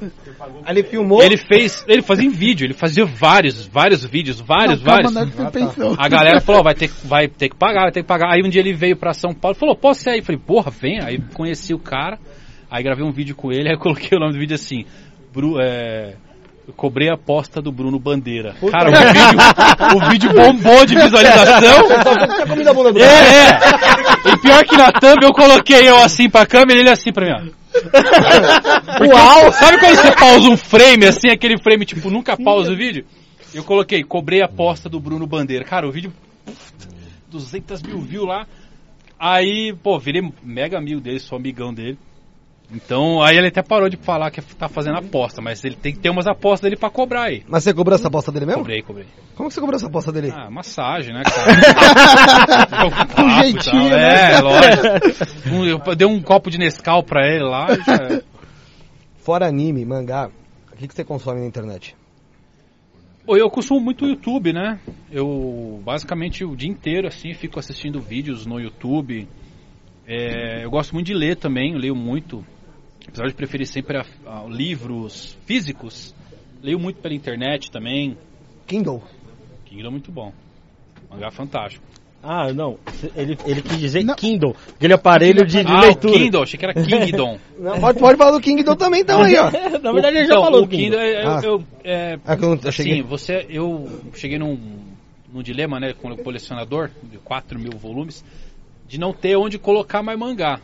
[SPEAKER 8] Aí ele filmou.
[SPEAKER 2] Ele fez, ele fazia em vídeo, ele fazia vários, vários vídeos, vários,
[SPEAKER 6] Não,
[SPEAKER 2] vários.
[SPEAKER 6] Calma, não é o que você pensou.
[SPEAKER 2] A galera falou, ó, vai ter, que- vai ter que pagar, vai ter que pagar. Aí um dia ele veio pra São Paulo, falou, posso ir aí? Falei, porra, vem. Aí conheci o cara, aí gravei um vídeo com ele, aí eu coloquei o nome do vídeo assim, Bru, é, eu cobrei a aposta do Bruno Bandeira. Cara, o vídeo, o vídeo bombou de visualização.
[SPEAKER 8] Tá comendo a bunda do
[SPEAKER 2] É, é. E pior que na thumb eu coloquei eu assim pra câmera e ele assim pra mim, ó. Uau! Sabe quando você pausa um frame assim, aquele frame tipo nunca pausa o vídeo? Eu coloquei, cobrei a aposta do Bruno Bandeira. Cara, o vídeo. puf, 200 mil views lá. Aí, pô, virei mega amigo dele, sou amigão dele. Então, aí ele até parou de falar que tá fazendo aposta, mas ele tem que ter umas apostas dele pra cobrar aí.
[SPEAKER 8] Mas você cobrou essa aposta dele mesmo?
[SPEAKER 2] Cobrei, cobrei.
[SPEAKER 8] Como que você cobrou essa aposta dele?
[SPEAKER 2] Ah, massagem, né, cara? Com
[SPEAKER 6] jeitinho,
[SPEAKER 2] né? É, lógico. Um, eu dei um copo de Nescau pra ele lá. já-
[SPEAKER 8] Fora anime, mangá, o que, que você consome na internet?
[SPEAKER 2] Pô, Eu consumo muito o YouTube, né? Eu basicamente o dia inteiro assim fico assistindo vídeos no YouTube. É, eu gosto muito de ler também, eu leio muito. Apesar de preferir sempre a- a livros físicos, leio muito pela internet também.
[SPEAKER 8] Kindle.
[SPEAKER 2] Kindle é muito bom. Mangá fantástico.
[SPEAKER 3] Ah, não. Ele, ele quis dizer
[SPEAKER 6] Não.
[SPEAKER 3] Kindle, aquele aparelho de, de
[SPEAKER 2] ah,
[SPEAKER 3] leitura.
[SPEAKER 2] o Kindle, achei que era Kingdom.
[SPEAKER 6] É.
[SPEAKER 8] Não, pode, pode falar do Kindle também, então aí, ó.
[SPEAKER 3] Na verdade, ele já
[SPEAKER 2] Então,
[SPEAKER 3] falou
[SPEAKER 2] o Kindle. é- eu-
[SPEAKER 8] Ah.
[SPEAKER 2] eu, é,
[SPEAKER 8] Ah, que eu não- eu cheguei.
[SPEAKER 2] Sim, você, eu cheguei num, num dilema, né, com o colecionador de 4 mil volumes, de não ter onde colocar mais mangá.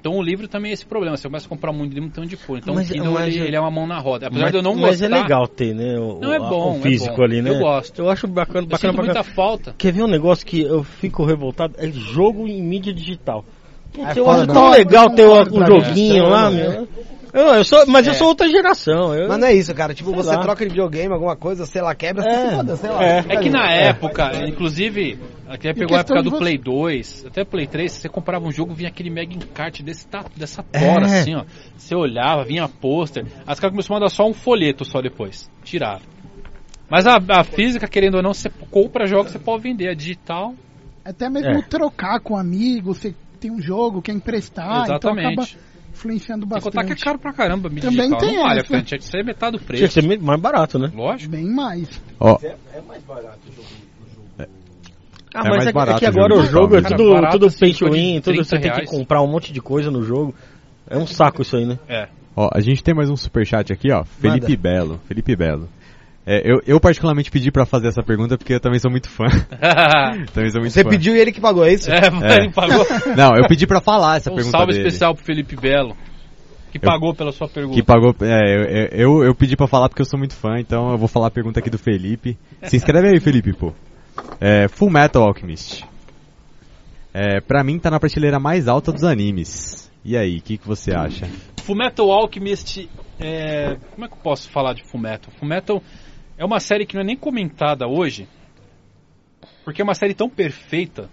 [SPEAKER 2] Então o livro também é esse problema, você começa a comprar muito livro, não tem onde pôr. Então
[SPEAKER 3] Mas-
[SPEAKER 2] o Kindle,
[SPEAKER 3] mas
[SPEAKER 2] ele,
[SPEAKER 3] eu-
[SPEAKER 2] ele é uma mão na roda. Apesar
[SPEAKER 3] mas,
[SPEAKER 2] de eu não
[SPEAKER 3] mas
[SPEAKER 2] gostar...
[SPEAKER 3] é legal ter, né? O,
[SPEAKER 2] Não, é
[SPEAKER 3] a-
[SPEAKER 2] bom, é
[SPEAKER 3] o físico
[SPEAKER 2] bom.
[SPEAKER 3] ali, né?
[SPEAKER 2] Eu gosto.
[SPEAKER 3] Eu acho bacana,
[SPEAKER 2] Eu sinto
[SPEAKER 3] bacana,
[SPEAKER 2] muita
[SPEAKER 3] bacana.
[SPEAKER 2] falta.
[SPEAKER 3] Quer ver um negócio que eu fico revoltado? É jogo em mídia digital. Putz,
[SPEAKER 8] É
[SPEAKER 3] eu
[SPEAKER 8] foda,
[SPEAKER 3] acho
[SPEAKER 8] né?
[SPEAKER 3] tão legal ter um, um
[SPEAKER 6] É,
[SPEAKER 3] joguinho
[SPEAKER 8] é,
[SPEAKER 3] lá,
[SPEAKER 8] é.
[SPEAKER 3] meu. Eu, eu sou, mas
[SPEAKER 2] É.
[SPEAKER 3] eu sou outra geração. Eu,
[SPEAKER 8] Mas não é isso, cara. Tipo,
[SPEAKER 3] Sei
[SPEAKER 8] você
[SPEAKER 3] lá.
[SPEAKER 8] troca de videogame, alguma coisa, sei lá, quebra,
[SPEAKER 3] É.
[SPEAKER 8] se foda, sei lá.
[SPEAKER 3] É.
[SPEAKER 2] É que na época, inclusive, até pegou a
[SPEAKER 6] questão
[SPEAKER 2] época
[SPEAKER 6] de
[SPEAKER 2] do
[SPEAKER 6] você-
[SPEAKER 2] Play 2, até Play 3, você comprava um jogo, vinha aquele mega encarte desse, ta- dessa
[SPEAKER 6] É.
[SPEAKER 2] tora, assim, ó. Você olhava, vinha pôster. As caras começaram a mandar só um folheto só depois. Tiraram. Mas a, a física, querendo ou não, você compra jogos, você pode vender. A digital,
[SPEAKER 6] É Até
[SPEAKER 2] É.
[SPEAKER 6] mesmo trocar com um amigo, você tem um jogo, quer emprestar, então
[SPEAKER 2] exatamente.
[SPEAKER 6] acaba influenciando
[SPEAKER 2] Sem contar que é
[SPEAKER 6] bastante.
[SPEAKER 2] caro pra caramba, a mídia
[SPEAKER 6] Também
[SPEAKER 2] digital.
[SPEAKER 6] tem né?
[SPEAKER 2] não vale a
[SPEAKER 6] essa.
[SPEAKER 2] pena, tinha que ser é metade do
[SPEAKER 3] Tinha que
[SPEAKER 2] preço.
[SPEAKER 3] ser meio mais barato, né?
[SPEAKER 2] Lógico.
[SPEAKER 6] Bem mais.
[SPEAKER 7] Ó,
[SPEAKER 3] Ah,
[SPEAKER 7] É
[SPEAKER 3] mas é,
[SPEAKER 7] mais
[SPEAKER 3] que- é
[SPEAKER 7] barato
[SPEAKER 3] que
[SPEAKER 7] o
[SPEAKER 3] agora
[SPEAKER 7] jogo
[SPEAKER 3] o
[SPEAKER 7] digital,
[SPEAKER 3] jogo é
[SPEAKER 7] né?
[SPEAKER 3] tudo,
[SPEAKER 2] Cara, barato,
[SPEAKER 3] tudo
[SPEAKER 2] assim,
[SPEAKER 3] pay to
[SPEAKER 2] coisa de
[SPEAKER 3] win, tudo, você
[SPEAKER 2] 30
[SPEAKER 3] tem que
[SPEAKER 2] reais.
[SPEAKER 3] comprar um monte de coisa no jogo. É um saco isso aí, né?
[SPEAKER 2] É.
[SPEAKER 7] Ó, a gente tem mais um superchat aqui, ó. Felipe Belo. Felipe Belo. É, eu, eu particularmente pedi pra fazer essa pergunta porque eu também sou muito fã. também sou muito
[SPEAKER 8] Você
[SPEAKER 7] fã.
[SPEAKER 8] pediu e ele que pagou, é isso?
[SPEAKER 2] é, ele pagou.
[SPEAKER 7] Não, eu pedi pra falar essa
[SPEAKER 2] Um
[SPEAKER 7] pergunta
[SPEAKER 2] salve
[SPEAKER 7] dele.
[SPEAKER 2] especial pro Felipe Belo, que pagou pela sua pergunta.
[SPEAKER 7] Que pagou. É, eu, eu, eu pedi pra falar porque eu sou muito fã, então eu vou falar a pergunta aqui do Felipe. Se inscreve aí, Felipe, pô. É, Full Metal Alchemist. É, pra mim tá na prateleira mais alta dos animes. E aí, o que, que você acha?
[SPEAKER 2] Fullmetal Alchemist, é, como é que eu posso falar de Fullmetal? Fullmetal é uma série que não é nem comentada hoje, porque é uma série tão perfeita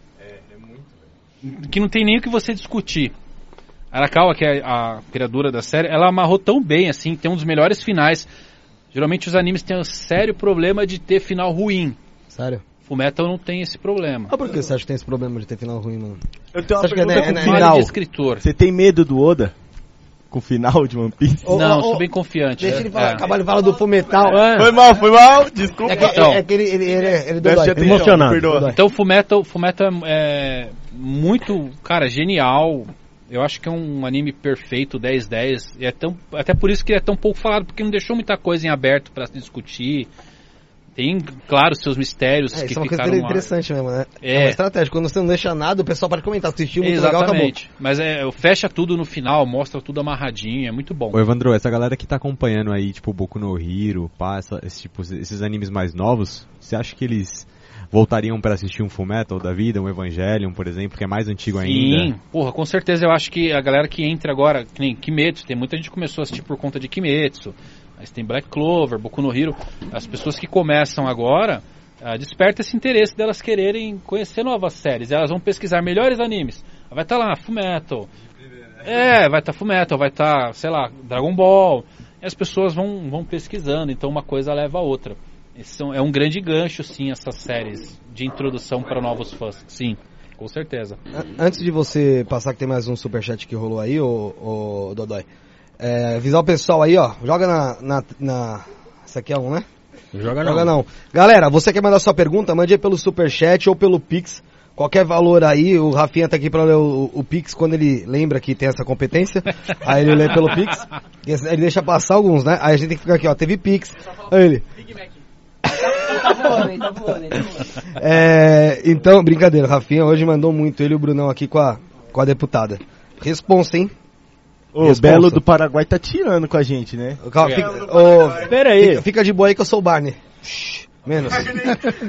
[SPEAKER 2] que não tem nem o que você discutir. Arakawa, que é a criadora da série, ela amarrou tão bem, assim, tem um dos melhores finais. Geralmente os animes têm um sério problema de ter final ruim.
[SPEAKER 8] Sério?
[SPEAKER 2] Fullmetal não tem esse problema.
[SPEAKER 8] Ah, por que você acha que tem esse problema de ter final ruim, mano?
[SPEAKER 4] Eu tenho
[SPEAKER 8] Você acha que é né- é né-
[SPEAKER 2] Falha de escritor.
[SPEAKER 4] Você tem medo do Oda? Com o final de One Piece?
[SPEAKER 8] Ô,
[SPEAKER 2] não,
[SPEAKER 8] ô,
[SPEAKER 2] sou
[SPEAKER 8] ô,
[SPEAKER 2] bem confiante.
[SPEAKER 8] Deixa
[SPEAKER 2] é,
[SPEAKER 8] ele falar,
[SPEAKER 2] é.
[SPEAKER 8] acabar de falar do Fumetal. É,
[SPEAKER 4] Foi mal, foi mal, desculpa.
[SPEAKER 8] que,
[SPEAKER 2] então.
[SPEAKER 8] é, é que ele, ele, ele, é- ele
[SPEAKER 4] Preste
[SPEAKER 8] dói.
[SPEAKER 4] atenção,
[SPEAKER 3] Emocionado.
[SPEAKER 4] perdoa.
[SPEAKER 2] Então, Fullmetal, Fullmetal é, é muito, cara, genial. Eu acho que é um anime perfeito, 10-10. E é tão, até por isso que ele é tão pouco falado, porque não deixou muita coisa em aberto pra se discutir. Tem, claro, seus mistérios
[SPEAKER 7] É,
[SPEAKER 2] que
[SPEAKER 7] isso é uma coisa
[SPEAKER 2] ficaram. lá.
[SPEAKER 7] interessante mesmo, né? É.
[SPEAKER 2] É.
[SPEAKER 7] uma estratégia. Quando você não deixa nada, o pessoal para de comentar. Assistiu, muito legal, tá acabou.
[SPEAKER 2] Exatamente. Mas é, fecha tudo no final, mostra tudo amarradinho, é muito bom.
[SPEAKER 9] Ô Evandro, essa galera que tá acompanhando aí, tipo, Boku no Hero, pá, essa- esse tipo, esses animes mais novos, você acha que eles voltariam pra assistir um Fullmetal da vida, um Evangelion, por exemplo, que é mais antigo ainda?
[SPEAKER 2] Sim, porra, com certeza eu acho que a galera que entra agora, que nem Kimetsu, tem muita gente que começou a assistir por conta de Kimetsu, mas tem Black Clover, Boku no Hero, as pessoas que começam agora, ah, desperta esse interesse delas quererem conhecer novas séries, elas vão pesquisar melhores animes, vai estar lá Fullmetal, é, vai estar Fullmetal, vai estar, sei lá, Dragon Ball, e as pessoas vão, vão pesquisando, então uma coisa leva a outra. Esse são- é um grande gancho, sim, essas séries de introdução para novos fãs, sim, com certeza.
[SPEAKER 7] A- Antes de você passar, que tem mais um superchat que rolou aí, ô, ô Dodói. É, avisar o pessoal aí, ó. Joga na. na, na... Esse aqui é um, né?
[SPEAKER 3] Joga não.
[SPEAKER 7] Joga não. Galera, você quer mandar sua pergunta? Mande aí pelo Superchat ou pelo Pix. Qualquer valor aí, o Rafinha tá aqui pra ler o, o Pix quando ele lembra que tem essa competência. aí ele lê pelo Pix. E esse- Ele deixa passar alguns, né? Aí a gente tem que ficar aqui, ó. Teve Pix. Aí ele.
[SPEAKER 5] Tá voando, ele tá voando, ele tá voando.
[SPEAKER 7] É, então, brincadeira, o Rafinha hoje mandou muito ele e o Brunão aqui com a, com a deputada. Responsa, hein?
[SPEAKER 4] Ô,
[SPEAKER 7] Responsa.
[SPEAKER 4] Belo do Paraguai tá tirando com a gente, né?
[SPEAKER 7] Calma,
[SPEAKER 2] É.
[SPEAKER 7] fica, ô,
[SPEAKER 1] Pera
[SPEAKER 7] fica- fica de boa aí que eu sou o Barney. Shhh, Menos.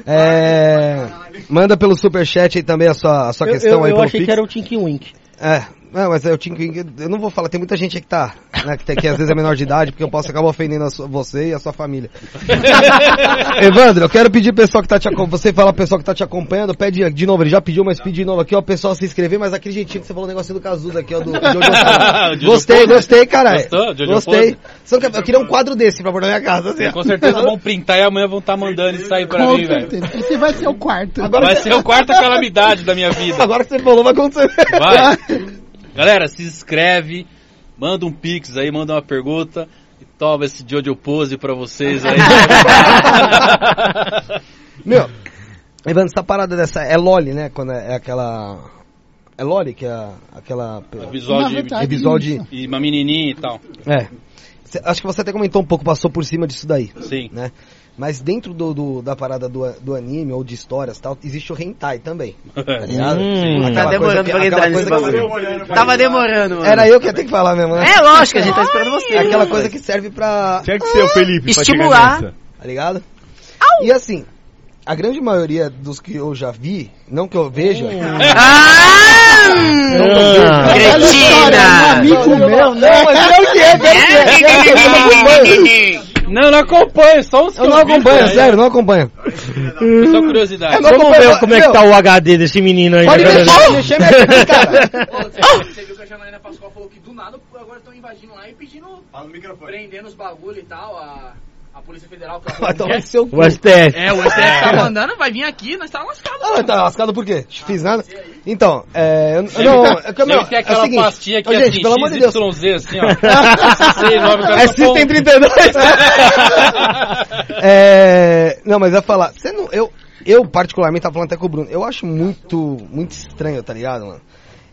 [SPEAKER 7] É, manda pelo superchat aí também a sua, a sua
[SPEAKER 3] Eu,
[SPEAKER 7] questão
[SPEAKER 3] eu,
[SPEAKER 7] aí
[SPEAKER 3] eu
[SPEAKER 7] pelo
[SPEAKER 3] achei
[SPEAKER 7] Pix.
[SPEAKER 3] que era o Tinky Wink.
[SPEAKER 7] É, não, mas eu tinha que. Eu não vou falar, tem muita gente aí que tá. Né, que, tem- que às vezes é menor de idade, porque eu posso acabar ofendendo a sua- você e a sua família. Evandro, eu quero pedir pro pessoal que tá te acompanhando. Você fala pro pessoal que tá te acompanhando, pede de novo, ele já pediu, mas pede de novo aqui, ó, o pessoal se inscrever, mas aquele jeitinho que você falou o negocinho do Cazuza aqui, ó, do do Jojo Taro.
[SPEAKER 2] Jojo
[SPEAKER 7] Gostei,
[SPEAKER 2] Podre.
[SPEAKER 7] gostei, caralho.
[SPEAKER 2] Gostou, Jojo
[SPEAKER 7] Gostei. Só que eu queria um quadro desse pra pôr na minha casa, assim. ó.
[SPEAKER 2] Com certeza vão printar e amanhã vão estar mandando isso aí pra
[SPEAKER 6] Com
[SPEAKER 2] mim, velho.
[SPEAKER 6] certeza. Esse vai ser o quarto.
[SPEAKER 7] Agora,
[SPEAKER 2] Vai ser a quarta calamidade da minha vida.
[SPEAKER 7] agora que você falou, vai acontecer.
[SPEAKER 2] Vai. Galera, se inscreve, manda um pix aí, manda uma pergunta e toma esse Jojo Pose pra vocês aí.
[SPEAKER 7] Meu, Evandro, essa parada dessa. É Loli, né? Quando é, é aquela. É Loli, que é a- aquela.
[SPEAKER 2] Visual
[SPEAKER 6] Na
[SPEAKER 2] de,
[SPEAKER 6] verdade,
[SPEAKER 7] Episódio de-
[SPEAKER 6] isso.
[SPEAKER 2] e uma menininha e tal.
[SPEAKER 7] É. Cê- acho que você até comentou um pouco, passou por cima disso daí,
[SPEAKER 2] Sim.
[SPEAKER 7] né? Mas dentro do, do- da parada do, a- do anime ou de histórias e tal, existe o hentai também. Tá ligado? Aquela
[SPEAKER 5] Tá
[SPEAKER 7] coisa
[SPEAKER 5] demorando
[SPEAKER 7] que-
[SPEAKER 5] pra
[SPEAKER 7] aquela
[SPEAKER 5] entrar nesse
[SPEAKER 7] coisa que-
[SPEAKER 5] bagulho. Tava demorando, mano.
[SPEAKER 7] Era eu que ia ter que falar mesmo, né?
[SPEAKER 5] É lógico, a gente tá esperando você.
[SPEAKER 7] É aquela coisa que serve pra.
[SPEAKER 4] Tinha É que ser o Felipe pra
[SPEAKER 5] Estimular.
[SPEAKER 4] chegar nessa.
[SPEAKER 7] Tá ligado? E assim, a grande maioria dos que eu já vi, não que eu veja.
[SPEAKER 5] Hum. Ah!
[SPEAKER 6] Olha,
[SPEAKER 5] Cretina!
[SPEAKER 6] Um amigo meu, né?
[SPEAKER 7] Não, mas pior que é, pior que é. Eu não acompanho.
[SPEAKER 2] Não, não acompanho, só uns
[SPEAKER 7] Eu não
[SPEAKER 2] né?
[SPEAKER 7] acompanho, sério, não acompanho.
[SPEAKER 2] Só curiosidade.
[SPEAKER 7] Eu não
[SPEAKER 3] Vamos
[SPEAKER 7] acompanho.
[SPEAKER 3] ver como é que
[SPEAKER 7] Meu,
[SPEAKER 3] tá o HD desse menino aí.
[SPEAKER 7] Pode
[SPEAKER 3] né,
[SPEAKER 7] mexer,
[SPEAKER 3] galera?
[SPEAKER 7] pode mexer, mexe aqui,
[SPEAKER 1] Ah!
[SPEAKER 7] cara.
[SPEAKER 5] Ah!
[SPEAKER 1] Você viu que a Janaína Pascoal falou que do nada agora estão invadindo lá e pedindo. Prendendo os bagulho e tal. A, a Polícia Federal que
[SPEAKER 7] Vai tomar no seu cu.
[SPEAKER 3] O STF.
[SPEAKER 1] É, o STF tá mandando, vai vir aqui, nós tá lascado.
[SPEAKER 7] Ah, tá lascado por quê? Fiz nada. Então, é. eu- eu
[SPEAKER 2] Deve
[SPEAKER 7] Não,
[SPEAKER 2] ter-
[SPEAKER 7] é que, meu,
[SPEAKER 2] deve ter
[SPEAKER 7] é o
[SPEAKER 2] aquela
[SPEAKER 7] seguinte,
[SPEAKER 2] pastinha que
[SPEAKER 7] ô,
[SPEAKER 2] é
[SPEAKER 7] gente,
[SPEAKER 2] assim,
[SPEAKER 7] pelo amor de Deus.
[SPEAKER 2] XYZ, assim, ó. Sei, nome, cara,
[SPEAKER 7] É
[SPEAKER 2] tá bom.
[SPEAKER 7] System 32, né? É. Não, mas eu ia falar. Você não. Eu, eu, particularmente, tava falando até com o Bruno. Eu acho muito. Muito estranho, tá ligado, mano?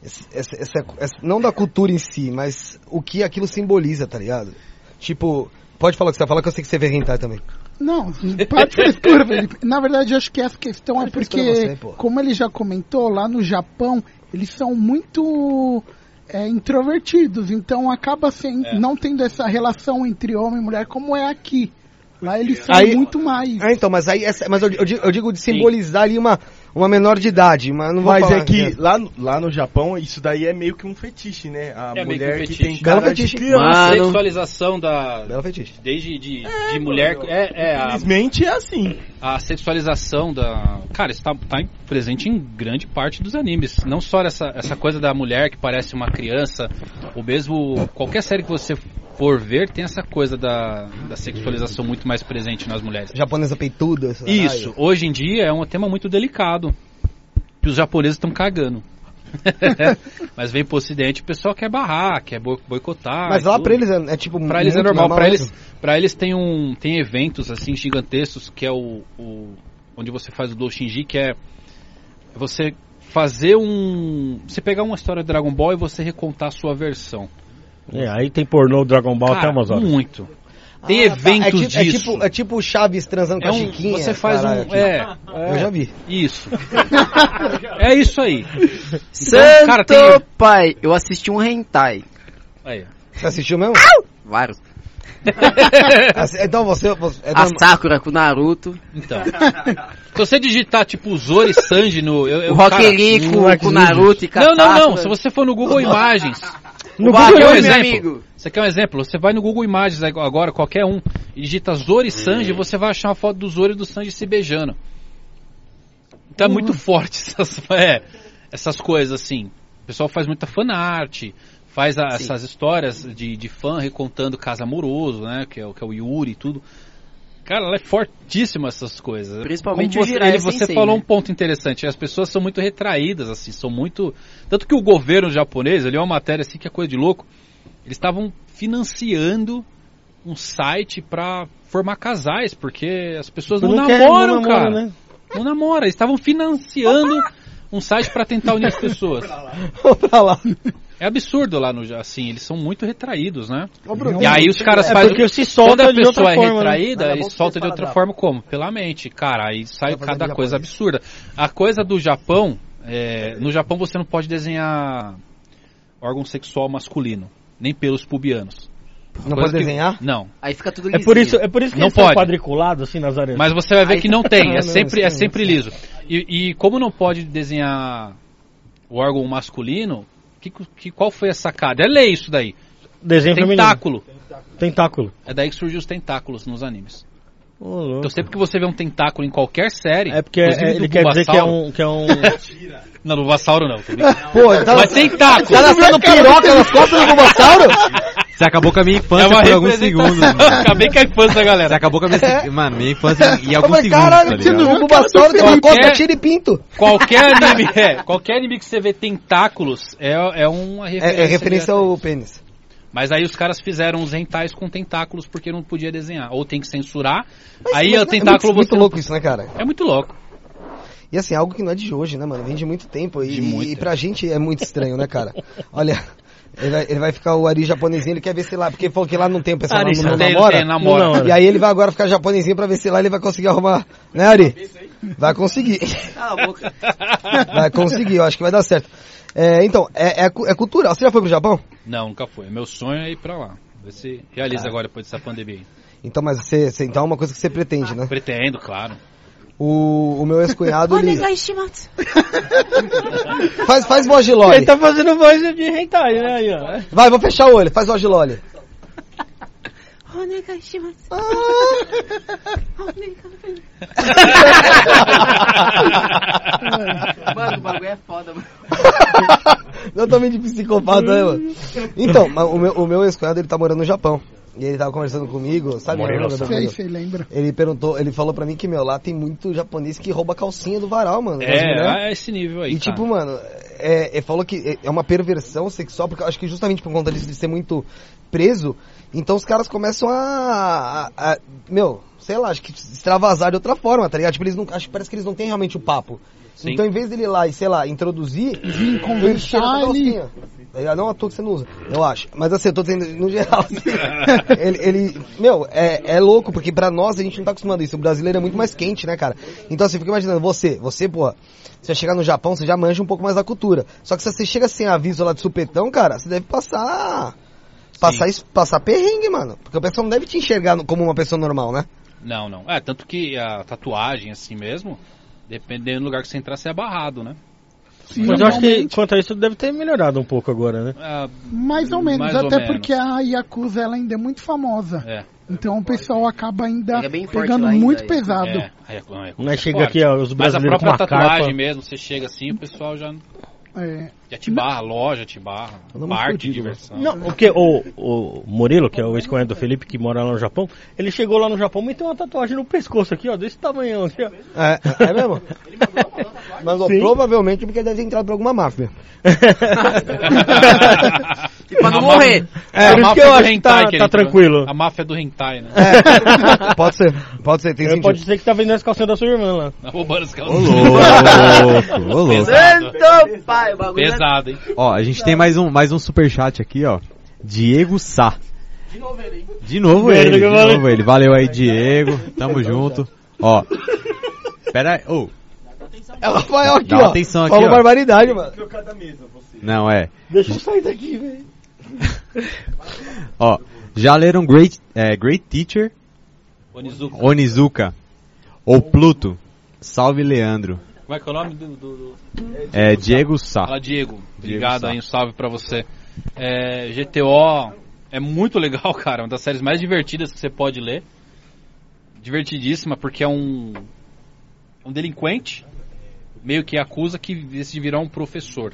[SPEAKER 7] Esse- essa- essa- essa- não da cultura em si, mas o que aquilo simboliza, tá ligado? Tipo. Pode falar o que você fala que eu sei que você vê rentar também.
[SPEAKER 6] Não, para de frescura, Felipe. Na verdade, eu acho que essa questão é
[SPEAKER 7] frescura
[SPEAKER 6] porque,
[SPEAKER 7] você, pô.
[SPEAKER 6] como ele já comentou, lá no Japão, eles são muito é, introvertidos. Então, acaba sem, não tendo essa relação entre homem e mulher como é aqui. Lá eles são
[SPEAKER 7] Aí-
[SPEAKER 6] muito mais.
[SPEAKER 7] Ah, então, mas aí. Essa, mas eu, eu digo- eu digo de simbolizar ali uma, uma menor de idade, mas não vou
[SPEAKER 4] Mas
[SPEAKER 7] falar,
[SPEAKER 4] é que lá, no- lá no Japão, isso daí é meio que um fetiche, né? A
[SPEAKER 2] É meio que um
[SPEAKER 4] mulher que,
[SPEAKER 2] fetiche.
[SPEAKER 4] tem
[SPEAKER 7] Belo
[SPEAKER 4] cara de
[SPEAKER 7] fetiche.
[SPEAKER 4] criança.
[SPEAKER 5] Mano.
[SPEAKER 2] Sexualização da,
[SPEAKER 7] Bela fetiche.
[SPEAKER 2] Desde de, de mulher. É, é a,
[SPEAKER 4] Infelizmente é assim.
[SPEAKER 2] a sexualização da. Cara, isso tá, tá em- presente em grande parte dos animes. Não só essa, essa coisa da mulher que parece uma criança, ou mesmo qualquer série que você for ver, tem essa coisa da, da sexualização muito mais presente nas mulheres.
[SPEAKER 7] Japonesa peituda. essa-
[SPEAKER 2] Isso,
[SPEAKER 7] Ai,
[SPEAKER 2] hoje em dia é um tema muito delicado. Que os japoneses estão cagando. Mas vem pro ocidente, o pessoal quer barrar, quer boi- boicotar.
[SPEAKER 7] mas
[SPEAKER 2] e
[SPEAKER 7] lá
[SPEAKER 2] tudo.
[SPEAKER 7] pra eles é, é tipo.
[SPEAKER 2] Pra eles é
[SPEAKER 7] muito
[SPEAKER 2] normal, pra
[SPEAKER 7] né?
[SPEAKER 2] eles, pra eles tem um tem eventos assim gigantescos que é o, o- onde você faz o Doshinji, que é você fazer um, você pegar uma história de Dragon Ball e você recontar a sua versão.
[SPEAKER 3] É, aí tem pornô do Dragon Ball até
[SPEAKER 2] Cara,
[SPEAKER 3] umas horas.
[SPEAKER 2] muito.
[SPEAKER 7] Ah,
[SPEAKER 2] ter
[SPEAKER 7] tá.
[SPEAKER 2] eventos
[SPEAKER 7] é tipo, é
[SPEAKER 2] disso.
[SPEAKER 7] tipo- é tipo o Chaves transando com
[SPEAKER 2] É
[SPEAKER 7] a
[SPEAKER 2] um-
[SPEAKER 7] Chiquinha.
[SPEAKER 2] você faz
[SPEAKER 7] caralho, tipo.
[SPEAKER 2] um. É,
[SPEAKER 7] Eu já vi.
[SPEAKER 2] isso. é isso aí.
[SPEAKER 5] Santo
[SPEAKER 2] cara, tem-
[SPEAKER 5] pai, eu assisti um hentai.
[SPEAKER 2] Aí,
[SPEAKER 7] Você assistiu mesmo?
[SPEAKER 5] Vários.
[SPEAKER 2] Ah!
[SPEAKER 7] Assi- Então você... você é
[SPEAKER 5] A
[SPEAKER 7] norma-
[SPEAKER 5] Sakura com o Naruto.
[SPEAKER 2] então. Se você digitar, tipo, Zori Sanji no. Eu, eu,
[SPEAKER 5] o Rock
[SPEAKER 2] cara,
[SPEAKER 5] Lee
[SPEAKER 2] o-
[SPEAKER 5] com, com o Naruto e
[SPEAKER 2] Não, não, não.
[SPEAKER 5] Sakura.
[SPEAKER 2] Se você for no Google Imagens.
[SPEAKER 5] No
[SPEAKER 2] Você
[SPEAKER 5] Google,
[SPEAKER 2] quer
[SPEAKER 5] é meu amigo.
[SPEAKER 2] Você quer um exemplo? Você vai no Google Imagens ag- agora, qualquer um, e digita
[SPEAKER 5] Hum.
[SPEAKER 2] Zoro e Sanji, você vai achar uma foto do Zoro e do Sanji se beijando. Então é muito forte essas, é, essas coisas, assim. O pessoal faz muita fanart, faz a-
[SPEAKER 5] Sim.
[SPEAKER 2] essas histórias de, de fã recontando caso amoroso, né? Que é, o- que é o Yuri e tudo. Cara, ela é fortíssima essas coisas.
[SPEAKER 5] Principalmente
[SPEAKER 2] Como
[SPEAKER 5] o
[SPEAKER 2] você,
[SPEAKER 5] Jiraiya
[SPEAKER 2] ele- você
[SPEAKER 5] Sensei,
[SPEAKER 2] falou
[SPEAKER 5] né?
[SPEAKER 2] um ponto interessante. As pessoas são muito retraídas, assim, são muito. Tanto que o governo japonês, ele é uma matéria assim que é coisa de louco. Eles estavam financiando um site pra formar casais, porque as pessoas não,
[SPEAKER 3] quer-
[SPEAKER 2] namoram,
[SPEAKER 3] namora,
[SPEAKER 2] cara.
[SPEAKER 3] né?
[SPEAKER 2] Não namora. Eles estavam financiando um site pra tentar unir as pessoas.
[SPEAKER 7] Vou pra lá.
[SPEAKER 2] É absurdo lá no assim, eles são muito retraídos, né?
[SPEAKER 6] Ô, Bruno,
[SPEAKER 2] E aí os caras
[SPEAKER 3] É
[SPEAKER 2] fazem
[SPEAKER 3] porque se
[SPEAKER 2] quando
[SPEAKER 3] solta
[SPEAKER 2] a
[SPEAKER 3] de outra
[SPEAKER 2] pessoa é
[SPEAKER 3] forma, né?
[SPEAKER 2] retraída,
[SPEAKER 7] Mas é bom
[SPEAKER 2] ele
[SPEAKER 7] que você
[SPEAKER 2] solta de
[SPEAKER 7] fala
[SPEAKER 2] outra
[SPEAKER 7] da-
[SPEAKER 2] forma como? Pela mente, cara. Aí sai
[SPEAKER 7] Tá fazendo
[SPEAKER 2] cada
[SPEAKER 7] japonês.
[SPEAKER 2] coisa absurda. A coisa do Japão, é, no Japão você não pode desenhar órgão sexual masculino, nem pelos pubianos.
[SPEAKER 7] Não
[SPEAKER 2] Coisa
[SPEAKER 7] pode
[SPEAKER 2] que-
[SPEAKER 7] desenhar?
[SPEAKER 2] Não.
[SPEAKER 5] Aí fica tudo
[SPEAKER 3] É
[SPEAKER 5] lisinho.
[SPEAKER 3] por isso, é por isso que
[SPEAKER 2] Não
[SPEAKER 3] eles são
[SPEAKER 2] pode.
[SPEAKER 3] quadriculados assim nas arenas.
[SPEAKER 2] Mas você vai ver
[SPEAKER 5] Aí-
[SPEAKER 2] que não tem,
[SPEAKER 7] Ah,
[SPEAKER 2] é
[SPEAKER 7] não,
[SPEAKER 2] sempre, é
[SPEAKER 7] isso não,
[SPEAKER 2] sempre liso. E, e como não pode desenhar o órgão masculino, que, que- qual foi a sacada? É lei isso daí.
[SPEAKER 3] Desenho feminino.
[SPEAKER 2] Tentáculo.
[SPEAKER 3] Tentáculo.
[SPEAKER 2] É daí que surgem os tentáculos nos animes.
[SPEAKER 3] Ô, louco.
[SPEAKER 2] Então sempre que você vê um tentáculo em qualquer série.
[SPEAKER 3] É porque
[SPEAKER 2] inclusive
[SPEAKER 3] é,
[SPEAKER 2] do
[SPEAKER 3] ele quer dizer que é
[SPEAKER 2] Bulbasauro-
[SPEAKER 3] um. Que é um...
[SPEAKER 2] Não, do Vassauro não. tô brincando.
[SPEAKER 7] Pô, tá,
[SPEAKER 2] Mas é tentáculo!
[SPEAKER 7] tá nascendo piroca nas costas do Bulbasauro?
[SPEAKER 4] Você acabou com a minha
[SPEAKER 2] É
[SPEAKER 4] infância
[SPEAKER 2] uma
[SPEAKER 4] por alguns
[SPEAKER 2] representação.
[SPEAKER 4] segundos, mano.
[SPEAKER 2] Acabei com a infância,
[SPEAKER 4] Você
[SPEAKER 2] galera.
[SPEAKER 4] acabou com a minha. se- Mano, minha infância em
[SPEAKER 7] Eu falei,
[SPEAKER 4] alguns segundos, tá
[SPEAKER 7] É. caralho,
[SPEAKER 4] ligado?
[SPEAKER 7] o é Bulbasauro tem uma
[SPEAKER 2] Qualquer-
[SPEAKER 7] costa tira e pinto.
[SPEAKER 2] Qualquer anime, é, qualquer anime que você vê tentáculos é, é uma referência.
[SPEAKER 7] É, é referência
[SPEAKER 2] direta.
[SPEAKER 7] ao pênis.
[SPEAKER 2] Mas aí os caras fizeram os rentais com tentáculos porque não podia desenhar. Ou tem que censurar.
[SPEAKER 7] Mas-
[SPEAKER 2] aí
[SPEAKER 7] mas
[SPEAKER 2] o
[SPEAKER 7] é
[SPEAKER 2] tentáculo
[SPEAKER 7] muito, muito
[SPEAKER 2] você.
[SPEAKER 7] louco isso, né, cara?
[SPEAKER 2] É muito louco.
[SPEAKER 7] E assim, algo que não é de hoje, né, mano? Vem de muito tempo. E,
[SPEAKER 2] De muito
[SPEAKER 7] e
[SPEAKER 2] tempo.
[SPEAKER 7] pra gente é muito estranho, né, cara? Olha, ele vai, ele vai ficar o Ari japonesinho, ele quer ver, sei lá, porque ele falou que lá não tem o pessoal
[SPEAKER 3] Ari,
[SPEAKER 7] não, não
[SPEAKER 2] tem,
[SPEAKER 7] namora.
[SPEAKER 4] né?
[SPEAKER 2] tem, namora.
[SPEAKER 3] Não, é.
[SPEAKER 7] E aí ele vai agora ficar japonesinho pra ver se lá ele vai conseguir arrumar. Né, Ari? Vai conseguir.
[SPEAKER 5] Cala a boca.
[SPEAKER 7] Vai conseguir, eu acho que vai dar certo. É, então, é, é, cu- é cultural. Você já foi pro Japão?
[SPEAKER 2] Não, nunca foi. Meu sonho é ir pra lá. Ver se realiza agora depois dessa pandemia. aí.
[SPEAKER 7] Então, mas você, você- então é uma coisa que você pretende, né?
[SPEAKER 2] Pretendo, claro.
[SPEAKER 7] O, o meu ex-cunhado, ele
[SPEAKER 5] Olha, Gaishimatsu.
[SPEAKER 7] faz, faz voz de Loli.
[SPEAKER 3] tá fazendo voz de hentai, né? Aí, ó.
[SPEAKER 7] Vai, vou fechar o olho, faz voz de Loli.
[SPEAKER 5] Olha, Gaishimatsu. Mano, o bagulho é foda, mano.
[SPEAKER 7] Totalmente psicopata, né, mano? Então, mas o meu, o meu ex-cunhado, ele tá morando no Japão. E ele tava conversando comigo, sabe?
[SPEAKER 2] Moreno
[SPEAKER 7] Lembra do
[SPEAKER 6] sei,
[SPEAKER 7] Danilo?
[SPEAKER 6] sei, lembra.
[SPEAKER 7] Ele perguntou, ele falou pra mim que, meu, lá tem muito japonês que rouba a calcinha do varal, mano. das
[SPEAKER 2] É,
[SPEAKER 7] mulheres.
[SPEAKER 3] né?
[SPEAKER 2] é esse nível aí.
[SPEAKER 7] E
[SPEAKER 2] cara.
[SPEAKER 7] tipo, mano, é, é- falou que é- é uma perversão sexual, porque eu acho que justamente por conta disso de ser muito preso, então os caras começam a. a- a- meu, sei lá, acho que extravasar de outra forma, tá ligado? Tipo, eles não. Acho que parece que eles não têm realmente o papo.
[SPEAKER 2] Sim.
[SPEAKER 7] Então, em vez dele ir lá e, sei lá, introduzir.
[SPEAKER 6] Vir conversar
[SPEAKER 7] ele cheira
[SPEAKER 6] ali.
[SPEAKER 7] essa calcinha, tá ligado? Não à toa que você não usa, eu acho. Mas assim, eu tô dizendo no geral. assim. ele, ele- Meu, é, é louco, porque pra nós a gente não tá acostumado a isso. O brasileiro é muito mais quente, né, cara? Então, assim, fica imaginando, você, você, porra, você vai chegar no Japão, você já manja um pouco mais da cultura. Só que se você chega sem aviso lá de supetão, cara, você deve passar. Passar, es- passar perrengue, mano. Porque o pessoal não deve te enxergar no- como uma pessoa normal, né?
[SPEAKER 2] Não, não. É, tanto que a tatuagem, assim mesmo, dependendo do lugar que você entrar, você é barrado, né?
[SPEAKER 6] Sim,
[SPEAKER 3] Mas eu acho que
[SPEAKER 6] realmente,
[SPEAKER 3] quanto a isso deve ter melhorado um pouco agora, né?
[SPEAKER 2] Ah,
[SPEAKER 6] Mais ou menos,
[SPEAKER 2] Mais ou
[SPEAKER 6] até
[SPEAKER 2] menos.
[SPEAKER 6] porque a Yakuza ela ainda é muito famosa.
[SPEAKER 2] é.
[SPEAKER 6] Então o pessoal acaba ainda
[SPEAKER 5] Ele é bem forte
[SPEAKER 6] pegando
[SPEAKER 5] lá ainda,
[SPEAKER 6] muito
[SPEAKER 5] aí.
[SPEAKER 6] pesado.
[SPEAKER 2] é, é, é,
[SPEAKER 3] Mas
[SPEAKER 2] é
[SPEAKER 3] chega
[SPEAKER 2] forte.
[SPEAKER 3] aqui, ó, os
[SPEAKER 2] Mas a
[SPEAKER 3] brasileiros com
[SPEAKER 2] própria
[SPEAKER 3] uma
[SPEAKER 2] tatuagem
[SPEAKER 3] carpa.
[SPEAKER 2] mesmo, você chega assim, o pessoal já,
[SPEAKER 6] É.
[SPEAKER 2] já te barra, a loja te barra,
[SPEAKER 3] Tá um
[SPEAKER 7] Todo mundo
[SPEAKER 2] parte de
[SPEAKER 3] né?
[SPEAKER 7] fudido,
[SPEAKER 2] diversão.
[SPEAKER 3] Não, porque o, o Murilo, que é o ex-cunhado do Felipe, que mora lá no Japão, ele chegou lá no Japão e meteu uma tatuagem no pescoço aqui, ó, desse tamanho aqui, ó.
[SPEAKER 7] É, é mesmo? Mas ó,
[SPEAKER 3] Sim.
[SPEAKER 7] provavelmente porque ele deve ter entrado pra alguma máfia.
[SPEAKER 5] E Tipo, pra não
[SPEAKER 2] A
[SPEAKER 5] morrer.
[SPEAKER 2] máfia-
[SPEAKER 3] É, por isso que
[SPEAKER 2] máfia
[SPEAKER 3] eu
[SPEAKER 2] do
[SPEAKER 3] acho que tá-
[SPEAKER 2] hentai ele
[SPEAKER 3] tá
[SPEAKER 2] entrou.
[SPEAKER 3] tranquilo.
[SPEAKER 2] A máfia do hentai, né?
[SPEAKER 7] Pode ser, pode ser, tem
[SPEAKER 3] É,
[SPEAKER 7] sentido.
[SPEAKER 3] pode ser que tá vendendo as calcinhas da sua irmã lá.
[SPEAKER 2] Tá roubando os caras.
[SPEAKER 4] Ô louco, ô louco.
[SPEAKER 2] Pesado,
[SPEAKER 5] Santo pai, o bagulho é
[SPEAKER 2] pesado, hein?
[SPEAKER 4] Ó, a gente tem mais um, mais um superchat aqui, ó. Diego Sá.
[SPEAKER 1] De novo ele, hein?
[SPEAKER 7] De novo ele, de novo ele. Valeu aí, Diego. Tamo junto. Ó. Pera aí. Ô,
[SPEAKER 8] É o Rafael aqui,
[SPEAKER 7] Dá uma
[SPEAKER 8] ó.
[SPEAKER 7] atenção aqui,
[SPEAKER 8] Falou
[SPEAKER 7] ó.
[SPEAKER 8] barbaridade, mano.
[SPEAKER 7] não é.
[SPEAKER 8] Deixa eu sair daqui, velho.
[SPEAKER 7] Ó. Já leram Great, é, Great Teacher,
[SPEAKER 2] Onizuka.
[SPEAKER 7] Onizuka ou Pluto? Salve, Leandro.
[SPEAKER 2] Como é que é o nome do. do- do-
[SPEAKER 7] É Diego Sá.
[SPEAKER 2] Fala, Diego. Obrigado
[SPEAKER 7] Sá.
[SPEAKER 2] aí, um salve pra você. É, GTO é muito legal, cara. Uma das séries mais divertidas que você pode ler. Divertidíssima, porque é um. Um delinquente, meio que acusa que decide virar um professor.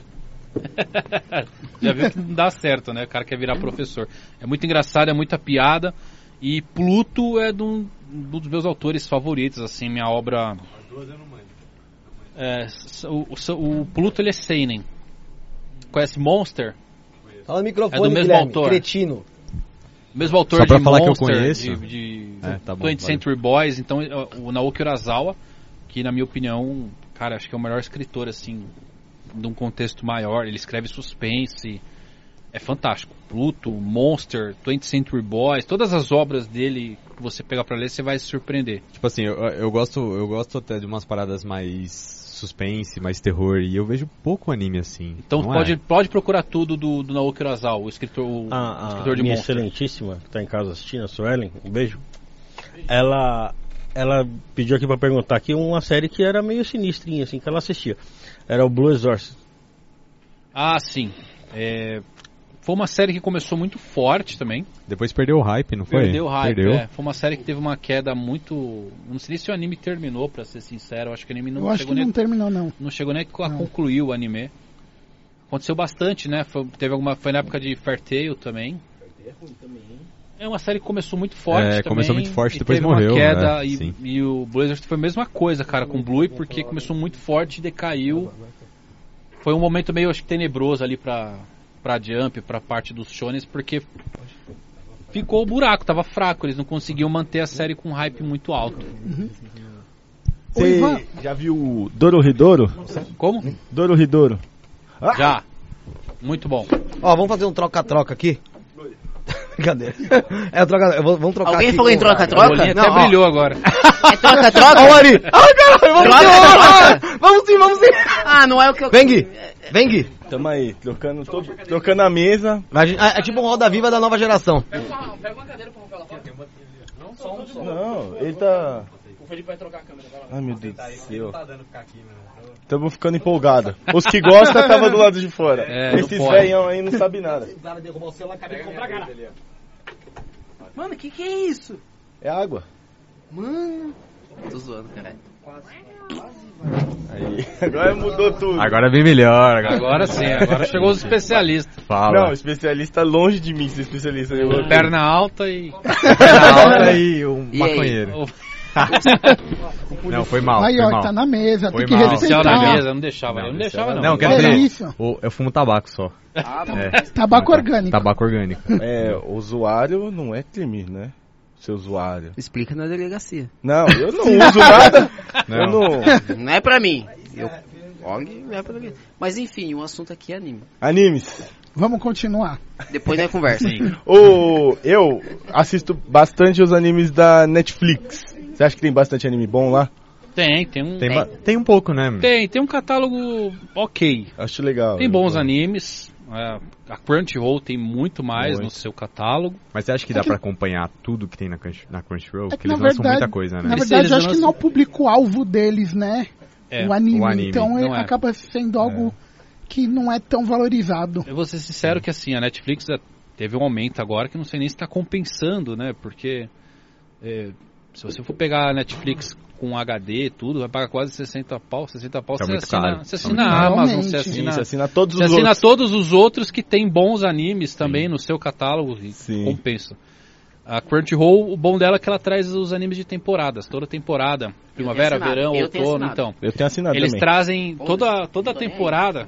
[SPEAKER 2] Já viu que não dá certo, né? O cara quer virar professor. É muito engraçado, é muita piada. E Pluto é de um, um dos meus autores favoritos, assim, minha obra. É, s- o, o- o Pluto ele é Seinen. Conhece Monster?
[SPEAKER 8] Fala no
[SPEAKER 2] É do
[SPEAKER 8] microfone,
[SPEAKER 2] mesmo
[SPEAKER 8] Guilherme.
[SPEAKER 2] autor.
[SPEAKER 8] Cretino.
[SPEAKER 2] Mesmo autor
[SPEAKER 7] Só pra
[SPEAKER 2] de
[SPEAKER 7] falar que eu
[SPEAKER 2] Monster,
[SPEAKER 7] conheço.
[SPEAKER 2] de, de
[SPEAKER 7] É, tá bom,
[SPEAKER 2] 20th Century Boys, então eh, o Naoki Urasawa, que na minha opinião, cara, acho que é o melhor escritor assim, de um contexto maior, ele escreve suspense, é fantástico. Pluto, Monster, 20th Century Boys, todas as obras dele que você pegar pra ler, você vai se surpreender.
[SPEAKER 7] Tipo assim, eu, eu gosto, eu gosto até de umas paradas mais suspense, mais terror e eu vejo pouco anime assim.
[SPEAKER 2] Então
[SPEAKER 7] não é?
[SPEAKER 2] pode, pode procurar tudo do, do Naoki Urasawa, o escritor, o
[SPEAKER 3] a,
[SPEAKER 2] Um escritor de
[SPEAKER 3] Ah, minha
[SPEAKER 2] Monster.
[SPEAKER 3] excelentíssima, que tá em casa assistindo, a Suelen, um beijo. Ela, ela pediu aqui pra perguntar aqui uma série que era meio sinistrinha, assim, que ela assistia. Era o Blue Exorcist.
[SPEAKER 2] Ah, sim. É, foi uma série que começou muito forte também.
[SPEAKER 7] Depois perdeu o hype, não foi?
[SPEAKER 2] Perdeu o hype,
[SPEAKER 7] Perdeu.
[SPEAKER 2] é. Foi uma série que teve uma queda muito. Não sei nem se o anime terminou, pra ser sincero. Eu acho que o anime não
[SPEAKER 6] Eu acho que
[SPEAKER 2] chegou nem.
[SPEAKER 6] não terminou, não.
[SPEAKER 2] Não chegou nem a
[SPEAKER 6] Não.
[SPEAKER 2] concluir o anime. Aconteceu bastante, né? Foi, teve alguma. Foi na época de Fair Tail também. É uma série que começou muito forte
[SPEAKER 7] É,
[SPEAKER 2] também.
[SPEAKER 7] começou muito forte,
[SPEAKER 2] e
[SPEAKER 7] depois
[SPEAKER 2] teve
[SPEAKER 7] morreu,
[SPEAKER 2] Uma queda
[SPEAKER 7] né?
[SPEAKER 2] e,
[SPEAKER 7] Sim.
[SPEAKER 2] e o Blizzard foi a mesma coisa, cara, com o Blue, porque começou muito forte e decaiu. Foi um momento meio, acho que, tenebroso ali pra, pra Jump, pra parte dos shonens, porque ficou o buraco, tava fraco. Eles não conseguiam manter a série com um hype muito alto.
[SPEAKER 6] O Ivan-
[SPEAKER 4] Você já viu o Dorohedoro?
[SPEAKER 2] Como?
[SPEAKER 4] Dorohedoro.
[SPEAKER 2] Já. Muito bom.
[SPEAKER 8] Ó, vamos fazer um troca-troca aqui? Brincadeira. É, troca eu vou- Vamos trocar
[SPEAKER 5] Alguém
[SPEAKER 8] aqui
[SPEAKER 5] falou em
[SPEAKER 8] com-
[SPEAKER 5] troca-troca?
[SPEAKER 2] O bolinho
[SPEAKER 5] Não,
[SPEAKER 2] até
[SPEAKER 5] ó.
[SPEAKER 2] brilhou agora.
[SPEAKER 5] É troca, troca?
[SPEAKER 8] Ó, Ari! Ai, caralho, vamos
[SPEAKER 5] Troca,
[SPEAKER 8] sim! ó, ó, Vamos sim, vamos sim!
[SPEAKER 5] Ah, não é o que eu...
[SPEAKER 8] Vem, Gui! Vem, Gui!
[SPEAKER 4] Tamo aí, trocando, to- trocando a mesa.
[SPEAKER 8] A gente- É é tipo um roda viva da nova geração.
[SPEAKER 4] Não, ele tá. Ai meu Deus
[SPEAKER 5] Tá,
[SPEAKER 4] do céu. Tamo ficando empolgado. Os que gostam tava do lado de fora.
[SPEAKER 2] É, não
[SPEAKER 4] Esses
[SPEAKER 2] pode.
[SPEAKER 4] velhão aí não sabem nada.
[SPEAKER 5] Mano, que que é isso?
[SPEAKER 4] É água.
[SPEAKER 5] Mano... Tô zoando, caralho.
[SPEAKER 4] Aí. Agora mudou tudo.
[SPEAKER 7] Agora bem melhor, agora,
[SPEAKER 2] Agora sim, agora chegou os especialistas.
[SPEAKER 7] fala.
[SPEAKER 4] Não, especialista longe de mim, ser especialista. Eu vou-
[SPEAKER 2] Perna alta e.
[SPEAKER 7] Alta e um
[SPEAKER 5] E aí?
[SPEAKER 7] maconheiro. Não, foi mal,
[SPEAKER 6] Aí,
[SPEAKER 7] foi
[SPEAKER 6] ó,
[SPEAKER 7] mal.
[SPEAKER 6] tá na mesa,
[SPEAKER 7] Foi
[SPEAKER 6] tem que
[SPEAKER 7] mal.
[SPEAKER 2] Policial
[SPEAKER 6] respeitar.
[SPEAKER 2] na mesa, não deixava, não, deixava não.
[SPEAKER 7] Não, quer
[SPEAKER 6] Olha
[SPEAKER 7] dizer,
[SPEAKER 6] isso.
[SPEAKER 7] o- eu fumo tabaco só.
[SPEAKER 2] Ah, tá
[SPEAKER 7] É,
[SPEAKER 6] Tabaco orgânico.
[SPEAKER 7] tabaco orgânico.
[SPEAKER 4] É, usuário não é crime, né? Seu usuário.
[SPEAKER 5] Explica na delegacia.
[SPEAKER 4] Não, eu não uso nada.
[SPEAKER 7] Não.
[SPEAKER 4] Eu não.
[SPEAKER 5] Não é pra mim. Eu... Og, não é pra mim. Mas enfim, o assunto aqui é anime.
[SPEAKER 4] Animes.
[SPEAKER 6] Vamos continuar.
[SPEAKER 7] Tá
[SPEAKER 5] Depois nós conversa.
[SPEAKER 4] O, eu assisto bastante os animes da Netflix. Você acha que tem bastante anime bom lá?
[SPEAKER 2] Tem, tem um.
[SPEAKER 7] Tem, ba- tem um pouco, né? meu?
[SPEAKER 2] Tem, tem um catálogo ok.
[SPEAKER 4] Acho legal.
[SPEAKER 2] Tem bons
[SPEAKER 4] Eu-
[SPEAKER 2] animes. é, a Crunchyroll tem muito mais
[SPEAKER 4] Muito.
[SPEAKER 2] no seu catálogo.
[SPEAKER 7] Mas você acha
[SPEAKER 2] é
[SPEAKER 7] que dá pra acompanhar tudo que tem na, Crunch, na Crunchyroll?
[SPEAKER 6] É
[SPEAKER 7] Porque
[SPEAKER 6] que,
[SPEAKER 7] eles
[SPEAKER 6] na
[SPEAKER 7] lançam
[SPEAKER 6] verdade,
[SPEAKER 7] muita coisa,
[SPEAKER 6] na
[SPEAKER 7] né?
[SPEAKER 2] Eles-
[SPEAKER 6] verdade
[SPEAKER 2] eles
[SPEAKER 6] eu acho que
[SPEAKER 2] lançam-
[SPEAKER 6] não é o público-alvo deles, né?
[SPEAKER 2] É,
[SPEAKER 6] o, anime.
[SPEAKER 7] o anime,
[SPEAKER 6] Então
[SPEAKER 2] não é.
[SPEAKER 6] acaba sendo algo que não é tão valorizado.
[SPEAKER 2] Eu vou ser sincero que assim, a Netflix é, teve um aumento agora que não sei nem se está compensando, né? Porque é, se você for pegar a Netflix com HD e tudo, vai pagar quase 60 pau, 60
[SPEAKER 4] É
[SPEAKER 2] pau,
[SPEAKER 7] Tá
[SPEAKER 2] você
[SPEAKER 7] muito
[SPEAKER 2] assina,
[SPEAKER 7] caro.
[SPEAKER 2] você
[SPEAKER 7] Tá
[SPEAKER 2] assina
[SPEAKER 7] muito
[SPEAKER 2] a
[SPEAKER 6] caro.
[SPEAKER 2] Amazon, você
[SPEAKER 6] Realmente.
[SPEAKER 4] Sim,
[SPEAKER 2] assina,
[SPEAKER 4] você assina todos
[SPEAKER 2] você
[SPEAKER 4] os
[SPEAKER 2] assina
[SPEAKER 4] outros.
[SPEAKER 2] todos os outros que tem bons animes também no seu catálogo e
[SPEAKER 4] Sim.
[SPEAKER 2] compensa. A Crunchyroll, o bom dela é que ela traz os animes de temporadas, toda temporada, primavera,
[SPEAKER 5] assinado,
[SPEAKER 2] verão,
[SPEAKER 5] eu tenho
[SPEAKER 2] outono,
[SPEAKER 5] assinado.
[SPEAKER 2] então.
[SPEAKER 4] Eu tenho assinado
[SPEAKER 2] Eles
[SPEAKER 4] também.
[SPEAKER 2] trazem
[SPEAKER 5] Bom,
[SPEAKER 2] toda, toda a
[SPEAKER 5] tudo bem.
[SPEAKER 2] temporada,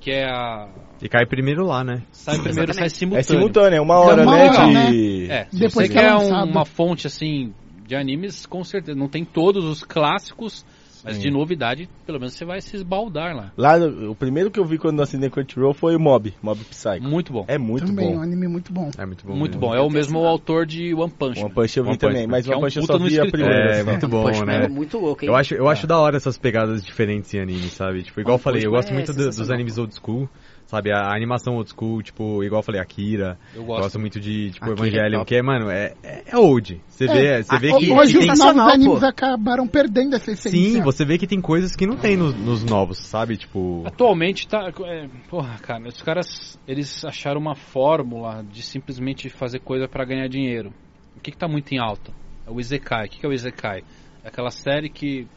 [SPEAKER 2] que é a.
[SPEAKER 7] E cai primeiro lá, né?
[SPEAKER 2] Sai primeiro, sai
[SPEAKER 4] É
[SPEAKER 2] simultâneo.
[SPEAKER 4] simultâneo, é uma hora,
[SPEAKER 6] uma
[SPEAKER 4] né?
[SPEAKER 6] hora,
[SPEAKER 4] de...
[SPEAKER 2] É, se você
[SPEAKER 6] Depois que é
[SPEAKER 2] quer um-
[SPEAKER 6] lançado.
[SPEAKER 2] uma fonte assim de animes, com certeza. Não tem todos os clássicos, Mas
[SPEAKER 4] Sim.
[SPEAKER 2] de novidade, pelo menos você vai se esbaldar lá.
[SPEAKER 4] Lá, o primeiro que eu vi quando eu assinei Crunchyroll foi o Mob, Mob Psycho.
[SPEAKER 2] Muito bom.
[SPEAKER 4] É muito
[SPEAKER 6] Também, um
[SPEAKER 4] bom.
[SPEAKER 6] anime muito bom.
[SPEAKER 7] É muito bom.
[SPEAKER 2] muito
[SPEAKER 7] mesmo.
[SPEAKER 2] bom. É o mesmo autor de One Punch.
[SPEAKER 4] One
[SPEAKER 2] Man.
[SPEAKER 4] Punch eu vi
[SPEAKER 7] One Punch
[SPEAKER 4] também,
[SPEAKER 7] Man,
[SPEAKER 4] mas
[SPEAKER 2] que é
[SPEAKER 4] One
[SPEAKER 2] um
[SPEAKER 4] Punch eu
[SPEAKER 2] puta
[SPEAKER 4] só
[SPEAKER 2] no
[SPEAKER 4] vi a
[SPEAKER 2] escritório.
[SPEAKER 4] primeira.
[SPEAKER 7] É,
[SPEAKER 4] só.
[SPEAKER 7] muito bom,
[SPEAKER 5] Punch Man
[SPEAKER 7] né?
[SPEAKER 5] é muito louco, hein?
[SPEAKER 7] Eu acho, eu
[SPEAKER 4] Tá.
[SPEAKER 7] acho da hora essas pegadas diferentes em anime, sabe? Tipo, igual eu
[SPEAKER 5] One
[SPEAKER 7] falei,
[SPEAKER 5] Punch
[SPEAKER 7] eu
[SPEAKER 5] Man
[SPEAKER 7] gosto
[SPEAKER 5] é
[SPEAKER 7] muito do- dos
[SPEAKER 5] sensacional.
[SPEAKER 7] animes old school, sabe? A, a animação old school, tipo, igual eu falei, Akira.
[SPEAKER 2] Eu
[SPEAKER 7] Gosto,
[SPEAKER 2] gosto.
[SPEAKER 7] muito de, tipo,
[SPEAKER 5] Akira é
[SPEAKER 7] Evangelion,
[SPEAKER 5] top.
[SPEAKER 7] que é, mano, é, é é old. Você vê, você vê
[SPEAKER 5] Akira
[SPEAKER 4] é
[SPEAKER 7] que...
[SPEAKER 5] hoje
[SPEAKER 7] que tem-
[SPEAKER 6] Hoje os novos
[SPEAKER 5] sensacional,
[SPEAKER 6] animes
[SPEAKER 5] pô.
[SPEAKER 6] acabaram perdendo essa essência.
[SPEAKER 7] Sim, você vê que tem coisas que não tem nos, nos novos, sabe? Tipo...
[SPEAKER 2] Atualmente tá. é, porra, cara, os caras eles acharam uma fórmula de simplesmente fazer coisa pra ganhar dinheiro. O que, que tá muito em alta? É o Izekai. O que, que é o Izekai? É aquela série que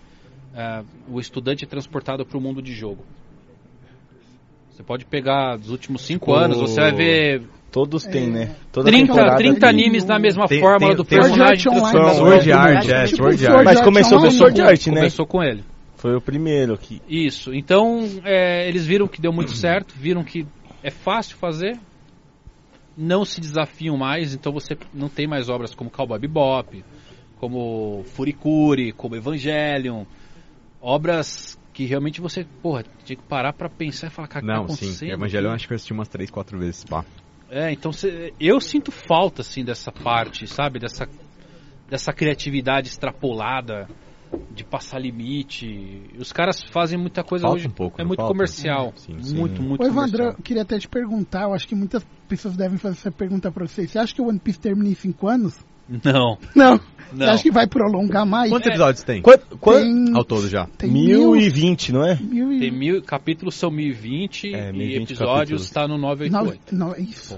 [SPEAKER 2] é, o estudante é transportado pro mundo de jogo. Você pode pegar dos últimos 5
[SPEAKER 7] Tipo-
[SPEAKER 2] anos, você vai ver
[SPEAKER 4] Todos têm, né? Toda
[SPEAKER 2] 30,
[SPEAKER 4] temporada
[SPEAKER 2] 30
[SPEAKER 4] tem.
[SPEAKER 2] animes na mesma
[SPEAKER 7] Tem-
[SPEAKER 2] fórmula
[SPEAKER 7] tem-
[SPEAKER 2] do
[SPEAKER 7] tem-
[SPEAKER 2] personagem.
[SPEAKER 6] Sword um Art
[SPEAKER 2] transformado.
[SPEAKER 6] Online. né?
[SPEAKER 4] São-
[SPEAKER 7] Sword Art, é,
[SPEAKER 5] Tipo,
[SPEAKER 7] Sword
[SPEAKER 6] Sword
[SPEAKER 7] Art.
[SPEAKER 4] Mas
[SPEAKER 6] Art
[SPEAKER 4] começou
[SPEAKER 6] Online.
[SPEAKER 4] com Sword Art, né?
[SPEAKER 2] Começou com ele.
[SPEAKER 4] Foi o primeiro que...
[SPEAKER 2] Isso. Então, é, eles viram que deu muito certo, viram que é fácil fazer, não se desafiam mais, então você não tem mais obras como Cowboy Bebop, como Furikuri, como Evangelion, obras que realmente você, porra, tinha que parar pra pensar e falar, cara, o que tá
[SPEAKER 7] Não, sim. é
[SPEAKER 2] acontecendo
[SPEAKER 7] Evangelion
[SPEAKER 2] aqui?"
[SPEAKER 7] acho que eu assisti umas 3, 4 vezes, pá.
[SPEAKER 2] É, então cê- eu sinto falta assim dessa parte, sabe, dessa dessa criatividade extrapolada de passar limite. Os caras fazem muita coisa
[SPEAKER 7] Falta
[SPEAKER 2] hoje.
[SPEAKER 7] um pouco,
[SPEAKER 2] é
[SPEAKER 7] não
[SPEAKER 2] muito
[SPEAKER 7] falta?
[SPEAKER 2] comercial.
[SPEAKER 7] Sim, sim.
[SPEAKER 2] Muito, muito
[SPEAKER 6] Ô, Evandro,
[SPEAKER 2] comercial.
[SPEAKER 6] eu queria até te perguntar, eu acho que muitas pessoas devem fazer essa pergunta pra você. Você acha que o One Piece termina em 5 anos?
[SPEAKER 2] Não,
[SPEAKER 6] Não. Você
[SPEAKER 2] não.
[SPEAKER 6] acha que vai prolongar mais? É,
[SPEAKER 4] é
[SPEAKER 7] Quantos episódios tem?
[SPEAKER 4] Quanto? quanto?
[SPEAKER 6] Tem,
[SPEAKER 7] Ao todo já.
[SPEAKER 6] tem mil,
[SPEAKER 4] 1020, não é?
[SPEAKER 6] mil
[SPEAKER 2] Tem
[SPEAKER 6] e...
[SPEAKER 2] mil capítulos são 1020
[SPEAKER 4] É,
[SPEAKER 2] e
[SPEAKER 4] 1020
[SPEAKER 2] episódios
[SPEAKER 4] capítulos.
[SPEAKER 2] está no
[SPEAKER 6] Não,
[SPEAKER 2] 988.
[SPEAKER 6] não, isso.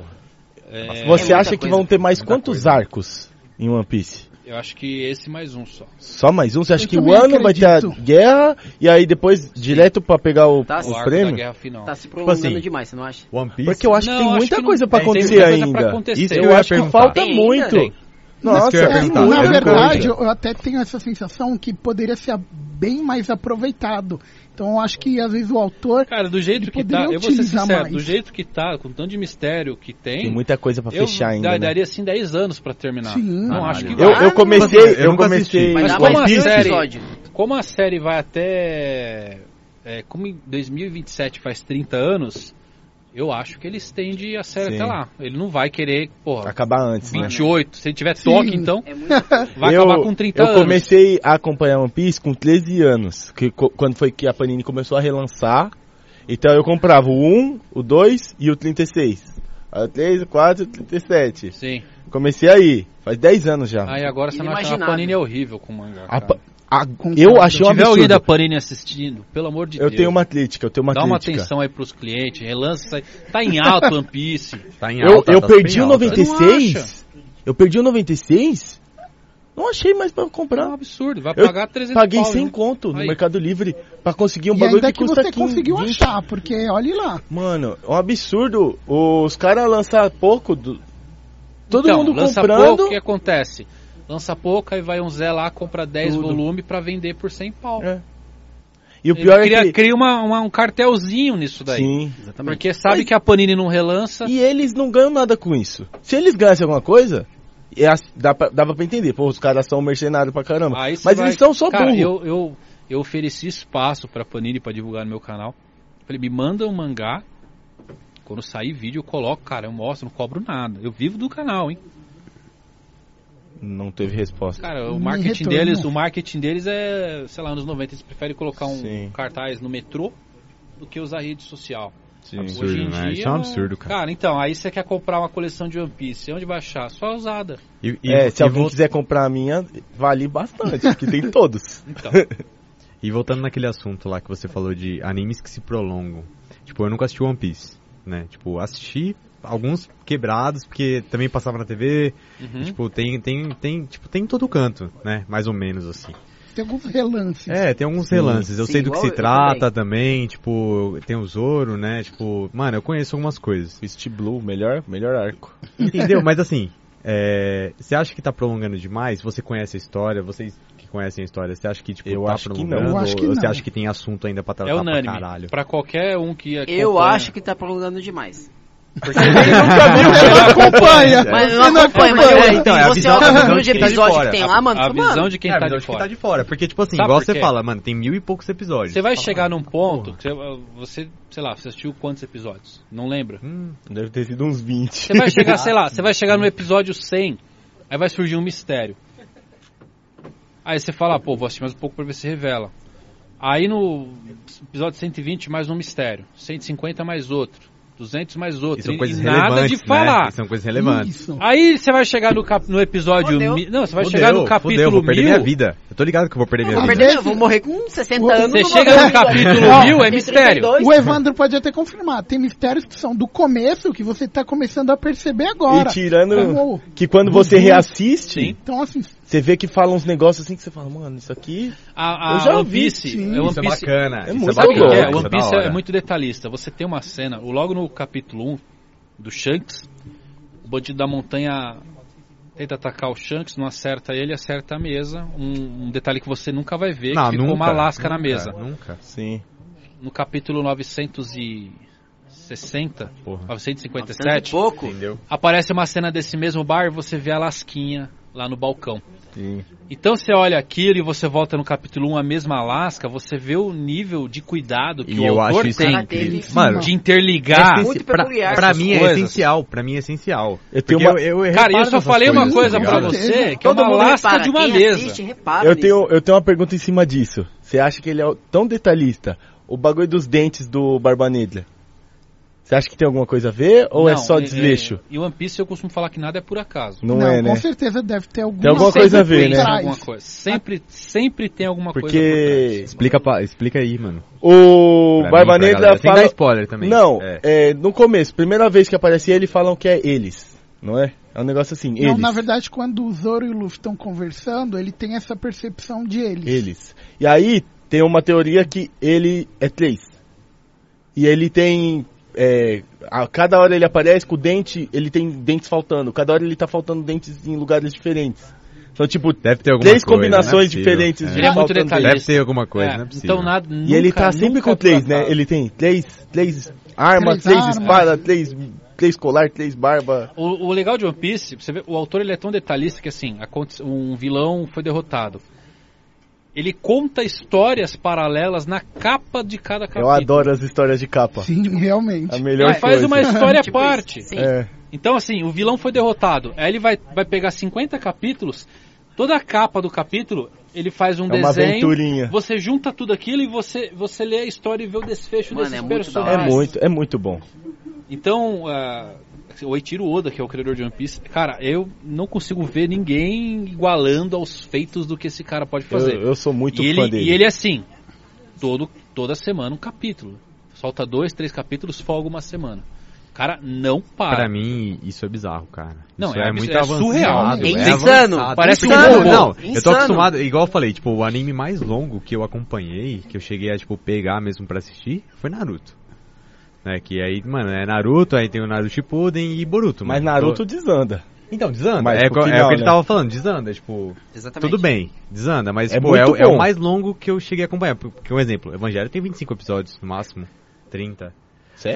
[SPEAKER 2] É,
[SPEAKER 4] Você
[SPEAKER 5] muita
[SPEAKER 4] acha que
[SPEAKER 5] coisa.
[SPEAKER 4] vão ter mais quantos arcos em One Piece?
[SPEAKER 2] eu acho que esse mais um só.
[SPEAKER 4] Só mais um? Você acha
[SPEAKER 6] Eu
[SPEAKER 4] que o
[SPEAKER 6] também
[SPEAKER 4] ano vai ter a
[SPEAKER 6] acredito.
[SPEAKER 4] guerra e aí depois direto pra pegar o,
[SPEAKER 5] Tá,
[SPEAKER 4] o
[SPEAKER 5] sim.
[SPEAKER 2] o arco da
[SPEAKER 4] prêmio?
[SPEAKER 2] guerra final.
[SPEAKER 5] Tá se prolongando
[SPEAKER 7] assim,
[SPEAKER 5] demais, você não acha?
[SPEAKER 7] One Piece.
[SPEAKER 4] Porque eu acho
[SPEAKER 2] Não,
[SPEAKER 4] que tem
[SPEAKER 2] acho
[SPEAKER 4] muita
[SPEAKER 2] que não-
[SPEAKER 4] coisa pra
[SPEAKER 2] tem muita
[SPEAKER 4] acontecer
[SPEAKER 2] coisa pra
[SPEAKER 4] ainda.
[SPEAKER 2] acontecer.
[SPEAKER 4] Isso
[SPEAKER 7] Eu
[SPEAKER 4] eu
[SPEAKER 7] ia
[SPEAKER 4] acho que
[SPEAKER 7] perguntar.
[SPEAKER 4] falta
[SPEAKER 5] Tem ainda? né?
[SPEAKER 4] muito.
[SPEAKER 5] Tem.
[SPEAKER 7] Isso que eu ia
[SPEAKER 4] Nossa,
[SPEAKER 7] perguntar.
[SPEAKER 6] é, Na
[SPEAKER 7] eu nunca
[SPEAKER 6] verdade,
[SPEAKER 7] vi.
[SPEAKER 6] eu até tenho essa sensação que poderia ser bem mais aproveitado. Então eu acho que às vezes o autor
[SPEAKER 2] Cara, do jeito que tá,
[SPEAKER 6] Poderiam
[SPEAKER 2] eu vou ser
[SPEAKER 6] utilizar
[SPEAKER 2] sincero,
[SPEAKER 6] mais.
[SPEAKER 2] do jeito que tá, com tanto de mistério que
[SPEAKER 4] tem
[SPEAKER 2] tem,
[SPEAKER 4] muita coisa pra
[SPEAKER 2] eu
[SPEAKER 4] fechar
[SPEAKER 2] da-
[SPEAKER 4] ainda. né?
[SPEAKER 2] daria assim 10 anos pra terminar.
[SPEAKER 6] Sim.
[SPEAKER 2] Não
[SPEAKER 7] Caralho.
[SPEAKER 2] acho que
[SPEAKER 4] Eu,
[SPEAKER 5] Ah,
[SPEAKER 4] eu
[SPEAKER 5] não,
[SPEAKER 4] comecei,
[SPEAKER 7] eu
[SPEAKER 4] eu
[SPEAKER 7] nunca assisti.
[SPEAKER 4] comecei.
[SPEAKER 5] Vai
[SPEAKER 2] Mas
[SPEAKER 5] dar
[SPEAKER 2] como
[SPEAKER 5] mais
[SPEAKER 2] a
[SPEAKER 5] um
[SPEAKER 2] série-
[SPEAKER 5] episódio.
[SPEAKER 2] Como a série vai até. é, como em 2027 faz 30 anos, eu acho que ele estende a série
[SPEAKER 4] Sim.
[SPEAKER 2] até lá. Ele não vai querer, porra,
[SPEAKER 4] Acabar antes, né?
[SPEAKER 2] 28. Se ele tiver
[SPEAKER 6] Sim.
[SPEAKER 2] toque, então,
[SPEAKER 5] É muito
[SPEAKER 2] vai
[SPEAKER 4] eu,
[SPEAKER 2] acabar com 30
[SPEAKER 4] eu
[SPEAKER 2] anos.
[SPEAKER 4] comecei a acompanhar One Piece com 13 anos, que, co- quando foi que a Panini começou a relançar. Então eu comprava o 1, o 2 e o 36. Aí O 3, o 4 e o 37.
[SPEAKER 2] Sim.
[SPEAKER 4] Comecei aí, faz 10 anos já.
[SPEAKER 2] Aí agora você não acha que a
[SPEAKER 5] Inimaginável.
[SPEAKER 2] Panini é horrível com mangá.
[SPEAKER 4] A
[SPEAKER 2] cara.
[SPEAKER 4] pa- a-
[SPEAKER 6] Concordo.
[SPEAKER 4] eu achei um
[SPEAKER 2] Se tiver alguém da
[SPEAKER 4] absurdo.
[SPEAKER 2] Panini assistindo, pelo amor de
[SPEAKER 4] Eu
[SPEAKER 2] Deus.
[SPEAKER 4] tenho uma crítica, eu tenho uma
[SPEAKER 2] Dá uma
[SPEAKER 4] crítica.
[SPEAKER 2] atenção aí pros clientes, relança isso aí. Tá em alta One Piece.
[SPEAKER 7] Tá em
[SPEAKER 4] Eu,
[SPEAKER 7] alta,
[SPEAKER 4] eu
[SPEAKER 7] tá
[SPEAKER 4] perdi
[SPEAKER 7] bem
[SPEAKER 4] o
[SPEAKER 7] alta.
[SPEAKER 4] 96. Eu perdi o 96. Não achei mais pra
[SPEAKER 2] É
[SPEAKER 4] comprar.
[SPEAKER 2] um absurdo, vai
[SPEAKER 4] Eu
[SPEAKER 2] pagar 300
[SPEAKER 4] Paguei
[SPEAKER 2] pau,
[SPEAKER 4] 100
[SPEAKER 2] né?
[SPEAKER 4] conto no
[SPEAKER 2] Aí.
[SPEAKER 4] Mercado Livre pra conseguir um
[SPEAKER 6] e
[SPEAKER 4] bagulho
[SPEAKER 6] ainda
[SPEAKER 4] que,
[SPEAKER 6] que
[SPEAKER 4] custa
[SPEAKER 6] você
[SPEAKER 4] 15,
[SPEAKER 6] conseguiu
[SPEAKER 4] 20.
[SPEAKER 6] achar, porque olhe lá.
[SPEAKER 4] Mano, é um absurdo. Os caras lançar pouco. do- Todo
[SPEAKER 2] Então,
[SPEAKER 4] mundo
[SPEAKER 2] lança
[SPEAKER 4] comprando.
[SPEAKER 2] pouco, o que acontece? Lança pouco, aí vai um Zé lá, compra 10
[SPEAKER 4] Tudo.
[SPEAKER 2] volumes pra vender por 100 pau.
[SPEAKER 4] É, E o
[SPEAKER 2] Ele
[SPEAKER 4] pior
[SPEAKER 2] cria,
[SPEAKER 4] é que.
[SPEAKER 2] cria uma, uma- um cartelzinho nisso daí.
[SPEAKER 4] Sim.
[SPEAKER 5] Exatamente.
[SPEAKER 2] Porque sabe que a Panini não relança.
[SPEAKER 4] E eles não ganham nada com isso. Se eles ganhassem alguma coisa, é as- dá pra- dava pra entender. Pô, os caras são mercenários pra caramba.
[SPEAKER 2] Aí você Ah,
[SPEAKER 4] Mas
[SPEAKER 2] vai-
[SPEAKER 4] eles são só
[SPEAKER 2] Cara,
[SPEAKER 4] burro.
[SPEAKER 2] eu, eu, eu ofereci espaço pra Panini pra divulgar no meu canal. Falei, me manda um mangá. Quando sair vídeo, eu coloco, cara, eu mostro, não cobro nada. Eu vivo do canal, hein?
[SPEAKER 4] Não teve resposta.
[SPEAKER 2] Cara, o
[SPEAKER 6] Nem
[SPEAKER 2] marketing
[SPEAKER 6] retorno.
[SPEAKER 2] deles, o marketing deles é, sei lá, anos 90, eles preferem colocar um
[SPEAKER 4] Sim.
[SPEAKER 2] cartaz no metrô do que usar rede social.
[SPEAKER 4] Sim.
[SPEAKER 7] Absurdo,
[SPEAKER 2] Hoje em
[SPEAKER 7] né?
[SPEAKER 2] dia,
[SPEAKER 7] Isso é um absurdo, cara.
[SPEAKER 2] Cara, então, aí você quer comprar uma coleção de One Piece, onde vai achar? Só usada.
[SPEAKER 7] E, e-
[SPEAKER 4] É,
[SPEAKER 7] e
[SPEAKER 4] se alguém
[SPEAKER 7] vo-
[SPEAKER 4] quiser comprar a minha, vale bastante, porque tem todos.
[SPEAKER 2] Então,
[SPEAKER 7] E voltando naquele assunto lá que você falou de animes que se prolongam. Tipo, eu nunca assisti One Piece, né? Tipo, assisti alguns quebrados, porque também passava na TV.
[SPEAKER 2] uhum.
[SPEAKER 7] Tipo, tem, tem, tem, tipo, tem em todo canto, né? Mais ou menos assim.
[SPEAKER 6] Tem alguns relances.
[SPEAKER 7] É, tem alguns relances. Eu
[SPEAKER 5] Sim,
[SPEAKER 7] sei do que
[SPEAKER 5] igual
[SPEAKER 7] se
[SPEAKER 5] eu
[SPEAKER 7] trata também. tipo, tem o Zoro, né? Tipo, mano, eu conheço algumas coisas.
[SPEAKER 4] Fist Blue, melhor, melhor arco.
[SPEAKER 7] Entendeu? Mas assim, é, você acha que tá prolongando demais? Você conhece a história? Vocês que conhecem a história, você acha que tipo,
[SPEAKER 4] Eu
[SPEAKER 7] tá
[SPEAKER 4] acho que não.
[SPEAKER 7] prolongando?
[SPEAKER 6] Eu acho que
[SPEAKER 7] Ou Você
[SPEAKER 6] não.
[SPEAKER 7] acha que tem assunto ainda tá pra tratar
[SPEAKER 2] É
[SPEAKER 7] pra
[SPEAKER 2] unânime.
[SPEAKER 7] caralho?
[SPEAKER 2] Pra qualquer um que
[SPEAKER 5] Eu
[SPEAKER 2] acompanha.
[SPEAKER 5] acho que tá prolongando demais.
[SPEAKER 2] Porque
[SPEAKER 6] Nunca viu, você não acompanha.
[SPEAKER 5] Mas
[SPEAKER 6] Você
[SPEAKER 5] eu não acompanho, mas
[SPEAKER 7] acompanha.
[SPEAKER 5] eu-
[SPEAKER 7] Então, é a
[SPEAKER 5] você
[SPEAKER 7] visão-
[SPEAKER 5] olha
[SPEAKER 7] a
[SPEAKER 5] o
[SPEAKER 7] visão
[SPEAKER 5] número de
[SPEAKER 7] de quem tá de
[SPEAKER 5] episódio que
[SPEAKER 7] fora.
[SPEAKER 5] tem lá, mano,
[SPEAKER 2] a
[SPEAKER 5] fala,
[SPEAKER 2] visão
[SPEAKER 5] mano.
[SPEAKER 2] de quem
[SPEAKER 7] É,
[SPEAKER 2] tá
[SPEAKER 7] mas eu
[SPEAKER 2] de
[SPEAKER 7] acho que
[SPEAKER 2] fora.
[SPEAKER 7] tá de fora. Porque, tipo assim,
[SPEAKER 2] Sabe
[SPEAKER 7] igual
[SPEAKER 2] por
[SPEAKER 7] você
[SPEAKER 2] quê?
[SPEAKER 7] fala, mano, tem mil e poucos episódios.
[SPEAKER 2] Você vai
[SPEAKER 7] Fala,
[SPEAKER 2] chegar num ponto, que você, você, sei lá, você assistiu quantos episódios? Não lembra.
[SPEAKER 7] Hum,
[SPEAKER 4] Deve ter sido uns 20.
[SPEAKER 2] Você vai chegar, sei lá, você vai chegar no episódio 100, aí vai surgir um mistério. Aí você fala, pô, vou assistir mais um pouco pra ver se revela. Aí no episódio 120 mais um mistério, 150 mais outro, 200 mais
[SPEAKER 7] e
[SPEAKER 2] outro,
[SPEAKER 7] são
[SPEAKER 2] e-
[SPEAKER 7] coisas
[SPEAKER 2] e nada de
[SPEAKER 7] relevantes, né? é
[SPEAKER 2] falar.
[SPEAKER 7] um- E São coisas relevantes.
[SPEAKER 6] Isso.
[SPEAKER 2] Aí você vai chegar no, cap no episódio...
[SPEAKER 5] Fudeu.
[SPEAKER 2] mi- Não, você vai
[SPEAKER 7] Fudeu,
[SPEAKER 2] chegar no
[SPEAKER 7] fudeu, eu
[SPEAKER 2] capítulo
[SPEAKER 7] vou perder minha
[SPEAKER 2] 1000...
[SPEAKER 7] vida. Eu tô ligado que eu vou perder minha
[SPEAKER 5] Vou
[SPEAKER 7] vida.
[SPEAKER 5] perder, eu vou morrer com 60 anos.
[SPEAKER 2] Você
[SPEAKER 5] não vou
[SPEAKER 2] chega
[SPEAKER 5] ver
[SPEAKER 2] no capítulo
[SPEAKER 5] Ó,
[SPEAKER 2] 1000, é
[SPEAKER 5] tem
[SPEAKER 2] mistério.
[SPEAKER 5] 32.
[SPEAKER 6] O Evandro pode até confirmar. Tem mistérios que são do começo que você tá começando a perceber agora.
[SPEAKER 4] E tirando
[SPEAKER 6] Como-
[SPEAKER 4] que quando você reassiste,
[SPEAKER 2] Sim.
[SPEAKER 6] Então, assim,
[SPEAKER 4] você vê que fala uns negócios assim que você fala, mano, isso aqui.
[SPEAKER 2] A, a
[SPEAKER 4] Eu já
[SPEAKER 2] One
[SPEAKER 4] vi,
[SPEAKER 2] Piece,
[SPEAKER 4] sim,
[SPEAKER 2] é One
[SPEAKER 7] Isso é
[SPEAKER 2] Piece
[SPEAKER 7] bacana.
[SPEAKER 4] É
[SPEAKER 7] isso
[SPEAKER 4] muito
[SPEAKER 2] Sabe o que
[SPEAKER 7] bacana,
[SPEAKER 2] que é?
[SPEAKER 4] louco,
[SPEAKER 7] isso
[SPEAKER 2] One
[SPEAKER 7] da
[SPEAKER 2] Piece
[SPEAKER 7] hora.
[SPEAKER 2] é muito detalhista. Você tem uma cena, logo no capítulo 1 do Shanks, o bandido da montanha tenta atacar o Shanks, não acerta ele, acerta a mesa. Um, um detalhe que você nunca vai ver,
[SPEAKER 7] Não,
[SPEAKER 2] que ficou uma
[SPEAKER 7] nunca,
[SPEAKER 2] lasca na
[SPEAKER 7] nunca,
[SPEAKER 2] mesa.
[SPEAKER 7] É, Nunca.
[SPEAKER 4] Sim.
[SPEAKER 2] No capítulo 960,
[SPEAKER 7] Porra.
[SPEAKER 2] 957,
[SPEAKER 5] pouco.
[SPEAKER 7] Entendeu?
[SPEAKER 2] aparece uma cena desse mesmo bar e você vê a lasquinha lá no balcão.
[SPEAKER 4] Sim.
[SPEAKER 2] Então você olha aquilo e você volta no capítulo 1, a mesma lasca, você vê o nível de cuidado que
[SPEAKER 7] E
[SPEAKER 2] o
[SPEAKER 7] eu
[SPEAKER 2] autor
[SPEAKER 7] acho isso
[SPEAKER 2] tem
[SPEAKER 7] incrível.
[SPEAKER 6] Sim,
[SPEAKER 7] Mano,
[SPEAKER 2] de interligar.
[SPEAKER 5] muito peculiar
[SPEAKER 7] pra
[SPEAKER 2] essas
[SPEAKER 7] mim é
[SPEAKER 2] coisas.
[SPEAKER 7] essencial, pra mim é essencial.
[SPEAKER 4] Eu
[SPEAKER 7] Porque
[SPEAKER 4] tenho uma-
[SPEAKER 7] eu, eu
[SPEAKER 2] Cara,
[SPEAKER 7] reparo
[SPEAKER 2] e eu só
[SPEAKER 7] nessas
[SPEAKER 2] falei uma
[SPEAKER 7] coisas,
[SPEAKER 2] coisa
[SPEAKER 7] tá
[SPEAKER 2] pra
[SPEAKER 7] ligado?
[SPEAKER 2] você, que é
[SPEAKER 5] Todo
[SPEAKER 2] uma
[SPEAKER 5] mundo
[SPEAKER 2] lasca
[SPEAKER 5] repara,
[SPEAKER 2] de uma
[SPEAKER 5] quem
[SPEAKER 2] mesa.
[SPEAKER 5] assiste, repara
[SPEAKER 4] Eu
[SPEAKER 5] nisso.
[SPEAKER 4] tenho, eu tenho uma pergunta em cima disso. Você acha que ele é o- tão detalhista? O bagulho dos dentes do Barba Negra. Você acha que tem alguma coisa a ver ou é
[SPEAKER 2] Não,
[SPEAKER 4] só desleixo?
[SPEAKER 2] E One Piece eu costumo falar que nada é por acaso.
[SPEAKER 4] Não, é, né?
[SPEAKER 6] com certeza deve ter alguma,
[SPEAKER 4] Tem alguma coisa a ver, né?
[SPEAKER 2] Tem
[SPEAKER 6] é por
[SPEAKER 2] alguma
[SPEAKER 6] trás.
[SPEAKER 2] coisa. Sempre, sempre tem alguma coisa
[SPEAKER 4] Porque
[SPEAKER 7] Explica, pra- explica aí, mano.
[SPEAKER 4] o
[SPEAKER 7] Pra mim,
[SPEAKER 4] Barba
[SPEAKER 7] pra
[SPEAKER 4] Negra
[SPEAKER 7] galera. Sem dar
[SPEAKER 4] fala.
[SPEAKER 7] spoiler também.
[SPEAKER 4] Não,
[SPEAKER 7] É.
[SPEAKER 4] é, no começo, primeira vez que aparece ele, falam que é eles, não é? É um negócio assim,
[SPEAKER 6] Não,
[SPEAKER 4] eles.
[SPEAKER 6] na verdade, quando o Zoro e o Luffy estão conversando, ele tem essa percepção de eles.
[SPEAKER 4] Eles. E aí tem uma teoria que ele é três. E ele tem. é, a cada hora ele aparece com o dente, ele tem dentes faltando. Cada hora ele tá faltando dentes em lugares diferentes. Então, tipo,
[SPEAKER 7] Deve ter alguma
[SPEAKER 4] três
[SPEAKER 7] coisa, não é
[SPEAKER 4] combinações
[SPEAKER 7] possível.
[SPEAKER 4] diferentes
[SPEAKER 7] É.
[SPEAKER 4] de
[SPEAKER 2] Ele é muito
[SPEAKER 4] faltando dentes.
[SPEAKER 2] detalhista.
[SPEAKER 7] Deve ter alguma coisa,
[SPEAKER 2] É,
[SPEAKER 7] não é possível.
[SPEAKER 2] então nada,
[SPEAKER 4] E ele tá sempre com três, né? Ele tem três, três armas,
[SPEAKER 6] Três
[SPEAKER 4] três,
[SPEAKER 6] armas.
[SPEAKER 4] espadas, três, três colar, três barba.
[SPEAKER 2] O, o legal de One Piece, você vê, o autor ele é tão detalhista que assim, aconte- um vilão foi derrotado. Ele conta histórias paralelas na capa de cada capítulo.
[SPEAKER 4] Eu adoro as histórias de capa.
[SPEAKER 6] Sim, realmente.
[SPEAKER 4] A
[SPEAKER 2] Ele
[SPEAKER 4] melhor
[SPEAKER 2] faz
[SPEAKER 4] coisa.
[SPEAKER 2] uma história à
[SPEAKER 5] Tipo isso.
[SPEAKER 2] parte.
[SPEAKER 5] Sim.
[SPEAKER 4] É.
[SPEAKER 2] Então, assim, o vilão foi derrotado. Aí ele vai, vai pegar 50 capítulos. Toda a capa do capítulo, ele faz um
[SPEAKER 4] É uma
[SPEAKER 2] desenho.
[SPEAKER 4] aventurinha.
[SPEAKER 2] Você junta tudo aquilo e você, você lê a história e vê o desfecho
[SPEAKER 5] Mano,
[SPEAKER 2] desses
[SPEAKER 5] é muito da
[SPEAKER 4] É
[SPEAKER 5] hora.
[SPEAKER 2] personagens.
[SPEAKER 4] muito, é muito bom.
[SPEAKER 2] Então, ah, o Eiichiro Oda, que é o criador de One Piece, cara, eu não consigo ver ninguém igualando aos feitos do que esse cara pode
[SPEAKER 4] Eu,
[SPEAKER 2] fazer.
[SPEAKER 4] eu sou muito
[SPEAKER 2] e,
[SPEAKER 4] fã
[SPEAKER 2] ele,
[SPEAKER 4] dele.
[SPEAKER 2] e ele é assim, todo, toda semana um capítulo. Solta dois, três capítulos, folga uma semana. O cara não para.
[SPEAKER 7] Pra mim, isso é bizarro, cara.
[SPEAKER 2] Ah. Não,
[SPEAKER 7] isso
[SPEAKER 2] é
[SPEAKER 7] é,
[SPEAKER 2] abs-
[SPEAKER 7] muito
[SPEAKER 2] é
[SPEAKER 7] avançado.
[SPEAKER 2] surreal.
[SPEAKER 7] é
[SPEAKER 5] É insano,
[SPEAKER 7] avançado.
[SPEAKER 2] parece um
[SPEAKER 7] Porque,
[SPEAKER 2] robô.
[SPEAKER 7] Não, eu tô
[SPEAKER 5] Insano.
[SPEAKER 7] acostumado, igual eu falei, tipo, o anime mais longo que eu acompanhei, que eu cheguei a, tipo, pegar mesmo pra assistir, foi Naruto. Né, que aí, mano, é Naruto, aí tem o Naruto Shippuden e
[SPEAKER 2] é
[SPEAKER 7] Boruto.
[SPEAKER 4] Mas
[SPEAKER 7] mano.
[SPEAKER 4] Naruto desanda.
[SPEAKER 7] Então, desanda.
[SPEAKER 4] Mas
[SPEAKER 7] é,
[SPEAKER 4] pro
[SPEAKER 7] co- é
[SPEAKER 4] final,
[SPEAKER 7] o que ele
[SPEAKER 4] né?
[SPEAKER 7] tava falando, desanda, tipo...
[SPEAKER 5] Exatamente.
[SPEAKER 7] Tudo bem, desanda, mas
[SPEAKER 4] É
[SPEAKER 7] pô, é,
[SPEAKER 4] muito
[SPEAKER 7] o- é
[SPEAKER 4] bom.
[SPEAKER 7] o mais longo que eu cheguei a acompanhar. Porque, um exemplo, Evangelho tem 25 episódios no máximo, 30.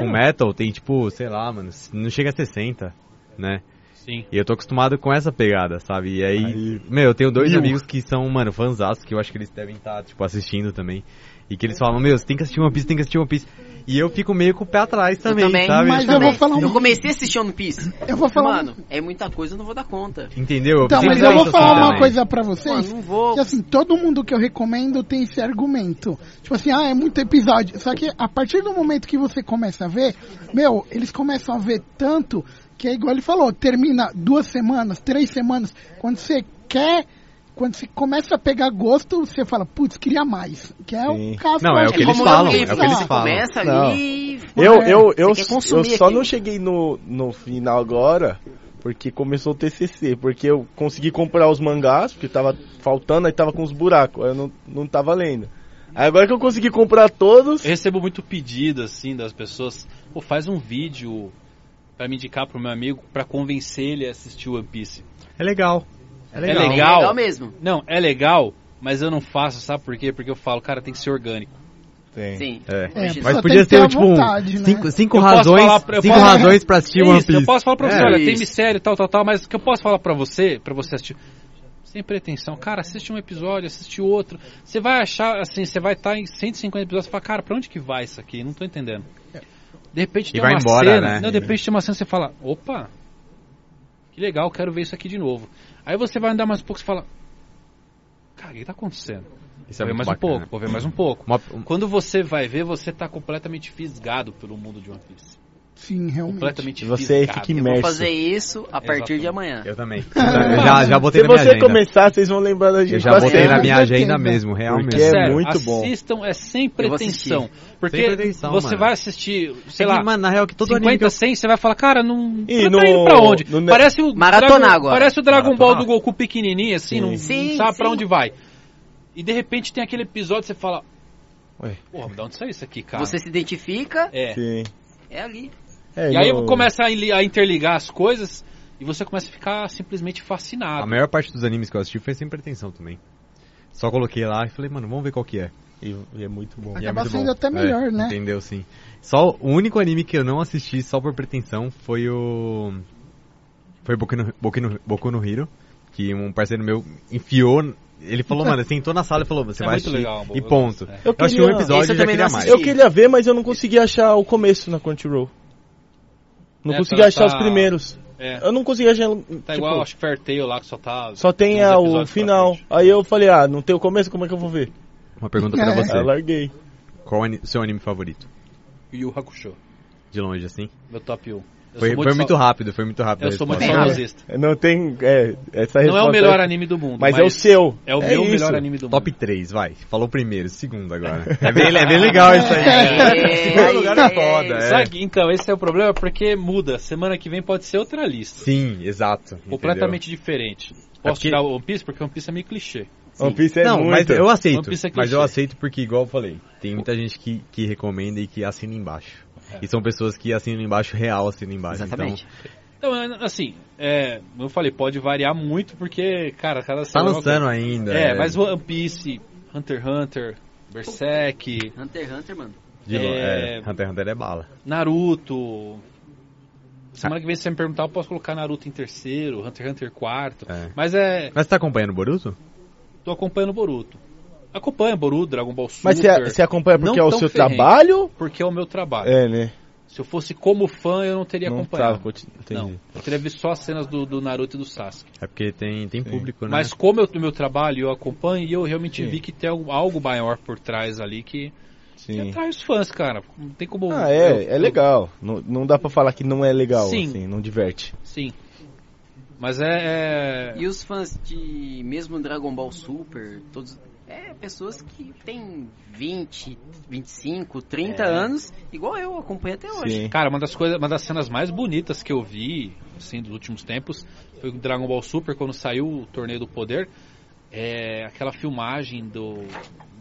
[SPEAKER 7] O Metal tem, tipo, sei lá, mano, não chega a 60, né?
[SPEAKER 2] Sim.
[SPEAKER 7] E eu tô acostumado com essa pegada, sabe? E aí,
[SPEAKER 4] Aí.
[SPEAKER 7] meu, eu tenho dois
[SPEAKER 4] Mil.
[SPEAKER 7] amigos que são, mano, fãzaços, que eu acho que eles devem estar, tipo, assistindo também. E que eles falam, meu, você tem que assistir One Piece, tem que assistir One Piece. E eu fico meio com o pé atrás também,
[SPEAKER 5] também,
[SPEAKER 7] sabe?
[SPEAKER 6] mas
[SPEAKER 7] Tipo,
[SPEAKER 6] eu vou falar um-
[SPEAKER 5] Eu comecei a assistir One Piece.
[SPEAKER 6] Eu vou falar. um-
[SPEAKER 5] Mano, é muita coisa, eu não vou dar conta.
[SPEAKER 7] Entendeu?
[SPEAKER 6] Então, mas
[SPEAKER 7] preciso
[SPEAKER 6] eu vou
[SPEAKER 7] disso
[SPEAKER 6] falar
[SPEAKER 7] assim
[SPEAKER 6] uma
[SPEAKER 7] também.
[SPEAKER 6] coisa pra vocês.
[SPEAKER 5] Mano, não vou.
[SPEAKER 6] Que assim, todo mundo que eu recomendo tem esse argumento. Tipo assim, ah, é muito episódio. Só que a partir do momento que você começa a ver, meu, eles começam a ver tanto que é igual ele falou, termina duas semanas, três semanas. Quando você quer, quando você começa a pegar gosto, você fala, putz, queria mais. Que é
[SPEAKER 4] Sim.
[SPEAKER 6] o caso.
[SPEAKER 7] Não, é o que
[SPEAKER 5] É
[SPEAKER 7] eles
[SPEAKER 5] como
[SPEAKER 7] falam,
[SPEAKER 5] ler um livro,
[SPEAKER 7] é o que eles
[SPEAKER 5] você
[SPEAKER 7] falam.
[SPEAKER 5] começa
[SPEAKER 4] Não.
[SPEAKER 5] ali...
[SPEAKER 4] Eu, eu, eu,
[SPEAKER 5] é. Você quer
[SPEAKER 4] eu
[SPEAKER 5] consumir
[SPEAKER 4] só
[SPEAKER 5] aquilo.
[SPEAKER 4] não cheguei no, no final agora porque começou o TCC. Porque eu consegui comprar os mangás, porque tava faltando, aí tava com os buracos. Aí eu não, não tava lendo. Aí agora que eu consegui comprar todos.
[SPEAKER 2] Eu recebo muito pedido, assim, das pessoas. Pô, faz um vídeo pra me indicar pro meu amigo pra convencer ele a assistir One Piece.
[SPEAKER 7] É legal. É legal.
[SPEAKER 2] É
[SPEAKER 5] É
[SPEAKER 2] legal.
[SPEAKER 5] legal mesmo.
[SPEAKER 2] Não, é legal, mas eu não faço, sabe por quê? Porque eu falo, cara, tem que ser orgânico.
[SPEAKER 4] Tem.
[SPEAKER 5] Sim.
[SPEAKER 7] É.
[SPEAKER 6] É, a
[SPEAKER 5] Mas
[SPEAKER 6] pessoa
[SPEAKER 7] Mas
[SPEAKER 6] tem
[SPEAKER 7] podia
[SPEAKER 6] que ter
[SPEAKER 7] ser,
[SPEAKER 6] a
[SPEAKER 7] tipo, um
[SPEAKER 6] vontade, né?
[SPEAKER 7] cinco, cinco
[SPEAKER 2] Eu posso
[SPEAKER 7] razões,
[SPEAKER 2] falar pra- eu
[SPEAKER 7] cinco
[SPEAKER 2] posso-
[SPEAKER 7] razões pra assistir One
[SPEAKER 2] Isso, eu
[SPEAKER 7] Piece.
[SPEAKER 2] posso falar pra você,
[SPEAKER 5] É,
[SPEAKER 2] olha, tem
[SPEAKER 5] isso.
[SPEAKER 2] mistério, tal, tal, tal, mas o que eu posso falar pra você, pra você assistir, sem pretensão, cara, assiste um episódio, assiste outro, você vai achar, assim, você vai estar em 150 episódios, você fala, cara, pra onde que vai isso aqui? Não tô entendendo.
[SPEAKER 5] É.
[SPEAKER 2] De repente
[SPEAKER 7] E
[SPEAKER 2] tem
[SPEAKER 7] vai
[SPEAKER 2] uma
[SPEAKER 7] embora,
[SPEAKER 2] cena,
[SPEAKER 7] né?
[SPEAKER 2] não, de repente tem uma cena, você fala, opa, que legal, quero ver isso aqui de novo. Aí você vai andar mais um pouco, você fala, cara, o que tá acontecendo?
[SPEAKER 7] Isso é
[SPEAKER 2] Vou ver
[SPEAKER 7] muito
[SPEAKER 2] mais
[SPEAKER 7] bacana.
[SPEAKER 2] um pouco, vou ver mais um pouco.
[SPEAKER 7] Uma- um-
[SPEAKER 2] Quando você vai ver, você tá completamente fisgado pelo mundo de One Piece.
[SPEAKER 6] Sim, realmente.
[SPEAKER 2] Completamente
[SPEAKER 4] E você
[SPEAKER 2] fisgado.
[SPEAKER 4] fica
[SPEAKER 5] Eu vou
[SPEAKER 4] imerso.
[SPEAKER 5] fazer isso a partir de amanhã.
[SPEAKER 7] Eu também. Eu já, já botei
[SPEAKER 4] Se
[SPEAKER 7] na minha
[SPEAKER 4] você
[SPEAKER 7] agenda.
[SPEAKER 4] começar, vocês vão lembrar da gente.
[SPEAKER 7] né? Eu já botei
[SPEAKER 4] bastante.
[SPEAKER 7] na minha
[SPEAKER 6] Com certeza.
[SPEAKER 7] agenda mesmo, realmente.
[SPEAKER 4] Porque é
[SPEAKER 2] Sério,
[SPEAKER 4] muito bom.
[SPEAKER 2] Assistam, é sem
[SPEAKER 5] vou
[SPEAKER 2] pretensão. Porque
[SPEAKER 7] Sem pretensão,
[SPEAKER 2] você
[SPEAKER 7] mano.
[SPEAKER 2] vai assistir, sei
[SPEAKER 7] Tem que-
[SPEAKER 2] lá,
[SPEAKER 7] Mano, na real, que todo
[SPEAKER 2] 50,
[SPEAKER 7] anime que eu...
[SPEAKER 2] 100, você vai falar, cara, não.
[SPEAKER 4] E
[SPEAKER 2] tá
[SPEAKER 4] no-
[SPEAKER 2] indo pra onde?
[SPEAKER 4] no ne-
[SPEAKER 2] Parece o.
[SPEAKER 5] Maratonar
[SPEAKER 2] Dragon-
[SPEAKER 5] agora.
[SPEAKER 2] Parece o Dragon Ball
[SPEAKER 7] Maratonar.
[SPEAKER 2] do Goku pequenininho, assim, não,
[SPEAKER 5] Sim,
[SPEAKER 2] não sabe pra
[SPEAKER 5] sim.
[SPEAKER 2] onde vai. E de repente tem aquele episódio, você fala.
[SPEAKER 4] Ué.
[SPEAKER 2] Porra, de onde saiu isso aqui, cara?
[SPEAKER 5] Você se identifica,
[SPEAKER 2] É.
[SPEAKER 4] Sim.
[SPEAKER 5] é ali.
[SPEAKER 4] É,
[SPEAKER 2] E aí
[SPEAKER 4] no-
[SPEAKER 2] começa a li- a interligar as coisas e você começa a ficar simplesmente
[SPEAKER 4] Ah,
[SPEAKER 7] A
[SPEAKER 2] fascinado.
[SPEAKER 7] maior parte dos animes que eu assisti foi sem pretensão também. Só coloquei lá e falei, mano, vamos ver qual que é.
[SPEAKER 4] E, e é muito bom.
[SPEAKER 7] E
[SPEAKER 6] Acaba
[SPEAKER 7] é muito
[SPEAKER 6] sendo
[SPEAKER 7] bom.
[SPEAKER 6] até melhor,
[SPEAKER 7] É,
[SPEAKER 6] né?
[SPEAKER 7] Entendeu, sim. Só o único anime que eu não assisti só por pretensão foi o... Foi Boku no, Boku no, Boku no Hero, que um parceiro meu enfiou... Ele falou, mano, sentou na sala e falou, você
[SPEAKER 2] É
[SPEAKER 7] vai
[SPEAKER 2] muito
[SPEAKER 7] assistir
[SPEAKER 2] legal,
[SPEAKER 7] e
[SPEAKER 2] Boku.
[SPEAKER 7] ponto.
[SPEAKER 2] É.
[SPEAKER 4] Eu
[SPEAKER 7] Eu assisti um
[SPEAKER 4] queria-
[SPEAKER 7] episódio
[SPEAKER 5] Esse eu
[SPEAKER 7] e já
[SPEAKER 5] também
[SPEAKER 7] queria
[SPEAKER 5] não
[SPEAKER 7] mais.
[SPEAKER 5] assisti.
[SPEAKER 4] Eu queria ver, mas eu não consegui achar o começo na Crunchyroll. Não
[SPEAKER 2] É,
[SPEAKER 4] consegui
[SPEAKER 2] pra
[SPEAKER 4] achar os
[SPEAKER 2] tá-
[SPEAKER 4] primeiros.
[SPEAKER 2] É.
[SPEAKER 4] Eu não consegui achar.
[SPEAKER 2] Tá
[SPEAKER 4] tipo,
[SPEAKER 2] igual, acho que Fair Tail lá que só tá.
[SPEAKER 4] só tem
[SPEAKER 2] uns
[SPEAKER 4] ah,
[SPEAKER 2] episódios
[SPEAKER 4] o
[SPEAKER 2] pra
[SPEAKER 4] final.
[SPEAKER 2] frente.
[SPEAKER 4] Aí eu falei, ah, não tem o começo, como é que eu vou ver?
[SPEAKER 7] Uma pergunta pra
[SPEAKER 6] É.
[SPEAKER 7] você.
[SPEAKER 4] Aí eu larguei.
[SPEAKER 7] Qual o ani- seu anime favorito?
[SPEAKER 2] Yu Yu Hakusho,
[SPEAKER 7] De longe, assim.
[SPEAKER 2] meu top 1. Eu sou
[SPEAKER 7] Foi, foi
[SPEAKER 2] sal-
[SPEAKER 7] muito rápido, um. foi muito rápido.
[SPEAKER 2] Eu
[SPEAKER 7] a
[SPEAKER 2] sou muito
[SPEAKER 7] resposta.
[SPEAKER 6] rápido.
[SPEAKER 2] saudosista.
[SPEAKER 4] Não tem. É, essa
[SPEAKER 2] Não é o
[SPEAKER 4] resposta-
[SPEAKER 2] melhor anime do mundo,
[SPEAKER 4] Mas, é o seu.
[SPEAKER 2] é o meu
[SPEAKER 4] isso.
[SPEAKER 2] melhor anime do
[SPEAKER 7] Top
[SPEAKER 2] mundo.
[SPEAKER 7] 3, vai. Falou primeiro, segundo agora. É bem, é bem legal isso
[SPEAKER 5] né?
[SPEAKER 7] aí. Segundo lugar é foda, é.
[SPEAKER 2] Sabe, então, esse é o problema, porque muda. Semana que vem pode ser outra lista.
[SPEAKER 7] Sim, exato. entendeu?
[SPEAKER 2] Completamente diferente. Posso
[SPEAKER 7] É porque-
[SPEAKER 2] tirar o One Piece? Porque o One Piece é meio clichê.
[SPEAKER 4] One Piece é
[SPEAKER 7] Não,
[SPEAKER 4] muito.
[SPEAKER 7] mas eu
[SPEAKER 2] One
[SPEAKER 7] aceito.
[SPEAKER 2] Piece é clichê.
[SPEAKER 7] mas eu aceito porque, igual eu falei, tem muita gente que, que recomenda e que assina embaixo. E são pessoas que assinam embaixo, real assinam embaixo. tá
[SPEAKER 5] Exatamente.
[SPEAKER 2] Então, é, assim, é, como eu falei, pode variar muito, porque, cara, cada
[SPEAKER 7] Então, tá
[SPEAKER 2] semana-
[SPEAKER 7] lançando ainda. né?
[SPEAKER 2] É, mas One Piece, Hunter x Hunter, Berserk,
[SPEAKER 5] Hunter x Hunter, mano.
[SPEAKER 7] De, lo-
[SPEAKER 2] é-
[SPEAKER 7] é... Hunter x Hunter é bala.
[SPEAKER 2] Naruto. Semana que vem, se você me perguntar, eu posso colocar Naruto em terceiro, Hunter x Hunter quarto.
[SPEAKER 7] É.
[SPEAKER 2] Mas é.
[SPEAKER 7] Mas você tá acompanhando o Boruto?
[SPEAKER 2] Tô acompanhando o Boruto. Acompanha Boruto, Dragon Ball Super.
[SPEAKER 4] Mas você, você acompanha porque
[SPEAKER 2] Não
[SPEAKER 4] é o
[SPEAKER 2] tão
[SPEAKER 4] seu
[SPEAKER 2] ferrenho.
[SPEAKER 4] trabalho?
[SPEAKER 2] Porque é o meu trabalho.
[SPEAKER 4] É, né?
[SPEAKER 2] Se eu fosse como fã, eu não teria
[SPEAKER 4] não
[SPEAKER 2] acompanhado.
[SPEAKER 4] tava, continu- entendi.
[SPEAKER 2] não, eu teria visto só as cenas do, do Naruto e do Sasuke.
[SPEAKER 7] É porque tem, tem público, né?
[SPEAKER 2] Mas como eu do meu trabalho eu acompanho, e eu realmente
[SPEAKER 4] Sim.
[SPEAKER 2] vi que tem algo, algo maior por trás ali que, que
[SPEAKER 4] Sim.
[SPEAKER 5] tá
[SPEAKER 2] atrai os fãs, cara. Não tem como.
[SPEAKER 4] Ah, é,
[SPEAKER 2] eu-
[SPEAKER 4] é legal. Não, não dá pra falar que não é legal,
[SPEAKER 2] Sim.
[SPEAKER 4] assim, não diverte.
[SPEAKER 2] eu- Sim. Mas é. é-
[SPEAKER 5] E os fãs de mesmo Dragon Ball Super, todos. É, pessoas que têm 20, 25, 30
[SPEAKER 2] É.
[SPEAKER 5] anos, igual eu, acompanho até hoje.
[SPEAKER 4] Sim.
[SPEAKER 2] Cara, uma das coisas, uma das cenas mais bonitas que eu vi, assim, dos últimos tempos, foi o Dragon Ball Super quando saiu o Torneio do Poder. É aquela filmagem do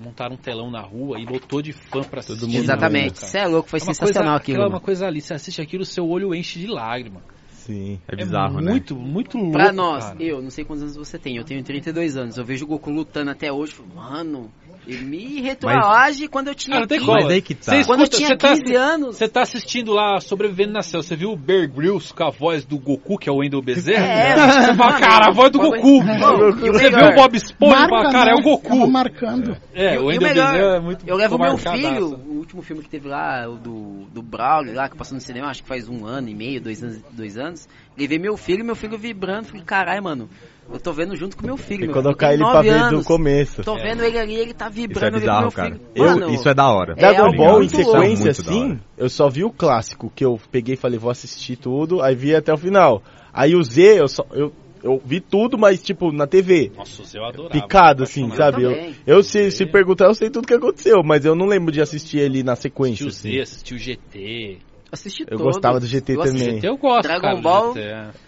[SPEAKER 2] montar um telão na rua e lotou de fã pra assistir.
[SPEAKER 4] mundo
[SPEAKER 5] Exatamente.
[SPEAKER 2] cara.
[SPEAKER 5] Você é louco, foi
[SPEAKER 2] É uma
[SPEAKER 5] sensacional
[SPEAKER 2] coisa,
[SPEAKER 5] aquilo.
[SPEAKER 2] É uma coisa ali, você assiste aquilo, seu olho enche de lágrima.
[SPEAKER 4] Sim.
[SPEAKER 7] É bizarro,
[SPEAKER 2] é
[SPEAKER 7] né?
[SPEAKER 2] muito, muito louco.
[SPEAKER 5] Pra nós,
[SPEAKER 2] cara.
[SPEAKER 5] eu não sei quantos anos você tem, eu tenho 32 anos. Eu vejo o Goku lutando até hoje, falo, mano, ele me retroage quando eu tinha
[SPEAKER 2] Cara, não tem
[SPEAKER 5] 15.
[SPEAKER 2] como.
[SPEAKER 7] Mas aí que tá.
[SPEAKER 2] Vocês-
[SPEAKER 5] Quando eu
[SPEAKER 2] Escuta,
[SPEAKER 5] tinha
[SPEAKER 2] você tá-
[SPEAKER 5] 15 anos.
[SPEAKER 2] Você tá assistindo lá Sobrevivendo na Céu, você viu o Bear Grylls com a voz do Goku, que é o Wendel Bezerra?
[SPEAKER 5] É,
[SPEAKER 2] você fala,
[SPEAKER 5] mano,
[SPEAKER 2] cara, a voz do
[SPEAKER 5] quando-
[SPEAKER 2] Goku.
[SPEAKER 5] Não, e o
[SPEAKER 2] Você
[SPEAKER 5] melhor,
[SPEAKER 2] viu o Bob Esponja e fala,
[SPEAKER 6] Marca,
[SPEAKER 2] cara, é
[SPEAKER 6] né?
[SPEAKER 2] o Goku.
[SPEAKER 6] Acaba marcando.
[SPEAKER 2] É,
[SPEAKER 5] E
[SPEAKER 2] o
[SPEAKER 5] o- e o
[SPEAKER 2] Wendel
[SPEAKER 5] melhor,
[SPEAKER 2] Bezerra é muito
[SPEAKER 5] Eu levo meu
[SPEAKER 2] marcadaço. né?
[SPEAKER 5] filho, o último filme que teve lá, o do, do Braulio lá, que passou no cinema, acho que faz um ano e meio, dois anos, dois anos. Levei meu filho, meu filho vibrando, falei, caralho, mano, eu tô vendo junto com meu filho.
[SPEAKER 4] Tem que
[SPEAKER 5] meu filho
[SPEAKER 4] colocar
[SPEAKER 5] tem
[SPEAKER 4] ele pra
[SPEAKER 5] nove
[SPEAKER 4] ver do
[SPEAKER 5] anos,
[SPEAKER 4] começo.
[SPEAKER 2] É.
[SPEAKER 5] Tô vendo ele ali, ele tá
[SPEAKER 7] Isso é
[SPEAKER 5] vibrando, eu
[SPEAKER 7] bizarro,
[SPEAKER 5] levei
[SPEAKER 7] cara.
[SPEAKER 5] meu filho.
[SPEAKER 7] Eu,
[SPEAKER 5] Mano,
[SPEAKER 7] isso é da hora. é
[SPEAKER 5] É
[SPEAKER 4] Dragon
[SPEAKER 2] Tá
[SPEAKER 5] algo
[SPEAKER 4] Ball Tá em
[SPEAKER 5] muito louco.
[SPEAKER 4] sequência,
[SPEAKER 7] Muito da
[SPEAKER 4] assim,
[SPEAKER 7] hora.
[SPEAKER 4] eu só vi o clássico, que eu peguei e falei, vou assistir tudo, aí vi até o final. Aí o Z, eu só. Eu, eu vi tudo, mas tipo, na TV.
[SPEAKER 2] Nossa, o Zé eu adorava.
[SPEAKER 4] Picado, assim,
[SPEAKER 2] Apaixonado.
[SPEAKER 4] sabe? Eu,
[SPEAKER 5] também.
[SPEAKER 4] eu se, se perguntar, eu sei tudo que aconteceu, mas eu não lembro de assistir ele na
[SPEAKER 2] Assisti
[SPEAKER 4] sequência.
[SPEAKER 2] o Z,
[SPEAKER 4] Assim.
[SPEAKER 2] assisti o GT.
[SPEAKER 5] assisti
[SPEAKER 4] Eu
[SPEAKER 5] todos.
[SPEAKER 4] gostava do GT
[SPEAKER 5] Eu assisti-
[SPEAKER 4] também.
[SPEAKER 2] GT eu gosto,
[SPEAKER 5] Dragon
[SPEAKER 2] cara, do
[SPEAKER 5] Ball.
[SPEAKER 2] GT.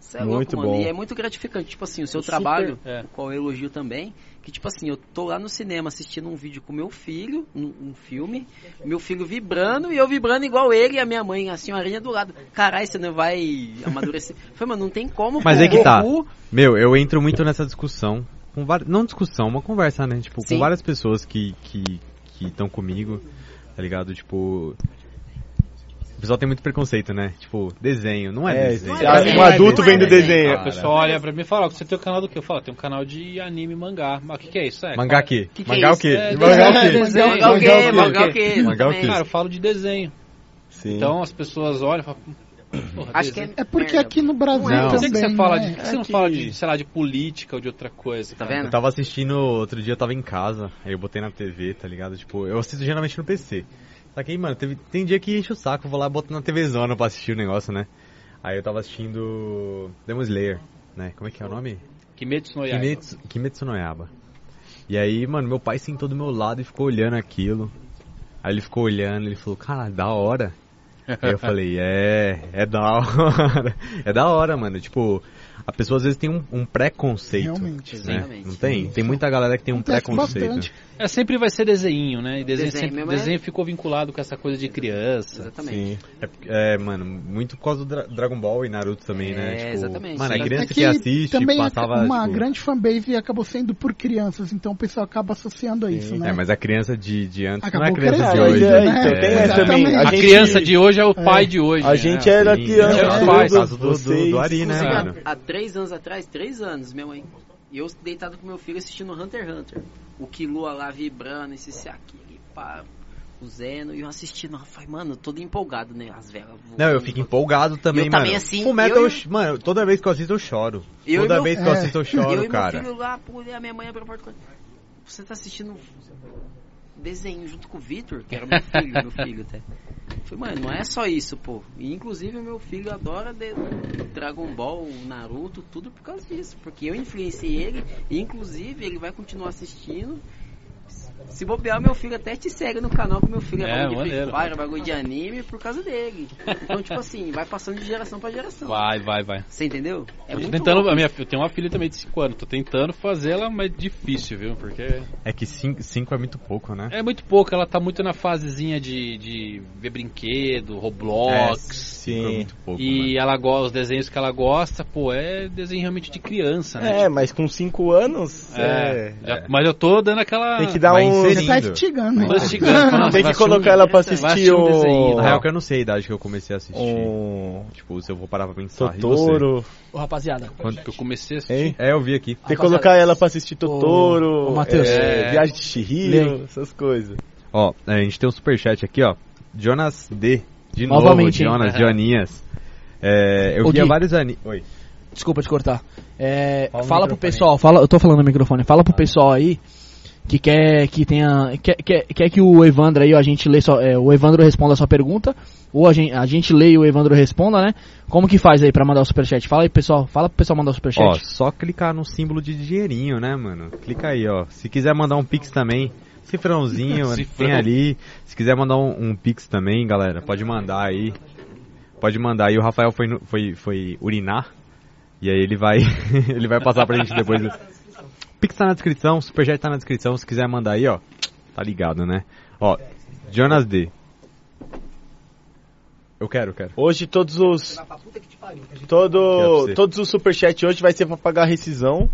[SPEAKER 5] Cê é louco,
[SPEAKER 4] Muito
[SPEAKER 5] mano. E
[SPEAKER 4] bom.
[SPEAKER 5] é muito gratificante, tipo assim, o seu
[SPEAKER 2] O
[SPEAKER 5] trabalho,
[SPEAKER 2] Super, é.
[SPEAKER 5] o qual eu elogio também, que tipo assim, eu tô lá no cinema assistindo um vídeo com meu filho, um, um filme, meu filho vibrando e eu vibrando igual ele e a minha mãe, a senhorinha do lado. Caralho, você não vai amadurecer. Foi, mano, não tem como.
[SPEAKER 7] Mas
[SPEAKER 5] pô,
[SPEAKER 7] aí que tá.
[SPEAKER 5] Goku-
[SPEAKER 7] Meu, eu entro muito nessa discussão. Com var... Não discussão, uma conversa, né? Tipo,
[SPEAKER 5] Sim.
[SPEAKER 7] com várias pessoas que, que, que estão comigo, tá ligado? Tipo. O pessoal tem muito preconceito, né? Tipo, desenho, não é,
[SPEAKER 4] É,
[SPEAKER 7] desenho.
[SPEAKER 4] você acha que um adulto vendo desenho.
[SPEAKER 2] A pessoa olha pra mim e fala, ó, você tem o canal do quê? Eu falo, tem um canal de anime e mangá. Mas o que, que é isso? É,
[SPEAKER 7] Mangá
[SPEAKER 2] cara,
[SPEAKER 7] que?
[SPEAKER 5] Que que é
[SPEAKER 7] Mangá o
[SPEAKER 5] isso?
[SPEAKER 7] quê?
[SPEAKER 2] É,
[SPEAKER 7] Mangá o
[SPEAKER 2] desenho.
[SPEAKER 7] quê?
[SPEAKER 5] Desenho,
[SPEAKER 2] Mangá o quê? é
[SPEAKER 5] Mangá o quê?
[SPEAKER 7] Mangá o quê?
[SPEAKER 5] Exatamente.
[SPEAKER 2] Cara, eu falo de desenho.
[SPEAKER 4] Sim.
[SPEAKER 2] Então as pessoas olham e falam, porra,
[SPEAKER 5] Acho que
[SPEAKER 2] desenho.
[SPEAKER 5] é.
[SPEAKER 6] É porque
[SPEAKER 5] merda,
[SPEAKER 6] aqui no Brasil
[SPEAKER 7] Não.
[SPEAKER 2] Por que,
[SPEAKER 6] também,
[SPEAKER 2] que você fala
[SPEAKER 6] né?
[SPEAKER 2] de. Por que você não
[SPEAKER 6] Aqui-
[SPEAKER 2] fala de, sei lá, de política ou de outra coisa?
[SPEAKER 5] Tá
[SPEAKER 2] cara?
[SPEAKER 5] vendo?
[SPEAKER 7] Eu tava assistindo, outro dia eu tava em casa, aí eu botei na TV, tá ligado? Tipo, eu assisto geralmente no PC. Só que aí, mano, teve- tem dia que enche o saco, eu vou lá e boto na TVzona pra assistir o negócio, né? Aí eu tava assistindo Demon Slayer, né? Como é que é o nome?
[SPEAKER 2] Kimetsu no Yaiba.
[SPEAKER 7] Kimetsu, Kimetsu no Yaiba. E aí, mano, meu pai sentou do meu lado e ficou olhando aquilo. Aí ele ficou olhando, ele falou, cara, da hora. Aí eu falei, é, é da hora. É da hora, mano. Tipo, a pessoa às vezes tem um, um preconceito.
[SPEAKER 6] É, Realmente.
[SPEAKER 7] né?
[SPEAKER 5] Exatamente.
[SPEAKER 7] Não tem? Tem muita galera que tem um
[SPEAKER 6] Acontece
[SPEAKER 7] preconceito.
[SPEAKER 6] bastante.
[SPEAKER 2] É, sempre vai ser desenho, né? E desenho,
[SPEAKER 5] Desenho
[SPEAKER 2] sempre,
[SPEAKER 5] mesmo é-
[SPEAKER 2] desenho ficou vinculado com essa coisa de criança.
[SPEAKER 5] Exatamente.
[SPEAKER 4] Sim.
[SPEAKER 7] É, porque- é, mano, muito por causa do Dra- Dragon Ball e Naruto também, né?
[SPEAKER 5] É,
[SPEAKER 7] Tipo,
[SPEAKER 5] exatamente.
[SPEAKER 7] Mano, a
[SPEAKER 5] Sim.
[SPEAKER 7] criança
[SPEAKER 6] É
[SPEAKER 7] que assiste
[SPEAKER 6] também
[SPEAKER 7] passava.
[SPEAKER 6] uma
[SPEAKER 7] tipo,
[SPEAKER 6] grande fanbase acabou sendo por crianças, então o pessoal acaba associando a isso, né?
[SPEAKER 7] É, mas a criança de, de antes
[SPEAKER 6] Acabou
[SPEAKER 7] não é a criança de
[SPEAKER 6] crescendo,
[SPEAKER 7] hoje.
[SPEAKER 6] né? É,
[SPEAKER 4] então, tem essa também.
[SPEAKER 6] exatamente.
[SPEAKER 2] A,
[SPEAKER 6] A
[SPEAKER 4] gente-
[SPEAKER 2] criança de hoje é o pai de hoje.
[SPEAKER 4] A
[SPEAKER 2] né?
[SPEAKER 4] gente era
[SPEAKER 7] Sim,
[SPEAKER 4] criança.
[SPEAKER 2] é,
[SPEAKER 4] tudo,
[SPEAKER 2] faz,
[SPEAKER 7] faz do- do-
[SPEAKER 4] vocês-
[SPEAKER 7] do Ari, né?
[SPEAKER 5] Inclusive,
[SPEAKER 7] mano?
[SPEAKER 5] há, há três anos atrás, três anos, minha mãe. E eu deitado com meu filho assistindo Hunter x Hunter. O Killua lá vibrando, esse esse aqui, e pá, o Zeno, e eu assistindo. Eu falei, mano, todo empolgado, né? As velas.
[SPEAKER 7] Não, eu
[SPEAKER 5] voando.
[SPEAKER 7] fico empolgado também,
[SPEAKER 5] Eu
[SPEAKER 7] mano.
[SPEAKER 5] também, assim,
[SPEAKER 7] Full Metal,
[SPEAKER 5] eu e-
[SPEAKER 7] eu ch- mano, toda vez que eu assisto eu choro.
[SPEAKER 5] Eu e
[SPEAKER 7] toda
[SPEAKER 5] meu-
[SPEAKER 7] vez que eu
[SPEAKER 6] É.
[SPEAKER 7] assisto eu
[SPEAKER 5] eu
[SPEAKER 7] choro,
[SPEAKER 5] e
[SPEAKER 7] cara.
[SPEAKER 5] meu filho lá, pulei a minha mãe pra porta. Você tá assistindo desenho junto com o Vitor, que era meu filho, meu filho até. Eu Falei, mano, não é só isso, pô. E, inclusive, meu filho adora de- Dragon Ball, Naruto, tudo por causa disso. Porque eu influenciei ele, e, inclusive, ele vai continuar assistindo. Se bobear, meu filho até te segue no canal, que meu filho é,
[SPEAKER 2] É,
[SPEAKER 5] bagulho de Free
[SPEAKER 2] maneiro.
[SPEAKER 5] Fire, é bagulho de anime, por causa dele. Então, tipo assim, vai passando de geração pra geração.
[SPEAKER 2] Vai, vai, vai.
[SPEAKER 5] Você entendeu? É
[SPEAKER 2] eu, tô
[SPEAKER 5] muito
[SPEAKER 2] tentando,
[SPEAKER 5] louco
[SPEAKER 2] a minha, eu tenho uma filha também de 5 anos, tô tentando fazê-la, mas é difícil, viu? Porque
[SPEAKER 7] É que 5 é muito pouco, né?
[SPEAKER 2] é muito pouco, ela tá muito na fasezinha de, de ver brinquedo, Roblox.
[SPEAKER 7] cinco é muito pouco, mano.
[SPEAKER 2] E ela gosta, os desenhos que ela gosta, pô, é desenho realmente de criança, né?
[SPEAKER 4] É, mas com 5 anos.
[SPEAKER 2] É,
[SPEAKER 4] É.
[SPEAKER 2] já- mas eu tô dando aquela.
[SPEAKER 4] Tem que dar
[SPEAKER 7] vai
[SPEAKER 4] um.
[SPEAKER 7] inserir.
[SPEAKER 6] Você tá instigando,
[SPEAKER 2] Tô
[SPEAKER 6] né?
[SPEAKER 2] instigando, falando,
[SPEAKER 4] Tem
[SPEAKER 2] vai
[SPEAKER 4] que
[SPEAKER 2] assistir um
[SPEAKER 4] colocar ela pra
[SPEAKER 2] desenho, vai
[SPEAKER 4] assistir
[SPEAKER 2] um
[SPEAKER 4] o.
[SPEAKER 2] desenho.
[SPEAKER 7] Na real que eu não sei a idade que eu comecei a assistir.
[SPEAKER 4] Um.
[SPEAKER 7] Tipo, se eu vou parar pra pensar. E você?
[SPEAKER 2] Ah,
[SPEAKER 4] Totoro.
[SPEAKER 1] Ô, rapaziada.
[SPEAKER 2] Quando que eu comecei assim. a assistir.
[SPEAKER 4] Hein?
[SPEAKER 7] É, eu vi aqui.
[SPEAKER 4] Tem que
[SPEAKER 1] Rapaziada,
[SPEAKER 4] colocar ela pra assistir Totoro.
[SPEAKER 1] ô, Matheus.
[SPEAKER 4] é,
[SPEAKER 2] É.
[SPEAKER 4] Viagem de Chihiro, essas coisas.
[SPEAKER 7] Ó, a gente tem um superchat aqui, ó. Jonas D. De
[SPEAKER 1] Novamente, hein?
[SPEAKER 7] novo, Jonas, Joninhas. É, eu
[SPEAKER 1] Ô,
[SPEAKER 7] via
[SPEAKER 1] Gui.
[SPEAKER 7] vários animes. Oi.
[SPEAKER 1] Desculpa te cortar. É,
[SPEAKER 7] Fala no
[SPEAKER 1] fala pro
[SPEAKER 7] microfone.
[SPEAKER 1] pessoal, fala, eu tô falando no microfone, fala pro pessoal aí que quer que tenha. Quer, quer, quer que o Evandro aí, ó, a gente lê só. é, o Evandro responda a sua pergunta. Ou a gente, a gente lê e o Evandro responda, né? Como que faz aí pra mandar o superchat? Fala aí, pessoal. Fala pro pessoal mandar o
[SPEAKER 7] Ó,
[SPEAKER 1] superchat.
[SPEAKER 7] só clicar no símbolo de dinheirinho, né, mano? Clica aí, ó. Se quiser mandar um pix também, cifrãozinho,
[SPEAKER 2] Cifrão.
[SPEAKER 7] tem ali. Se quiser mandar um, um pix também, galera, pode mandar aí. Pode mandar aí. O Rafael foi, no- foi, foi urinar. E aí ele vai, ele vai passar pra gente depois. Pix tá na descrição, Superchat tá na descrição. Se quiser mandar aí, ó. Tá ligado, né? Ó, Jonas D. Eu quero, eu quero.
[SPEAKER 4] Hoje todos os.
[SPEAKER 7] Quero
[SPEAKER 4] Todo,
[SPEAKER 7] você.
[SPEAKER 4] todos os superchats hoje vai ser pra pagar a rescisão.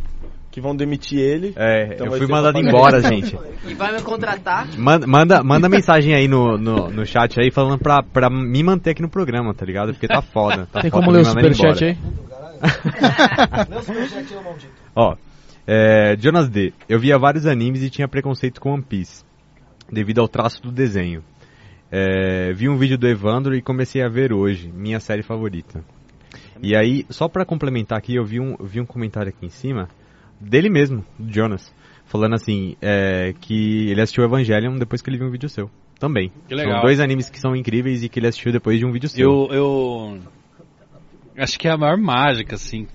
[SPEAKER 4] Que vão demitir ele.
[SPEAKER 7] É,
[SPEAKER 4] Então
[SPEAKER 7] eu
[SPEAKER 4] vai
[SPEAKER 7] fui
[SPEAKER 4] ser
[SPEAKER 7] mandado
[SPEAKER 4] papai.
[SPEAKER 7] embora, gente.
[SPEAKER 5] E vai me contratar.
[SPEAKER 7] Manda, manda, manda mensagem aí no, no, no chat aí falando pra, pra me manter aqui no programa, tá ligado? Porque tá foda. Tá
[SPEAKER 1] Tem
[SPEAKER 7] foda,
[SPEAKER 1] como ler
[SPEAKER 7] me
[SPEAKER 1] o
[SPEAKER 7] mandando
[SPEAKER 1] superchat
[SPEAKER 7] embora.
[SPEAKER 1] aí?
[SPEAKER 8] Não, se já tirou maldito.
[SPEAKER 7] Ó, é, Jonas D. Eu via vários animes e tinha preconceito com One Piece, devido ao traço do desenho. É, vi um vídeo do Evandro e comecei a ver hoje, minha série favorita. E aí, só pra complementar aqui, eu vi um, eu vi um comentário aqui em cima, dele mesmo, do Jonas, falando assim, é, que ele assistiu Evangelion depois que ele viu um vídeo seu. Também.
[SPEAKER 2] Que legal.
[SPEAKER 7] São dois animes que são incríveis e que ele assistiu depois de um vídeo seu.
[SPEAKER 2] Eu, eu acho que é a maior mágica, assim,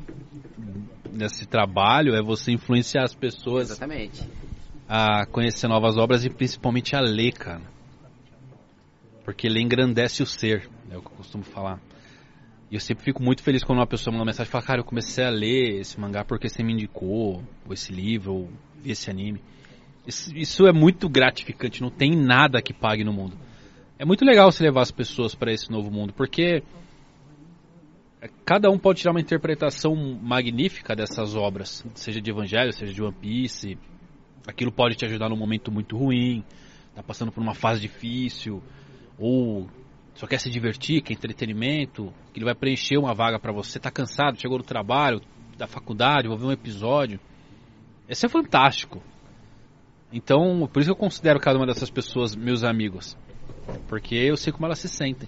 [SPEAKER 2] nesse trabalho é você influenciar as pessoas
[SPEAKER 5] Exatamente.
[SPEAKER 2] a conhecer novas obras e principalmente a ler, cara. Porque ler engrandece o ser, é o que eu costumo falar. E eu sempre fico muito feliz quando uma pessoa manda uma mensagem e fala, cara, eu comecei a ler esse mangá porque você me indicou, ou esse livro, ou vi esse anime. Isso, isso é muito gratificante, não tem nada que pague no mundo. É muito legal você levar as pessoas para esse novo mundo, porque cada um pode tirar uma interpretação magnífica dessas obras, seja de Evangelho, seja de One Piece. Aquilo pode te ajudar num momento muito ruim, tá passando por uma fase difícil, ou só quer se divertir, quer entretenimento, que ele vai preencher uma vaga pra você, tá cansado, chegou do trabalho, da faculdade, vou ver um episódio. Esse é fantástico. Então, por isso que eu considero cada uma dessas pessoas meus amigos. Porque eu sei como elas se sentem.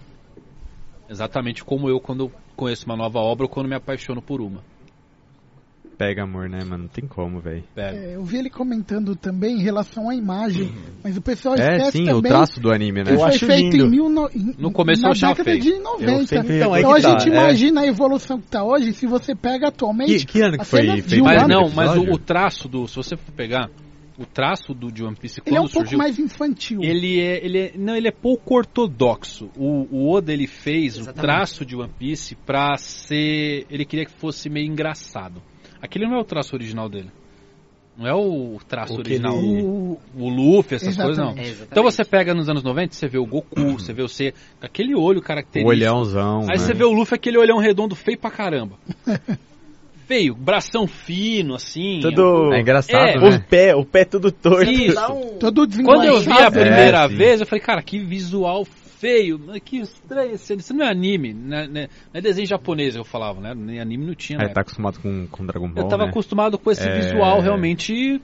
[SPEAKER 2] Exatamente como eu quando conheço uma nova obra ou quando me apaixono por uma.
[SPEAKER 7] Pega amor, né, mano? Não tem como, velho.
[SPEAKER 2] Pega.
[SPEAKER 6] É, eu vi ele comentando também em relação à imagem, mas o pessoal
[SPEAKER 7] É,
[SPEAKER 6] esquece
[SPEAKER 7] sim, o
[SPEAKER 6] também
[SPEAKER 7] traço do anime,
[SPEAKER 6] que
[SPEAKER 7] né?
[SPEAKER 4] Eu
[SPEAKER 6] foi
[SPEAKER 4] acho
[SPEAKER 6] feito
[SPEAKER 4] lindo.
[SPEAKER 6] em mil no, em-
[SPEAKER 2] No começo
[SPEAKER 6] na
[SPEAKER 2] eu achava
[SPEAKER 6] década
[SPEAKER 2] feio.
[SPEAKER 6] de 90.
[SPEAKER 4] sempre
[SPEAKER 7] Então, aí
[SPEAKER 6] Então a
[SPEAKER 7] que tá,
[SPEAKER 6] gente
[SPEAKER 7] é.
[SPEAKER 6] imagina a evolução que tá hoje, se você pega
[SPEAKER 7] Que,
[SPEAKER 6] atualmente...
[SPEAKER 7] que ano que
[SPEAKER 6] a
[SPEAKER 7] foi
[SPEAKER 6] cena de
[SPEAKER 7] feito?
[SPEAKER 6] um
[SPEAKER 2] Mas
[SPEAKER 6] ano.
[SPEAKER 2] não, mas o,
[SPEAKER 7] episódio?
[SPEAKER 2] o traço do. Se você for pegar, o traço do de One Piece quando
[SPEAKER 6] Ele é um pouco
[SPEAKER 2] surgiu.
[SPEAKER 6] mais infantil.
[SPEAKER 2] Ele é, ele é- não, ele é pouco ortodoxo. O, o Oda ele fez o
[SPEAKER 5] Exatamente.
[SPEAKER 2] traço de One Piece pra ser, ele queria que fosse meio engraçado. Aquele não é o traço original dele. Não é o traço
[SPEAKER 7] O que
[SPEAKER 2] original.
[SPEAKER 7] ele-
[SPEAKER 6] O-
[SPEAKER 2] O, o Luffy, essas coisas não.
[SPEAKER 6] Exatamente.
[SPEAKER 5] É,
[SPEAKER 2] Então você pega nos anos 90, você vê o Goku, você vê o C, com aquele olho
[SPEAKER 7] O
[SPEAKER 2] característico.
[SPEAKER 7] olhãozão,
[SPEAKER 2] Aí você
[SPEAKER 7] né?
[SPEAKER 2] vê o Luffy aquele olhão redondo feio pra caramba. feio, bração fino assim.
[SPEAKER 4] Todo...
[SPEAKER 7] É engraçado,
[SPEAKER 2] É,
[SPEAKER 7] né?
[SPEAKER 4] O pé, o pé todo
[SPEAKER 5] Então
[SPEAKER 4] torto.
[SPEAKER 2] Isso.
[SPEAKER 5] um-
[SPEAKER 6] Todo
[SPEAKER 2] Quando eu vi a
[SPEAKER 6] desengonçado.
[SPEAKER 2] primeira
[SPEAKER 7] É, sim.
[SPEAKER 2] vez, eu falei, cara, que visual feio, mas que estranho, isso isso não é anime, né, né, não é desenho japonês, eu falava, né? Nem anime não tinha, né?
[SPEAKER 7] Aí tá acostumado com, com Dragon Ball,
[SPEAKER 2] Eu tava
[SPEAKER 7] né?
[SPEAKER 2] acostumado com esse
[SPEAKER 7] É,
[SPEAKER 2] visual realmente.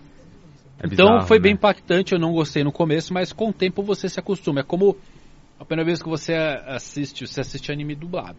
[SPEAKER 7] É
[SPEAKER 2] então
[SPEAKER 7] bizarro,
[SPEAKER 2] foi
[SPEAKER 7] né?
[SPEAKER 2] bem impactante, eu não gostei no começo, mas com o tempo você se acostuma. É como a primeira vez que você assiste, você assiste anime dublado.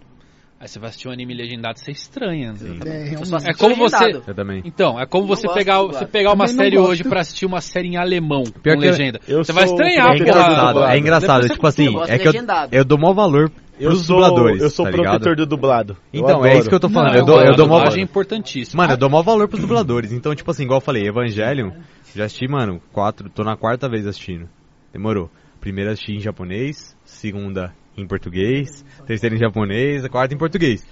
[SPEAKER 2] Aí você vai assistir um anime legendado, você estranha. né?
[SPEAKER 7] Sim.
[SPEAKER 6] É,
[SPEAKER 5] Eu
[SPEAKER 6] realmente.
[SPEAKER 5] só assisti
[SPEAKER 2] É como você-
[SPEAKER 5] legendado.
[SPEAKER 7] Eu também.
[SPEAKER 2] Então, é como
[SPEAKER 5] Não
[SPEAKER 2] você
[SPEAKER 5] gosto
[SPEAKER 2] pegar,
[SPEAKER 5] de
[SPEAKER 2] você
[SPEAKER 5] dublado.
[SPEAKER 2] pegar uma
[SPEAKER 6] Também não
[SPEAKER 2] série hoje
[SPEAKER 6] gosto.
[SPEAKER 2] pra assistir uma série em alemão,
[SPEAKER 7] Pior
[SPEAKER 2] com
[SPEAKER 7] que eu-
[SPEAKER 2] legenda.
[SPEAKER 4] eu
[SPEAKER 2] Você vai
[SPEAKER 4] sou-
[SPEAKER 2] estranhar,
[SPEAKER 7] É
[SPEAKER 2] porra.
[SPEAKER 4] eu
[SPEAKER 7] engraçado, é engraçado.
[SPEAKER 2] Depois você
[SPEAKER 7] Tipo assim,
[SPEAKER 5] gosta
[SPEAKER 7] é que eu,
[SPEAKER 5] legendado.
[SPEAKER 7] eu dou maior valor
[SPEAKER 4] Eu
[SPEAKER 7] pros
[SPEAKER 4] sou,
[SPEAKER 7] dubladores,
[SPEAKER 4] eu sou
[SPEAKER 7] tá ligado?
[SPEAKER 4] protetor do dublado.
[SPEAKER 7] Então, é isso que eu tô falando. eu dou, eu
[SPEAKER 2] a
[SPEAKER 7] dou maior
[SPEAKER 2] dublagem é
[SPEAKER 7] valor.
[SPEAKER 2] importantíssima.
[SPEAKER 7] Mano, eu dou maior valor pros dubladores. Então, tipo assim, igual eu falei, Evangelion, já assisti, mano, quatro, tô na quarta vez assistindo. Demorou. Primeira assisti em japonês, segunda em português, terceira em japonês, a quarta em português.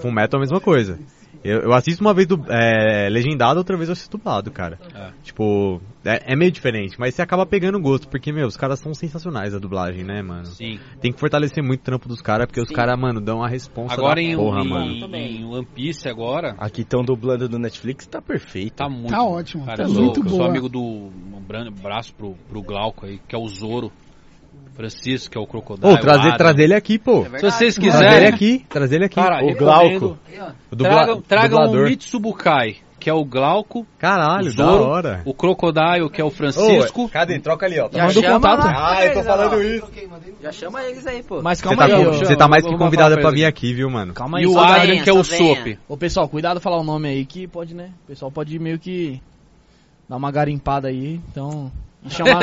[SPEAKER 7] Full Metal é a mesma coisa. Eu, eu assisto uma vez do, é, legendado, outra vez eu assisto dublado, cara.
[SPEAKER 2] É.
[SPEAKER 7] Tipo, é, é meio diferente, mas você acaba pegando gosto, porque, meu, os caras são sensacionais a dublagem, né, mano?
[SPEAKER 2] Sim.
[SPEAKER 7] Tem que fortalecer muito o trampo dos caras, porque os
[SPEAKER 5] Sim.
[SPEAKER 7] caras, mano, dão a responsa
[SPEAKER 2] Agora
[SPEAKER 7] da
[SPEAKER 2] em, um
[SPEAKER 7] porra,
[SPEAKER 2] em-
[SPEAKER 7] mano.
[SPEAKER 2] em One Piece agora
[SPEAKER 4] Aqui estão dublando do Netflix, tá perfeito.
[SPEAKER 2] tá muito.
[SPEAKER 6] Tá ótimo,
[SPEAKER 2] Cara,
[SPEAKER 6] tá
[SPEAKER 2] eu sou,
[SPEAKER 6] muito
[SPEAKER 2] eu sou
[SPEAKER 6] boa.
[SPEAKER 2] amigo do um bran- braço pro, pro Glauco aí, que é o Zoro. Francisco, que é o Crocodile.
[SPEAKER 7] Ô,
[SPEAKER 2] o
[SPEAKER 7] trazer,
[SPEAKER 2] Adam.
[SPEAKER 7] trazer ele aqui, pô.
[SPEAKER 2] Se
[SPEAKER 5] É verdade.
[SPEAKER 2] vocês
[SPEAKER 7] Trazer ele
[SPEAKER 2] quiserem,
[SPEAKER 7] aqui, trazer ele aqui.
[SPEAKER 2] cara,
[SPEAKER 7] o
[SPEAKER 2] recomendo.
[SPEAKER 7] Glauco. O dubla-
[SPEAKER 2] Tragam, tragam o
[SPEAKER 7] dublador.
[SPEAKER 2] Mitsubukai, que é o Glauco,
[SPEAKER 7] Caralho,
[SPEAKER 2] o Zoro,
[SPEAKER 7] da hora.
[SPEAKER 2] o Crocodile, que é o
[SPEAKER 7] Ô,
[SPEAKER 2] Francisco.
[SPEAKER 7] cadê? Troca ali, ó. Tá
[SPEAKER 5] Já
[SPEAKER 7] mandando
[SPEAKER 5] chama
[SPEAKER 7] contato.
[SPEAKER 5] lá.
[SPEAKER 7] Ah, eu tô falando isso.
[SPEAKER 5] um- Já chama eles aí, pô.
[SPEAKER 10] Mas
[SPEAKER 7] Você
[SPEAKER 10] calma
[SPEAKER 7] tá,
[SPEAKER 10] aí,
[SPEAKER 7] com-
[SPEAKER 10] ó.
[SPEAKER 7] você tá mais
[SPEAKER 2] Eu
[SPEAKER 7] que
[SPEAKER 2] vou
[SPEAKER 7] convidado
[SPEAKER 2] falar
[SPEAKER 7] pra
[SPEAKER 2] pra ele.
[SPEAKER 7] vir aqui, viu, mano?
[SPEAKER 10] Calma aí,
[SPEAKER 2] E o
[SPEAKER 10] só dá-
[SPEAKER 2] Adam, que é o
[SPEAKER 5] só venha.
[SPEAKER 2] Soap.
[SPEAKER 10] Ô, pessoal, cuidado falar o nome aí que pode, né? O pessoal pode meio que dar uma garimpada aí, então. E chamar.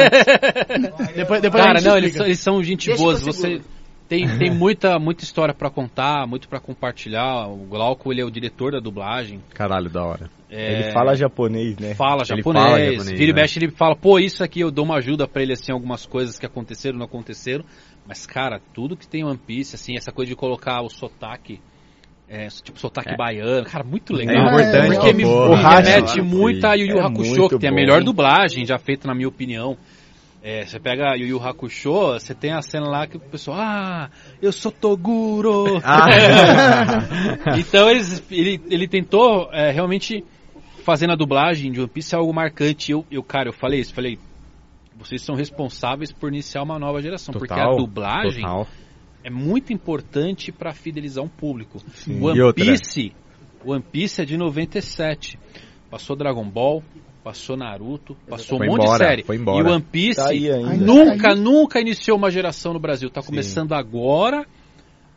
[SPEAKER 10] depois depois a
[SPEAKER 2] Cara,
[SPEAKER 10] gente
[SPEAKER 2] não, eles,
[SPEAKER 10] explica.
[SPEAKER 2] são- eles são gente
[SPEAKER 5] Deixa
[SPEAKER 2] boas.
[SPEAKER 5] que eu
[SPEAKER 2] Você
[SPEAKER 5] seguro.
[SPEAKER 2] tem, tem muita, muita história pra contar, muito pra compartilhar. O Glauco, ele é o diretor da dublagem.
[SPEAKER 7] Caralho, da hora.
[SPEAKER 2] É,
[SPEAKER 4] Ele fala japonês, né?
[SPEAKER 2] fala
[SPEAKER 7] É, Ele
[SPEAKER 2] japonês,
[SPEAKER 7] fala japonês,
[SPEAKER 2] vira e
[SPEAKER 7] né?
[SPEAKER 2] mexe, ele fala, pô, isso aqui eu dou uma ajuda pra ele, assim, algumas coisas que aconteceram, não aconteceram. Mas, cara, tudo que tem em One Piece, assim, essa coisa de colocar o sotaque, é, tipo, sotaque baiano, cara, muito
[SPEAKER 7] É
[SPEAKER 2] legal.
[SPEAKER 7] importante,
[SPEAKER 2] Porque
[SPEAKER 7] ó,
[SPEAKER 2] me,
[SPEAKER 7] porra.
[SPEAKER 2] me
[SPEAKER 4] o Hashi,
[SPEAKER 2] remete
[SPEAKER 7] mano,
[SPEAKER 2] muito a Yu Yu
[SPEAKER 4] é
[SPEAKER 2] Hakusho,
[SPEAKER 4] muito
[SPEAKER 2] que tem a
[SPEAKER 4] bom.
[SPEAKER 2] melhor dublagem já feita, na minha opinião. É, você pega Yu Yu Hakusho, você tem a cena lá que o pessoal, ah, eu sou Toguro.
[SPEAKER 7] Ah.
[SPEAKER 2] então eles- ele, ele tentou é, realmente fazer na dublagem de One Piece algo marcante. Eu, eu, cara, eu falei isso, falei, vocês são responsáveis por iniciar uma nova geração, porque a
[SPEAKER 7] Total,
[SPEAKER 2] dublagem
[SPEAKER 7] Total.
[SPEAKER 2] é muito importante para fidelizar um público.
[SPEAKER 4] Sim.
[SPEAKER 2] One
[SPEAKER 7] E outra?
[SPEAKER 2] Piece, One Piece é de 97. Passou Dragon Ball, passou Naruto, passou
[SPEAKER 7] Foi
[SPEAKER 2] um monte
[SPEAKER 7] embora,
[SPEAKER 2] de série.
[SPEAKER 7] foi embora.
[SPEAKER 2] E One Piece
[SPEAKER 4] Tá aí ainda.
[SPEAKER 2] nunca,
[SPEAKER 6] Aí-
[SPEAKER 2] nunca iniciou uma geração no Brasil. Tá
[SPEAKER 7] Sim.
[SPEAKER 2] começando agora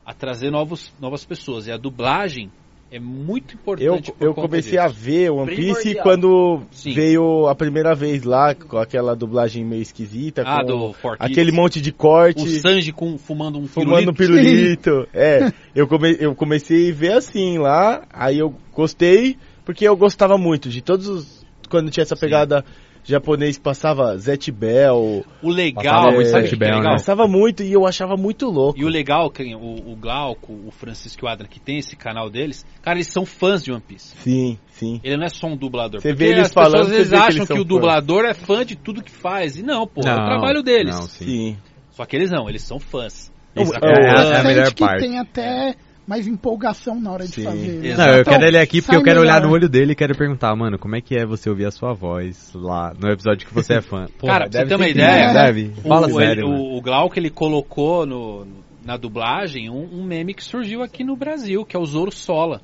[SPEAKER 2] a trazer novos, novas pessoas. E a dublagem é muito
[SPEAKER 4] Eu,
[SPEAKER 2] importante. por
[SPEAKER 4] eu
[SPEAKER 2] conta
[SPEAKER 4] comecei
[SPEAKER 2] disso.
[SPEAKER 4] a ver One Piece
[SPEAKER 5] Primordial.
[SPEAKER 4] quando
[SPEAKER 2] Sim.
[SPEAKER 4] veio a primeira vez lá, com aquela dublagem meio esquisita,
[SPEAKER 2] Ah,
[SPEAKER 4] com
[SPEAKER 2] do Four Kids.
[SPEAKER 4] aquele monte de
[SPEAKER 2] O
[SPEAKER 4] corte,
[SPEAKER 2] Sanji com, fumando um
[SPEAKER 4] fumando
[SPEAKER 2] pirulito.
[SPEAKER 4] pirulito. É, eu, come, eu comecei a ver assim lá, aí eu gostei, porque eu gostava muito de todos os... Quando tinha essa pegada japonês, passava Zet Bell,
[SPEAKER 2] O legal,
[SPEAKER 7] Passava muito
[SPEAKER 2] sabe
[SPEAKER 7] Sanji
[SPEAKER 2] o que que é
[SPEAKER 7] Bell, né?
[SPEAKER 2] legal?
[SPEAKER 4] passava muito e eu achava muito louco.
[SPEAKER 2] E o legal, que o, o Glauco, o Francisco e o Adrian, que tem esse canal deles, cara, eles são fãs de One Piece.
[SPEAKER 4] Sim, sim.
[SPEAKER 2] Ele não é só um dublador.
[SPEAKER 4] Você
[SPEAKER 2] Porque
[SPEAKER 4] vê eles
[SPEAKER 2] as pessoas
[SPEAKER 4] falando,
[SPEAKER 2] às
[SPEAKER 4] você
[SPEAKER 2] vezes
[SPEAKER 4] vê que
[SPEAKER 2] acham
[SPEAKER 4] eles
[SPEAKER 2] que,
[SPEAKER 4] são
[SPEAKER 2] o
[SPEAKER 4] fãs.
[SPEAKER 2] dublador é fã de tudo que faz. E não, pô, é o trabalho deles.
[SPEAKER 7] Não, sim.
[SPEAKER 4] Sim.
[SPEAKER 2] Só que eles não, eles são fãs.
[SPEAKER 7] Isso
[SPEAKER 4] Eu-
[SPEAKER 7] é,
[SPEAKER 4] eu-
[SPEAKER 7] é a
[SPEAKER 6] Sente
[SPEAKER 7] melhor
[SPEAKER 6] que
[SPEAKER 7] parte.
[SPEAKER 6] tem até mais empolgação na hora de
[SPEAKER 4] Sim.
[SPEAKER 6] fazer. né?
[SPEAKER 7] Não, eu
[SPEAKER 6] Então,
[SPEAKER 7] quero ele aqui porque
[SPEAKER 6] sai
[SPEAKER 7] eu quero olhar
[SPEAKER 6] melhor.
[SPEAKER 7] no olho dele e quero perguntar, mano, como é que é você ouvir a sua voz lá no episódio que você é fã? Pô,
[SPEAKER 2] Cara, pra você
[SPEAKER 7] deve
[SPEAKER 2] ter uma
[SPEAKER 7] ser
[SPEAKER 2] ideia,
[SPEAKER 7] incrível, Deve. Fala
[SPEAKER 2] né? o,
[SPEAKER 7] sério.
[SPEAKER 2] ele-
[SPEAKER 7] mano.
[SPEAKER 2] o, o Glauco ele colocou no, na dublagem um, um meme que surgiu aqui no Brasil, que é o Zoro Sola.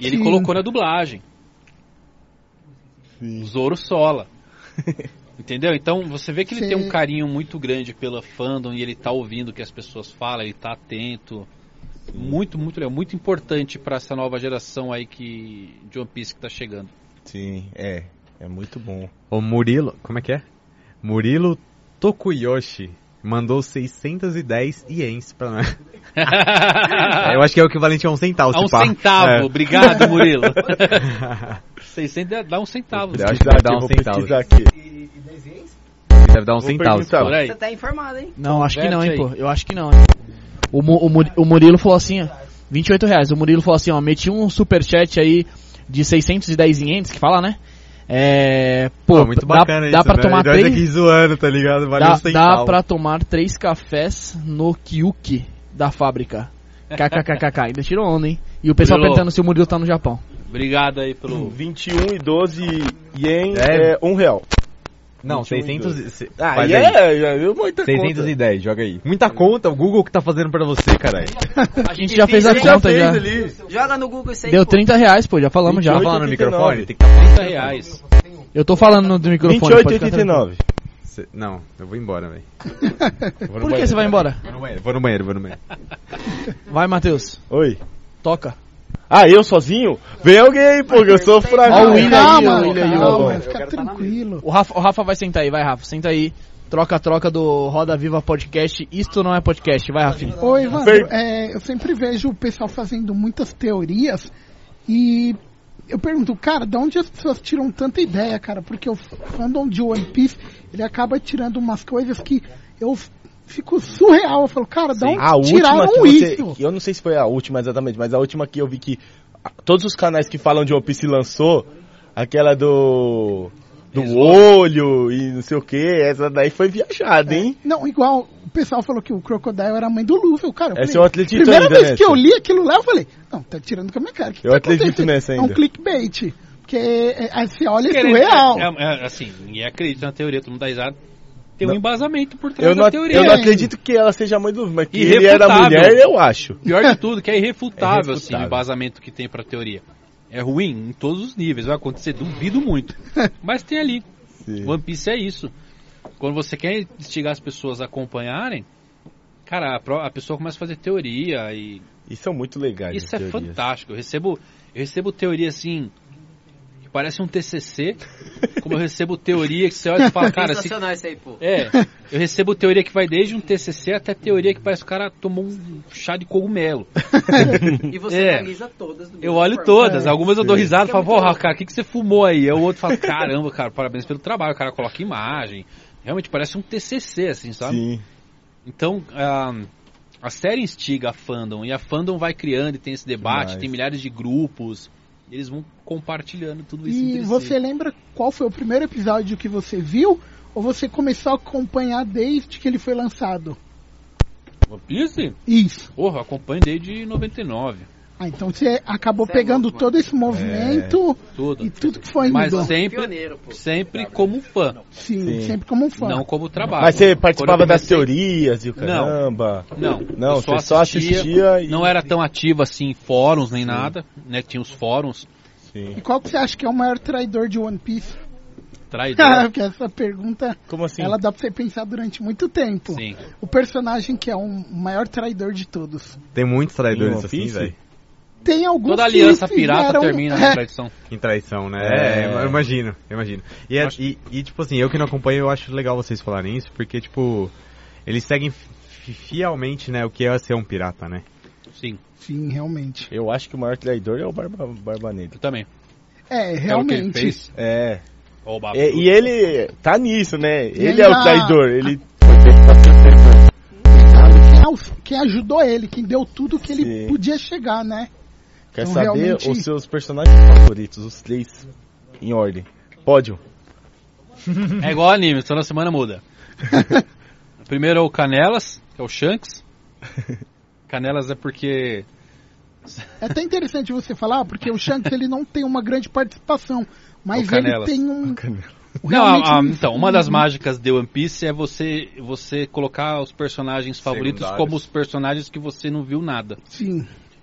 [SPEAKER 2] e ele
[SPEAKER 6] Sim.
[SPEAKER 2] colocou na dublagem.
[SPEAKER 4] Sim.
[SPEAKER 2] Zoro Sola. Entendeu? Então você vê que ele
[SPEAKER 6] Sim.
[SPEAKER 2] tem um carinho muito grande pela fandom e ele tá ouvindo o que as pessoas falam, ele tá atento. Muito, muito legal, muito importante pra essa nova geração aí que de One Piece que tá chegando.
[SPEAKER 4] Sim, é. É muito bom.
[SPEAKER 7] O Murilo, como é que é? Murilo Tokuyoshi mandou 610 ienes pra nós. Eu acho que é o equivalente a um centavo,
[SPEAKER 2] A um
[SPEAKER 7] se pá.
[SPEAKER 2] centavo,
[SPEAKER 7] É.
[SPEAKER 2] obrigado Murilo. 600 dá um centavo.
[SPEAKER 7] Eu acho que
[SPEAKER 4] Pesquisar
[SPEAKER 7] vai dar
[SPEAKER 4] aqui,
[SPEAKER 7] um
[SPEAKER 4] vou
[SPEAKER 7] centavo.
[SPEAKER 4] pesquisar aqui.
[SPEAKER 7] Deve dar um
[SPEAKER 4] Vou
[SPEAKER 7] centavo. se
[SPEAKER 4] perguntar.
[SPEAKER 7] pá.
[SPEAKER 2] Por aí.
[SPEAKER 5] Você tá informado, hein?
[SPEAKER 10] Não, acho que não, hein,
[SPEAKER 2] Converte
[SPEAKER 10] pô. Eu acho que não, hein. O, Mu- o, Muri- o Murilo falou assim, ó. 28 reais. O Murilo falou assim, ó. Meti um superchat aí de 610 500, que fala, né? É. Pô,
[SPEAKER 7] Pô, Ah, muito
[SPEAKER 10] dá,
[SPEAKER 7] bacana
[SPEAKER 10] dá
[SPEAKER 7] isso,
[SPEAKER 10] pra
[SPEAKER 7] né?
[SPEAKER 10] tomar
[SPEAKER 7] Nós
[SPEAKER 10] três.
[SPEAKER 7] aqui zoando, tá ligado? Valeu um
[SPEAKER 10] dá,
[SPEAKER 7] centavo.
[SPEAKER 10] dá pra tomar três cafés no Kyuki da fábrica. KKKKK. Ainda tirou onda, hein? E o pessoal
[SPEAKER 2] Murilo.
[SPEAKER 10] perguntando se o Murilo tá no Japão.
[SPEAKER 2] Obrigado aí
[SPEAKER 4] Hum.
[SPEAKER 2] pelo
[SPEAKER 4] 21 e 12 ien
[SPEAKER 7] É.
[SPEAKER 4] é 1 um real.
[SPEAKER 7] Não,
[SPEAKER 4] 600
[SPEAKER 7] 600... se-
[SPEAKER 4] Ah,
[SPEAKER 7] faz
[SPEAKER 4] e
[SPEAKER 7] aí.
[SPEAKER 4] é, já viu muita coisa.
[SPEAKER 7] 610, joga aí. Muita conta, o Google que tá fazendo pra você, caralho.
[SPEAKER 10] A gente já fez a
[SPEAKER 4] Já
[SPEAKER 10] conta,
[SPEAKER 4] fez
[SPEAKER 10] já.
[SPEAKER 4] ali.
[SPEAKER 5] Joga no Google isso aí.
[SPEAKER 10] Deu
[SPEAKER 5] pô.
[SPEAKER 10] 30 reais, pô. Já falamos já.
[SPEAKER 7] Tá falando no
[SPEAKER 4] 89.
[SPEAKER 7] microfone? Tem que tá...
[SPEAKER 2] 30 reais.
[SPEAKER 10] Eu tô falando no do microfone. pode ficar tranquilo.
[SPEAKER 4] 28,89.
[SPEAKER 7] Cê- Não, eu vou embora, velho. Vou no
[SPEAKER 10] Por que
[SPEAKER 7] banheiro,
[SPEAKER 10] você vai embora?
[SPEAKER 7] Vou no banheiro, vou no banheiro, vou no banheiro.
[SPEAKER 10] Vai, Matheus.
[SPEAKER 4] Oi.
[SPEAKER 10] Toca.
[SPEAKER 4] Ah, eu sozinho? Vem alguém aí, pô, que eu sou fraco.
[SPEAKER 10] Ó, o Willian aí,
[SPEAKER 6] Calma,
[SPEAKER 10] ó, o Willian aí, ó.
[SPEAKER 6] calma, fica tranquilo.
[SPEAKER 10] O Rafa, o Rafa vai sentar aí, vai, Rafa. Senta aí. Troca, troca do Roda Viva Podcast. Isto não é podcast. Vai, Rafinha.
[SPEAKER 6] Oi, Evandro,
[SPEAKER 4] Per-
[SPEAKER 6] é, eu sempre vejo o pessoal fazendo muitas teorias e eu pergunto, cara, de onde as pessoas tiram tanta ideia, cara? Porque o fandom de One Piece, ele acaba tirando umas coisas que eu fico surreal. Eu falo, cara, de onde
[SPEAKER 4] A última que
[SPEAKER 6] tiraram
[SPEAKER 4] você,
[SPEAKER 6] isso?
[SPEAKER 4] que Eu não sei se foi a última exatamente, mas a última que eu vi que a- todos os canais que falam de One Piece lançou, aquela do. Do olho e não sei o que, essa daí foi viajada, hein?
[SPEAKER 6] Não, igual, o pessoal falou que o Crocodile era a mãe do Luffy, cara. Eu
[SPEAKER 4] Essa eu
[SPEAKER 6] falei,
[SPEAKER 4] acredito
[SPEAKER 6] primeira
[SPEAKER 4] é ainda
[SPEAKER 6] vez
[SPEAKER 4] nessa.
[SPEAKER 6] que eu li aquilo lá, eu falei, não, tá tirando com a minha cara. que que
[SPEAKER 4] Eu
[SPEAKER 6] tá
[SPEAKER 4] acredito
[SPEAKER 6] acontecendo?
[SPEAKER 4] nessa
[SPEAKER 6] É
[SPEAKER 4] ainda.
[SPEAKER 6] um clickbait. Porque é, é, aí você olha isso
[SPEAKER 2] Querendo-
[SPEAKER 6] real.
[SPEAKER 2] é- é, assim, ninguém acredita na teoria, todo mundo dá risada. Tem um
[SPEAKER 4] Não.
[SPEAKER 2] embasamento por trás
[SPEAKER 4] Eu não,
[SPEAKER 2] da
[SPEAKER 4] ac-
[SPEAKER 2] teoria.
[SPEAKER 4] eu não acredito que ela seja a mãe do Luffy, mas que ele era
[SPEAKER 2] Irrefutável.
[SPEAKER 4] mulher, eu acho.
[SPEAKER 2] Pior de tudo, que é irrefutável,
[SPEAKER 4] É
[SPEAKER 2] assim, o
[SPEAKER 4] irrefutável.
[SPEAKER 2] embasamento que tem pra teoria. É ruim em todos os níveis, vai acontecer, duvido muito. Mas tem ali. One Piece é isso. Quando você quer instigar as pessoas a acompanharem, cara, a, pro- a pessoa começa a fazer teoria e
[SPEAKER 4] Isso é muito legal.
[SPEAKER 2] Isso é fantástico. Eu recebo, eu recebo teoria assim, que parece um TCC, como eu recebo teoria que você olha e fala, cara, se,
[SPEAKER 5] Sensacional isso aí, pô.
[SPEAKER 2] é, eu recebo teoria que vai desde um TCC até teoria que parece que o cara tomou um chá de cogumelo.
[SPEAKER 5] E você
[SPEAKER 2] É.
[SPEAKER 5] analisa todas. do
[SPEAKER 2] Eu
[SPEAKER 5] mesmo
[SPEAKER 2] olho
[SPEAKER 5] formato.
[SPEAKER 2] todas, algumas eu dou risada,
[SPEAKER 5] É
[SPEAKER 2] falo,
[SPEAKER 5] muito
[SPEAKER 2] porra,
[SPEAKER 5] louco.
[SPEAKER 2] cara, o que, que você fumou aí? Aí o outro fala, caramba, cara, parabéns pelo trabalho, o cara coloca imagem. Realmente parece um TCC, assim, sabe?
[SPEAKER 4] Sim.
[SPEAKER 2] Então, ah, a série instiga a fandom e a fandom vai criando e tem esse debate,
[SPEAKER 4] Demais.
[SPEAKER 2] tem milhares de grupos, e eles vão compartilhando tudo isso.
[SPEAKER 6] E
[SPEAKER 2] entre si.
[SPEAKER 6] você lembra qual foi o primeiro episódio que você viu? Ou você começou a acompanhar desde que ele foi lançado?
[SPEAKER 2] One Piece?
[SPEAKER 6] Isso.
[SPEAKER 2] Porra, eu acompanho desde 99,
[SPEAKER 6] Ah, então você acabou
[SPEAKER 5] Você é
[SPEAKER 6] pegando
[SPEAKER 5] louco, mano.
[SPEAKER 6] todo esse movimento
[SPEAKER 4] É.
[SPEAKER 2] tudo.
[SPEAKER 6] e tudo que foi
[SPEAKER 2] Mas
[SPEAKER 6] indo.
[SPEAKER 2] sempre,
[SPEAKER 5] É Pioneiro, pô.
[SPEAKER 2] sempre como fã,
[SPEAKER 6] Sim,
[SPEAKER 4] Sim.
[SPEAKER 6] sempre como um fã.
[SPEAKER 2] não como trabalho.
[SPEAKER 4] Mas você
[SPEAKER 2] Quando
[SPEAKER 4] participava
[SPEAKER 2] eu
[SPEAKER 4] das
[SPEAKER 2] comecei-
[SPEAKER 4] teorias e o
[SPEAKER 2] Não.
[SPEAKER 4] caramba.
[SPEAKER 2] Não,
[SPEAKER 4] Não,
[SPEAKER 2] eu
[SPEAKER 4] você só assistia e.
[SPEAKER 2] Não era tão ativo assim em fóruns nem nada, né? Tinha os fóruns,
[SPEAKER 4] Sim.
[SPEAKER 6] E qual que você acha que é o maior traidor de One Piece?
[SPEAKER 2] traidor,
[SPEAKER 6] Porque essa pergunta,
[SPEAKER 4] Como assim?
[SPEAKER 6] ela dá pra você pensar durante muito tempo.
[SPEAKER 2] sim.
[SPEAKER 6] O personagem que é um- o maior traidor de todos.
[SPEAKER 7] Tem muitos
[SPEAKER 4] Em
[SPEAKER 7] traidores
[SPEAKER 4] One
[SPEAKER 7] assim,
[SPEAKER 4] Piece?
[SPEAKER 7] velho.
[SPEAKER 6] Tem alguns
[SPEAKER 2] Toda
[SPEAKER 6] que
[SPEAKER 2] aliança pirata
[SPEAKER 6] fizeram-
[SPEAKER 2] termina
[SPEAKER 6] É,
[SPEAKER 2] na tradição.
[SPEAKER 7] Em traição, né?
[SPEAKER 4] É.
[SPEAKER 7] É, eu imagino, eu imagino. E, é- e, e, tipo assim, eu que não acompanho, eu acho legal vocês falarem isso, porque, tipo, eles seguem fi- fielmente, né, o que é ser um pirata, né?
[SPEAKER 2] Sim,
[SPEAKER 6] Sim, realmente.
[SPEAKER 4] Eu acho que o maior traidor é o Barba, Barba Negra.
[SPEAKER 2] eu também.
[SPEAKER 6] É,
[SPEAKER 2] É o que ele
[SPEAKER 6] realmente.
[SPEAKER 2] fez.
[SPEAKER 4] É.
[SPEAKER 2] Ó, o bafo.
[SPEAKER 4] É, e ele tá nisso, né? Ele,
[SPEAKER 6] ele
[SPEAKER 4] é
[SPEAKER 6] tá-
[SPEAKER 4] o traidor. Ele
[SPEAKER 6] quem aus- quem ajudou ele, quem deu tudo que ele
[SPEAKER 4] Sim.
[SPEAKER 6] podia chegar, né?
[SPEAKER 4] quer
[SPEAKER 6] Então,
[SPEAKER 4] saber
[SPEAKER 6] realmente-
[SPEAKER 4] os seus personagens favoritos, os três em ordem. Pódio.
[SPEAKER 2] É igual anime, toda semana muda. Primeiro é o Canelas, que é o Shanks. Canelas é porque
[SPEAKER 6] É até interessante você falar, porque o Shanks ele não tem uma grande participação, mas
[SPEAKER 2] O
[SPEAKER 6] ele
[SPEAKER 2] Canelas.
[SPEAKER 6] tem um.
[SPEAKER 2] Não,
[SPEAKER 6] realmente
[SPEAKER 2] a- a-
[SPEAKER 6] um-
[SPEAKER 2] então, uma das mágicas de One Piece é você, você colocar os personagens favoritos
[SPEAKER 11] Secundários.
[SPEAKER 2] como os personagens que você não viu nada.
[SPEAKER 6] Sim,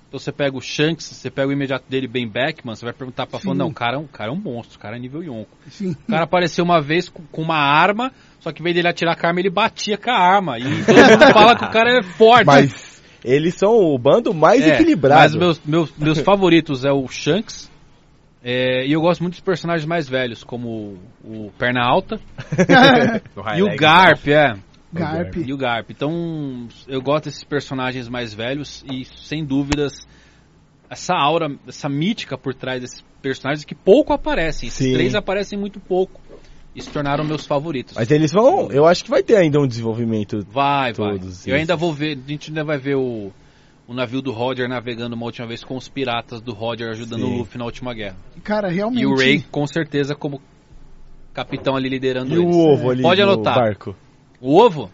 [SPEAKER 2] Então você pega o Shanks, você pega o imediato dele, Ben Beckman, você vai perguntar pra fã,
[SPEAKER 6] Sim.
[SPEAKER 2] não, o cara, é um- o cara é um monstro, o cara é nível Yonko.
[SPEAKER 6] sim.
[SPEAKER 2] O cara apareceu uma vez com, com uma arma, só que em vez dele atirar com a arma, ele batia com a arma. E todo mundo fala que o cara é forte.
[SPEAKER 4] Mas eles são o bando mais
[SPEAKER 2] É, Mas
[SPEAKER 4] equilibrado.
[SPEAKER 2] meus, meus, meus favoritos é o Shanks. é, e eu gosto muito dos personagens mais velhos, como o, o Perna Alta
[SPEAKER 11] Do
[SPEAKER 2] e o
[SPEAKER 11] Highlight.
[SPEAKER 2] Garp, é.
[SPEAKER 6] Garp.
[SPEAKER 2] E o Garp. Então, eu gosto desses personagens mais velhos e, sem dúvidas, essa aura, essa mítica por trás desses personagens que pouco aparecem. Esses
[SPEAKER 4] Sim.
[SPEAKER 2] três aparecem muito pouco e se tornaram meus favoritos.
[SPEAKER 4] Mas eles vão. Eu acho que vai ter ainda um desenvolvimento.
[SPEAKER 2] Vai, vai.
[SPEAKER 4] Todos
[SPEAKER 2] Eu ainda vou ver, a gente ainda vai ver o, o navio do Roger navegando uma última vez com os piratas do Roger ajudando
[SPEAKER 4] Sim. Um
[SPEAKER 2] o Luffy na última guerra.
[SPEAKER 6] Cara, realmente.
[SPEAKER 2] E o Ray, com certeza, como capitão ali liderando
[SPEAKER 4] E o
[SPEAKER 2] eles.
[SPEAKER 4] ovo ali
[SPEAKER 2] Pode
[SPEAKER 4] no
[SPEAKER 2] anotar.
[SPEAKER 4] barco.
[SPEAKER 2] O ovo?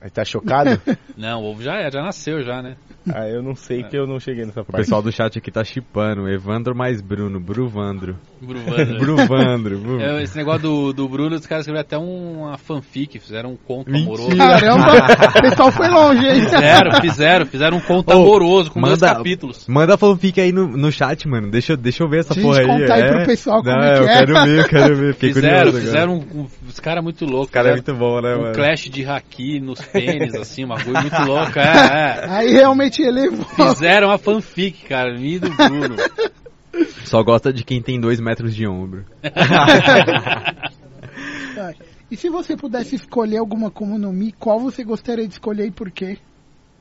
[SPEAKER 4] Aí tá chocado?
[SPEAKER 2] Não, o ovo já é, já nasceu já, né?
[SPEAKER 4] ah, eu não sei que eu não cheguei nessa
[SPEAKER 7] O
[SPEAKER 4] parte.
[SPEAKER 7] pessoal do chat aqui tá chipando. Evandro mais Bruno. Bruvandro.
[SPEAKER 2] Bruvando.
[SPEAKER 7] Bruvandro. Bru-
[SPEAKER 2] É, Esse negócio do, do Bruno, os caras escreveram até um, uma fanfic, fizeram um conto amoroso.
[SPEAKER 6] Caramba, o pessoal foi longe, hein?
[SPEAKER 2] Fizeram, fizeram, fizeram um conto
[SPEAKER 7] Ô,
[SPEAKER 2] amoroso com dois
[SPEAKER 7] manda-
[SPEAKER 2] capítulos.
[SPEAKER 7] Manda a fanfic aí no, no chat, mano. Deixa, eu- deixa eu ver essa
[SPEAKER 6] Gente,
[SPEAKER 7] porra aí.
[SPEAKER 6] conta aí
[SPEAKER 7] é.
[SPEAKER 6] pro pessoal como
[SPEAKER 7] Não,
[SPEAKER 6] é que
[SPEAKER 7] eu
[SPEAKER 6] é.
[SPEAKER 7] quero ver, eu quero ver. Fiquei
[SPEAKER 2] Fizeram,
[SPEAKER 7] curioso
[SPEAKER 2] fizeram um, um- os caras muito loucos.
[SPEAKER 7] O cara é
[SPEAKER 2] fizeram-
[SPEAKER 7] muito bom, né,
[SPEAKER 2] um
[SPEAKER 7] mano?
[SPEAKER 2] clash de haki nos pênis, assim, uma coisa muito louca. É, é.
[SPEAKER 6] Aí realmente elevou.
[SPEAKER 2] Fizeram a fanfic, cara, mim e do Bruno.
[SPEAKER 7] Só gosta de quem tem dois metros de ombro.
[SPEAKER 6] E se você pudesse escolher alguma Kumo no Mi, qual você gostaria de escolher e por quê?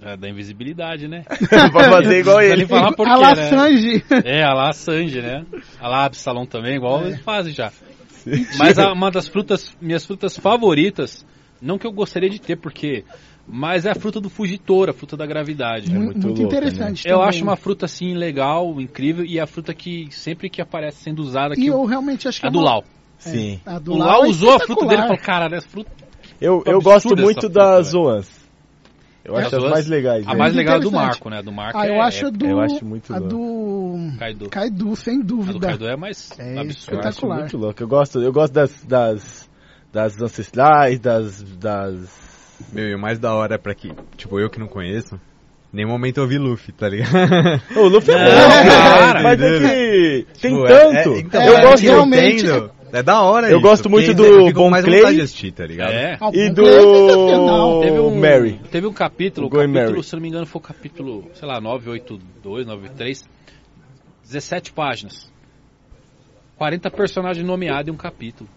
[SPEAKER 2] É, da invisibilidade, né?
[SPEAKER 4] pra fazer igual
[SPEAKER 2] Não precisa
[SPEAKER 4] ele.
[SPEAKER 2] nem falar por
[SPEAKER 6] a La
[SPEAKER 2] quê, né?
[SPEAKER 6] Sanji.
[SPEAKER 2] É, a lá Sanji, né? A lá Absalom também, igual
[SPEAKER 6] É.
[SPEAKER 2] eles fazem já. Mas a- uma das frutas, minhas frutas favoritas, não que eu gostaria de ter, porque... Mas é a fruta do fugitor, a fruta da gravidade.
[SPEAKER 6] Mu-
[SPEAKER 4] muito
[SPEAKER 6] muito
[SPEAKER 4] louca,
[SPEAKER 6] interessante.
[SPEAKER 2] né? Eu
[SPEAKER 6] também.
[SPEAKER 2] acho uma fruta, assim, legal, incrível, e é a fruta que sempre que aparece sendo usada
[SPEAKER 6] E
[SPEAKER 2] aqui...
[SPEAKER 6] eu realmente acho que.
[SPEAKER 2] A
[SPEAKER 6] é
[SPEAKER 2] do
[SPEAKER 6] uma-
[SPEAKER 2] Lau.
[SPEAKER 4] Sim.
[SPEAKER 6] A do
[SPEAKER 2] O
[SPEAKER 6] Lau,
[SPEAKER 2] Lau
[SPEAKER 6] é
[SPEAKER 2] usou a fruta dele e
[SPEAKER 6] espetacular.
[SPEAKER 2] falou, caralho, essa fruta
[SPEAKER 4] Eu, eu
[SPEAKER 2] absurda
[SPEAKER 4] gosto
[SPEAKER 2] essa
[SPEAKER 4] muito
[SPEAKER 2] fruta,
[SPEAKER 4] das
[SPEAKER 2] velho.
[SPEAKER 4] zoas. Eu
[SPEAKER 2] As
[SPEAKER 4] acho as
[SPEAKER 2] zoas?
[SPEAKER 4] mais legais.
[SPEAKER 2] é A
[SPEAKER 4] velho.
[SPEAKER 2] mais
[SPEAKER 6] Muito
[SPEAKER 2] legal é do
[SPEAKER 6] interessante.
[SPEAKER 2] Marco, né? A Do Marco
[SPEAKER 6] Ah,
[SPEAKER 2] é,
[SPEAKER 6] eu acho a
[SPEAKER 2] é
[SPEAKER 6] do.
[SPEAKER 4] eu acho muito
[SPEAKER 6] a
[SPEAKER 4] louca.
[SPEAKER 6] do.
[SPEAKER 2] Kaido.
[SPEAKER 6] Kaido, sem
[SPEAKER 2] A do
[SPEAKER 6] dúvida.
[SPEAKER 2] Kaido é mais
[SPEAKER 6] É
[SPEAKER 4] Eu
[SPEAKER 2] absurda.
[SPEAKER 6] espetacular.
[SPEAKER 4] acho muito louco. Eu gosto, eu gosto das, das, das ancestrais, das, das...
[SPEAKER 7] Meu, e o mais da hora é pra que, tipo, eu que não conheço, nenhum momento eu vi Luffy, tá ligado?
[SPEAKER 4] O Luffy é
[SPEAKER 2] Não,
[SPEAKER 4] bom, cara,
[SPEAKER 2] cara,
[SPEAKER 4] mas é que tem tanto.
[SPEAKER 7] É, então,
[SPEAKER 4] eu
[SPEAKER 7] é,
[SPEAKER 4] gosto
[SPEAKER 6] realmente-
[SPEAKER 7] entendo. É da hora
[SPEAKER 4] Eu
[SPEAKER 7] isso,
[SPEAKER 4] gosto muito
[SPEAKER 7] porque
[SPEAKER 4] do
[SPEAKER 7] eu fico com
[SPEAKER 4] Bon
[SPEAKER 7] mais
[SPEAKER 4] Clay.
[SPEAKER 7] vontade de assistir, tá ligado?
[SPEAKER 2] É.
[SPEAKER 6] Ah, o
[SPEAKER 4] e
[SPEAKER 6] Buckley é sensacional.
[SPEAKER 4] do
[SPEAKER 2] Teve um,
[SPEAKER 4] Mary.
[SPEAKER 2] teve um capítulo,
[SPEAKER 4] O Going
[SPEAKER 2] capítulo,
[SPEAKER 4] Merry.
[SPEAKER 2] se não me engano, foi o capítulo, sei lá, 982, 93, 17 páginas. 40 personagens nomeados em um capítulo.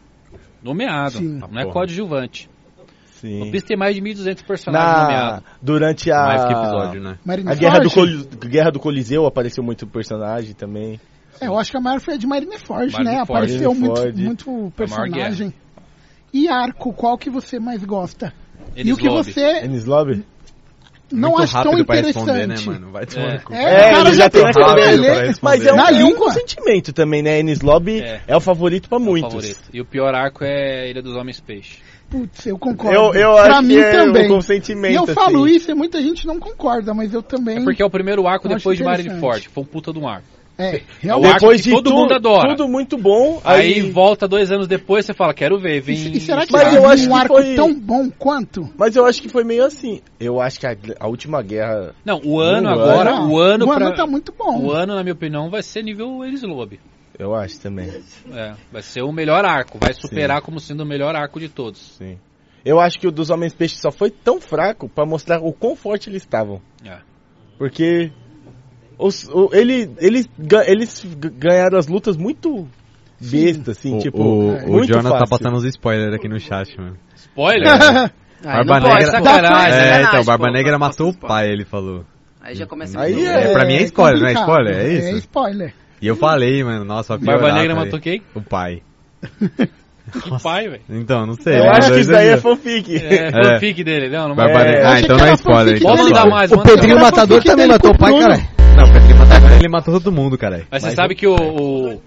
[SPEAKER 2] Nomeado,
[SPEAKER 6] Sim.
[SPEAKER 2] não é coadjuvante. O
[SPEAKER 4] Ah, Sim. Ah,
[SPEAKER 2] Piece tem mais de 1.200 personagens
[SPEAKER 4] Na,
[SPEAKER 2] nomeados.
[SPEAKER 4] durante a,
[SPEAKER 7] Mais que episódio, né?
[SPEAKER 6] Marina
[SPEAKER 4] a guerra, do
[SPEAKER 6] Forge?
[SPEAKER 4] Coli- guerra do Coliseu apareceu muito personagem também.
[SPEAKER 6] É, eu acho que a maior foi a de Marineford, né?
[SPEAKER 2] Marineford.
[SPEAKER 6] Apareceu
[SPEAKER 4] Marineford.
[SPEAKER 6] muito, muito personagem. E arco, qual que você mais gosta? e o que
[SPEAKER 2] Enislobe.
[SPEAKER 6] você
[SPEAKER 4] Enes Lobby?
[SPEAKER 6] não
[SPEAKER 7] muito
[SPEAKER 6] acha tão
[SPEAKER 7] rápido pra responder, né,
[SPEAKER 6] interessante?
[SPEAKER 7] mano? Vai tomar
[SPEAKER 2] É.
[SPEAKER 7] no cu.
[SPEAKER 6] É,
[SPEAKER 4] É,
[SPEAKER 6] o cara
[SPEAKER 4] ele
[SPEAKER 6] já
[SPEAKER 4] já tem
[SPEAKER 6] tem que
[SPEAKER 4] aquele
[SPEAKER 7] rápido
[SPEAKER 6] saber
[SPEAKER 7] pra
[SPEAKER 6] ler.
[SPEAKER 7] responder.
[SPEAKER 4] Mas é um,
[SPEAKER 6] Na
[SPEAKER 4] é um
[SPEAKER 6] língua.
[SPEAKER 4] consentimento também, né? Enes Lobby
[SPEAKER 2] É.
[SPEAKER 4] é. o favorito pra
[SPEAKER 2] É o
[SPEAKER 4] muitos.
[SPEAKER 2] favorito. E o pior arco é Ilha dos Homens Peixe.
[SPEAKER 6] Putz, eu concordo.
[SPEAKER 4] Eu, eu
[SPEAKER 6] pra
[SPEAKER 4] acho
[SPEAKER 6] mim
[SPEAKER 4] que é
[SPEAKER 6] também.
[SPEAKER 4] um consentimento.
[SPEAKER 6] e eu falo
[SPEAKER 4] assim.
[SPEAKER 6] isso e muita gente não concorda, mas eu também.
[SPEAKER 2] É porque é o primeiro arco
[SPEAKER 6] Eu acho
[SPEAKER 2] depois de
[SPEAKER 6] interessante.
[SPEAKER 2] Marineford, que foi um puta de um arco.
[SPEAKER 6] É,
[SPEAKER 2] Eu
[SPEAKER 6] realmente.
[SPEAKER 2] acho
[SPEAKER 4] Depois
[SPEAKER 2] que
[SPEAKER 4] de
[SPEAKER 2] todo
[SPEAKER 4] tu-
[SPEAKER 2] mundo adora.
[SPEAKER 4] tudo muito bom,
[SPEAKER 2] Aí,
[SPEAKER 4] aí
[SPEAKER 2] volta dois anos depois, você fala, quero ver, vem...
[SPEAKER 6] E, e será que
[SPEAKER 4] Mas
[SPEAKER 6] teve
[SPEAKER 4] eu acho
[SPEAKER 6] um
[SPEAKER 4] que
[SPEAKER 6] arco
[SPEAKER 4] foi-
[SPEAKER 6] tão bom quanto?
[SPEAKER 4] Mas eu acho que foi meio assim. Eu acho que a, a última guerra.
[SPEAKER 2] Não, o ano
[SPEAKER 4] Um
[SPEAKER 2] agora,
[SPEAKER 6] Não,
[SPEAKER 2] o ano
[SPEAKER 6] o ano
[SPEAKER 2] pra...
[SPEAKER 6] tá muito bom.
[SPEAKER 2] O ano, na minha opinião, vai ser nível Elis Lobby.
[SPEAKER 4] Eu acho também.
[SPEAKER 2] É, vai ser o melhor arco. Vai superar como sendo o melhor arco de todos.
[SPEAKER 4] Sim. Eu acho que o dos Homens Peixes só foi tão fraco pra mostrar o quão forte eles estavam.
[SPEAKER 2] É.
[SPEAKER 4] Porque. Os, o- ele, eles, ga- eles g- ganharam as lutas muito besta, assim,
[SPEAKER 7] O,
[SPEAKER 4] tipo.
[SPEAKER 7] o,
[SPEAKER 4] é,
[SPEAKER 7] o
[SPEAKER 4] muito
[SPEAKER 7] Jonas tá
[SPEAKER 4] fácil.
[SPEAKER 7] passando uns spoilers aqui no chat, mano.
[SPEAKER 2] Spoiler? né?
[SPEAKER 5] Aí
[SPEAKER 7] Barba
[SPEAKER 5] não pode, tá
[SPEAKER 7] Negra-
[SPEAKER 5] sacanagem,
[SPEAKER 7] É,
[SPEAKER 5] sacanagem,
[SPEAKER 7] então,
[SPEAKER 5] pô,
[SPEAKER 7] Barba Negra
[SPEAKER 5] passa
[SPEAKER 7] matou o
[SPEAKER 5] spoiler.
[SPEAKER 7] pai, ele falou.
[SPEAKER 5] Aí já começa né?
[SPEAKER 4] Aí
[SPEAKER 5] nível.
[SPEAKER 4] é- né?
[SPEAKER 7] pra mim é spoiler, não é
[SPEAKER 6] complicado.
[SPEAKER 7] spoiler, é isso?
[SPEAKER 6] É spoiler.
[SPEAKER 7] E eu falei, mano, nossa, vai
[SPEAKER 2] Barba
[SPEAKER 7] piorar,
[SPEAKER 2] Negra
[SPEAKER 7] falei.
[SPEAKER 2] matou quem?
[SPEAKER 7] O pai.
[SPEAKER 2] O pai, velho.
[SPEAKER 7] Então, não sei.
[SPEAKER 4] Eu
[SPEAKER 7] mas
[SPEAKER 4] acho que
[SPEAKER 7] dois
[SPEAKER 4] isso daí é
[SPEAKER 7] anos-
[SPEAKER 4] fanfic.
[SPEAKER 2] É, fanfic dele. Não, não vai.
[SPEAKER 7] Barba
[SPEAKER 4] É,
[SPEAKER 7] Negra.
[SPEAKER 4] eu
[SPEAKER 7] Ah,
[SPEAKER 6] achei
[SPEAKER 7] então
[SPEAKER 6] que
[SPEAKER 7] não é
[SPEAKER 6] era
[SPEAKER 7] spoiler.
[SPEAKER 6] fanfic
[SPEAKER 7] Então
[SPEAKER 2] Pode
[SPEAKER 7] não é
[SPEAKER 2] mandar
[SPEAKER 7] spoiler.
[SPEAKER 2] mais,
[SPEAKER 8] O
[SPEAKER 2] manda mais.
[SPEAKER 8] Pedrinho
[SPEAKER 6] Cara,
[SPEAKER 8] Matador
[SPEAKER 6] por que
[SPEAKER 8] também
[SPEAKER 6] que ele
[SPEAKER 8] matou o pai,
[SPEAKER 6] comprou,
[SPEAKER 8] cara.
[SPEAKER 7] Não, o Pedrinho matou o pai, É, ele matou todo mundo, cara.
[SPEAKER 2] Mas você sabe que o... O,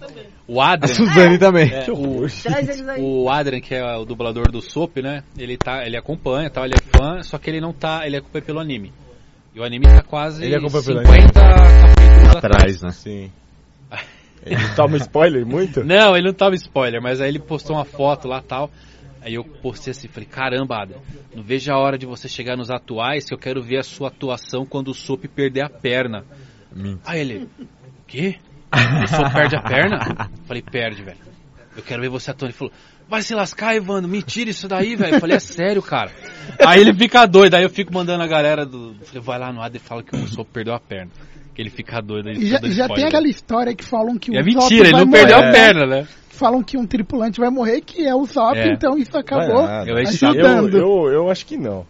[SPEAKER 2] o
[SPEAKER 7] A
[SPEAKER 2] Adrian...
[SPEAKER 7] Suzane também.
[SPEAKER 2] é, o,
[SPEAKER 5] Traz eles aí.
[SPEAKER 2] o Adrian, que é o dublador do Soap, né? Ele, tá, ele acompanha, tal, ele é fã, só que ele não tá... Ele acompanha é pelo anime. E E o anime tá quase
[SPEAKER 4] Ele acompanhou pela-
[SPEAKER 2] 50 capítulos atrás.
[SPEAKER 7] Atrás, né?
[SPEAKER 4] Sim. Ele toma spoiler muito?
[SPEAKER 2] Não, ele não tava spoiler, mas aí ele postou uma foto lá tal. Aí eu postei assim, falei, caramba, Adam, não vejo a hora de você chegar nos atuais que eu quero ver a sua atuação quando o Sop perder a perna.
[SPEAKER 7] Mentira.
[SPEAKER 2] Aí ele, o quê? O Sop perde a perna? Falei, perde, velho. Eu quero ver você atuando. Ele falou, vai se lascar, Evandro, me tira isso daí, velho. Eu falei, é sério, cara. Aí ele fica doido, aí eu fico mandando a galera do... Falei, vai lá no Adam e fala que o Sop perdeu a perna. Que ele fica doido. Ele
[SPEAKER 6] E já,
[SPEAKER 2] fica dando
[SPEAKER 6] já tem
[SPEAKER 2] spoiler.
[SPEAKER 6] aquela história que falam que
[SPEAKER 2] E é
[SPEAKER 6] Zop
[SPEAKER 2] mentira, ele
[SPEAKER 6] vai
[SPEAKER 2] não perdeu
[SPEAKER 6] morrer.
[SPEAKER 2] a perna, né?
[SPEAKER 6] Falam que um tripulante vai morrer, que é o Zop,
[SPEAKER 2] É.
[SPEAKER 6] então isso
[SPEAKER 4] Vai
[SPEAKER 6] acabou.
[SPEAKER 4] nada.
[SPEAKER 2] Eu acho que-
[SPEAKER 4] Eu,
[SPEAKER 6] ajudando.
[SPEAKER 4] eu, eu acho que não.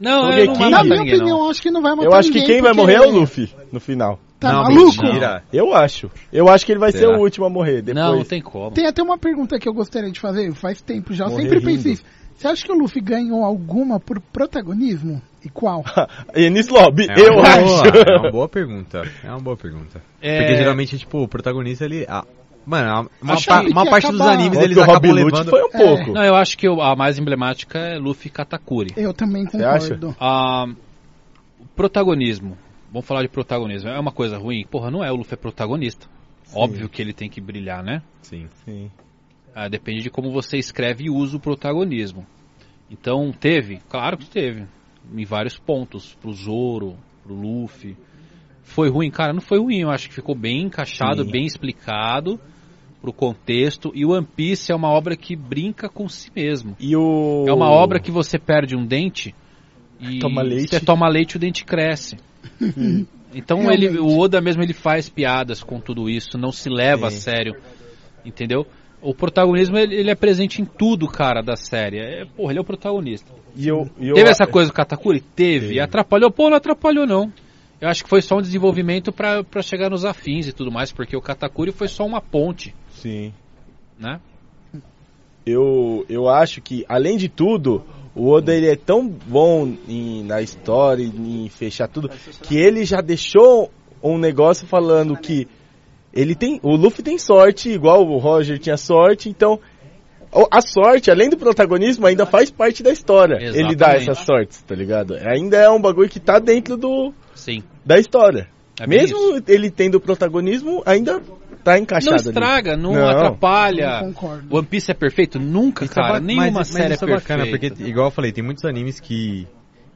[SPEAKER 2] Não,
[SPEAKER 4] Porque
[SPEAKER 2] eu não
[SPEAKER 4] quem-
[SPEAKER 6] Na
[SPEAKER 2] matava
[SPEAKER 6] minha
[SPEAKER 2] ninguém, não.
[SPEAKER 6] opinião, acho que não vai matar
[SPEAKER 4] Eu acho que
[SPEAKER 6] ninguém,
[SPEAKER 4] quem vai
[SPEAKER 6] porque
[SPEAKER 4] morrer é o Luffy no final.
[SPEAKER 6] Tá
[SPEAKER 7] Não,
[SPEAKER 6] maluco?
[SPEAKER 7] mentira.
[SPEAKER 4] Eu acho. Eu acho que ele vai
[SPEAKER 7] Será?
[SPEAKER 4] ser o último a morrer. Depois.
[SPEAKER 2] Não, não tem como.
[SPEAKER 6] Tem até uma pergunta que eu gostaria de fazer, faz tempo já, eu
[SPEAKER 4] Morrer
[SPEAKER 6] sempre pensei
[SPEAKER 4] rindo.
[SPEAKER 6] isso. Você acha que o Luffy ganhou alguma por protagonismo? E qual?
[SPEAKER 4] Enis Lobby,
[SPEAKER 7] É
[SPEAKER 4] eu
[SPEAKER 7] uma boa,
[SPEAKER 4] acho.
[SPEAKER 7] É uma boa pergunta. É uma boa pergunta.
[SPEAKER 2] É.
[SPEAKER 7] Porque geralmente, tipo, o protagonista ele. ah, mano, a- uma,
[SPEAKER 6] Acho
[SPEAKER 7] pa-
[SPEAKER 6] que
[SPEAKER 7] uma
[SPEAKER 6] que
[SPEAKER 7] parte dos
[SPEAKER 6] acaba-
[SPEAKER 7] animes
[SPEAKER 4] Porque
[SPEAKER 7] eles
[SPEAKER 4] o Rob
[SPEAKER 7] acabam
[SPEAKER 4] Lute
[SPEAKER 7] levando. É.
[SPEAKER 4] foi um pouco.
[SPEAKER 2] Não, eu acho que o- a mais emblemática é Luffy e Katakuri.
[SPEAKER 6] Eu também
[SPEAKER 4] acha?
[SPEAKER 6] concordo.
[SPEAKER 2] Ah, o protagonismo. Vamos falar de protagonismo. É uma coisa ruim? Porra, não é. O Luffy é protagonista. Óbvio que ele tem que brilhar, né?
[SPEAKER 7] Sim.
[SPEAKER 4] Sim.
[SPEAKER 2] Ah, depende de como você escreve e usa o protagonismo. Então, teve? Claro que teve. Em vários pontos. Pro Zoro, pro Luffy. Foi ruim? Cara, não foi ruim. Eu acho que ficou bem encaixado,
[SPEAKER 4] Sim.
[SPEAKER 2] bem explicado pro contexto. E o One Piece é uma obra que brinca com si mesmo.
[SPEAKER 4] E o...
[SPEAKER 2] É uma obra que você perde um dente e
[SPEAKER 4] Toma leite.
[SPEAKER 2] você toma leite e o dente cresce. então
[SPEAKER 6] Realmente.
[SPEAKER 2] ele, o Oda mesmo ele faz piadas com tudo isso, não se leva a
[SPEAKER 4] Sim.
[SPEAKER 2] sério, entendeu? O protagonismo ele, ele é presente em tudo, cara, da série. É, porra, ele é o protagonista.
[SPEAKER 4] E eu, e eu-
[SPEAKER 2] Teve essa coisa do Katakuri? Teve. Atrapalhou? Pô, não atrapalhou não. Eu acho que foi só um desenvolvimento pra pra chegar nos afins e tudo mais, porque o Katakuri foi só uma ponte,
[SPEAKER 4] Sim.
[SPEAKER 2] né?
[SPEAKER 4] eu, eu acho que, além de tudo, o Oda ele é tão bom em- na história, em fechar tudo, que ele já deixou um negócio falando que ele tem, o Luffy tem sorte, igual o Roger tinha sorte, então o- a sorte, além do protagonismo, ainda faz parte da história. Ele dá
[SPEAKER 2] Exatamente.
[SPEAKER 4] essas sortes, tá ligado? Ainda é um bagulho que tá dentro do,
[SPEAKER 2] Sim.
[SPEAKER 4] da história.
[SPEAKER 2] É bem isso.
[SPEAKER 4] Mesmo ele tendo o protagonismo, ainda tá
[SPEAKER 2] não
[SPEAKER 4] encaixado ali.
[SPEAKER 2] estraga, não,
[SPEAKER 4] Não.
[SPEAKER 2] atrapalha.
[SPEAKER 6] Eu concordo.
[SPEAKER 2] One Piece é perfeito? Nunca,
[SPEAKER 7] Isso é
[SPEAKER 2] cara.
[SPEAKER 7] ba-
[SPEAKER 2] Nenhuma
[SPEAKER 7] mas- mas
[SPEAKER 2] série
[SPEAKER 7] isso
[SPEAKER 2] é perfeita.
[SPEAKER 7] bacana, porque, igual eu falei, tem muitos animes que.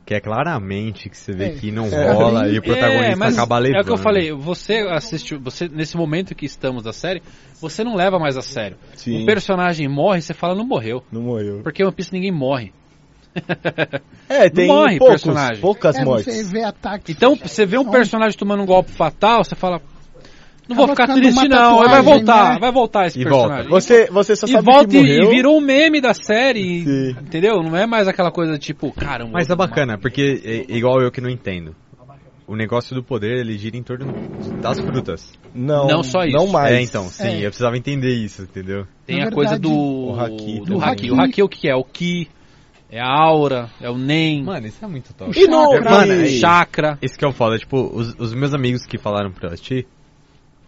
[SPEAKER 7] Que é claramente que você vê
[SPEAKER 6] É.
[SPEAKER 7] que não
[SPEAKER 4] É.
[SPEAKER 7] rola e o protagonista
[SPEAKER 2] é, mas
[SPEAKER 7] acaba levando. né?
[SPEAKER 2] é o que eu falei, você assiste, você nesse momento que estamos da série, você não leva mais a sério.
[SPEAKER 4] Sim,
[SPEAKER 2] Um personagem morre, você fala não morreu,
[SPEAKER 4] não morreu.
[SPEAKER 2] porque em One Piece ninguém morre.
[SPEAKER 4] É, tem
[SPEAKER 2] morre
[SPEAKER 4] poucos,
[SPEAKER 2] personagem.
[SPEAKER 4] poucas
[SPEAKER 6] É,
[SPEAKER 4] mortes.
[SPEAKER 6] você vê ataques.
[SPEAKER 2] Então, você vê um
[SPEAKER 6] São-
[SPEAKER 2] personagem tomando um golpe fatal, você fala não vou
[SPEAKER 6] Acaba
[SPEAKER 2] ficar
[SPEAKER 6] ficando
[SPEAKER 2] triste
[SPEAKER 6] uma
[SPEAKER 2] não,
[SPEAKER 6] tatuagem,
[SPEAKER 2] vai voltar,
[SPEAKER 6] né?
[SPEAKER 2] vai voltar esse
[SPEAKER 7] E
[SPEAKER 2] personagem.
[SPEAKER 4] Você, você só
[SPEAKER 2] E
[SPEAKER 4] sabe
[SPEAKER 2] volta
[SPEAKER 4] que
[SPEAKER 2] e,
[SPEAKER 4] morreu.
[SPEAKER 2] e vira um meme da série,
[SPEAKER 4] Sim.
[SPEAKER 2] entendeu? Não é mais aquela coisa tipo, caramba.
[SPEAKER 7] Mas é
[SPEAKER 2] outro
[SPEAKER 7] bacana, porque é igual eu que não entendo. O negócio do poder, ele gira em torno das frutas.
[SPEAKER 4] Não,
[SPEAKER 2] Não só Ah, isso.
[SPEAKER 4] Não mais.
[SPEAKER 7] É, então, sim,
[SPEAKER 6] É.
[SPEAKER 7] eu precisava entender isso, entendeu?
[SPEAKER 2] Tem
[SPEAKER 6] Na
[SPEAKER 2] a coisa
[SPEAKER 6] verdade,
[SPEAKER 2] do
[SPEAKER 4] o haki né?
[SPEAKER 2] do
[SPEAKER 4] também.
[SPEAKER 2] haki. O haki é o que é? O ki, é a aura, é o nem,
[SPEAKER 7] Mano, isso é muito top.
[SPEAKER 4] E não,
[SPEAKER 6] Chakra.
[SPEAKER 4] mano,
[SPEAKER 2] é
[SPEAKER 4] e-
[SPEAKER 2] chakra.
[SPEAKER 7] Isso que eu falo, é tipo, os, os meus amigos que falaram pra eu assistir,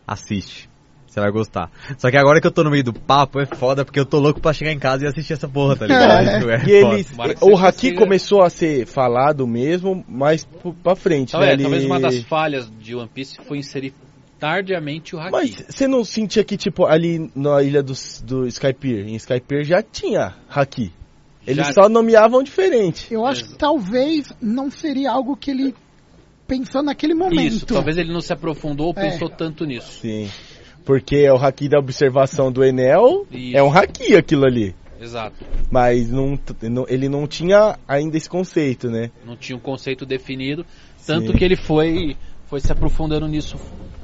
[SPEAKER 7] assiste. Você vai gostar. Só que agora que eu tô no meio do papo, é foda, porque eu tô louco pra chegar em casa e assistir essa porra, tá ligado? Isso é
[SPEAKER 4] E
[SPEAKER 7] foda.
[SPEAKER 4] eles,
[SPEAKER 2] Tomara que assim, né?
[SPEAKER 4] o
[SPEAKER 2] você
[SPEAKER 4] Haki
[SPEAKER 2] consiga-
[SPEAKER 4] começou a ser falado mesmo, mas p- pra frente,
[SPEAKER 2] Talvez,
[SPEAKER 4] né? Ele-
[SPEAKER 2] talvez uma das falhas de One Piece foi inserir tardiamente o haki.
[SPEAKER 4] Mas você não sentia que, tipo, ali na ilha do, do Skypier, em Skypier já tinha Haki. Eles
[SPEAKER 2] Já-
[SPEAKER 4] só nomeavam diferente.
[SPEAKER 6] Eu acho que talvez não seria algo que ele pensou naquele momento.
[SPEAKER 2] Isso, talvez ele não se aprofundou ou
[SPEAKER 6] É.
[SPEAKER 2] pensou tanto nisso.
[SPEAKER 4] Sim. Porque é o Haki da observação do Enel,
[SPEAKER 2] Isso.
[SPEAKER 4] é um Haki aquilo ali.
[SPEAKER 2] Exato.
[SPEAKER 4] Mas não, t- não- ele não tinha ainda esse conceito, né?
[SPEAKER 2] Não tinha um conceito definido, tanto
[SPEAKER 4] Sim.
[SPEAKER 2] que ele foi foi se aprofundando nisso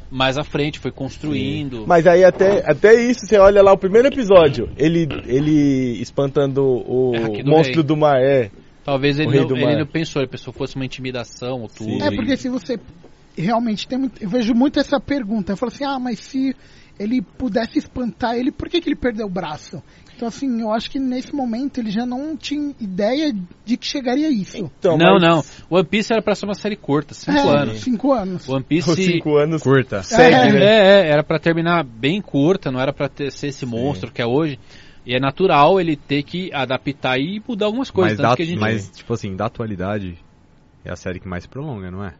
[SPEAKER 2] mais à frente, foi construindo.
[SPEAKER 4] Mas aí até, até isso, você olha lá o primeiro episódio, ele, ele espantando o
[SPEAKER 2] É, Haki do
[SPEAKER 4] monstro
[SPEAKER 2] Rei.
[SPEAKER 4] do mar, é.
[SPEAKER 2] Talvez ele
[SPEAKER 4] rei
[SPEAKER 2] não,
[SPEAKER 4] do
[SPEAKER 2] ele
[SPEAKER 4] mar.
[SPEAKER 2] não pensou, ele pensou que fosse uma intimidação ou tudo.
[SPEAKER 4] Sim.
[SPEAKER 6] É porque se você realmente tem muito, eu vejo muito essa pergunta. Eu falo assim: "Ah, mas se ele pudesse espantar ele, por que, que ele perdeu o braço?" Então assim, eu acho que nesse momento ele já não tinha ideia de que chegaria a isso.
[SPEAKER 4] Então,
[SPEAKER 2] não,
[SPEAKER 4] mas
[SPEAKER 2] não. One Piece era pra ser uma série curta, cinco
[SPEAKER 6] É,
[SPEAKER 2] anos.
[SPEAKER 6] Cinco anos.
[SPEAKER 2] One
[SPEAKER 4] Com
[SPEAKER 2] Piece
[SPEAKER 4] cinco anos,
[SPEAKER 7] Curta.
[SPEAKER 4] segue, né?
[SPEAKER 2] É, é, era pra terminar bem curta, não era pra ter, ser esse monstro que é hoje. E é natural ele ter que adaptar e mudar algumas coisas.
[SPEAKER 7] mas, da-
[SPEAKER 2] tanto que a gente-
[SPEAKER 7] mas, tipo assim, da atualidade, é a série que mais prolonga, não é?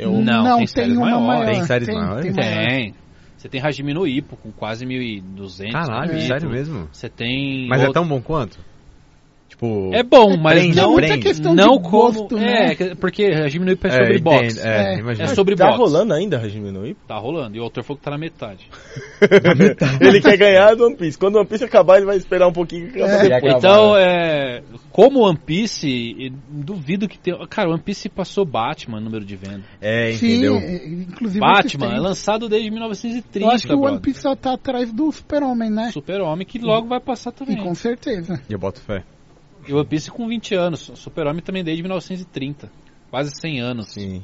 [SPEAKER 6] Não, Não, tem tem uma maior.
[SPEAKER 7] Tem séries
[SPEAKER 6] Tem-
[SPEAKER 7] maiores?
[SPEAKER 6] tem
[SPEAKER 2] Tem. Você tem Hajime no Ippo com quase 1.200.
[SPEAKER 7] Caralho,
[SPEAKER 2] capítulos.
[SPEAKER 7] sério mesmo.
[SPEAKER 2] Você tem.
[SPEAKER 7] Mas é
[SPEAKER 2] É, outro-
[SPEAKER 7] tão bom quanto? Tipo.
[SPEAKER 2] É bom, mas
[SPEAKER 7] prende,
[SPEAKER 2] não,
[SPEAKER 7] prende.
[SPEAKER 6] É questão
[SPEAKER 2] não
[SPEAKER 6] de
[SPEAKER 2] como.
[SPEAKER 6] gosto,
[SPEAKER 2] é,
[SPEAKER 6] né?
[SPEAKER 2] que- porque Hajime no Ippo é
[SPEAKER 7] É,
[SPEAKER 2] sobre
[SPEAKER 7] entendo,
[SPEAKER 2] boxe.
[SPEAKER 7] É,
[SPEAKER 6] É.
[SPEAKER 7] imagina.
[SPEAKER 2] É sobre
[SPEAKER 4] Tá
[SPEAKER 2] boxe.
[SPEAKER 4] rolando ainda, Regime no Ippo?
[SPEAKER 2] Tá rolando. E o autor falou que tá na metade.
[SPEAKER 4] Ele quer ganhar do One Piece. Quando o One Piece acabar, ele vai esperar um pouquinho que acaba
[SPEAKER 6] É.
[SPEAKER 4] depois.
[SPEAKER 2] Então,
[SPEAKER 6] né?
[SPEAKER 2] é, como One Piece, e- duvido que tenha. Cara, One Piece passou Batman no número de venda.
[SPEAKER 7] É,
[SPEAKER 6] Sim,
[SPEAKER 7] entendeu?
[SPEAKER 6] é, inclusive.
[SPEAKER 2] Batman é
[SPEAKER 6] esses tempos.
[SPEAKER 2] lançado desde
[SPEAKER 6] Eu acho
[SPEAKER 2] 1930,
[SPEAKER 6] que o One
[SPEAKER 2] brother.
[SPEAKER 6] Piece só tá atrás do Super-Homem, né?
[SPEAKER 2] Super-Homem que logo vai passar também.
[SPEAKER 6] E com certeza.
[SPEAKER 7] E eu boto fé.
[SPEAKER 2] E o One Piece com 20 anos. Super-Homem também desde 1930. Quase 100 anos.
[SPEAKER 7] Sim.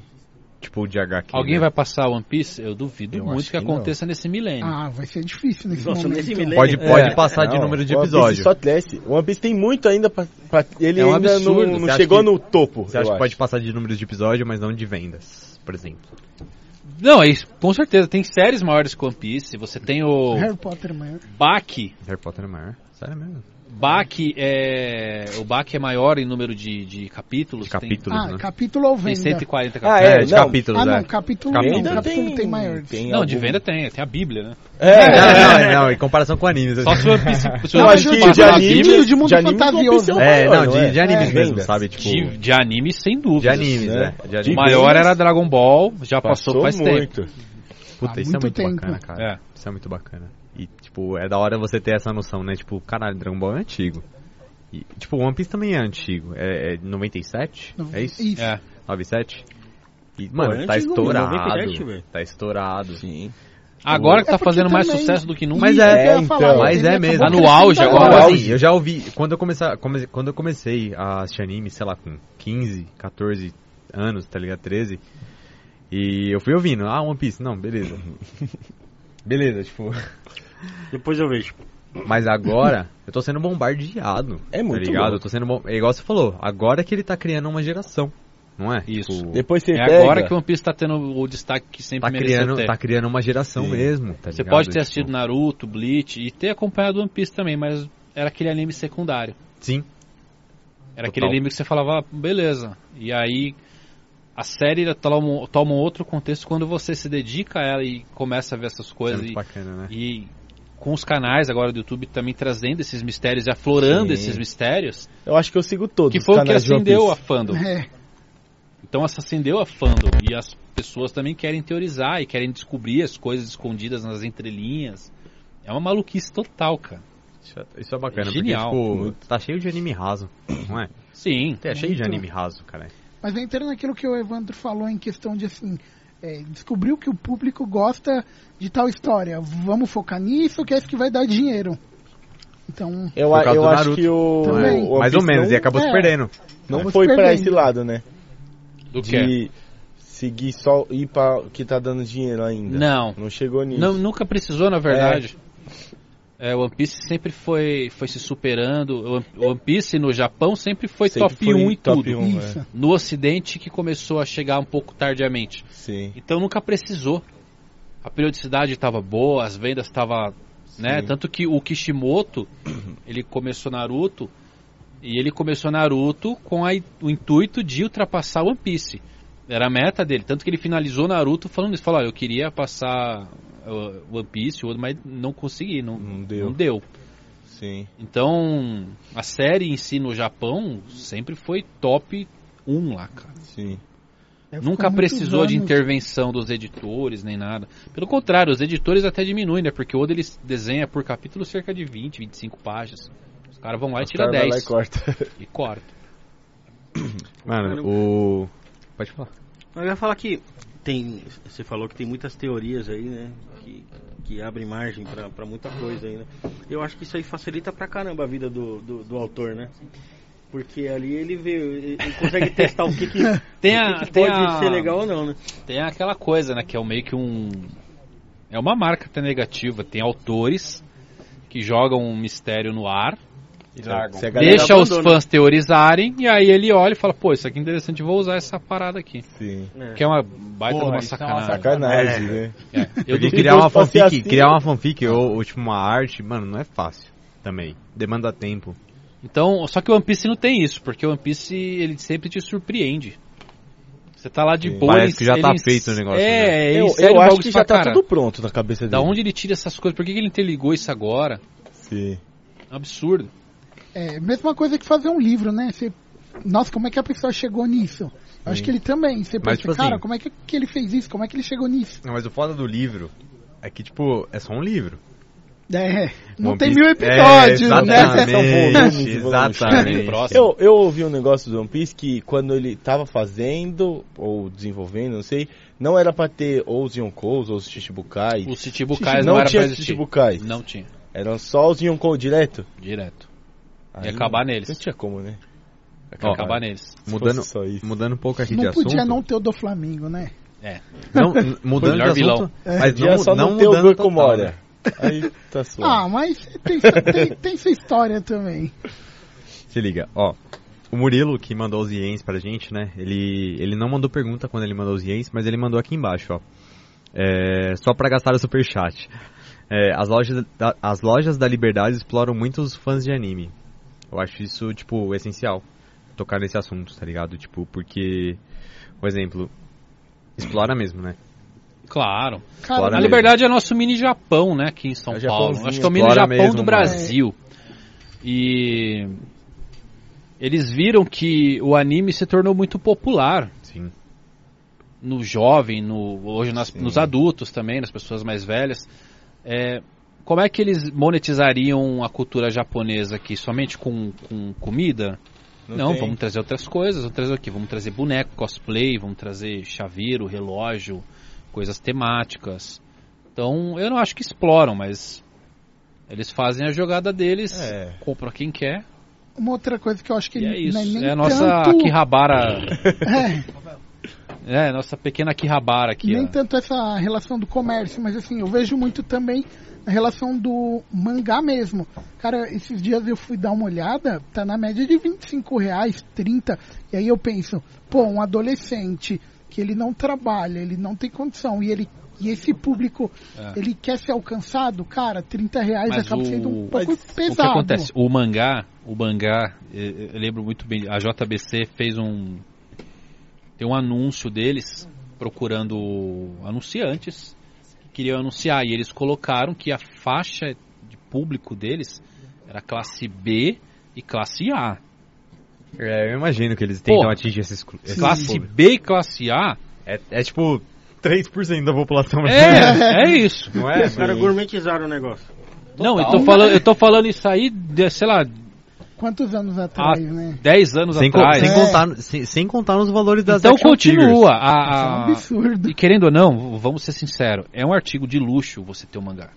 [SPEAKER 7] Tipo o de HQ.
[SPEAKER 2] Alguém
[SPEAKER 7] né?
[SPEAKER 2] vai passar One Piece? Eu duvido
[SPEAKER 4] Eu
[SPEAKER 2] muito
[SPEAKER 4] acho
[SPEAKER 2] que
[SPEAKER 4] que não.
[SPEAKER 2] aconteça nesse milênio.
[SPEAKER 6] Ah, vai ser difícil nesse
[SPEAKER 5] Nossa,
[SPEAKER 6] momento.
[SPEAKER 5] nesse milênio-
[SPEAKER 7] Pode,
[SPEAKER 5] É.
[SPEAKER 7] pode passar de
[SPEAKER 4] Não,
[SPEAKER 7] número de
[SPEAKER 4] o One Piece
[SPEAKER 7] episódio.
[SPEAKER 4] Só cresce. O One Piece tem muito ainda pra, pra- ele
[SPEAKER 7] É um
[SPEAKER 4] ainda não-
[SPEAKER 7] absurdo.
[SPEAKER 4] não,
[SPEAKER 7] Você acha
[SPEAKER 4] chegou
[SPEAKER 7] que-
[SPEAKER 4] no topo.
[SPEAKER 7] Você acha
[SPEAKER 4] eu
[SPEAKER 7] que pode
[SPEAKER 4] acho.
[SPEAKER 7] passar de número de episódio, mas não de vendas, por exemplo.
[SPEAKER 2] Não, é isso, com certeza. Tem séries maiores que One Piece. Você tem o
[SPEAKER 6] Harry Potter maior.
[SPEAKER 2] Baki.
[SPEAKER 7] Harry Potter é maior. Sério mesmo.
[SPEAKER 2] Baki é. O Baki é maior em número de, de capítulos.
[SPEAKER 7] De
[SPEAKER 2] tem-
[SPEAKER 7] capítulos,
[SPEAKER 6] Ah,
[SPEAKER 7] né?
[SPEAKER 6] capítulo ou
[SPEAKER 2] Tem
[SPEAKER 6] venda?
[SPEAKER 2] 140
[SPEAKER 4] Ah,
[SPEAKER 2] capítulos.
[SPEAKER 4] é,
[SPEAKER 7] É, de
[SPEAKER 4] não.
[SPEAKER 7] capítulos,
[SPEAKER 6] Ah,
[SPEAKER 7] é.
[SPEAKER 6] não, capítulo,
[SPEAKER 7] Capítulo.
[SPEAKER 6] capítulo,
[SPEAKER 4] Ainda
[SPEAKER 6] capítulo
[SPEAKER 4] tem,
[SPEAKER 6] tem, maior.
[SPEAKER 4] tem
[SPEAKER 2] Não, de
[SPEAKER 4] algum-
[SPEAKER 2] venda tem, tem a Bíblia, né?
[SPEAKER 4] É,
[SPEAKER 7] Não, não, não, em comparação com animes.
[SPEAKER 2] Só se o One Piece. se o
[SPEAKER 4] Não,
[SPEAKER 2] One
[SPEAKER 4] mas
[SPEAKER 2] Piece
[SPEAKER 4] de-
[SPEAKER 2] passar
[SPEAKER 4] de
[SPEAKER 2] na
[SPEAKER 4] anime-
[SPEAKER 2] Bíblia,
[SPEAKER 6] de mundo
[SPEAKER 4] anime,
[SPEAKER 6] fantasioso.
[SPEAKER 4] o One Piece
[SPEAKER 7] É, não,
[SPEAKER 4] maior,
[SPEAKER 7] de, de animes
[SPEAKER 4] É,
[SPEAKER 7] mesmo,
[SPEAKER 4] vendas.
[SPEAKER 7] sabe? Tipo,
[SPEAKER 2] de, de anime, sem
[SPEAKER 7] de
[SPEAKER 2] dúvida.
[SPEAKER 7] animes,
[SPEAKER 4] né?
[SPEAKER 7] né? De
[SPEAKER 2] O
[SPEAKER 7] animes.
[SPEAKER 2] maior
[SPEAKER 4] vendas.
[SPEAKER 2] era Dragon Ball, já passou,
[SPEAKER 4] Passou
[SPEAKER 2] faz tempo.
[SPEAKER 4] muito.
[SPEAKER 7] Puta,
[SPEAKER 6] Há
[SPEAKER 7] isso é
[SPEAKER 6] muito
[SPEAKER 7] muito
[SPEAKER 6] tempo.
[SPEAKER 7] bacana, cara.
[SPEAKER 2] É.
[SPEAKER 7] Isso é muito bacana. E, tipo, é da hora você ter essa noção, né? Tipo, caralho, Dragon Ball é antigo. E, tipo, One Piece também é antigo. É, é 97?
[SPEAKER 6] Não,
[SPEAKER 7] É isso?
[SPEAKER 6] Isso.
[SPEAKER 2] É.
[SPEAKER 7] 97? E, mano,
[SPEAKER 4] é
[SPEAKER 7] tá
[SPEAKER 4] antigo,
[SPEAKER 7] estourado.
[SPEAKER 4] 97, velho.
[SPEAKER 7] tá estourado.
[SPEAKER 4] Sim.
[SPEAKER 2] Agora que
[SPEAKER 6] É
[SPEAKER 2] tá
[SPEAKER 6] porque
[SPEAKER 2] fazendo mais
[SPEAKER 6] também-
[SPEAKER 2] sucesso do que nunca.
[SPEAKER 7] Mas
[SPEAKER 6] Isso
[SPEAKER 7] é,
[SPEAKER 6] que eu ia
[SPEAKER 4] então.
[SPEAKER 6] falar,
[SPEAKER 7] Mas
[SPEAKER 6] ele
[SPEAKER 7] é
[SPEAKER 6] acabou
[SPEAKER 7] mesmo.
[SPEAKER 2] Tá no
[SPEAKER 6] crescendo
[SPEAKER 2] auge
[SPEAKER 7] Não,
[SPEAKER 2] agora.
[SPEAKER 7] assim, eu já ouvi. Quando eu, começar, come- quando eu comecei a assistir anime, sei lá, com 15, 14 anos, tá ligado? 13. E eu fui ouvindo. Ah, One Piece. Não, beleza. beleza, tipo.
[SPEAKER 11] Depois eu vejo.
[SPEAKER 7] Mas agora, eu tô sendo bombardeado.
[SPEAKER 4] É muito
[SPEAKER 7] Tá ligado?
[SPEAKER 4] louco.
[SPEAKER 7] Eu tô sendo bom. É igual você falou. Agora que ele tá criando uma geração. Não é?
[SPEAKER 2] Isso.
[SPEAKER 7] Tipo,
[SPEAKER 4] Depois você
[SPEAKER 2] É
[SPEAKER 4] pega...
[SPEAKER 2] agora que o One Piece tá tendo o destaque que sempre
[SPEAKER 7] tá,
[SPEAKER 2] mereceu
[SPEAKER 7] criando,
[SPEAKER 2] ter.
[SPEAKER 7] tá criando uma geração
[SPEAKER 4] Sim.
[SPEAKER 7] mesmo. tá
[SPEAKER 2] Você
[SPEAKER 7] ligado?
[SPEAKER 2] pode ter
[SPEAKER 7] Tipo,
[SPEAKER 2] assistido Naruto, Bleach e ter acompanhado One Piece também, mas era aquele anime secundário.
[SPEAKER 7] Sim.
[SPEAKER 2] Era
[SPEAKER 7] Total.
[SPEAKER 2] aquele anime que você falava, ah, beleza. E aí a série ela toma, toma um outro contexto quando você se dedica a ela e começa a ver essas
[SPEAKER 7] É
[SPEAKER 2] coisas.
[SPEAKER 7] muito
[SPEAKER 2] e-
[SPEAKER 7] bacana, né?
[SPEAKER 2] e, com os canais agora do YouTube também trazendo esses mistérios e aflorando
[SPEAKER 4] Sim.
[SPEAKER 2] esses mistérios,
[SPEAKER 4] Eu acho que eu sigo todos.
[SPEAKER 2] que
[SPEAKER 4] os
[SPEAKER 2] foi o que
[SPEAKER 4] canais de One
[SPEAKER 2] acendeu a
[SPEAKER 4] Piece.
[SPEAKER 2] fandom.
[SPEAKER 6] É,
[SPEAKER 2] Então essa acendeu a fandom e as pessoas também querem teorizar e querem descobrir as coisas escondidas nas entrelinhas. É uma maluquice total, cara.
[SPEAKER 7] Isso é, isso é bacana.
[SPEAKER 2] Genial.
[SPEAKER 7] Porque, tipo, tá cheio de anime raso. Não é?
[SPEAKER 2] Sim.
[SPEAKER 7] É cheio de
[SPEAKER 6] Muito.
[SPEAKER 7] anime raso, cara.
[SPEAKER 6] mas entrando naquilo que o Evandro falou em questão de assim, é, descobriu que o público gosta de tal história. Vamos focar nisso, que é isso que vai dar dinheiro. Então,
[SPEAKER 4] Eu,
[SPEAKER 7] Por
[SPEAKER 4] a-
[SPEAKER 7] causa
[SPEAKER 4] eu
[SPEAKER 7] do
[SPEAKER 4] acho
[SPEAKER 7] Naruto.
[SPEAKER 4] que o...
[SPEAKER 7] Não é?
[SPEAKER 6] Também.
[SPEAKER 4] o One
[SPEAKER 7] Mais ou
[SPEAKER 4] Piece
[SPEAKER 7] menos.
[SPEAKER 4] não-
[SPEAKER 7] E acabou se
[SPEAKER 6] é.
[SPEAKER 7] perdendo.
[SPEAKER 4] Não
[SPEAKER 6] Mas
[SPEAKER 4] foi pra
[SPEAKER 6] perdendo.
[SPEAKER 4] esse lado, né?
[SPEAKER 2] Do que?
[SPEAKER 4] De seguir só ir pra o que tá dando dinheiro ainda.
[SPEAKER 2] Não.
[SPEAKER 4] Não chegou nisso.
[SPEAKER 2] Não, nunca precisou, na verdade. É, o One Piece sempre foi, foi se superando. O One- O One Piece no Japão sempre foi
[SPEAKER 4] Sempre
[SPEAKER 2] top 1 em
[SPEAKER 4] top
[SPEAKER 2] tudo.
[SPEAKER 4] um,
[SPEAKER 6] Isso.
[SPEAKER 4] é.
[SPEAKER 2] No Ocidente que começou a chegar um pouco tardiamente.
[SPEAKER 4] Sim.
[SPEAKER 2] Então nunca precisou. A periodicidade estava boa, as vendas estavam. Né?
[SPEAKER 4] Sim.
[SPEAKER 2] Tanto que o Kishimoto, ele começou Naruto. E ele começou Naruto com a- o intuito de ultrapassar One Piece. Era a meta dele. Tanto que ele finalizou Naruto falando isso. Falou, "Ó, eu queria passar uh, One Piece, o outro, mas não consegui, não,
[SPEAKER 4] Não deu.
[SPEAKER 2] não deu.
[SPEAKER 4] Sim.
[SPEAKER 2] Então, a série em si no Japão sempre foi top 1 lá, cara.
[SPEAKER 4] Sim.
[SPEAKER 6] é,
[SPEAKER 2] Nunca
[SPEAKER 6] ficou
[SPEAKER 2] precisou
[SPEAKER 6] muitos
[SPEAKER 2] de
[SPEAKER 6] anos.
[SPEAKER 2] intervenção dos editores nem nada. Pelo contrário, os editores até diminuem, né? Porque o Oda ele desenha por capítulo cerca de 20, 25 páginas. Os caras vão lá e
[SPEAKER 4] Os
[SPEAKER 2] tiram
[SPEAKER 4] caras vai lá
[SPEAKER 2] 10
[SPEAKER 4] e corta.
[SPEAKER 2] e corta.
[SPEAKER 7] Mano, o. Pode falar.
[SPEAKER 11] Eu ia falar que tem, você falou que tem muitas teorias aí, né? Que, que abrem margem pra, pra muita coisa aí, né? Eu acho que isso aí facilita pra caramba a vida do, do, do autor, né? Porque ali ele vê, ele ele consegue testar o que, que,
[SPEAKER 2] Tem,
[SPEAKER 11] o
[SPEAKER 2] a,
[SPEAKER 11] que que
[SPEAKER 2] tem,
[SPEAKER 11] pode
[SPEAKER 2] a-
[SPEAKER 11] ser legal ou não, né?
[SPEAKER 2] tem aquela coisa, né? Que é um meio que um. É uma marca até negativa. Tem autores que jogam um mistério no ar,
[SPEAKER 4] Se a galera-
[SPEAKER 2] deixa os
[SPEAKER 11] abandona.
[SPEAKER 2] fãs teorizarem, e aí ele olha e fala: pô, isso aqui é interessante, vou usar essa parada aqui.
[SPEAKER 4] Sim.
[SPEAKER 2] Que é uma baita de é uma sacanagem.
[SPEAKER 4] Sacanagem, né?
[SPEAKER 2] É, Eu
[SPEAKER 7] Porque
[SPEAKER 4] duvido
[SPEAKER 7] criar uma
[SPEAKER 4] hoje pra ser
[SPEAKER 7] fanfic,
[SPEAKER 4] assim.
[SPEAKER 7] criar uma fanfic ou, ou, tipo uma arte, mano, não é fácil também. Demanda tempo.
[SPEAKER 2] Então, só que o One Piece não tem isso, porque o One Piece ele sempre te surpreende. Você Você tá lá de
[SPEAKER 7] Sim.
[SPEAKER 2] boa.
[SPEAKER 7] Parece
[SPEAKER 2] ele-
[SPEAKER 7] que já tá
[SPEAKER 2] ele-
[SPEAKER 7] feito o negócio, né?
[SPEAKER 2] É, ele
[SPEAKER 4] eu
[SPEAKER 2] insere
[SPEAKER 4] eu
[SPEAKER 2] o
[SPEAKER 4] acho
[SPEAKER 2] bagulho
[SPEAKER 4] que
[SPEAKER 2] e
[SPEAKER 4] já
[SPEAKER 2] fala,
[SPEAKER 4] tá
[SPEAKER 2] cara,
[SPEAKER 4] tudo pronto na cabeça dele.
[SPEAKER 2] Da onde ele tira essas coisas? Por que, que ele interligou isso agora? um
[SPEAKER 4] Sim.
[SPEAKER 2] Absurdo.
[SPEAKER 6] É, mesma coisa que fazer um livro, né? Você- Nossa, como é que a pessoa chegou nisso? Eu acho que ele também. Você pensa,
[SPEAKER 7] tipo assim-
[SPEAKER 6] cara, como é que, que ele fez isso? Como é que ele chegou nisso?
[SPEAKER 7] Não, mas o foda do livro é que, tipo, é só um livro.
[SPEAKER 6] É, não
[SPEAKER 7] One
[SPEAKER 6] tem
[SPEAKER 7] Piece-
[SPEAKER 6] mil episódios,
[SPEAKER 7] é,
[SPEAKER 6] né?
[SPEAKER 7] Exatamente,
[SPEAKER 4] São volumes,
[SPEAKER 2] Bem
[SPEAKER 7] exatamente.
[SPEAKER 2] próximo.
[SPEAKER 4] Eu, eu ouvi um negócio do One Piece que quando ele tava fazendo ou desenvolvendo, não sei, não era pra ter ou os Yonkous ou os Chichibukais.
[SPEAKER 2] Os Chichibukais não,
[SPEAKER 4] não
[SPEAKER 2] era
[SPEAKER 4] tinha
[SPEAKER 2] pra existir.
[SPEAKER 4] Chichibukais.
[SPEAKER 2] Não tinha.
[SPEAKER 4] Eram só os Yonkou direto.
[SPEAKER 2] Direto.
[SPEAKER 4] Aí
[SPEAKER 2] Ia acabar neles.
[SPEAKER 4] Não tinha como, né?
[SPEAKER 7] Ó, é.
[SPEAKER 2] acabar neles.
[SPEAKER 4] Se
[SPEAKER 7] Mudando,
[SPEAKER 4] fosse só isso.
[SPEAKER 7] mudando um pouco aqui de
[SPEAKER 6] Não
[SPEAKER 7] assunto.
[SPEAKER 6] podia não ter o do Flamengo, né?
[SPEAKER 7] Não, n- mudando de
[SPEAKER 2] Melhor
[SPEAKER 7] assunto,
[SPEAKER 2] vilão.
[SPEAKER 6] É,
[SPEAKER 7] mas
[SPEAKER 4] Podia
[SPEAKER 7] não,
[SPEAKER 4] só não,
[SPEAKER 7] não
[SPEAKER 4] ter o
[SPEAKER 7] mudando
[SPEAKER 4] Goku
[SPEAKER 7] total,
[SPEAKER 4] Moria.
[SPEAKER 7] né?
[SPEAKER 4] Aí tá suave.
[SPEAKER 6] Ah, mas tem, tem, tem sua história também.
[SPEAKER 7] Se liga, ó. O Murilo, que mandou os iens pra gente, né? Ele, ele não mandou pergunta quando ele mandou os iens, mas ele mandou aqui embaixo, ó. É, só pra gastar o superchat. É, as, lojas da, as lojas da Liberdade exploram muito os fãs de anime. Eu acho isso, tipo, essencial. Tocar nesse assunto, tá ligado? Tipo, porque... Por exemplo... Explora mesmo, né?
[SPEAKER 2] Claro.
[SPEAKER 6] Cara,
[SPEAKER 7] Claro.
[SPEAKER 2] A
[SPEAKER 7] mesmo.
[SPEAKER 2] Liberdade é nosso mini Japão, né? Aqui em São
[SPEAKER 4] É o
[SPEAKER 2] Paulo.
[SPEAKER 4] Japãozinho,
[SPEAKER 2] Acho que é o mini
[SPEAKER 7] agora
[SPEAKER 2] Japão
[SPEAKER 7] mesmo,
[SPEAKER 2] do
[SPEAKER 7] mano.
[SPEAKER 2] Brasil. E eles viram que o anime se tornou muito popular
[SPEAKER 7] Sim.
[SPEAKER 2] no jovem, no hoje nas- nos adultos também, nas pessoas mais velhas. É, como é que eles monetizariam a cultura japonesa aqui? Somente com, com comida? Não,
[SPEAKER 4] tem.
[SPEAKER 2] vamos trazer outras coisas. Vamos trazer o quê? Vamos trazer boneco, cosplay, vamos trazer chaveiro, relógio, coisas temáticas. Então, eu não acho que exploram, mas eles fazem a jogada deles,
[SPEAKER 4] É.
[SPEAKER 2] compram quem quer,
[SPEAKER 6] uma outra coisa que eu acho que
[SPEAKER 2] e é
[SPEAKER 6] não é
[SPEAKER 2] isso.
[SPEAKER 6] nem
[SPEAKER 2] É a nossa
[SPEAKER 6] tanto...
[SPEAKER 2] Akihabara,
[SPEAKER 6] É,
[SPEAKER 2] é, a nossa pequena Akihabara aqui.
[SPEAKER 6] nem
[SPEAKER 2] ó.
[SPEAKER 6] tanto essa relação do comércio, mas assim, eu vejo muito também a relação do mangá mesmo. Cara, esses dias eu fui dar uma olhada, tá na média de 25 reais, 30, e aí eu penso, pô, um adolescente que ele não trabalha, ele não tem condição, e ele e esse público, ele quer ser alcançado, cara, 30 reais
[SPEAKER 2] É. Mas
[SPEAKER 6] acaba
[SPEAKER 2] o-
[SPEAKER 6] sendo um pouco pesado.
[SPEAKER 2] O que acontece? O mangá, o mangá, eh, eu lembro muito bem, a JBC fez um tem um anúncio deles procurando anunciantes que queriam anunciar e eles colocaram que a faixa de público deles era classe B e classe A.
[SPEAKER 7] É, eu imagino que eles tentam
[SPEAKER 2] Pô,
[SPEAKER 7] atingir esses... clu- esses
[SPEAKER 2] Classe
[SPEAKER 7] públicos.
[SPEAKER 2] B e classe A
[SPEAKER 7] É, é tipo 3% da população
[SPEAKER 2] é, é isso.
[SPEAKER 7] Não é?
[SPEAKER 11] Os caras gourmetizaram o negócio.
[SPEAKER 2] Não, eu tô falando, eu tô falando isso aí, de, sei lá,
[SPEAKER 6] Quantos
[SPEAKER 2] Ah,
[SPEAKER 6] anos atrás, né?
[SPEAKER 2] 10 anos
[SPEAKER 7] Sem, co-
[SPEAKER 2] atrás.
[SPEAKER 7] sem
[SPEAKER 6] É.
[SPEAKER 7] contar, sem, sem contar nos valores das
[SPEAKER 2] Então
[SPEAKER 7] action figures.
[SPEAKER 2] continua. A,
[SPEAKER 6] Isso é um
[SPEAKER 2] a-
[SPEAKER 6] absurdo.
[SPEAKER 2] ah, E querendo ou não, vamos ser sinceros, é um artigo de luxo você ter um mangá.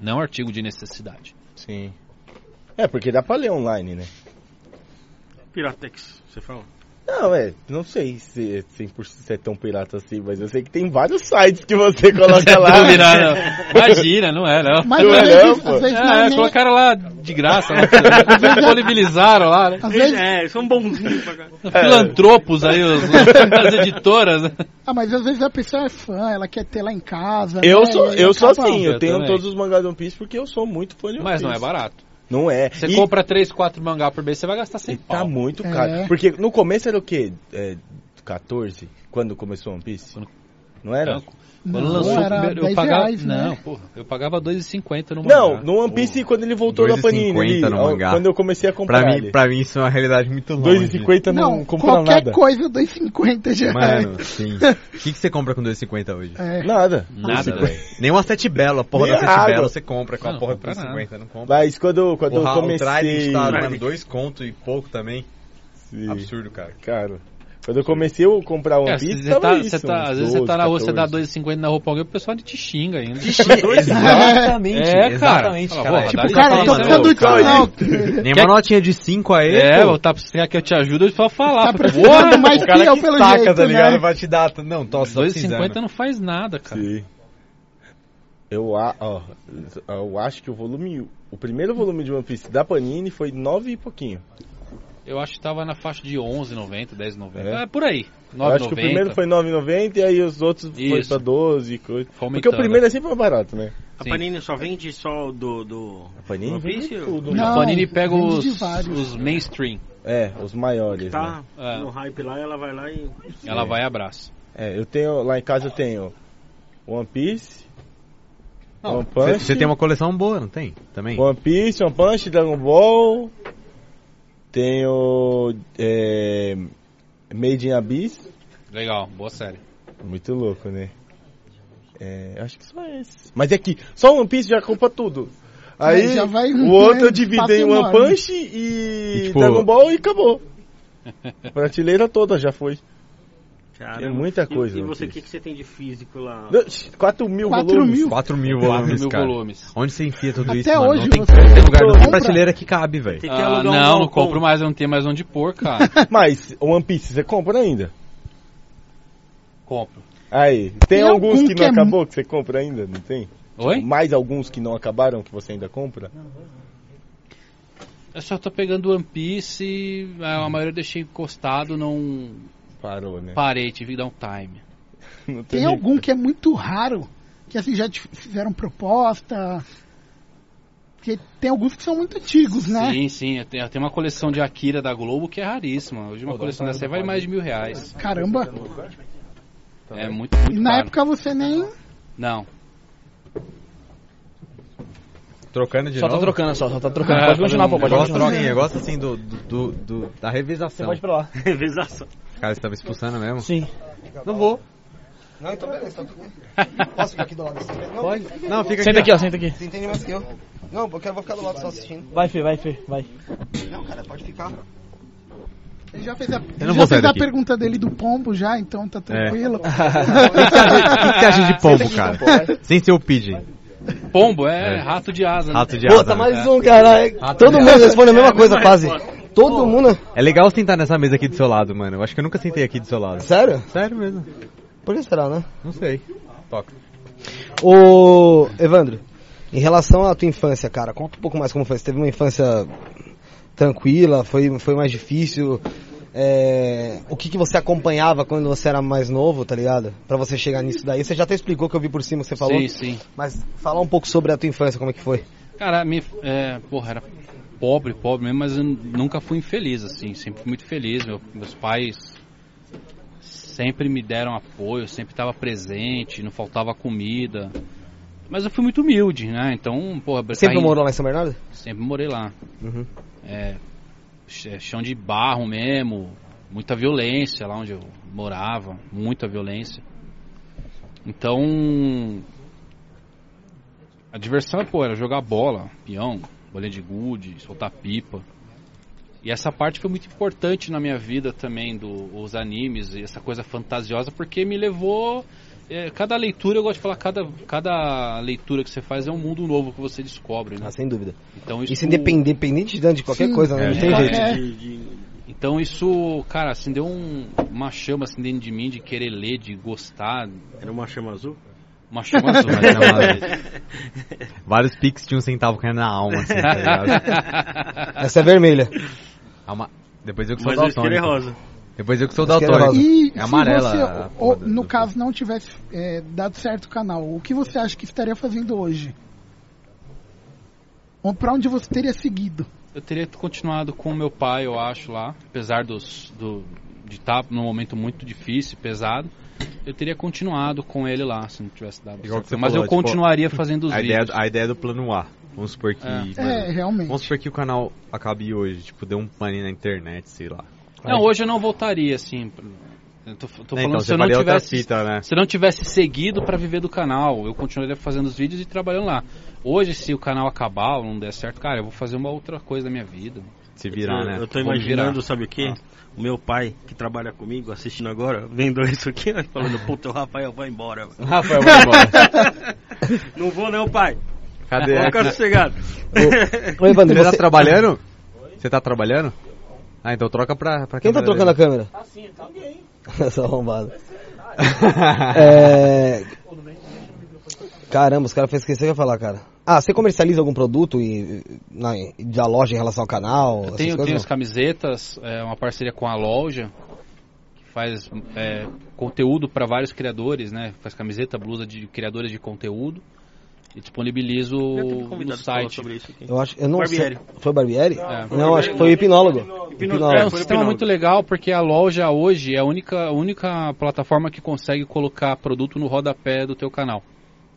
[SPEAKER 2] Não é um artigo de necessidade.
[SPEAKER 4] Sim. É, porque dá pra ler online, né?
[SPEAKER 11] Piratex, você fala.
[SPEAKER 4] Não, é, não sei se é 100% se é tão pirata assim, mas eu sei que tem vários sites que você coloca lá.
[SPEAKER 2] Imagina, não é, não.
[SPEAKER 6] Mas
[SPEAKER 4] Não
[SPEAKER 6] às
[SPEAKER 4] é
[SPEAKER 6] vezes,
[SPEAKER 4] não, pô.
[SPEAKER 6] às vezes não é
[SPEAKER 2] É,
[SPEAKER 6] nem-
[SPEAKER 2] colocaram lá de graça, lá, disponibilizaram lá. né? É.
[SPEAKER 6] às
[SPEAKER 11] Eles,
[SPEAKER 6] vezes-
[SPEAKER 11] é, são bonzinhos pra cá.
[SPEAKER 2] Filantropos aí, os, as editoras. né?
[SPEAKER 6] Ah, mas às vezes a pessoa é fã, ela quer ter lá em casa.
[SPEAKER 4] Eu
[SPEAKER 6] né?
[SPEAKER 4] sou,
[SPEAKER 6] E aí
[SPEAKER 4] eu sou
[SPEAKER 6] acaba-
[SPEAKER 4] assim, eu,
[SPEAKER 2] Eu
[SPEAKER 4] tenho
[SPEAKER 2] também.
[SPEAKER 4] todos os mangás de One Piece porque eu sou muito fã de One
[SPEAKER 2] Mas
[SPEAKER 4] Piece.
[SPEAKER 2] não é barato.
[SPEAKER 4] Não é.
[SPEAKER 2] Você
[SPEAKER 4] e,
[SPEAKER 2] compra 3, 4 mangá por mês, você vai gastar
[SPEAKER 4] e
[SPEAKER 2] 100
[SPEAKER 4] tá
[SPEAKER 2] pau.
[SPEAKER 4] muito
[SPEAKER 6] É.
[SPEAKER 4] caro. Porque no começo era o quê? É, 14? Quando começou One Piece?
[SPEAKER 2] Quando-
[SPEAKER 4] Não era?
[SPEAKER 2] Quando
[SPEAKER 6] Não,
[SPEAKER 2] lançou o
[SPEAKER 6] era
[SPEAKER 2] primeiro, eu
[SPEAKER 6] 10
[SPEAKER 2] pagava,
[SPEAKER 6] reais, né?
[SPEAKER 2] não, porra, eu pagava 2,50 no mangá.
[SPEAKER 4] Não, no One Piece quando ele voltou da Panini.
[SPEAKER 7] 2,50
[SPEAKER 4] ali,
[SPEAKER 7] no
[SPEAKER 4] ao-
[SPEAKER 7] mangá.
[SPEAKER 4] Quando eu comecei a comprar
[SPEAKER 7] Pra mim,
[SPEAKER 4] ele.
[SPEAKER 7] pra mim isso é uma realidade muito longe.
[SPEAKER 4] 2,50 não,
[SPEAKER 6] Não,
[SPEAKER 4] comprou
[SPEAKER 6] qualquer
[SPEAKER 4] nada.
[SPEAKER 6] coisa, 2,50 já.
[SPEAKER 7] Mano, sim. O que, que você compra com 2,50 hoje?
[SPEAKER 6] É.
[SPEAKER 4] Nada.
[SPEAKER 2] Nada, velho.
[SPEAKER 7] Nem uma sete bela, a porra
[SPEAKER 4] Nem
[SPEAKER 7] da sete
[SPEAKER 4] água.
[SPEAKER 7] bela você compra com a
[SPEAKER 2] Não,
[SPEAKER 7] porra
[SPEAKER 2] compra
[SPEAKER 7] por 50, não compra.
[SPEAKER 4] Mas quando, quando
[SPEAKER 7] Porra,
[SPEAKER 4] eu comecei...
[SPEAKER 7] O Trident tá, mano,
[SPEAKER 11] Trident.
[SPEAKER 7] dois conto e pouco também. Absurdo, cara.
[SPEAKER 4] Cara, quando eu comecei a comprar One
[SPEAKER 2] Cara,
[SPEAKER 4] Piece,
[SPEAKER 2] você
[SPEAKER 4] tava
[SPEAKER 2] tá-
[SPEAKER 4] então é isso,
[SPEAKER 2] você tá-
[SPEAKER 4] uns
[SPEAKER 2] às vezes você tá na rua, você dá
[SPEAKER 4] 12,
[SPEAKER 2] 2,50 na roupa alguém, o pessoal te xinga ainda.
[SPEAKER 7] exatamente,
[SPEAKER 2] É, cara.
[SPEAKER 7] exatamente,
[SPEAKER 2] Fala,
[SPEAKER 7] cara.
[SPEAKER 2] porra,
[SPEAKER 7] Tipo,
[SPEAKER 2] dá
[SPEAKER 6] O cara,
[SPEAKER 2] Não,
[SPEAKER 6] tô
[SPEAKER 2] não,
[SPEAKER 6] precisando de
[SPEAKER 4] calma
[SPEAKER 6] não.
[SPEAKER 7] nem uma notinha de 5 aí,
[SPEAKER 2] É,
[SPEAKER 7] pô.
[SPEAKER 2] eu tá precisando que eu te ajude, eu só falar.
[SPEAKER 6] Tá
[SPEAKER 2] pô.
[SPEAKER 6] precisando
[SPEAKER 2] Porra,
[SPEAKER 6] mais
[SPEAKER 7] o
[SPEAKER 6] que
[SPEAKER 7] cara
[SPEAKER 6] eu,
[SPEAKER 7] que
[SPEAKER 6] pelo
[SPEAKER 7] saca,
[SPEAKER 6] jeito,
[SPEAKER 7] tá ligado?
[SPEAKER 6] né?
[SPEAKER 7] Vai te dar, não, tô, tô precisando.
[SPEAKER 2] 2,50 não faz nada, cara.
[SPEAKER 4] Sim. Eu, a- ó, eu acho que o volume. O primeiro volume de One Piece da Panini foi 9 e pouquinho.
[SPEAKER 2] Eu acho que tava na faixa de 11,90, 10,90.
[SPEAKER 4] É?
[SPEAKER 2] É, por aí. 9,90.
[SPEAKER 4] Eu acho que o primeiro foi 9,90 e aí os outros foi
[SPEAKER 2] Isso.
[SPEAKER 4] pra 12 e coisa.
[SPEAKER 2] Foi
[SPEAKER 4] Porque o
[SPEAKER 2] aumentando.
[SPEAKER 4] primeiro é sempre mais barato, né?
[SPEAKER 11] A
[SPEAKER 2] Sim.
[SPEAKER 11] Panini só vende só do. do...
[SPEAKER 4] A Panini
[SPEAKER 11] One Piece,
[SPEAKER 4] vende tudo.
[SPEAKER 6] Não.
[SPEAKER 2] A Panini pega
[SPEAKER 6] vende de
[SPEAKER 2] os,
[SPEAKER 6] vários.
[SPEAKER 2] os mainstream.
[SPEAKER 4] É, os maiores, né?
[SPEAKER 11] Tá
[SPEAKER 2] É.
[SPEAKER 11] no hype lá, ela vai lá e.
[SPEAKER 2] Ela vai e abraça.
[SPEAKER 4] É, eu tenho. Lá em casa eu tenho One Piece.
[SPEAKER 7] Não,
[SPEAKER 4] One
[SPEAKER 7] Você
[SPEAKER 4] Punch.
[SPEAKER 7] você tem uma coleção boa, não tem? Também?
[SPEAKER 4] One Piece, One Punch, Dragon Ball. Tenho. É, Made in Abyss.
[SPEAKER 2] Legal, boa série.
[SPEAKER 4] Muito louco, né? É, acho que só esse. Mas é que só One Piece já compra tudo. Aí
[SPEAKER 6] Aí É, já vai-
[SPEAKER 4] o outro eu
[SPEAKER 6] né,
[SPEAKER 4] divido
[SPEAKER 6] espaço
[SPEAKER 4] em One
[SPEAKER 6] enorme.
[SPEAKER 4] Punch e,
[SPEAKER 7] E, tipo,
[SPEAKER 4] Dragon Ball e acabou. A Prateleira toda já foi.
[SPEAKER 11] Caramba.
[SPEAKER 4] É muita coisa,
[SPEAKER 11] E, e
[SPEAKER 4] One
[SPEAKER 11] você, o
[SPEAKER 4] Piece.
[SPEAKER 11] né, que, que você tem de físico lá?
[SPEAKER 4] 4 mil
[SPEAKER 6] 4
[SPEAKER 4] volumes.
[SPEAKER 6] mil.
[SPEAKER 7] 4 mil
[SPEAKER 2] 4
[SPEAKER 7] volumes,
[SPEAKER 2] mil
[SPEAKER 7] cara.
[SPEAKER 2] volumes.
[SPEAKER 7] Onde você enfia tudo
[SPEAKER 6] Até
[SPEAKER 7] isso, mano?
[SPEAKER 6] hoje
[SPEAKER 7] não tem,
[SPEAKER 6] você
[SPEAKER 7] não tem lugar, não tem
[SPEAKER 6] compra.
[SPEAKER 7] prateleira que cabe, velho.
[SPEAKER 4] é
[SPEAKER 11] Tem que
[SPEAKER 2] Ah,
[SPEAKER 11] alugar um
[SPEAKER 2] não, não
[SPEAKER 11] balcão.
[SPEAKER 2] compro mais, eu não tenho mais onde pôr, cara.
[SPEAKER 4] Mas One Piece você compra ainda?
[SPEAKER 2] compro.
[SPEAKER 4] Aí, tem,
[SPEAKER 6] Tem
[SPEAKER 4] alguns
[SPEAKER 6] algum
[SPEAKER 4] que
[SPEAKER 6] que
[SPEAKER 4] não
[SPEAKER 6] é
[SPEAKER 4] acabou que você compra ainda, não tem?
[SPEAKER 2] Oi?
[SPEAKER 4] Mais alguns que não acabaram que você ainda compra?
[SPEAKER 2] Eu É só tô pegando One Piece, é, a maioria eu deixei encostado, não
[SPEAKER 4] Parou, né?
[SPEAKER 2] parei, tive que dar um time.
[SPEAKER 4] Não
[SPEAKER 6] Tem algum que é muito raro, que assim, já te fizeram proposta. Porque tem alguns que são muito antigos, né?
[SPEAKER 2] Sim, sim, eu tenho, eu tenho uma coleção de Akira da Globo que é raríssima. Hoje uma coleção dessa aí vale mais de mil reais.
[SPEAKER 6] Caramba.
[SPEAKER 2] É muito, muito
[SPEAKER 6] E na
[SPEAKER 2] caro.
[SPEAKER 6] época você nem.
[SPEAKER 2] Não.
[SPEAKER 7] Trocando de
[SPEAKER 10] Só tá
[SPEAKER 7] novo?
[SPEAKER 10] trocando só, só tá trocando.
[SPEAKER 2] É,
[SPEAKER 10] pode continuar,
[SPEAKER 2] fazendo
[SPEAKER 10] pô,
[SPEAKER 7] Eu
[SPEAKER 10] pode
[SPEAKER 7] gosto,
[SPEAKER 10] continuar.
[SPEAKER 7] assim, eu gosto assim do, do, do- do- da
[SPEAKER 10] Você
[SPEAKER 7] revezação.
[SPEAKER 10] pode ir pra lá.
[SPEAKER 11] Revezação.
[SPEAKER 7] Cara, você tá me expulsando mesmo?
[SPEAKER 10] Sim.
[SPEAKER 7] Não vou.
[SPEAKER 8] Não, então beleza. Posso ficar aqui do lado? Não,
[SPEAKER 7] Pode? Não, fica
[SPEAKER 10] Senta aqui,
[SPEAKER 7] aqui.
[SPEAKER 10] ó, senta aqui.
[SPEAKER 8] Você entende mais que eu. Não, eu quero, vou ficar do lado só assistindo.
[SPEAKER 10] Vai, Fê, vai, Fê, vai.
[SPEAKER 8] Não, cara, pode ficar.
[SPEAKER 6] Ele já fez a, ele
[SPEAKER 7] não
[SPEAKER 6] já
[SPEAKER 7] vou sair
[SPEAKER 6] fez a
[SPEAKER 7] daqui. É.
[SPEAKER 6] pergunta dele do pombo já, então tá tranquilo.
[SPEAKER 7] O que você acha de pombo, cara? Sem ser o pigeon.
[SPEAKER 2] Pombo é,
[SPEAKER 7] É.
[SPEAKER 2] rato de asa, né?
[SPEAKER 7] Rato de
[SPEAKER 8] Puta,
[SPEAKER 7] asa. né?
[SPEAKER 8] mais um, caralho. Todo mundo responde É, a mesma coisa, quase. Todo mundo.
[SPEAKER 7] É legal sentar nessa mesa aqui do seu lado, mano. Eu acho que eu nunca sentei aqui do seu lado.
[SPEAKER 8] Sério?
[SPEAKER 7] Sério mesmo.
[SPEAKER 8] Por que será, né?
[SPEAKER 7] Não sei. Toca.
[SPEAKER 8] Ô, Evandro, em relação à tua infância, cara, conta um pouco mais como foi. Você teve uma infância tranquila? Foi, foi mais difícil? É, o que, que você acompanhava quando você era mais novo, tá ligado? Pra você chegar nisso daí. Você já até explicou que eu vi por cima que você falou.
[SPEAKER 2] Sim, sim.
[SPEAKER 8] Mas falar um pouco sobre a tua infância, como é que foi?
[SPEAKER 2] Cara, me, é, porra, era pobre, pobre mesmo, mas eu nunca fui infeliz, assim, sempre fui muito feliz. Meu- meus pais sempre me deram apoio, sempre estava presente, não faltava comida. Mas eu fui muito humilde, né? Então, porra,
[SPEAKER 8] Sempre
[SPEAKER 2] saí-
[SPEAKER 8] morou lá em São Bernardo?
[SPEAKER 2] sempre morei lá.
[SPEAKER 8] Uhum.
[SPEAKER 2] É, ch- chão de barro mesmo, muita violência lá onde eu morava, muita violência. Então, a diversão, é, pô, era jogar bola, peão, bolinha de gude, soltar pipa. E essa parte foi muito importante na minha vida também, do, os animes e essa coisa fantasiosa, porque me levou. eh, cada leitura, eu gosto de falar, cada, cada leitura que você faz é um mundo novo que você descobre, né?
[SPEAKER 8] Ah, sem dúvida.
[SPEAKER 2] Então isso,
[SPEAKER 8] Isso independente, independente de- de qualquer
[SPEAKER 6] Sim.
[SPEAKER 8] coisa, né?
[SPEAKER 7] É,
[SPEAKER 8] Não tem
[SPEAKER 6] é.
[SPEAKER 8] jeito.
[SPEAKER 11] De- de-
[SPEAKER 2] Então isso, cara, acendeu um- uma chama assim dentro de mim de querer ler, de gostar.
[SPEAKER 11] Era uma chama azul?
[SPEAKER 2] Uma chama azul. né?
[SPEAKER 7] Mas não, mas- Vários piques de um centavo caindo na alma, assim, tá ligado?
[SPEAKER 8] Essa é vermelha.
[SPEAKER 7] Alma- Depois eu que sou
[SPEAKER 11] Mas eu escolhi
[SPEAKER 2] é
[SPEAKER 7] daltônico.
[SPEAKER 11] rosa.
[SPEAKER 7] Depois eu que sou
[SPEAKER 8] Mas que era
[SPEAKER 7] daltônico.
[SPEAKER 6] E
[SPEAKER 7] É amarela a
[SPEAKER 6] se você,
[SPEAKER 7] porra
[SPEAKER 6] ou,
[SPEAKER 7] do-
[SPEAKER 6] no
[SPEAKER 7] do-
[SPEAKER 6] caso, não tivesse é, dado certo o canal, o que você acha que estaria fazendo hoje? Ou pra onde você teria seguido?
[SPEAKER 2] Eu teria continuado com meu pai, eu acho, lá, apesar dos, do, de estar num momento muito difícil, pesado. Eu teria continuado com ele lá, se não tivesse dado
[SPEAKER 7] Igual que
[SPEAKER 2] certo.
[SPEAKER 7] você
[SPEAKER 2] Mas
[SPEAKER 7] falou,
[SPEAKER 2] eu
[SPEAKER 7] tipo,
[SPEAKER 2] continuaria fazendo os
[SPEAKER 7] A ideia,
[SPEAKER 2] vídeos.
[SPEAKER 7] do- a ideia do plano A. Vamos supor que.
[SPEAKER 2] É.
[SPEAKER 7] mano,
[SPEAKER 6] É, realmente.
[SPEAKER 7] Vamos supor que o canal acabe hoje, tipo, deu um pane na internet, sei lá.
[SPEAKER 2] Não, hoje eu não voltaria, assim. Eu tô, tô
[SPEAKER 7] É,
[SPEAKER 2] falando
[SPEAKER 7] então
[SPEAKER 2] se
[SPEAKER 7] você
[SPEAKER 2] eu não
[SPEAKER 7] faria outra
[SPEAKER 2] tivesse
[SPEAKER 7] fita, né?
[SPEAKER 2] Se eu não tivesse seguido pra viver do canal, eu continuaria fazendo os vídeos e trabalhando lá. Hoje, se o canal acabar ou não der certo, cara, eu vou fazer uma outra coisa da minha vida.
[SPEAKER 7] Se virar,
[SPEAKER 11] eu,
[SPEAKER 7] né?
[SPEAKER 11] eu tô
[SPEAKER 2] Vamos
[SPEAKER 11] imaginando,
[SPEAKER 2] virar.
[SPEAKER 11] sabe o quê? O meu pai, que trabalha comigo, assistindo agora, vendo isso aqui, ó, falando, puta, o Rafael vai embora. mano."
[SPEAKER 7] Rafael, vai embora.
[SPEAKER 11] Não vou não, pai.
[SPEAKER 7] Cadê?
[SPEAKER 11] Vou ficar sossegado.
[SPEAKER 8] Ô, Evandro,
[SPEAKER 7] Você tá
[SPEAKER 8] você-
[SPEAKER 7] trabalhando? Você tá trabalhando? Ah, então troca pra, pra
[SPEAKER 8] Quem tá
[SPEAKER 7] câmera
[SPEAKER 8] trocando a
[SPEAKER 7] dele.
[SPEAKER 8] câmera? Ah, sim, tá alguém. Essa arrombada. É... Caramba, os caras fez esquecer o que eu ia falar, cara. Ah, você comercializa algum produto e, na, da loja em relação ao canal?
[SPEAKER 2] Eu
[SPEAKER 8] essas
[SPEAKER 2] tenho,
[SPEAKER 8] coisas,
[SPEAKER 2] tenho
[SPEAKER 8] não?
[SPEAKER 2] as camisetas, é, uma parceria com a loja, que faz é, conteúdo para vários criadores, né? Faz camiseta, blusa de criadores de conteúdo. E disponibilizo
[SPEAKER 11] Já teve
[SPEAKER 2] no
[SPEAKER 11] um convidado que falou
[SPEAKER 2] site.
[SPEAKER 11] sobre isso aqui.
[SPEAKER 8] Eu acho, eu não
[SPEAKER 11] Barbieri.
[SPEAKER 8] sei. Foi o Barbieri?
[SPEAKER 2] É.
[SPEAKER 8] Não, acho que foi o hipnólogo. Hipnólogo.
[SPEAKER 2] É um
[SPEAKER 11] foi no
[SPEAKER 2] sistema
[SPEAKER 11] Pinaldo.
[SPEAKER 2] muito legal porque a loja hoje é a única, a única plataforma que consegue colocar produto no rodapé do teu canal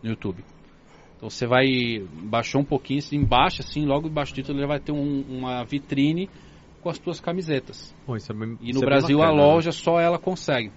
[SPEAKER 2] no YouTube. Então você vai baixou um pouquinho, assim, embaixo assim, logo embaixo do título ele vai ter um- uma vitrine com as tuas camisetas.
[SPEAKER 7] Pô, isso é bem-
[SPEAKER 2] E
[SPEAKER 7] isso é
[SPEAKER 2] no
[SPEAKER 7] bem
[SPEAKER 2] Brasil a
[SPEAKER 7] bacana, né?
[SPEAKER 2] loja só ela consegue.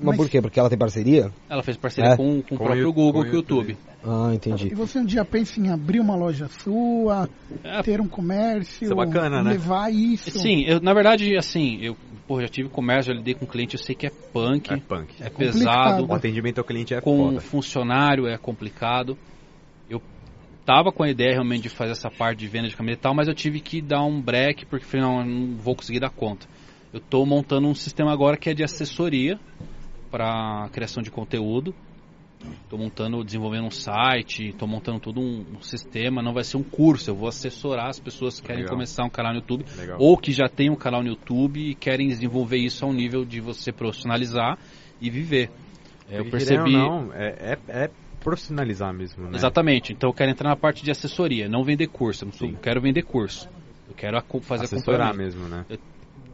[SPEAKER 8] Mas por quê? Porque ela tem parceria?
[SPEAKER 2] Ela fez parceria
[SPEAKER 8] É.
[SPEAKER 2] com, com o
[SPEAKER 7] Com
[SPEAKER 2] próprio
[SPEAKER 7] o-
[SPEAKER 2] Google,
[SPEAKER 7] com o
[SPEAKER 2] com o YouTube.
[SPEAKER 8] Ah, entendi.
[SPEAKER 6] E você um dia pensa em abrir uma loja sua,
[SPEAKER 2] É,
[SPEAKER 6] ter um comércio,
[SPEAKER 7] Isso é bacana, né?
[SPEAKER 6] levar isso.
[SPEAKER 2] sim, eu, na verdade, assim, eu pô, já tive comércio, já lidei com cliente, eu sei que é punk,
[SPEAKER 7] É
[SPEAKER 2] é,
[SPEAKER 7] punk.
[SPEAKER 2] pesado.
[SPEAKER 7] O atendimento ao cliente é
[SPEAKER 2] com
[SPEAKER 7] foda.
[SPEAKER 2] funcionário é complicado. Eu tava com a ideia realmente de fazer essa parte de venda de camiseta e tal, mas eu tive que dar um break porque falei, não, eu não vou conseguir dar conta. Eu tô montando um sistema agora que é de assessoria para criação de conteúdo. Tô montando, desenvolvendo um site, tô montando todo um, um sistema, não vai ser um curso, eu vou assessorar as pessoas que querem
[SPEAKER 7] Legal.
[SPEAKER 2] começar um canal no YouTube
[SPEAKER 7] é Legal.
[SPEAKER 2] ou que já tem um canal no YouTube e querem desenvolver isso a um nível de você profissionalizar e viver. É, eu
[SPEAKER 7] Porque,
[SPEAKER 2] percebi,
[SPEAKER 7] querendo ou Não, é, é, é profissionalizar mesmo, né?
[SPEAKER 2] Exatamente. Então eu quero entrar na parte de assessoria, não vender curso. Eu não sou-
[SPEAKER 7] Sim.
[SPEAKER 2] quero vender curso. Eu quero aco- fazer
[SPEAKER 7] Assessorar
[SPEAKER 2] acompanhamento.
[SPEAKER 7] mesmo, né?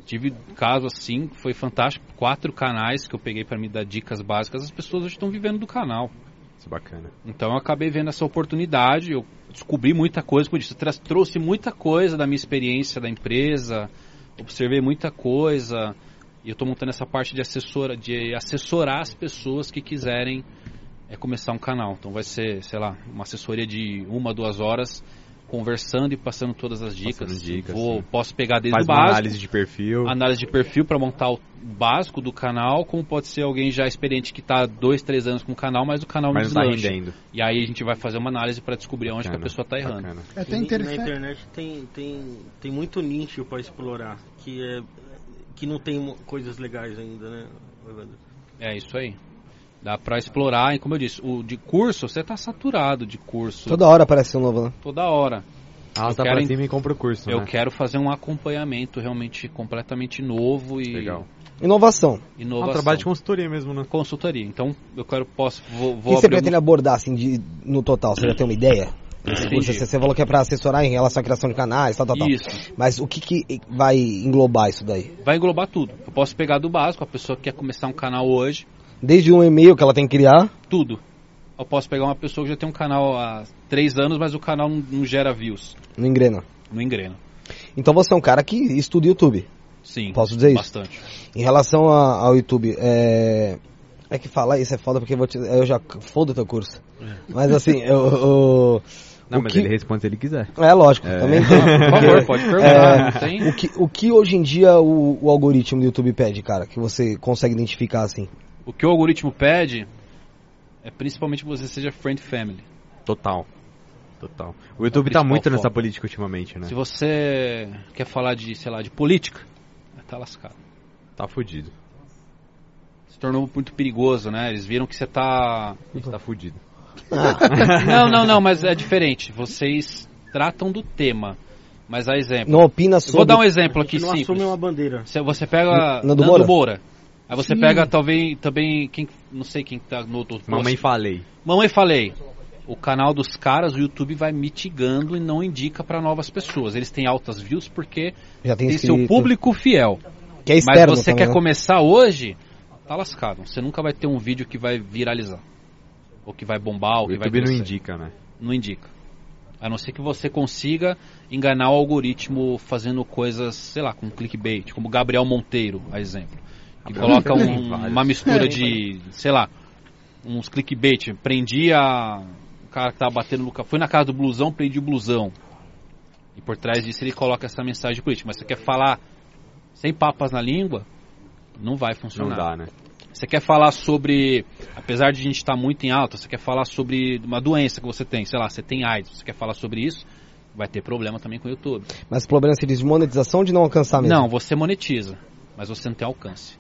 [SPEAKER 2] Tive caso assim, que foi fantástico. Quatro canais que eu peguei para me dar dicas básicas. As pessoas hoje estão vivendo do canal.
[SPEAKER 7] Isso é bacana.
[SPEAKER 2] Então eu acabei vendo essa oportunidade. Eu descobri muita coisa com isso. Eu tra- trouxe muita coisa da minha experiência da empresa. Observei muita coisa. E eu estou montando essa parte de, assessora, de assessorar as pessoas que quiserem é começar um canal. Então vai ser, sei lá, uma assessoria de uma, duas horas, conversando e passando todas as dicas.
[SPEAKER 7] Passando dicas,
[SPEAKER 2] Vou,
[SPEAKER 7] sim.
[SPEAKER 2] posso pegar desde
[SPEAKER 7] Faz
[SPEAKER 2] o
[SPEAKER 7] uma
[SPEAKER 2] básico,
[SPEAKER 7] análise de perfil.
[SPEAKER 2] análise de perfil para montar o básico do canal, como pode ser alguém já experiente que está dois, três anos com o canal, mas o canal não
[SPEAKER 7] Mas não tá
[SPEAKER 2] deslancha.
[SPEAKER 7] rendendo.
[SPEAKER 2] E aí a gente vai fazer uma análise para descobrir onde que a
[SPEAKER 7] Bacana,
[SPEAKER 2] pessoa tá errando.
[SPEAKER 7] Bacana.
[SPEAKER 6] É até
[SPEAKER 11] E
[SPEAKER 6] interessante.
[SPEAKER 11] Na internet tem, tem, tem muito nicho pra explorar, que é que não tem mo- coisas legais ainda, né? Evandro?
[SPEAKER 2] É isso aí. Dá para explorar, e como eu disse, o de curso, você tá saturado de curso toda,
[SPEAKER 8] Toda hora aparece um novo, né?
[SPEAKER 2] hora.
[SPEAKER 7] Arrasta
[SPEAKER 2] quero
[SPEAKER 7] pra
[SPEAKER 2] en-
[SPEAKER 7] cima e compra o curso,
[SPEAKER 2] Eu
[SPEAKER 7] né?
[SPEAKER 2] quero fazer um acompanhamento realmente completamente novo e
[SPEAKER 7] Legal.
[SPEAKER 8] Inovação.
[SPEAKER 7] É
[SPEAKER 2] inovação.
[SPEAKER 7] um trabalho de consultoria mesmo, né?
[SPEAKER 2] consultoria. Então, eu quero posso vou,
[SPEAKER 8] O
[SPEAKER 2] vou
[SPEAKER 8] que você
[SPEAKER 2] abrir
[SPEAKER 8] pretende abordar, assim, de, no total? Você já tem uma ideia? Esse curso,
[SPEAKER 2] Entendi.
[SPEAKER 8] Você, você falou que é pra assessorar em relação à criação de canais, tal, tal,
[SPEAKER 2] um...
[SPEAKER 8] tal.
[SPEAKER 2] isso.
[SPEAKER 8] Mas o que, que vai englobar isso daí?
[SPEAKER 2] Vai englobar tudo. Eu posso pegar do básico, a pessoa que quer começar um canal hoje,
[SPEAKER 8] Desde um e-mail que ela tem que criar,
[SPEAKER 2] tudo. Eu posso pegar uma pessoa que já tem um canal há três anos, mas o canal não, não gera views,
[SPEAKER 8] não engrena.
[SPEAKER 2] não engrena.
[SPEAKER 8] Então você é um cara que estuda YouTube.
[SPEAKER 2] Sim.
[SPEAKER 8] Posso dizer isso?
[SPEAKER 2] bastante.
[SPEAKER 8] Em relação a- ao YouTube, é. É que falar isso é foda porque eu, vou te- eu já foda teu curso.
[SPEAKER 2] É.
[SPEAKER 8] Mas assim, eu. eu-
[SPEAKER 7] Não,
[SPEAKER 8] o
[SPEAKER 7] mas
[SPEAKER 8] que-
[SPEAKER 7] ele responde se ele quiser.
[SPEAKER 8] É lógico,
[SPEAKER 7] É.
[SPEAKER 8] também tem. É.
[SPEAKER 2] Por favor, pode perguntar. não tem...
[SPEAKER 8] O que, o que hoje em dia o, o algoritmo do YouTube pede, cara? Que você consegue identificar assim?
[SPEAKER 2] O que o algoritmo pede é principalmente que você seja friend family.
[SPEAKER 7] Total.
[SPEAKER 2] É
[SPEAKER 7] Total. O YouTube tá
[SPEAKER 2] principal
[SPEAKER 7] muito nessa
[SPEAKER 2] foco.
[SPEAKER 7] política ultimamente, né?
[SPEAKER 2] Se você quer falar de, sei lá, de política, tá lascado.
[SPEAKER 7] Tá fudido.
[SPEAKER 2] se tornou muito perigoso, né? Eles viram que você tá.
[SPEAKER 7] Ele tá fudido.
[SPEAKER 2] Não, não, não, mas é diferente. Vocês tratam do tema. Mas dá exemplo.
[SPEAKER 8] Não opina sobre.
[SPEAKER 2] Vou dar um exemplo aqui
[SPEAKER 11] Que não
[SPEAKER 2] simples.
[SPEAKER 11] assume uma bandeira.
[SPEAKER 2] Você- Você pega
[SPEAKER 8] Nando
[SPEAKER 2] Nando
[SPEAKER 8] Moura?
[SPEAKER 2] Moura. Aí você pega talvez também quem não sei quem tá no outro post.
[SPEAKER 7] Mamãe falei.
[SPEAKER 2] Mamãe falei. O canal dos caras, o YouTube vai mitigando e não indica pra novas pessoas. Eles têm altas views porque
[SPEAKER 8] Já tem
[SPEAKER 2] tem seu
[SPEAKER 8] inscrito.
[SPEAKER 2] um público fiel.
[SPEAKER 8] Que é
[SPEAKER 2] Mas
[SPEAKER 8] externo
[SPEAKER 2] você
[SPEAKER 8] também,
[SPEAKER 2] quer
[SPEAKER 8] né?
[SPEAKER 2] começar hoje, tá lascado. Você nunca vai ter um vídeo que vai viralizar. Ou que vai bombar, ou
[SPEAKER 7] O
[SPEAKER 2] que vai
[SPEAKER 7] YouTube não
[SPEAKER 2] crescer.
[SPEAKER 7] indica, né?
[SPEAKER 2] Não indica. A não ser que você consiga enganar o algoritmo fazendo coisas, sei lá, com clickbait, como Gabriel Monteiro, a exemplo. Que
[SPEAKER 7] Gabriel
[SPEAKER 2] coloca
[SPEAKER 7] Monteiro
[SPEAKER 2] um-
[SPEAKER 7] tem vários.
[SPEAKER 2] uma mistura de, sei lá, uns clickbait. Prendi a. O cara que tava batendo no. ca- Foi na casa do blusão, prendi o blusão. E por trás disso ele coloca essa mensagem política. Mas você quer falar sem papas na língua? Não vai
[SPEAKER 7] Não
[SPEAKER 2] funcionar.
[SPEAKER 7] dá, né?
[SPEAKER 2] Você quer falar sobre, apesar de a gente estar muito em alta, você quer falar sobre uma doença que você tem, sei lá, você tem AIDS, você quer falar sobre isso, vai ter problema também com o YouTube.
[SPEAKER 8] Mas o problema seria de monetização ou de não alcançar mesmo.
[SPEAKER 2] Não, você monetiza, mas você não tem alcance.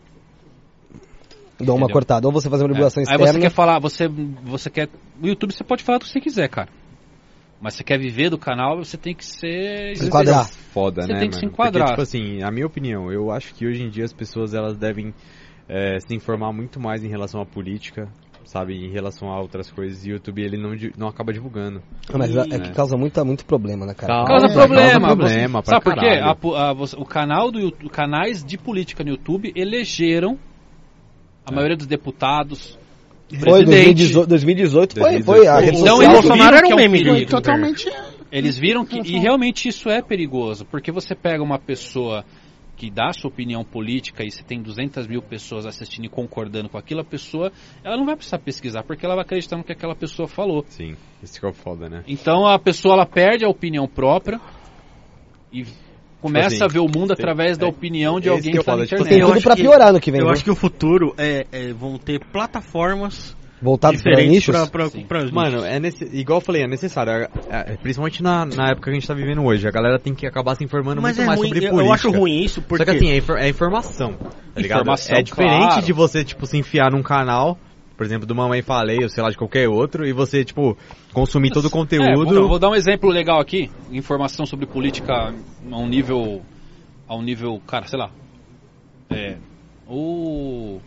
[SPEAKER 8] Dá uma
[SPEAKER 2] entendeu?
[SPEAKER 8] cortada. Ou você fazer uma divulgação
[SPEAKER 2] É. Aí
[SPEAKER 8] externa.
[SPEAKER 2] você quer falar, você, você quer, no YouTube você pode falar do que você quiser, cara. Mas você quer viver do canal, você tem que ser
[SPEAKER 8] Se enquadrar.
[SPEAKER 7] Foda,
[SPEAKER 2] Você
[SPEAKER 7] né,
[SPEAKER 2] tem que se
[SPEAKER 7] mano?
[SPEAKER 2] enquadrar.
[SPEAKER 7] Porque, tipo assim, a minha opinião, eu acho que hoje em dia as pessoas elas devem eh, se informar muito mais em relação à política, sabe? Em relação a outras coisas. E o YouTube, ele não, di- não acaba divulgando.
[SPEAKER 8] Mas é que
[SPEAKER 7] né?
[SPEAKER 8] causa muita, muito problema, né, cara?
[SPEAKER 1] Causa problema,
[SPEAKER 7] É, Causa problema, pra
[SPEAKER 2] Sabe por quê?
[SPEAKER 7] caralho.
[SPEAKER 2] A po- a você- o canal do YouTube, canais de política no YouTube elegeram a maioria dos deputados, o
[SPEAKER 8] É. Foi,
[SPEAKER 2] presidente.
[SPEAKER 8] 2018, 2018 foi,
[SPEAKER 7] 2018.
[SPEAKER 8] foi ah, a rede
[SPEAKER 2] Então,
[SPEAKER 8] social.
[SPEAKER 2] eles
[SPEAKER 8] foi-
[SPEAKER 2] Bolsonaro era um meme
[SPEAKER 6] Foi
[SPEAKER 2] Sim,
[SPEAKER 6] totalmente. é.
[SPEAKER 2] Eles viram que e realmente isso é perigoso, porque você pega uma pessoa que dá sua opinião política e você tem 200 mil pessoas assistindo e concordando com aquilo, a pessoa ela não vai precisar pesquisar, porque ela vai acreditar no que aquela pessoa falou.
[SPEAKER 7] Sim, isso que é o foda, né?
[SPEAKER 2] Então a pessoa ela perde a opinião própria e começa
[SPEAKER 7] assim,
[SPEAKER 2] a ver o mundo
[SPEAKER 7] tem-
[SPEAKER 2] através da
[SPEAKER 7] é-
[SPEAKER 2] opinião de
[SPEAKER 7] é isso
[SPEAKER 2] alguém
[SPEAKER 7] que
[SPEAKER 2] que
[SPEAKER 7] eu
[SPEAKER 2] está na
[SPEAKER 7] falo, tipo
[SPEAKER 2] internet.
[SPEAKER 8] Tem
[SPEAKER 11] Eu
[SPEAKER 8] tudo
[SPEAKER 11] acho
[SPEAKER 8] pra
[SPEAKER 11] que-
[SPEAKER 8] piorar no que vem, né?
[SPEAKER 11] Eu
[SPEAKER 8] viu?
[SPEAKER 11] acho que o futuro é, é- vão ter plataformas
[SPEAKER 8] Voltado pra
[SPEAKER 11] diferentes
[SPEAKER 8] Tá nichos.
[SPEAKER 11] pra, pra,
[SPEAKER 2] Sim.
[SPEAKER 11] pra-
[SPEAKER 7] Mano, é nesse, igual eu falei, é necessário. é- é- principalmente na, na época que a gente tá vivendo hoje. A galera tem que acabar se informando
[SPEAKER 11] mas
[SPEAKER 7] muito
[SPEAKER 11] é
[SPEAKER 7] mais
[SPEAKER 11] ruim,
[SPEAKER 7] sobre
[SPEAKER 11] eu,
[SPEAKER 7] política.
[SPEAKER 11] eu acho ruim isso porque
[SPEAKER 7] Só que assim, é, infor- é informação, tá ligado?
[SPEAKER 2] Informação,
[SPEAKER 7] é diferente
[SPEAKER 2] claro.
[SPEAKER 7] de você, tipo, se enfiar num canal, por exemplo, do Mamãe Falei, ou sei lá, de qualquer outro, e você, tipo, consumir todo o
[SPEAKER 2] É, vou,
[SPEAKER 7] conteúdo.
[SPEAKER 2] eu vou dar um exemplo legal aqui, informação sobre política a um nível, a um nível, cara, sei lá, é, o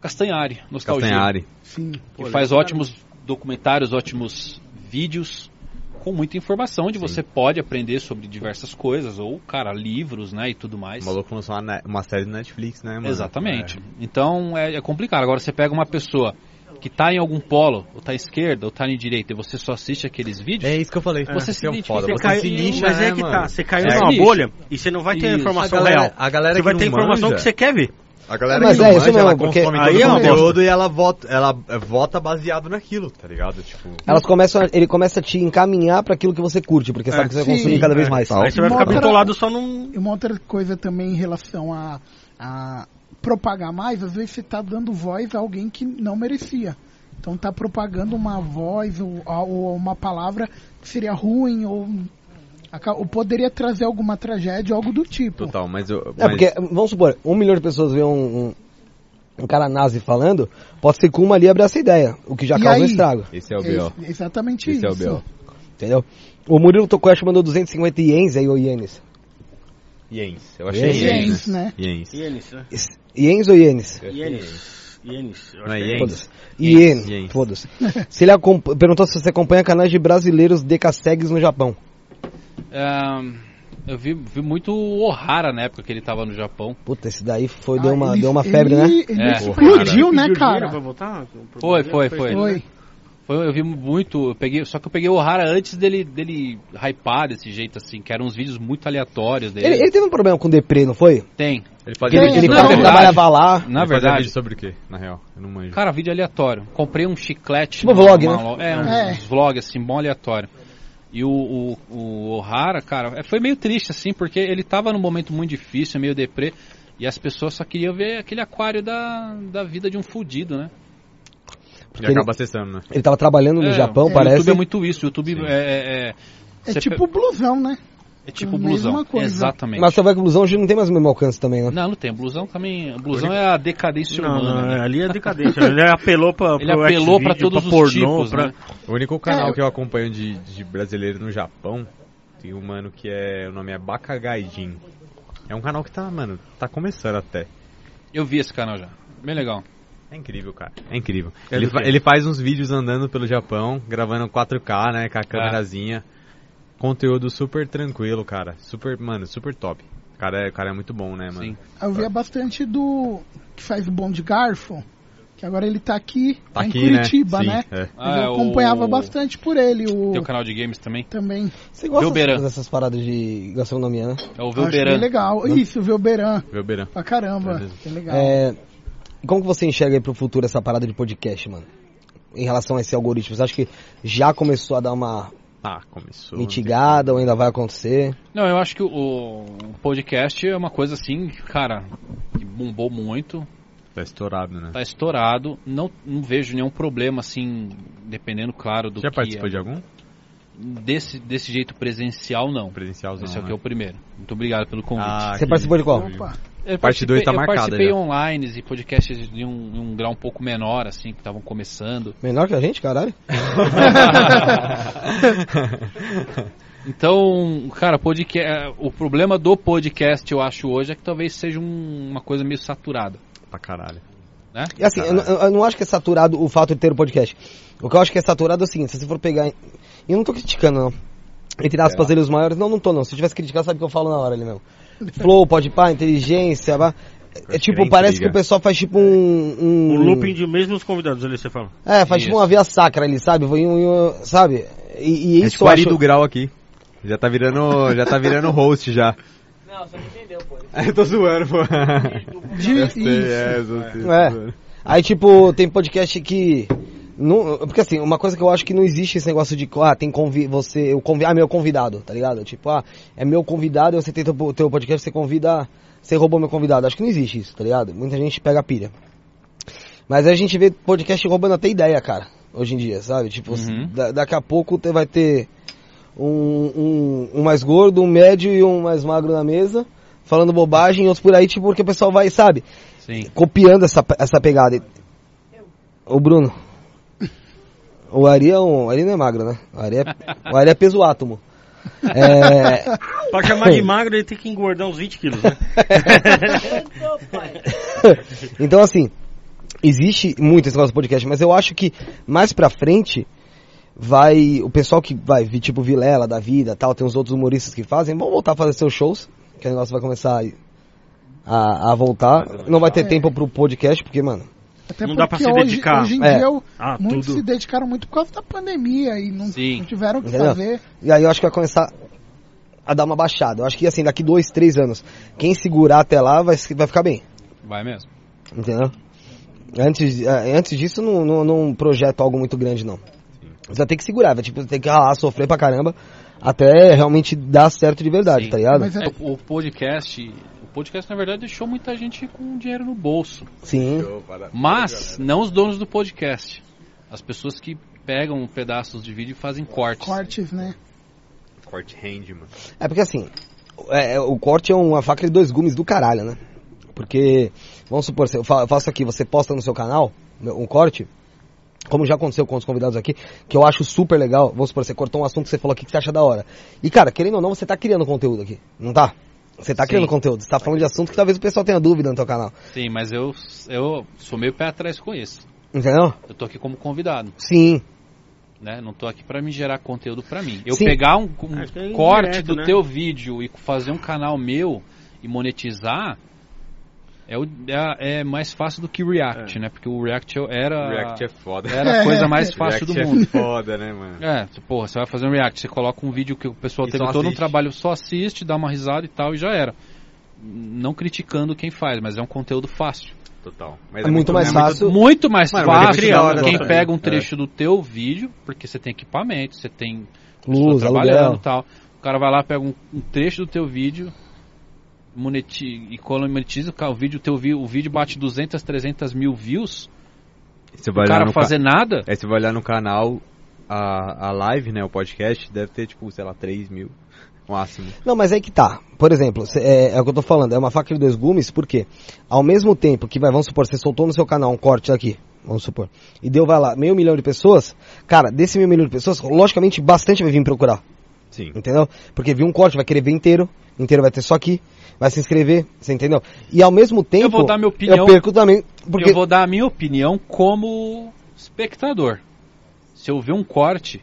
[SPEAKER 2] Castanhari, Nostalgia,
[SPEAKER 7] Castanhari.
[SPEAKER 6] Sim.
[SPEAKER 2] que faz ótimos documentários, ótimos vídeos com muita informação onde você pode aprender sobre diversas coisas ou, cara, livros, né, e tudo mais.
[SPEAKER 7] O maluco lançou uma, ne- uma série do Netflix, né, mano?
[SPEAKER 2] Exatamente. Então é, é complicado. Agora você pega uma pessoa que tá em algum polo, ou tá à esquerda, ou tá em direita, e você só assiste aqueles vídeos,
[SPEAKER 7] É, é isso que eu falei.
[SPEAKER 2] Você se
[SPEAKER 7] que é o
[SPEAKER 2] identifica-
[SPEAKER 7] foda,
[SPEAKER 11] você
[SPEAKER 7] você
[SPEAKER 11] caiu,
[SPEAKER 7] se lixa,
[SPEAKER 11] mas
[SPEAKER 7] né,
[SPEAKER 11] é que
[SPEAKER 7] mano?
[SPEAKER 11] tá, você caiu
[SPEAKER 2] É,
[SPEAKER 11] numa
[SPEAKER 2] lixo.
[SPEAKER 11] bolha e você não vai ter a
[SPEAKER 2] Isso.
[SPEAKER 7] A
[SPEAKER 11] informação
[SPEAKER 7] galera,
[SPEAKER 11] real.
[SPEAKER 7] a galera
[SPEAKER 11] Você
[SPEAKER 7] que
[SPEAKER 11] vai
[SPEAKER 7] não
[SPEAKER 11] ter a informação
[SPEAKER 7] manja-
[SPEAKER 11] que você quer ver.
[SPEAKER 7] A galera
[SPEAKER 8] Mas
[SPEAKER 7] que não
[SPEAKER 8] é, isso
[SPEAKER 7] manja, ela
[SPEAKER 8] mesmo, porque
[SPEAKER 7] consome
[SPEAKER 11] aí
[SPEAKER 7] todo
[SPEAKER 11] é
[SPEAKER 7] o
[SPEAKER 11] uma
[SPEAKER 7] conteúdo e ela vota, ela eh, vota baseado naquilo, tá ligado? Tipo,
[SPEAKER 8] Elas começam, a- ele começa a te encaminhar pra aquilo que você curte, porque sabe
[SPEAKER 2] Ah,
[SPEAKER 11] É,
[SPEAKER 8] que você
[SPEAKER 6] sim,
[SPEAKER 8] vai consumir
[SPEAKER 2] né?
[SPEAKER 8] cada vez
[SPEAKER 11] é.
[SPEAKER 8] mais.
[SPEAKER 11] Aí você vai
[SPEAKER 6] Uma
[SPEAKER 11] ficar
[SPEAKER 6] outra-
[SPEAKER 11] bitolado só num.
[SPEAKER 6] E uma outra coisa também em relação a, a propagar mais, às vezes você tá dando voz a alguém que não merecia. Então tá propagando uma voz ou, ou uma palavra que seria ruim ou, aca- ou poderia trazer alguma tragédia, algo do tipo.
[SPEAKER 7] total, mas eu.
[SPEAKER 8] É, porque, vamos supor, um milhão de pessoas vê um, um, um cara nazi falando, pode ser que uma ali abra essa ideia, o que já
[SPEAKER 6] E
[SPEAKER 8] causa um
[SPEAKER 6] aí?
[SPEAKER 8] estrago,
[SPEAKER 7] Esse é o B.O.
[SPEAKER 6] É, exatamente
[SPEAKER 7] Esse é o
[SPEAKER 6] isso.
[SPEAKER 7] B.O.
[SPEAKER 8] entendeu? O Murilo Tokoyashi mandou 250 ienes aí, ou ienes.
[SPEAKER 7] Iens. Eu achei
[SPEAKER 6] Iens,
[SPEAKER 7] Iens.
[SPEAKER 6] né?
[SPEAKER 7] Iens.
[SPEAKER 11] Ienis, né?
[SPEAKER 8] Es- Ienes ou ienes?
[SPEAKER 11] Ienis. Ienis. eu acho
[SPEAKER 7] Não é
[SPEAKER 11] que
[SPEAKER 7] Ienis?
[SPEAKER 8] Foda-se. Ien,
[SPEAKER 7] Ienes.
[SPEAKER 8] foda-se. Se ele acompa- perguntou se você acompanha canais de brasileiros decacegues no Japão.
[SPEAKER 2] Ah, eu vi, vi muito o O'Hara na época que ele tava no Japão.
[SPEAKER 8] Puta, esse daí foi,
[SPEAKER 6] Ah,
[SPEAKER 8] deu, uma,
[SPEAKER 6] ele-
[SPEAKER 8] deu uma febre,
[SPEAKER 6] ele-
[SPEAKER 8] né?
[SPEAKER 6] Ele
[SPEAKER 2] É.
[SPEAKER 6] explodiu,
[SPEAKER 11] Pediu
[SPEAKER 6] né,
[SPEAKER 11] dinheiro pra
[SPEAKER 6] cara?
[SPEAKER 11] voltar?
[SPEAKER 2] Foi, foi, foi.
[SPEAKER 6] Foi.
[SPEAKER 2] Foi- eu vi muito, eu peguei, só que eu peguei o O'Hara antes dele, dele hypar desse jeito assim, que eram uns vídeos muito aleatórios dele.
[SPEAKER 8] Ele, ele teve um problema com deprê, não foi?
[SPEAKER 2] Tem.
[SPEAKER 7] Ele
[SPEAKER 8] Porque
[SPEAKER 7] fazia
[SPEAKER 8] ele,
[SPEAKER 2] Não,
[SPEAKER 8] ele
[SPEAKER 2] na
[SPEAKER 8] quase
[SPEAKER 2] verdade-
[SPEAKER 8] trabalhava lá.
[SPEAKER 2] é?
[SPEAKER 7] ele
[SPEAKER 2] Na
[SPEAKER 7] fazia
[SPEAKER 2] verdade,
[SPEAKER 7] vídeo sobre o quê, na real? Eu não manjo.
[SPEAKER 2] cara, vídeo aleatório. Comprei um chiclete.
[SPEAKER 8] Tipo
[SPEAKER 2] numa-
[SPEAKER 8] vlog,
[SPEAKER 2] numa
[SPEAKER 8] né?
[SPEAKER 2] lo- É, uns,
[SPEAKER 6] É.
[SPEAKER 2] uns vlogs assim, bom aleatório. E o, o, o O'Hara, cara, é, foi meio triste assim, porque ele tava num momento muito difícil, meio deprê, e as pessoas só queriam ver aquele aquário da, da vida de um fudido, né?
[SPEAKER 7] Ele
[SPEAKER 8] ele-
[SPEAKER 7] acaba acessando, né?
[SPEAKER 8] Ele tava trabalhando no
[SPEAKER 2] É,
[SPEAKER 8] Japão,
[SPEAKER 2] o
[SPEAKER 8] parece.
[SPEAKER 2] YouTube é muito isso. O YouTube
[SPEAKER 7] Sim.
[SPEAKER 2] é, é, é,
[SPEAKER 6] É
[SPEAKER 2] Você
[SPEAKER 6] tipo blusão, né?
[SPEAKER 2] é tipo
[SPEAKER 6] mesma
[SPEAKER 2] blusão.
[SPEAKER 6] coisa.
[SPEAKER 2] Exatamente.
[SPEAKER 8] Mas você vai com blusão, hoje não tem mais o mesmo alcance também, né?
[SPEAKER 2] Não, não tem. Blusão também. Blusão é a decadência
[SPEAKER 11] Não,
[SPEAKER 2] humana.
[SPEAKER 11] não,
[SPEAKER 2] né?
[SPEAKER 11] ali é decadência. Ele apelou
[SPEAKER 3] tipo
[SPEAKER 11] pra,
[SPEAKER 2] Ele
[SPEAKER 11] pro
[SPEAKER 2] apelou pra
[SPEAKER 11] X-Video,
[SPEAKER 2] todos os tipos, né?
[SPEAKER 7] O único canal
[SPEAKER 6] É, eu-
[SPEAKER 7] que eu acompanho de, de brasileiro no Japão tem um mano que é. O nome é Bakagaijin. É um canal que tá, mano, tá começando até.
[SPEAKER 2] Eu vi esse canal já. Bem legal.
[SPEAKER 7] É incrível, cara. É incrível.
[SPEAKER 11] É
[SPEAKER 7] ele,
[SPEAKER 11] do
[SPEAKER 7] fa-
[SPEAKER 11] quê?
[SPEAKER 7] ele faz uns vídeos andando pelo Japão, gravando 4K, né?
[SPEAKER 11] Ah.
[SPEAKER 7] Com a câmerazinha. Conteúdo super tranquilo, cara. Super, mano, super top. O cara, é- o cara é muito bom, né, mano?
[SPEAKER 2] Sim.
[SPEAKER 6] Eu via bastante do que faz o bom de garfo, que agora ele tá aqui,
[SPEAKER 7] Tá
[SPEAKER 6] em
[SPEAKER 7] aqui,
[SPEAKER 6] Curitiba,
[SPEAKER 7] né?
[SPEAKER 6] né?
[SPEAKER 7] Sim, é.
[SPEAKER 6] Mas
[SPEAKER 2] Ah, é
[SPEAKER 6] eu acompanhava
[SPEAKER 2] o-
[SPEAKER 6] bastante por ele, o
[SPEAKER 2] Tem o canal de games também.
[SPEAKER 6] também.
[SPEAKER 8] Você gosta
[SPEAKER 2] Velberan.
[SPEAKER 8] dessas paradas de gastronomia, né?
[SPEAKER 2] É o
[SPEAKER 6] Eu Acho bem
[SPEAKER 2] Velberan.
[SPEAKER 6] legal. Isso, Velberan.
[SPEAKER 7] Vê o Beirão.
[SPEAKER 6] Pra caramba.
[SPEAKER 7] Beleza.
[SPEAKER 6] É legal.
[SPEAKER 8] É, como que você enxerga aí pro futuro essa parada de podcast, mano? Em relação a esse algoritmo, você acha que já começou a dar uma
[SPEAKER 7] Ah, começou.
[SPEAKER 8] mitigada ou ainda vai acontecer?
[SPEAKER 2] Não, eu acho que o, o podcast é uma coisa assim, cara, que bombou muito.
[SPEAKER 7] Tá estourado, né?
[SPEAKER 2] Tá estourado. Não, não vejo nenhum problema assim, dependendo, claro, do
[SPEAKER 7] Já
[SPEAKER 2] que
[SPEAKER 7] participou
[SPEAKER 2] é.
[SPEAKER 7] de algum?
[SPEAKER 2] Desse, desse jeito presencial, não.
[SPEAKER 7] Presencialzão,
[SPEAKER 2] Esse aqui
[SPEAKER 7] né?
[SPEAKER 2] é o primeiro. Muito obrigado pelo convite.
[SPEAKER 7] Ah,
[SPEAKER 8] você
[SPEAKER 7] que-
[SPEAKER 8] participou de qual?
[SPEAKER 6] Opa.
[SPEAKER 2] Eu
[SPEAKER 7] Parte dois tá
[SPEAKER 2] participei-
[SPEAKER 7] marcada
[SPEAKER 2] Eu participei
[SPEAKER 7] já.
[SPEAKER 2] online e podcasts de um, um grau um pouco menor, assim, que estavam começando.
[SPEAKER 8] Menor que a gente, caralho?
[SPEAKER 2] Então, cara, podcast, o problema do podcast, eu acho hoje, é que talvez seja um- uma coisa meio saturada.
[SPEAKER 7] Pra caralho.
[SPEAKER 2] né?
[SPEAKER 8] E assim, eu, eu- eu não acho que é saturado o fato de ter o podcast. O que eu acho que é saturado é o seguinte, se você for pegar... em- E eu não tô criticando, não. Entre
[SPEAKER 7] É.
[SPEAKER 8] aspas, ele é os maiores. Não, não tô, não. Se eu tivesse criticado, sabe o que eu falo na hora ali mesmo. Flow, pode pá, inteligência, blá. É tipo,
[SPEAKER 7] Intriga.
[SPEAKER 8] parece que o pessoal faz tipo um... Um,
[SPEAKER 11] O looping de mesmos convidados ali, você fala.
[SPEAKER 8] É, faz tipo
[SPEAKER 2] Isso.
[SPEAKER 8] uma via sacra ali, sabe? Foi um... um- Sabe? E, e
[SPEAKER 7] É
[SPEAKER 8] isso
[SPEAKER 7] tipo
[SPEAKER 8] eu
[SPEAKER 7] o Ari
[SPEAKER 8] acho...
[SPEAKER 7] do Grau aqui. Já tá virando, já tá virando host já.
[SPEAKER 10] Não, você não entendeu, pô.
[SPEAKER 7] Eu tô zoando, pô. Eu sei,
[SPEAKER 6] isso.
[SPEAKER 7] é, eu sei, tô
[SPEAKER 8] É.
[SPEAKER 7] zoando.
[SPEAKER 8] Aí, tipo, tem podcast que. Não, porque assim, uma coisa que eu acho que não existe esse negócio de, ah, tem convi você, eu convi ah, meu convidado, tá ligado? Tipo, ah, é meu convidado, você tem teu, po- teu podcast, você convida, você roubou meu convidado. Acho que não existe isso, tá ligado? Muita gente pega a pilha. Mas a gente vê podcast roubando até ideia, cara, hoje em dia, sabe? Tipo,
[SPEAKER 2] Uhum.
[SPEAKER 8] da- daqui a pouco te- vai ter um, um, um mais gordo, um médio e um mais magro na mesa, falando bobagem, e outros por aí, tipo, porque o pessoal vai, sabe?
[SPEAKER 2] Sim.
[SPEAKER 8] copiando essa, essa pegada. O Bruno. O Ari, é um, o Ari não é magro, né? O Ari é, o Ari é peso átomo. É,
[SPEAKER 11] Pra chamar de magro, ele tem que engordar uns 20 quilos, né?
[SPEAKER 8] então, assim, existe muito esse negócio do podcast, mas eu acho que mais pra frente vai. O pessoal que vai, vir, tipo Vilela da vida tal, tem uns outros humoristas que fazem, vão voltar a fazer seus shows, que o negócio vai começar a, a voltar. Não vai ter tempo pro podcast, porque, mano.
[SPEAKER 6] Até
[SPEAKER 11] Não
[SPEAKER 6] porque
[SPEAKER 11] dá pra se
[SPEAKER 6] hoje,
[SPEAKER 11] dedicar.
[SPEAKER 6] hoje em
[SPEAKER 8] É.
[SPEAKER 6] dia, o-
[SPEAKER 11] Ah,
[SPEAKER 6] muitos
[SPEAKER 11] tudo.
[SPEAKER 6] se dedicaram muito por causa da pandemia e não,
[SPEAKER 2] Sim.
[SPEAKER 6] não tiveram o que
[SPEAKER 8] Entendeu?
[SPEAKER 6] fazer.
[SPEAKER 8] E aí eu acho que vai começar a dar uma baixada. Eu acho que assim, daqui dois, três anos, quem segurar até lá vai, se- vai ficar bem.
[SPEAKER 2] Vai mesmo.
[SPEAKER 8] Entendeu? Antes, eh, antes disso, não, não, não projeto algo muito grande, não. Você vai ter que segurar, vai tipo, ter que ralar, sofrer pra caramba, até realmente dar certo de verdade,
[SPEAKER 2] Sim.
[SPEAKER 8] tá ligado?
[SPEAKER 6] Mas é-
[SPEAKER 2] O, o podcast, o podcast na verdade deixou muita gente com dinheiro no bolso.
[SPEAKER 8] Sim.
[SPEAKER 2] Mas não os donos do podcast. As pessoas que pegam pedaços de vídeo e fazem cortes.
[SPEAKER 6] cortes, né?
[SPEAKER 7] Corte hand, mano.
[SPEAKER 8] É porque assim, é, é, o corte é uma faca de dois gumes do caralho, né? Porque, vamos supor, se eu fa- eu faço aqui, você posta no seu canal meu- um corte, como já aconteceu com os convidados aqui, que eu acho super legal. Vamos supor, você cortou um assunto que você falou aqui que você acha da hora. E cara, querendo ou não, você tá criando conteúdo aqui, não tá? Você tá criando conteúdo, você tá falando de assunto que talvez o pessoal tenha dúvida no teu canal,
[SPEAKER 2] Sim, mas eu, eu sou meio pé atrás com isso.
[SPEAKER 8] entendeu?
[SPEAKER 2] Eu tô aqui como convidado,
[SPEAKER 8] Sim,
[SPEAKER 2] né? Não tô aqui pra me gerar conteúdo pra mim. Eu
[SPEAKER 8] Sim.
[SPEAKER 2] pegar um, um
[SPEAKER 11] Ah,
[SPEAKER 7] é
[SPEAKER 11] tem
[SPEAKER 2] corte
[SPEAKER 11] direto,
[SPEAKER 2] do
[SPEAKER 11] né?
[SPEAKER 2] teu vídeo e fazer um canal meu e monetizar é, o- é, é mais fácil do que o React, né? Porque o React eu- era,
[SPEAKER 7] É. React é foda.
[SPEAKER 2] era a coisa Ah, mais fácil do
[SPEAKER 7] React
[SPEAKER 2] mundo.
[SPEAKER 7] é foda, né, mano?
[SPEAKER 2] É, tu- porra, você vai fazer um react, você coloca um vídeo que o pessoal
[SPEAKER 7] E
[SPEAKER 2] teve
[SPEAKER 7] só
[SPEAKER 2] todo um
[SPEAKER 7] assiste.
[SPEAKER 2] trabalho, só assiste, dá uma risada e tal, e já era. Não criticando quem faz, mas é um conteúdo fácil.
[SPEAKER 7] Total.
[SPEAKER 8] é,
[SPEAKER 7] Mas
[SPEAKER 8] muito mais
[SPEAKER 7] é
[SPEAKER 8] fácil.
[SPEAKER 2] Muito mais
[SPEAKER 7] Mano, mas é
[SPEAKER 2] fácil
[SPEAKER 7] criar um
[SPEAKER 2] quem
[SPEAKER 7] negócio,
[SPEAKER 2] pega um
[SPEAKER 7] né?
[SPEAKER 2] trecho do teu vídeo, porque você tem equipamento, você tem pessoa
[SPEAKER 8] Luz,
[SPEAKER 2] trabalhando e
[SPEAKER 8] aluguel.
[SPEAKER 2] tal. O cara vai lá, pega um, um trecho do teu vídeo, monetiza, e quando monetiza, o ca- o vídeo, teu, vi- o vídeo bate 200, 300 mil views,
[SPEAKER 7] Você vai
[SPEAKER 2] o
[SPEAKER 7] olhar
[SPEAKER 2] cara
[SPEAKER 7] no ca-
[SPEAKER 2] fazer nada,
[SPEAKER 7] Aí você vai olhar no canal, a, a live, né, o podcast, deve ter, tipo, sei lá, 3 mil, máximo.
[SPEAKER 8] Não, mas aí que tá. Por exemplo, cê- é, é o que eu tô falando, é uma faca de dois gumes, porque ao mesmo tempo que vai, vamos supor, você soltou no seu canal um corte aqui, vamos supor, e deu, vai lá, meio milhão de pessoas, cara, desse meio milhão de pessoas, logicamente bastante vai vir procurar,
[SPEAKER 7] Sim.
[SPEAKER 8] entendeu? Porque viu um corte, vai querer ver inteiro, inteiro vai ter só aqui, vai se inscrever, você entendeu? E ao mesmo tempo.
[SPEAKER 2] vou dar minha opinião.
[SPEAKER 8] Eu perco também, porque.
[SPEAKER 2] Eu vou dar a minha opinião como espectador. Se eu ver um corte,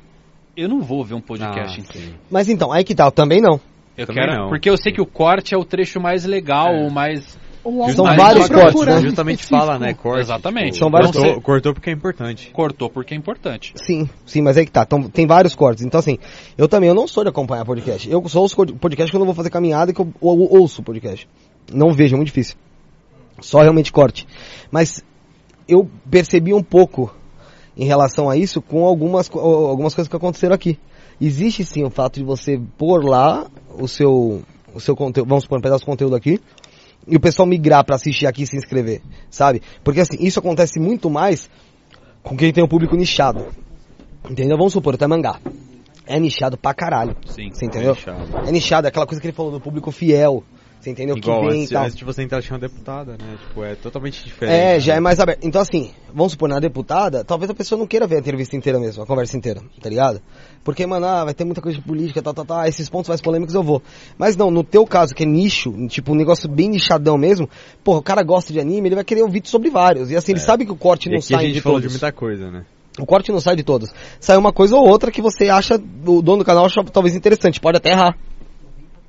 [SPEAKER 2] eu não vou ver um podcast
[SPEAKER 7] Ah,
[SPEAKER 2] inteiro.
[SPEAKER 7] sim.
[SPEAKER 8] Mas então, aí que tá, eu também não.
[SPEAKER 2] Eu
[SPEAKER 7] Também
[SPEAKER 2] quero,
[SPEAKER 7] não.
[SPEAKER 2] porque eu sei que o corte é o trecho mais legal, o mais
[SPEAKER 6] Ou
[SPEAKER 7] São
[SPEAKER 6] alguém
[SPEAKER 8] vários
[SPEAKER 6] procurando
[SPEAKER 8] cortes, né?
[SPEAKER 6] em
[SPEAKER 7] tá Justamente
[SPEAKER 6] específico.
[SPEAKER 7] fala, né, corte.
[SPEAKER 2] Exatamente.
[SPEAKER 7] tipo,
[SPEAKER 8] São vários
[SPEAKER 7] cortou,
[SPEAKER 8] cortes.
[SPEAKER 7] cortou porque é importante.
[SPEAKER 2] cortou porque é importante.
[SPEAKER 8] Sim, sim, mas aí que tá. Então, tem vários cortes. Então, assim, eu também eu não sou de acompanhar podcast. Eu só ouço pod- podcast quando eu vou fazer caminhada e que eu, ou- ouço podcast. Não vejo, é muito difícil. Só realmente corte. Mas eu percebi um pouco em relação a isso com algumas, co- algumas coisas que aconteceram aqui. Existe sim o fato de você pôr lá o seu, o seu conteúdo, vamos supor, um pedaço de conteúdo aqui, e o pessoal migrar pra assistir aqui e se inscrever, sabe? Porque assim, isso acontece muito mais com quem tem um público nichado. Entendeu? Vamos supor, até mangá. É nichado pra caralho.
[SPEAKER 2] Sim.
[SPEAKER 8] Você entendeu? É nichado, é aquela coisa que ele falou do público fiel. Você entendeu?
[SPEAKER 7] Igual
[SPEAKER 8] que vem
[SPEAKER 7] antes,
[SPEAKER 8] e tal.
[SPEAKER 7] antes de você entrar tinha uma deputada, né? Tipo, é totalmente diferente.
[SPEAKER 8] É, já
[SPEAKER 7] né?
[SPEAKER 8] é mais aberto. Então, assim, vamos supor, na deputada, talvez a pessoa não queira ver a entrevista inteira mesmo, a conversa inteira, tá ligado? Porque, mano, ah, vai ter muita coisa de política, tá, tá, tá, esses pontos mais polêmicos eu vou. Mas não, no teu caso, que é nicho, tipo, um negócio bem nichadão mesmo, porra, o cara gosta de anime, ele vai querer ouvir sobre vários. E assim, ele sabe que o corte
[SPEAKER 7] É. E
[SPEAKER 8] não
[SPEAKER 7] aqui a
[SPEAKER 8] sai
[SPEAKER 7] gente
[SPEAKER 8] de
[SPEAKER 7] falou de
[SPEAKER 8] todos.
[SPEAKER 7] muita coisa, né?
[SPEAKER 8] O corte não sai de todos. Sai uma coisa ou outra que você acha, o dono do canal acha talvez interessante, pode até errar.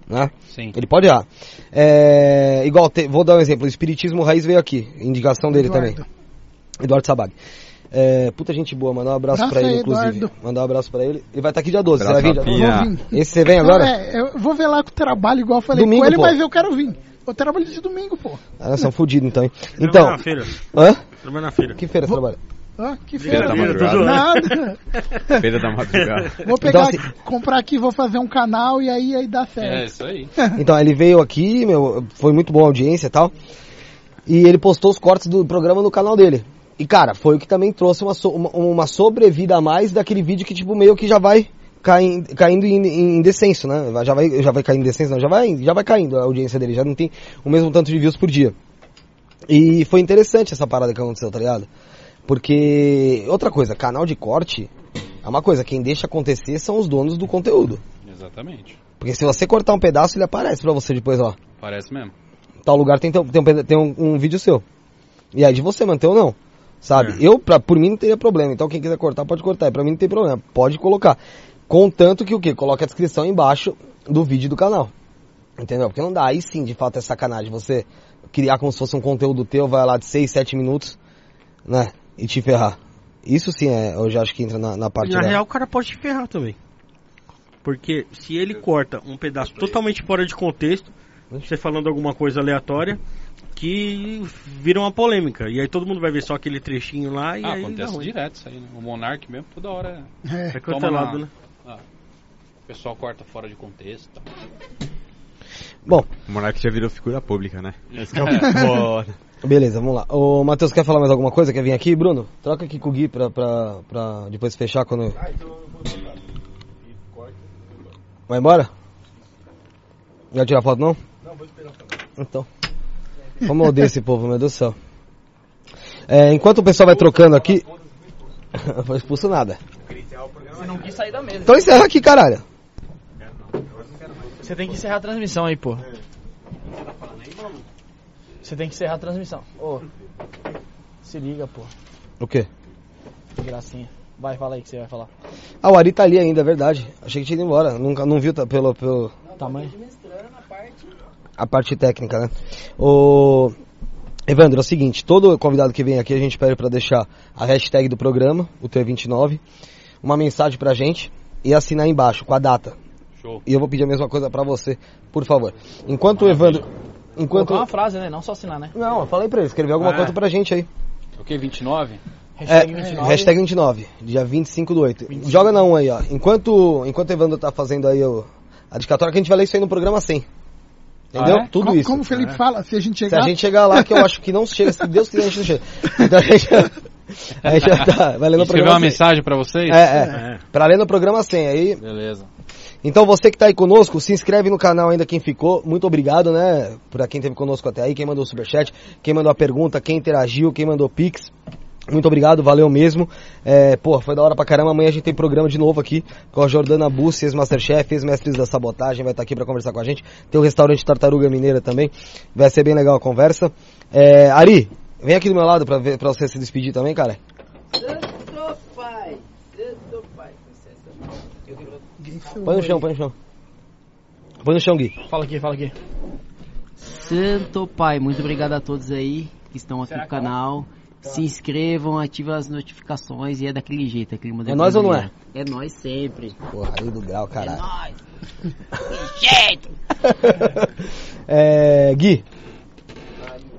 [SPEAKER 8] Né?
[SPEAKER 2] Sim.
[SPEAKER 8] Ele pode errar. É, igual, te- vou dar um exemplo. O Espiritismo Raiz veio aqui. Indicação dele também. Eduardo Sabag. É, puta gente boa, mandar um abraço
[SPEAKER 6] Abraço
[SPEAKER 8] pra ele,
[SPEAKER 6] aí,
[SPEAKER 8] inclusive.
[SPEAKER 6] Eduardo.
[SPEAKER 8] Mandar um abraço pra ele. Ele vai estar aqui dia 12. Será
[SPEAKER 7] Abraço,
[SPEAKER 8] que dia
[SPEAKER 7] rapinha.
[SPEAKER 8] 12?
[SPEAKER 7] Ah.
[SPEAKER 6] Vou vir.
[SPEAKER 8] Esse você vem
[SPEAKER 6] Eu-
[SPEAKER 8] agora?
[SPEAKER 6] é, eu vou ver lá com o trabalho, igual eu falei
[SPEAKER 8] Domingo,
[SPEAKER 6] com ele,
[SPEAKER 8] pô.
[SPEAKER 6] mas eu quero vir. Eu trabalho de domingo, pô.
[SPEAKER 8] Ah, nós somos fodidos então, hein? Então.
[SPEAKER 11] na feira.
[SPEAKER 8] Hã?
[SPEAKER 11] Trabalhando na feira.
[SPEAKER 8] Que feira você
[SPEAKER 6] Vou-
[SPEAKER 8] trabalha?
[SPEAKER 6] Ah, que
[SPEAKER 7] Feira da
[SPEAKER 6] feira.
[SPEAKER 11] tô
[SPEAKER 7] madrugada. né?
[SPEAKER 11] zoando.
[SPEAKER 6] Nada.
[SPEAKER 7] Feira da madrugada.
[SPEAKER 6] Vou pegar,
[SPEAKER 8] Então, assim-
[SPEAKER 6] comprar aqui, vou fazer um canal e aí, aí dá certo.
[SPEAKER 2] É, isso aí.
[SPEAKER 8] Então, ele veio aqui, meu, foi muito boa a audiência e tal. E ele postou os cortes do programa no canal dele. E, cara, foi o que também trouxe uma, so- uma, uma sobrevida a mais daquele vídeo que, tipo, meio que já vai caindo, caindo em, em descenso, né? Vai- Já vai, já vai caindo em descenso, não, já vai, já vai caindo a audiência dele, já não tem o mesmo tanto de views por dia. E foi interessante essa parada que aconteceu, tá ligado? Porque, outra coisa, canal de corte é uma coisa, quem deixa acontecer são os donos do conteúdo.
[SPEAKER 2] Exatamente.
[SPEAKER 8] Porque se você cortar um pedaço, ele aparece pra você depois, ó
[SPEAKER 2] Parece mesmo.
[SPEAKER 8] tal lugar tem, teu- tem, um, peda- tem um, um vídeo seu. E aí de você manter ou não. Sabe? Eu, pra, por mim, não teria problema. Então quem quiser cortar, pode cortar. E pra mim não tem problema. Pode colocar. Contanto que o quê? Coloque a descrição embaixo do vídeo do canal. Entendeu? Porque não dá. Aí sim, de fato, é sacanagem. Você criar como se fosse um conteúdo teu, vai lá de 6, 7 minutos, né? E te ferrar. Isso sim, é, eu já acho que entra na, na parte
[SPEAKER 11] Na
[SPEAKER 8] da...
[SPEAKER 11] real, o cara pode te ferrar também. Porque se ele corta um pedaço totalmente fora de contexto, você falando alguma coisa aleatória, que vira uma polêmica. E aí todo mundo vai ver só aquele trechinho lá e
[SPEAKER 2] ah,
[SPEAKER 11] aí dá
[SPEAKER 2] acontece
[SPEAKER 11] ruim.
[SPEAKER 2] direto isso aí, né? O Monark mesmo, toda hora
[SPEAKER 11] É
[SPEAKER 2] Toma
[SPEAKER 11] cancelado,
[SPEAKER 2] na-
[SPEAKER 11] né?
[SPEAKER 2] o pessoal corta fora de contexto. e tal.
[SPEAKER 7] O Monark já virou figura pública, né?
[SPEAKER 8] Beleza, vamos lá. Ô, Matheus, quer falar mais alguma coisa? Quer vir aqui? Bruno, troca aqui com o Gui pra, pra, pra depois fechar quando... Ah, então eu vou Vai embora? Não vai tirar foto, não? Não, vou esperar. Então. Como eu odeio esse povo, meu Deus do céu. É, enquanto o pessoal vai trocando aqui... Não foi expulso nada.
[SPEAKER 10] Você não quis sair da mesa.
[SPEAKER 8] Então encerra aqui, caralho.
[SPEAKER 10] Você tem que encerrar a transmissão aí, pô. Você tem que encerrar a transmissão. Ô, se liga, pô.
[SPEAKER 8] O quê?
[SPEAKER 10] Que gracinha. Vai, fala aí que você vai falar.
[SPEAKER 8] Ah, o Ari tá ali ainda, é verdade. Achei que tinha ido embora. Nunca, não viu tá, pelo, pelo,
[SPEAKER 10] Tamanho.
[SPEAKER 8] a parte técnica, né? O Evandro, é o seguinte, todo convidado que vem aqui a gente pede pra deixar a hashtag do programa, o T29, uma mensagem pra gente e assinar embaixo com a data.
[SPEAKER 2] Show.
[SPEAKER 8] E eu vou pedir a mesma coisa pra você, por favor. Enquanto o Evandro,
[SPEAKER 10] Colocar
[SPEAKER 8] enquanto
[SPEAKER 10] uma frase, né? Não só assinar, né?
[SPEAKER 8] Não, eu falei pra ele, escrever alguma
[SPEAKER 2] Ah.
[SPEAKER 8] coisa pra gente aí.
[SPEAKER 2] O que, 29?
[SPEAKER 10] Hashtag
[SPEAKER 8] É,
[SPEAKER 10] 29.
[SPEAKER 8] Hashtag 29, dia 25 do 8. Joga na 1 aí, ó. Enquanto, enquanto o Evandro tá fazendo aí o, a dedicatória, que a gente vai ler isso aí no programa 100. Entendeu?
[SPEAKER 2] Ah, é?
[SPEAKER 8] Tudo
[SPEAKER 6] como,
[SPEAKER 8] isso.
[SPEAKER 6] como o
[SPEAKER 7] né?
[SPEAKER 6] Felipe fala, se a gente
[SPEAKER 8] Se a
[SPEAKER 6] chegar.
[SPEAKER 8] gente chegar lá, que eu acho que não chega, se Deus quiser, a gente não chega. Então a gente, a gente já tá, vai ler no
[SPEAKER 2] Escreveu
[SPEAKER 8] programa
[SPEAKER 2] uma
[SPEAKER 8] 100.
[SPEAKER 2] mensagem pra vocês?
[SPEAKER 8] É, é, pra ler no programa 100 aí.
[SPEAKER 2] Beleza.
[SPEAKER 8] Então você que tá aí conosco, se inscreve no canal ainda quem ficou. Muito obrigado, né, pra quem teve conosco até aí, quem mandou o superchat, quem mandou a pergunta, quem interagiu, quem mandou pix. Muito obrigado, valeu mesmo. É, porra, foi da hora pra caramba. Amanhã a gente tem programa de novo aqui com a Jordana Bussi, ex-masterchef, ex-mestres da sabotagem, vai estar aqui pra conversar com a gente. Tem o restaurante Tartaruga Mineira também. Vai ser bem legal a conversa. É, Ari, vem aqui do meu lado pra, ver, pra você se despedir também, cara.
[SPEAKER 5] Santo Pai, Santo Pai.
[SPEAKER 8] Põe no chão, põe no chão. Põe no chão, Gui.
[SPEAKER 10] Fala aqui, fala aqui.
[SPEAKER 5] Santo Pai, muito obrigado a todos aí que estão aqui no canal. Se inscrevam, ativem as notificações e é daquele jeito, aquele modelo.
[SPEAKER 8] É nóis ou não
[SPEAKER 5] brasileiro. É nóis sempre.
[SPEAKER 8] Porra, Ari do grau,
[SPEAKER 5] É
[SPEAKER 8] caralho.
[SPEAKER 5] nóis. Que jeito.
[SPEAKER 8] É, Gui,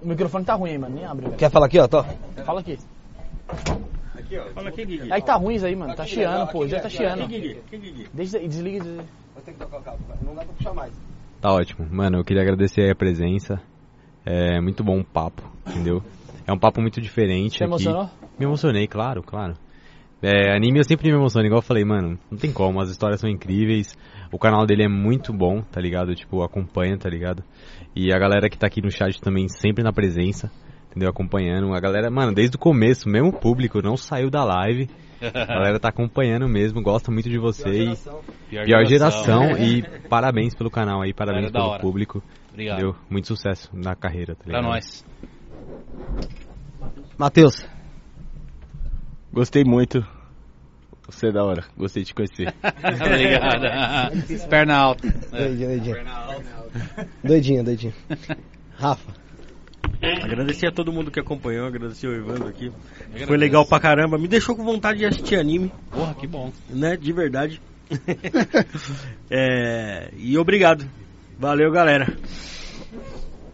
[SPEAKER 10] O microfone tá ruim aí, mano. Nem abre, velho.
[SPEAKER 8] quer falar aqui, ó? Tô.
[SPEAKER 10] Fala aqui.
[SPEAKER 11] Fala aqui, Gui.
[SPEAKER 10] Aí tá ruim isso aí, mano. Tá chiando, pô. Já tá chiando.
[SPEAKER 11] Aqui, Gui, aqui, Gui.
[SPEAKER 10] Deixa, desliga, desliga.
[SPEAKER 7] Tá ótimo. Mano, eu queria agradecer aí a presença. É muito bom o papo, entendeu? É um papo muito diferente
[SPEAKER 10] Você
[SPEAKER 7] aqui.
[SPEAKER 10] emocionou?
[SPEAKER 7] Me emocionei, claro, claro. É, anime eu sempre me emociono, igual eu falei, mano, não tem como, as histórias são incríveis, o canal dele é muito bom, tá ligado? Tipo, acompanha, tá ligado? E a galera que tá aqui no chat também sempre na presença, entendeu? Acompanhando, a galera, mano, desde o começo, mesmo o público, não saiu da live, a galera tá acompanhando mesmo, gosta muito de vocês. Pior geração
[SPEAKER 2] né?
[SPEAKER 7] e parabéns pelo canal aí, parabéns
[SPEAKER 2] Galera É da
[SPEAKER 7] pelo
[SPEAKER 2] hora.
[SPEAKER 7] público.
[SPEAKER 2] Obrigado.
[SPEAKER 7] Entendeu? Muito sucesso na carreira, tá
[SPEAKER 2] Pra
[SPEAKER 7] ligado?
[SPEAKER 2] nós.
[SPEAKER 8] Matheus,
[SPEAKER 12] Gostei muito. Você é da hora, gostei de te conhecer.
[SPEAKER 2] Obrigado. Perna alta.
[SPEAKER 8] doidinho, doidinho. Doidinho, doidinho. Rafa,
[SPEAKER 3] Agradecer a todo mundo que acompanhou, agradecer ao Evandro aqui. Foi legal pra caramba, me deixou com vontade de assistir anime.
[SPEAKER 2] Porra, que bom.
[SPEAKER 3] né? De verdade. É, e obrigado. Valeu, galera.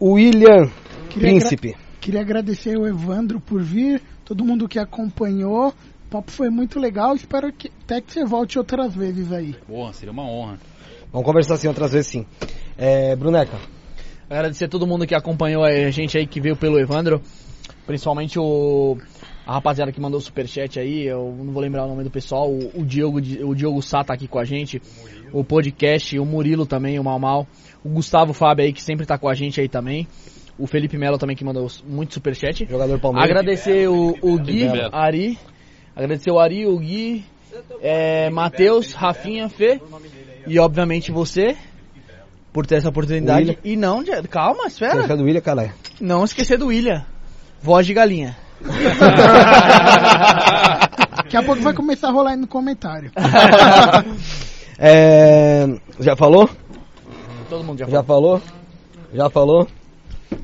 [SPEAKER 8] William
[SPEAKER 6] Queria
[SPEAKER 8] Príncipe.
[SPEAKER 6] Queria agradecer o Evandro por vir, todo mundo que acompanhou. O papo foi muito legal, espero que até que você volte outras vezes aí.
[SPEAKER 2] Porra, seria uma honra.
[SPEAKER 8] Vamos conversar assim outras vezes sim. É, Bruneca,
[SPEAKER 1] Agradecer a todo mundo que acompanhou a gente aí, que veio pelo Evandro. Principalmente o. A rapaziada que mandou o superchat aí, eu não vou lembrar o nome do pessoal. O, o Diogo, de- o Diogo Sá tá aqui com a gente. O podcast, o Murilo também, o Mal Mal. O Gustavo Fábio aí, que sempre tá com a gente aí também. O Felipe Melo também, que mandou muito superchat.
[SPEAKER 8] jogador
[SPEAKER 1] é
[SPEAKER 8] Palmeiras.
[SPEAKER 1] Agradecer o, o Gui,
[SPEAKER 2] Belo.
[SPEAKER 1] Ari. Agradecer o Ari, o Gui, é, Matheus, Rafinha, Fê. E obviamente você. Por ter essa oportunidade.
[SPEAKER 8] William.
[SPEAKER 1] E não, de- calma, espera.
[SPEAKER 8] Agradecer do William, caralho.
[SPEAKER 1] Não esquecer do William. Voz de galinha.
[SPEAKER 6] Daqui a pouco vai começar a rolar aí no comentário.
[SPEAKER 8] É, já falou?
[SPEAKER 1] Todo mundo já
[SPEAKER 8] Já falou? Já falou?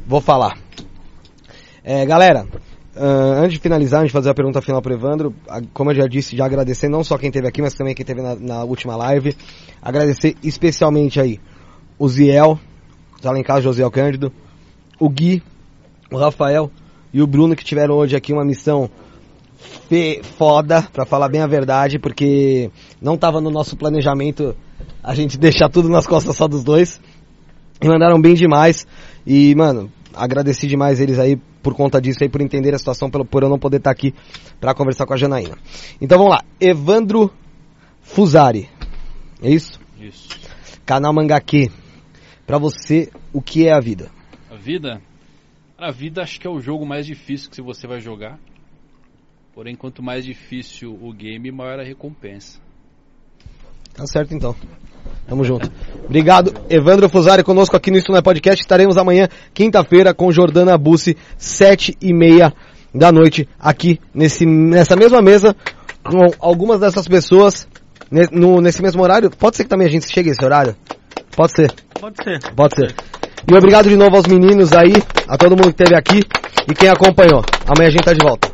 [SPEAKER 8] Vou falar. É, galera, ah, antes de finalizar, antes de fazer a pergunta final pro Evandro, a- como eu já disse, já agradecer não só quem esteve aqui, mas também quem esteve na, na última live. Agradecer especialmente aí o Ziel, tá lá em casa, Josiel Cândido, o Gui, o Rafael e o Bruno que tiveram hoje aqui uma missão fe- foda, pra falar bem a verdade, porque não tava no nosso planejamento a gente deixar tudo nas costas só dos dois. E mandaram bem demais. E, mano, agradeci demais eles aí por conta disso aí, por entender a situação, pelo, por eu não poder estar aqui pra conversar com a Janaína. Então vamos lá. Evandro Fusari. É isso?
[SPEAKER 2] Isso.
[SPEAKER 8] Canal Mangaque. Pra você, o que é a vida?
[SPEAKER 2] A vida? A vida acho que é o jogo mais difícil que você vai jogar. Porém, quanto mais difícil o game, maior a recompensa.
[SPEAKER 8] Tá certo então. Tamo junto. Obrigado, Evandro Fusari, conosco aqui no Isso Não é Podcast. Estaremos amanhã, quinta-feira, com Jordana Bussi, sete e meia da noite, aqui nesse, nessa mesma mesa, com algumas dessas pessoas, ne- no, nesse mesmo horário. Pode ser que também a gente chegue a esse horário? Pode ser.
[SPEAKER 3] Pode ser.
[SPEAKER 8] Pode ser. E obrigado de novo aos meninos aí, a todo mundo que esteve aqui e quem acompanhou. Amanhã a gente tá de volta.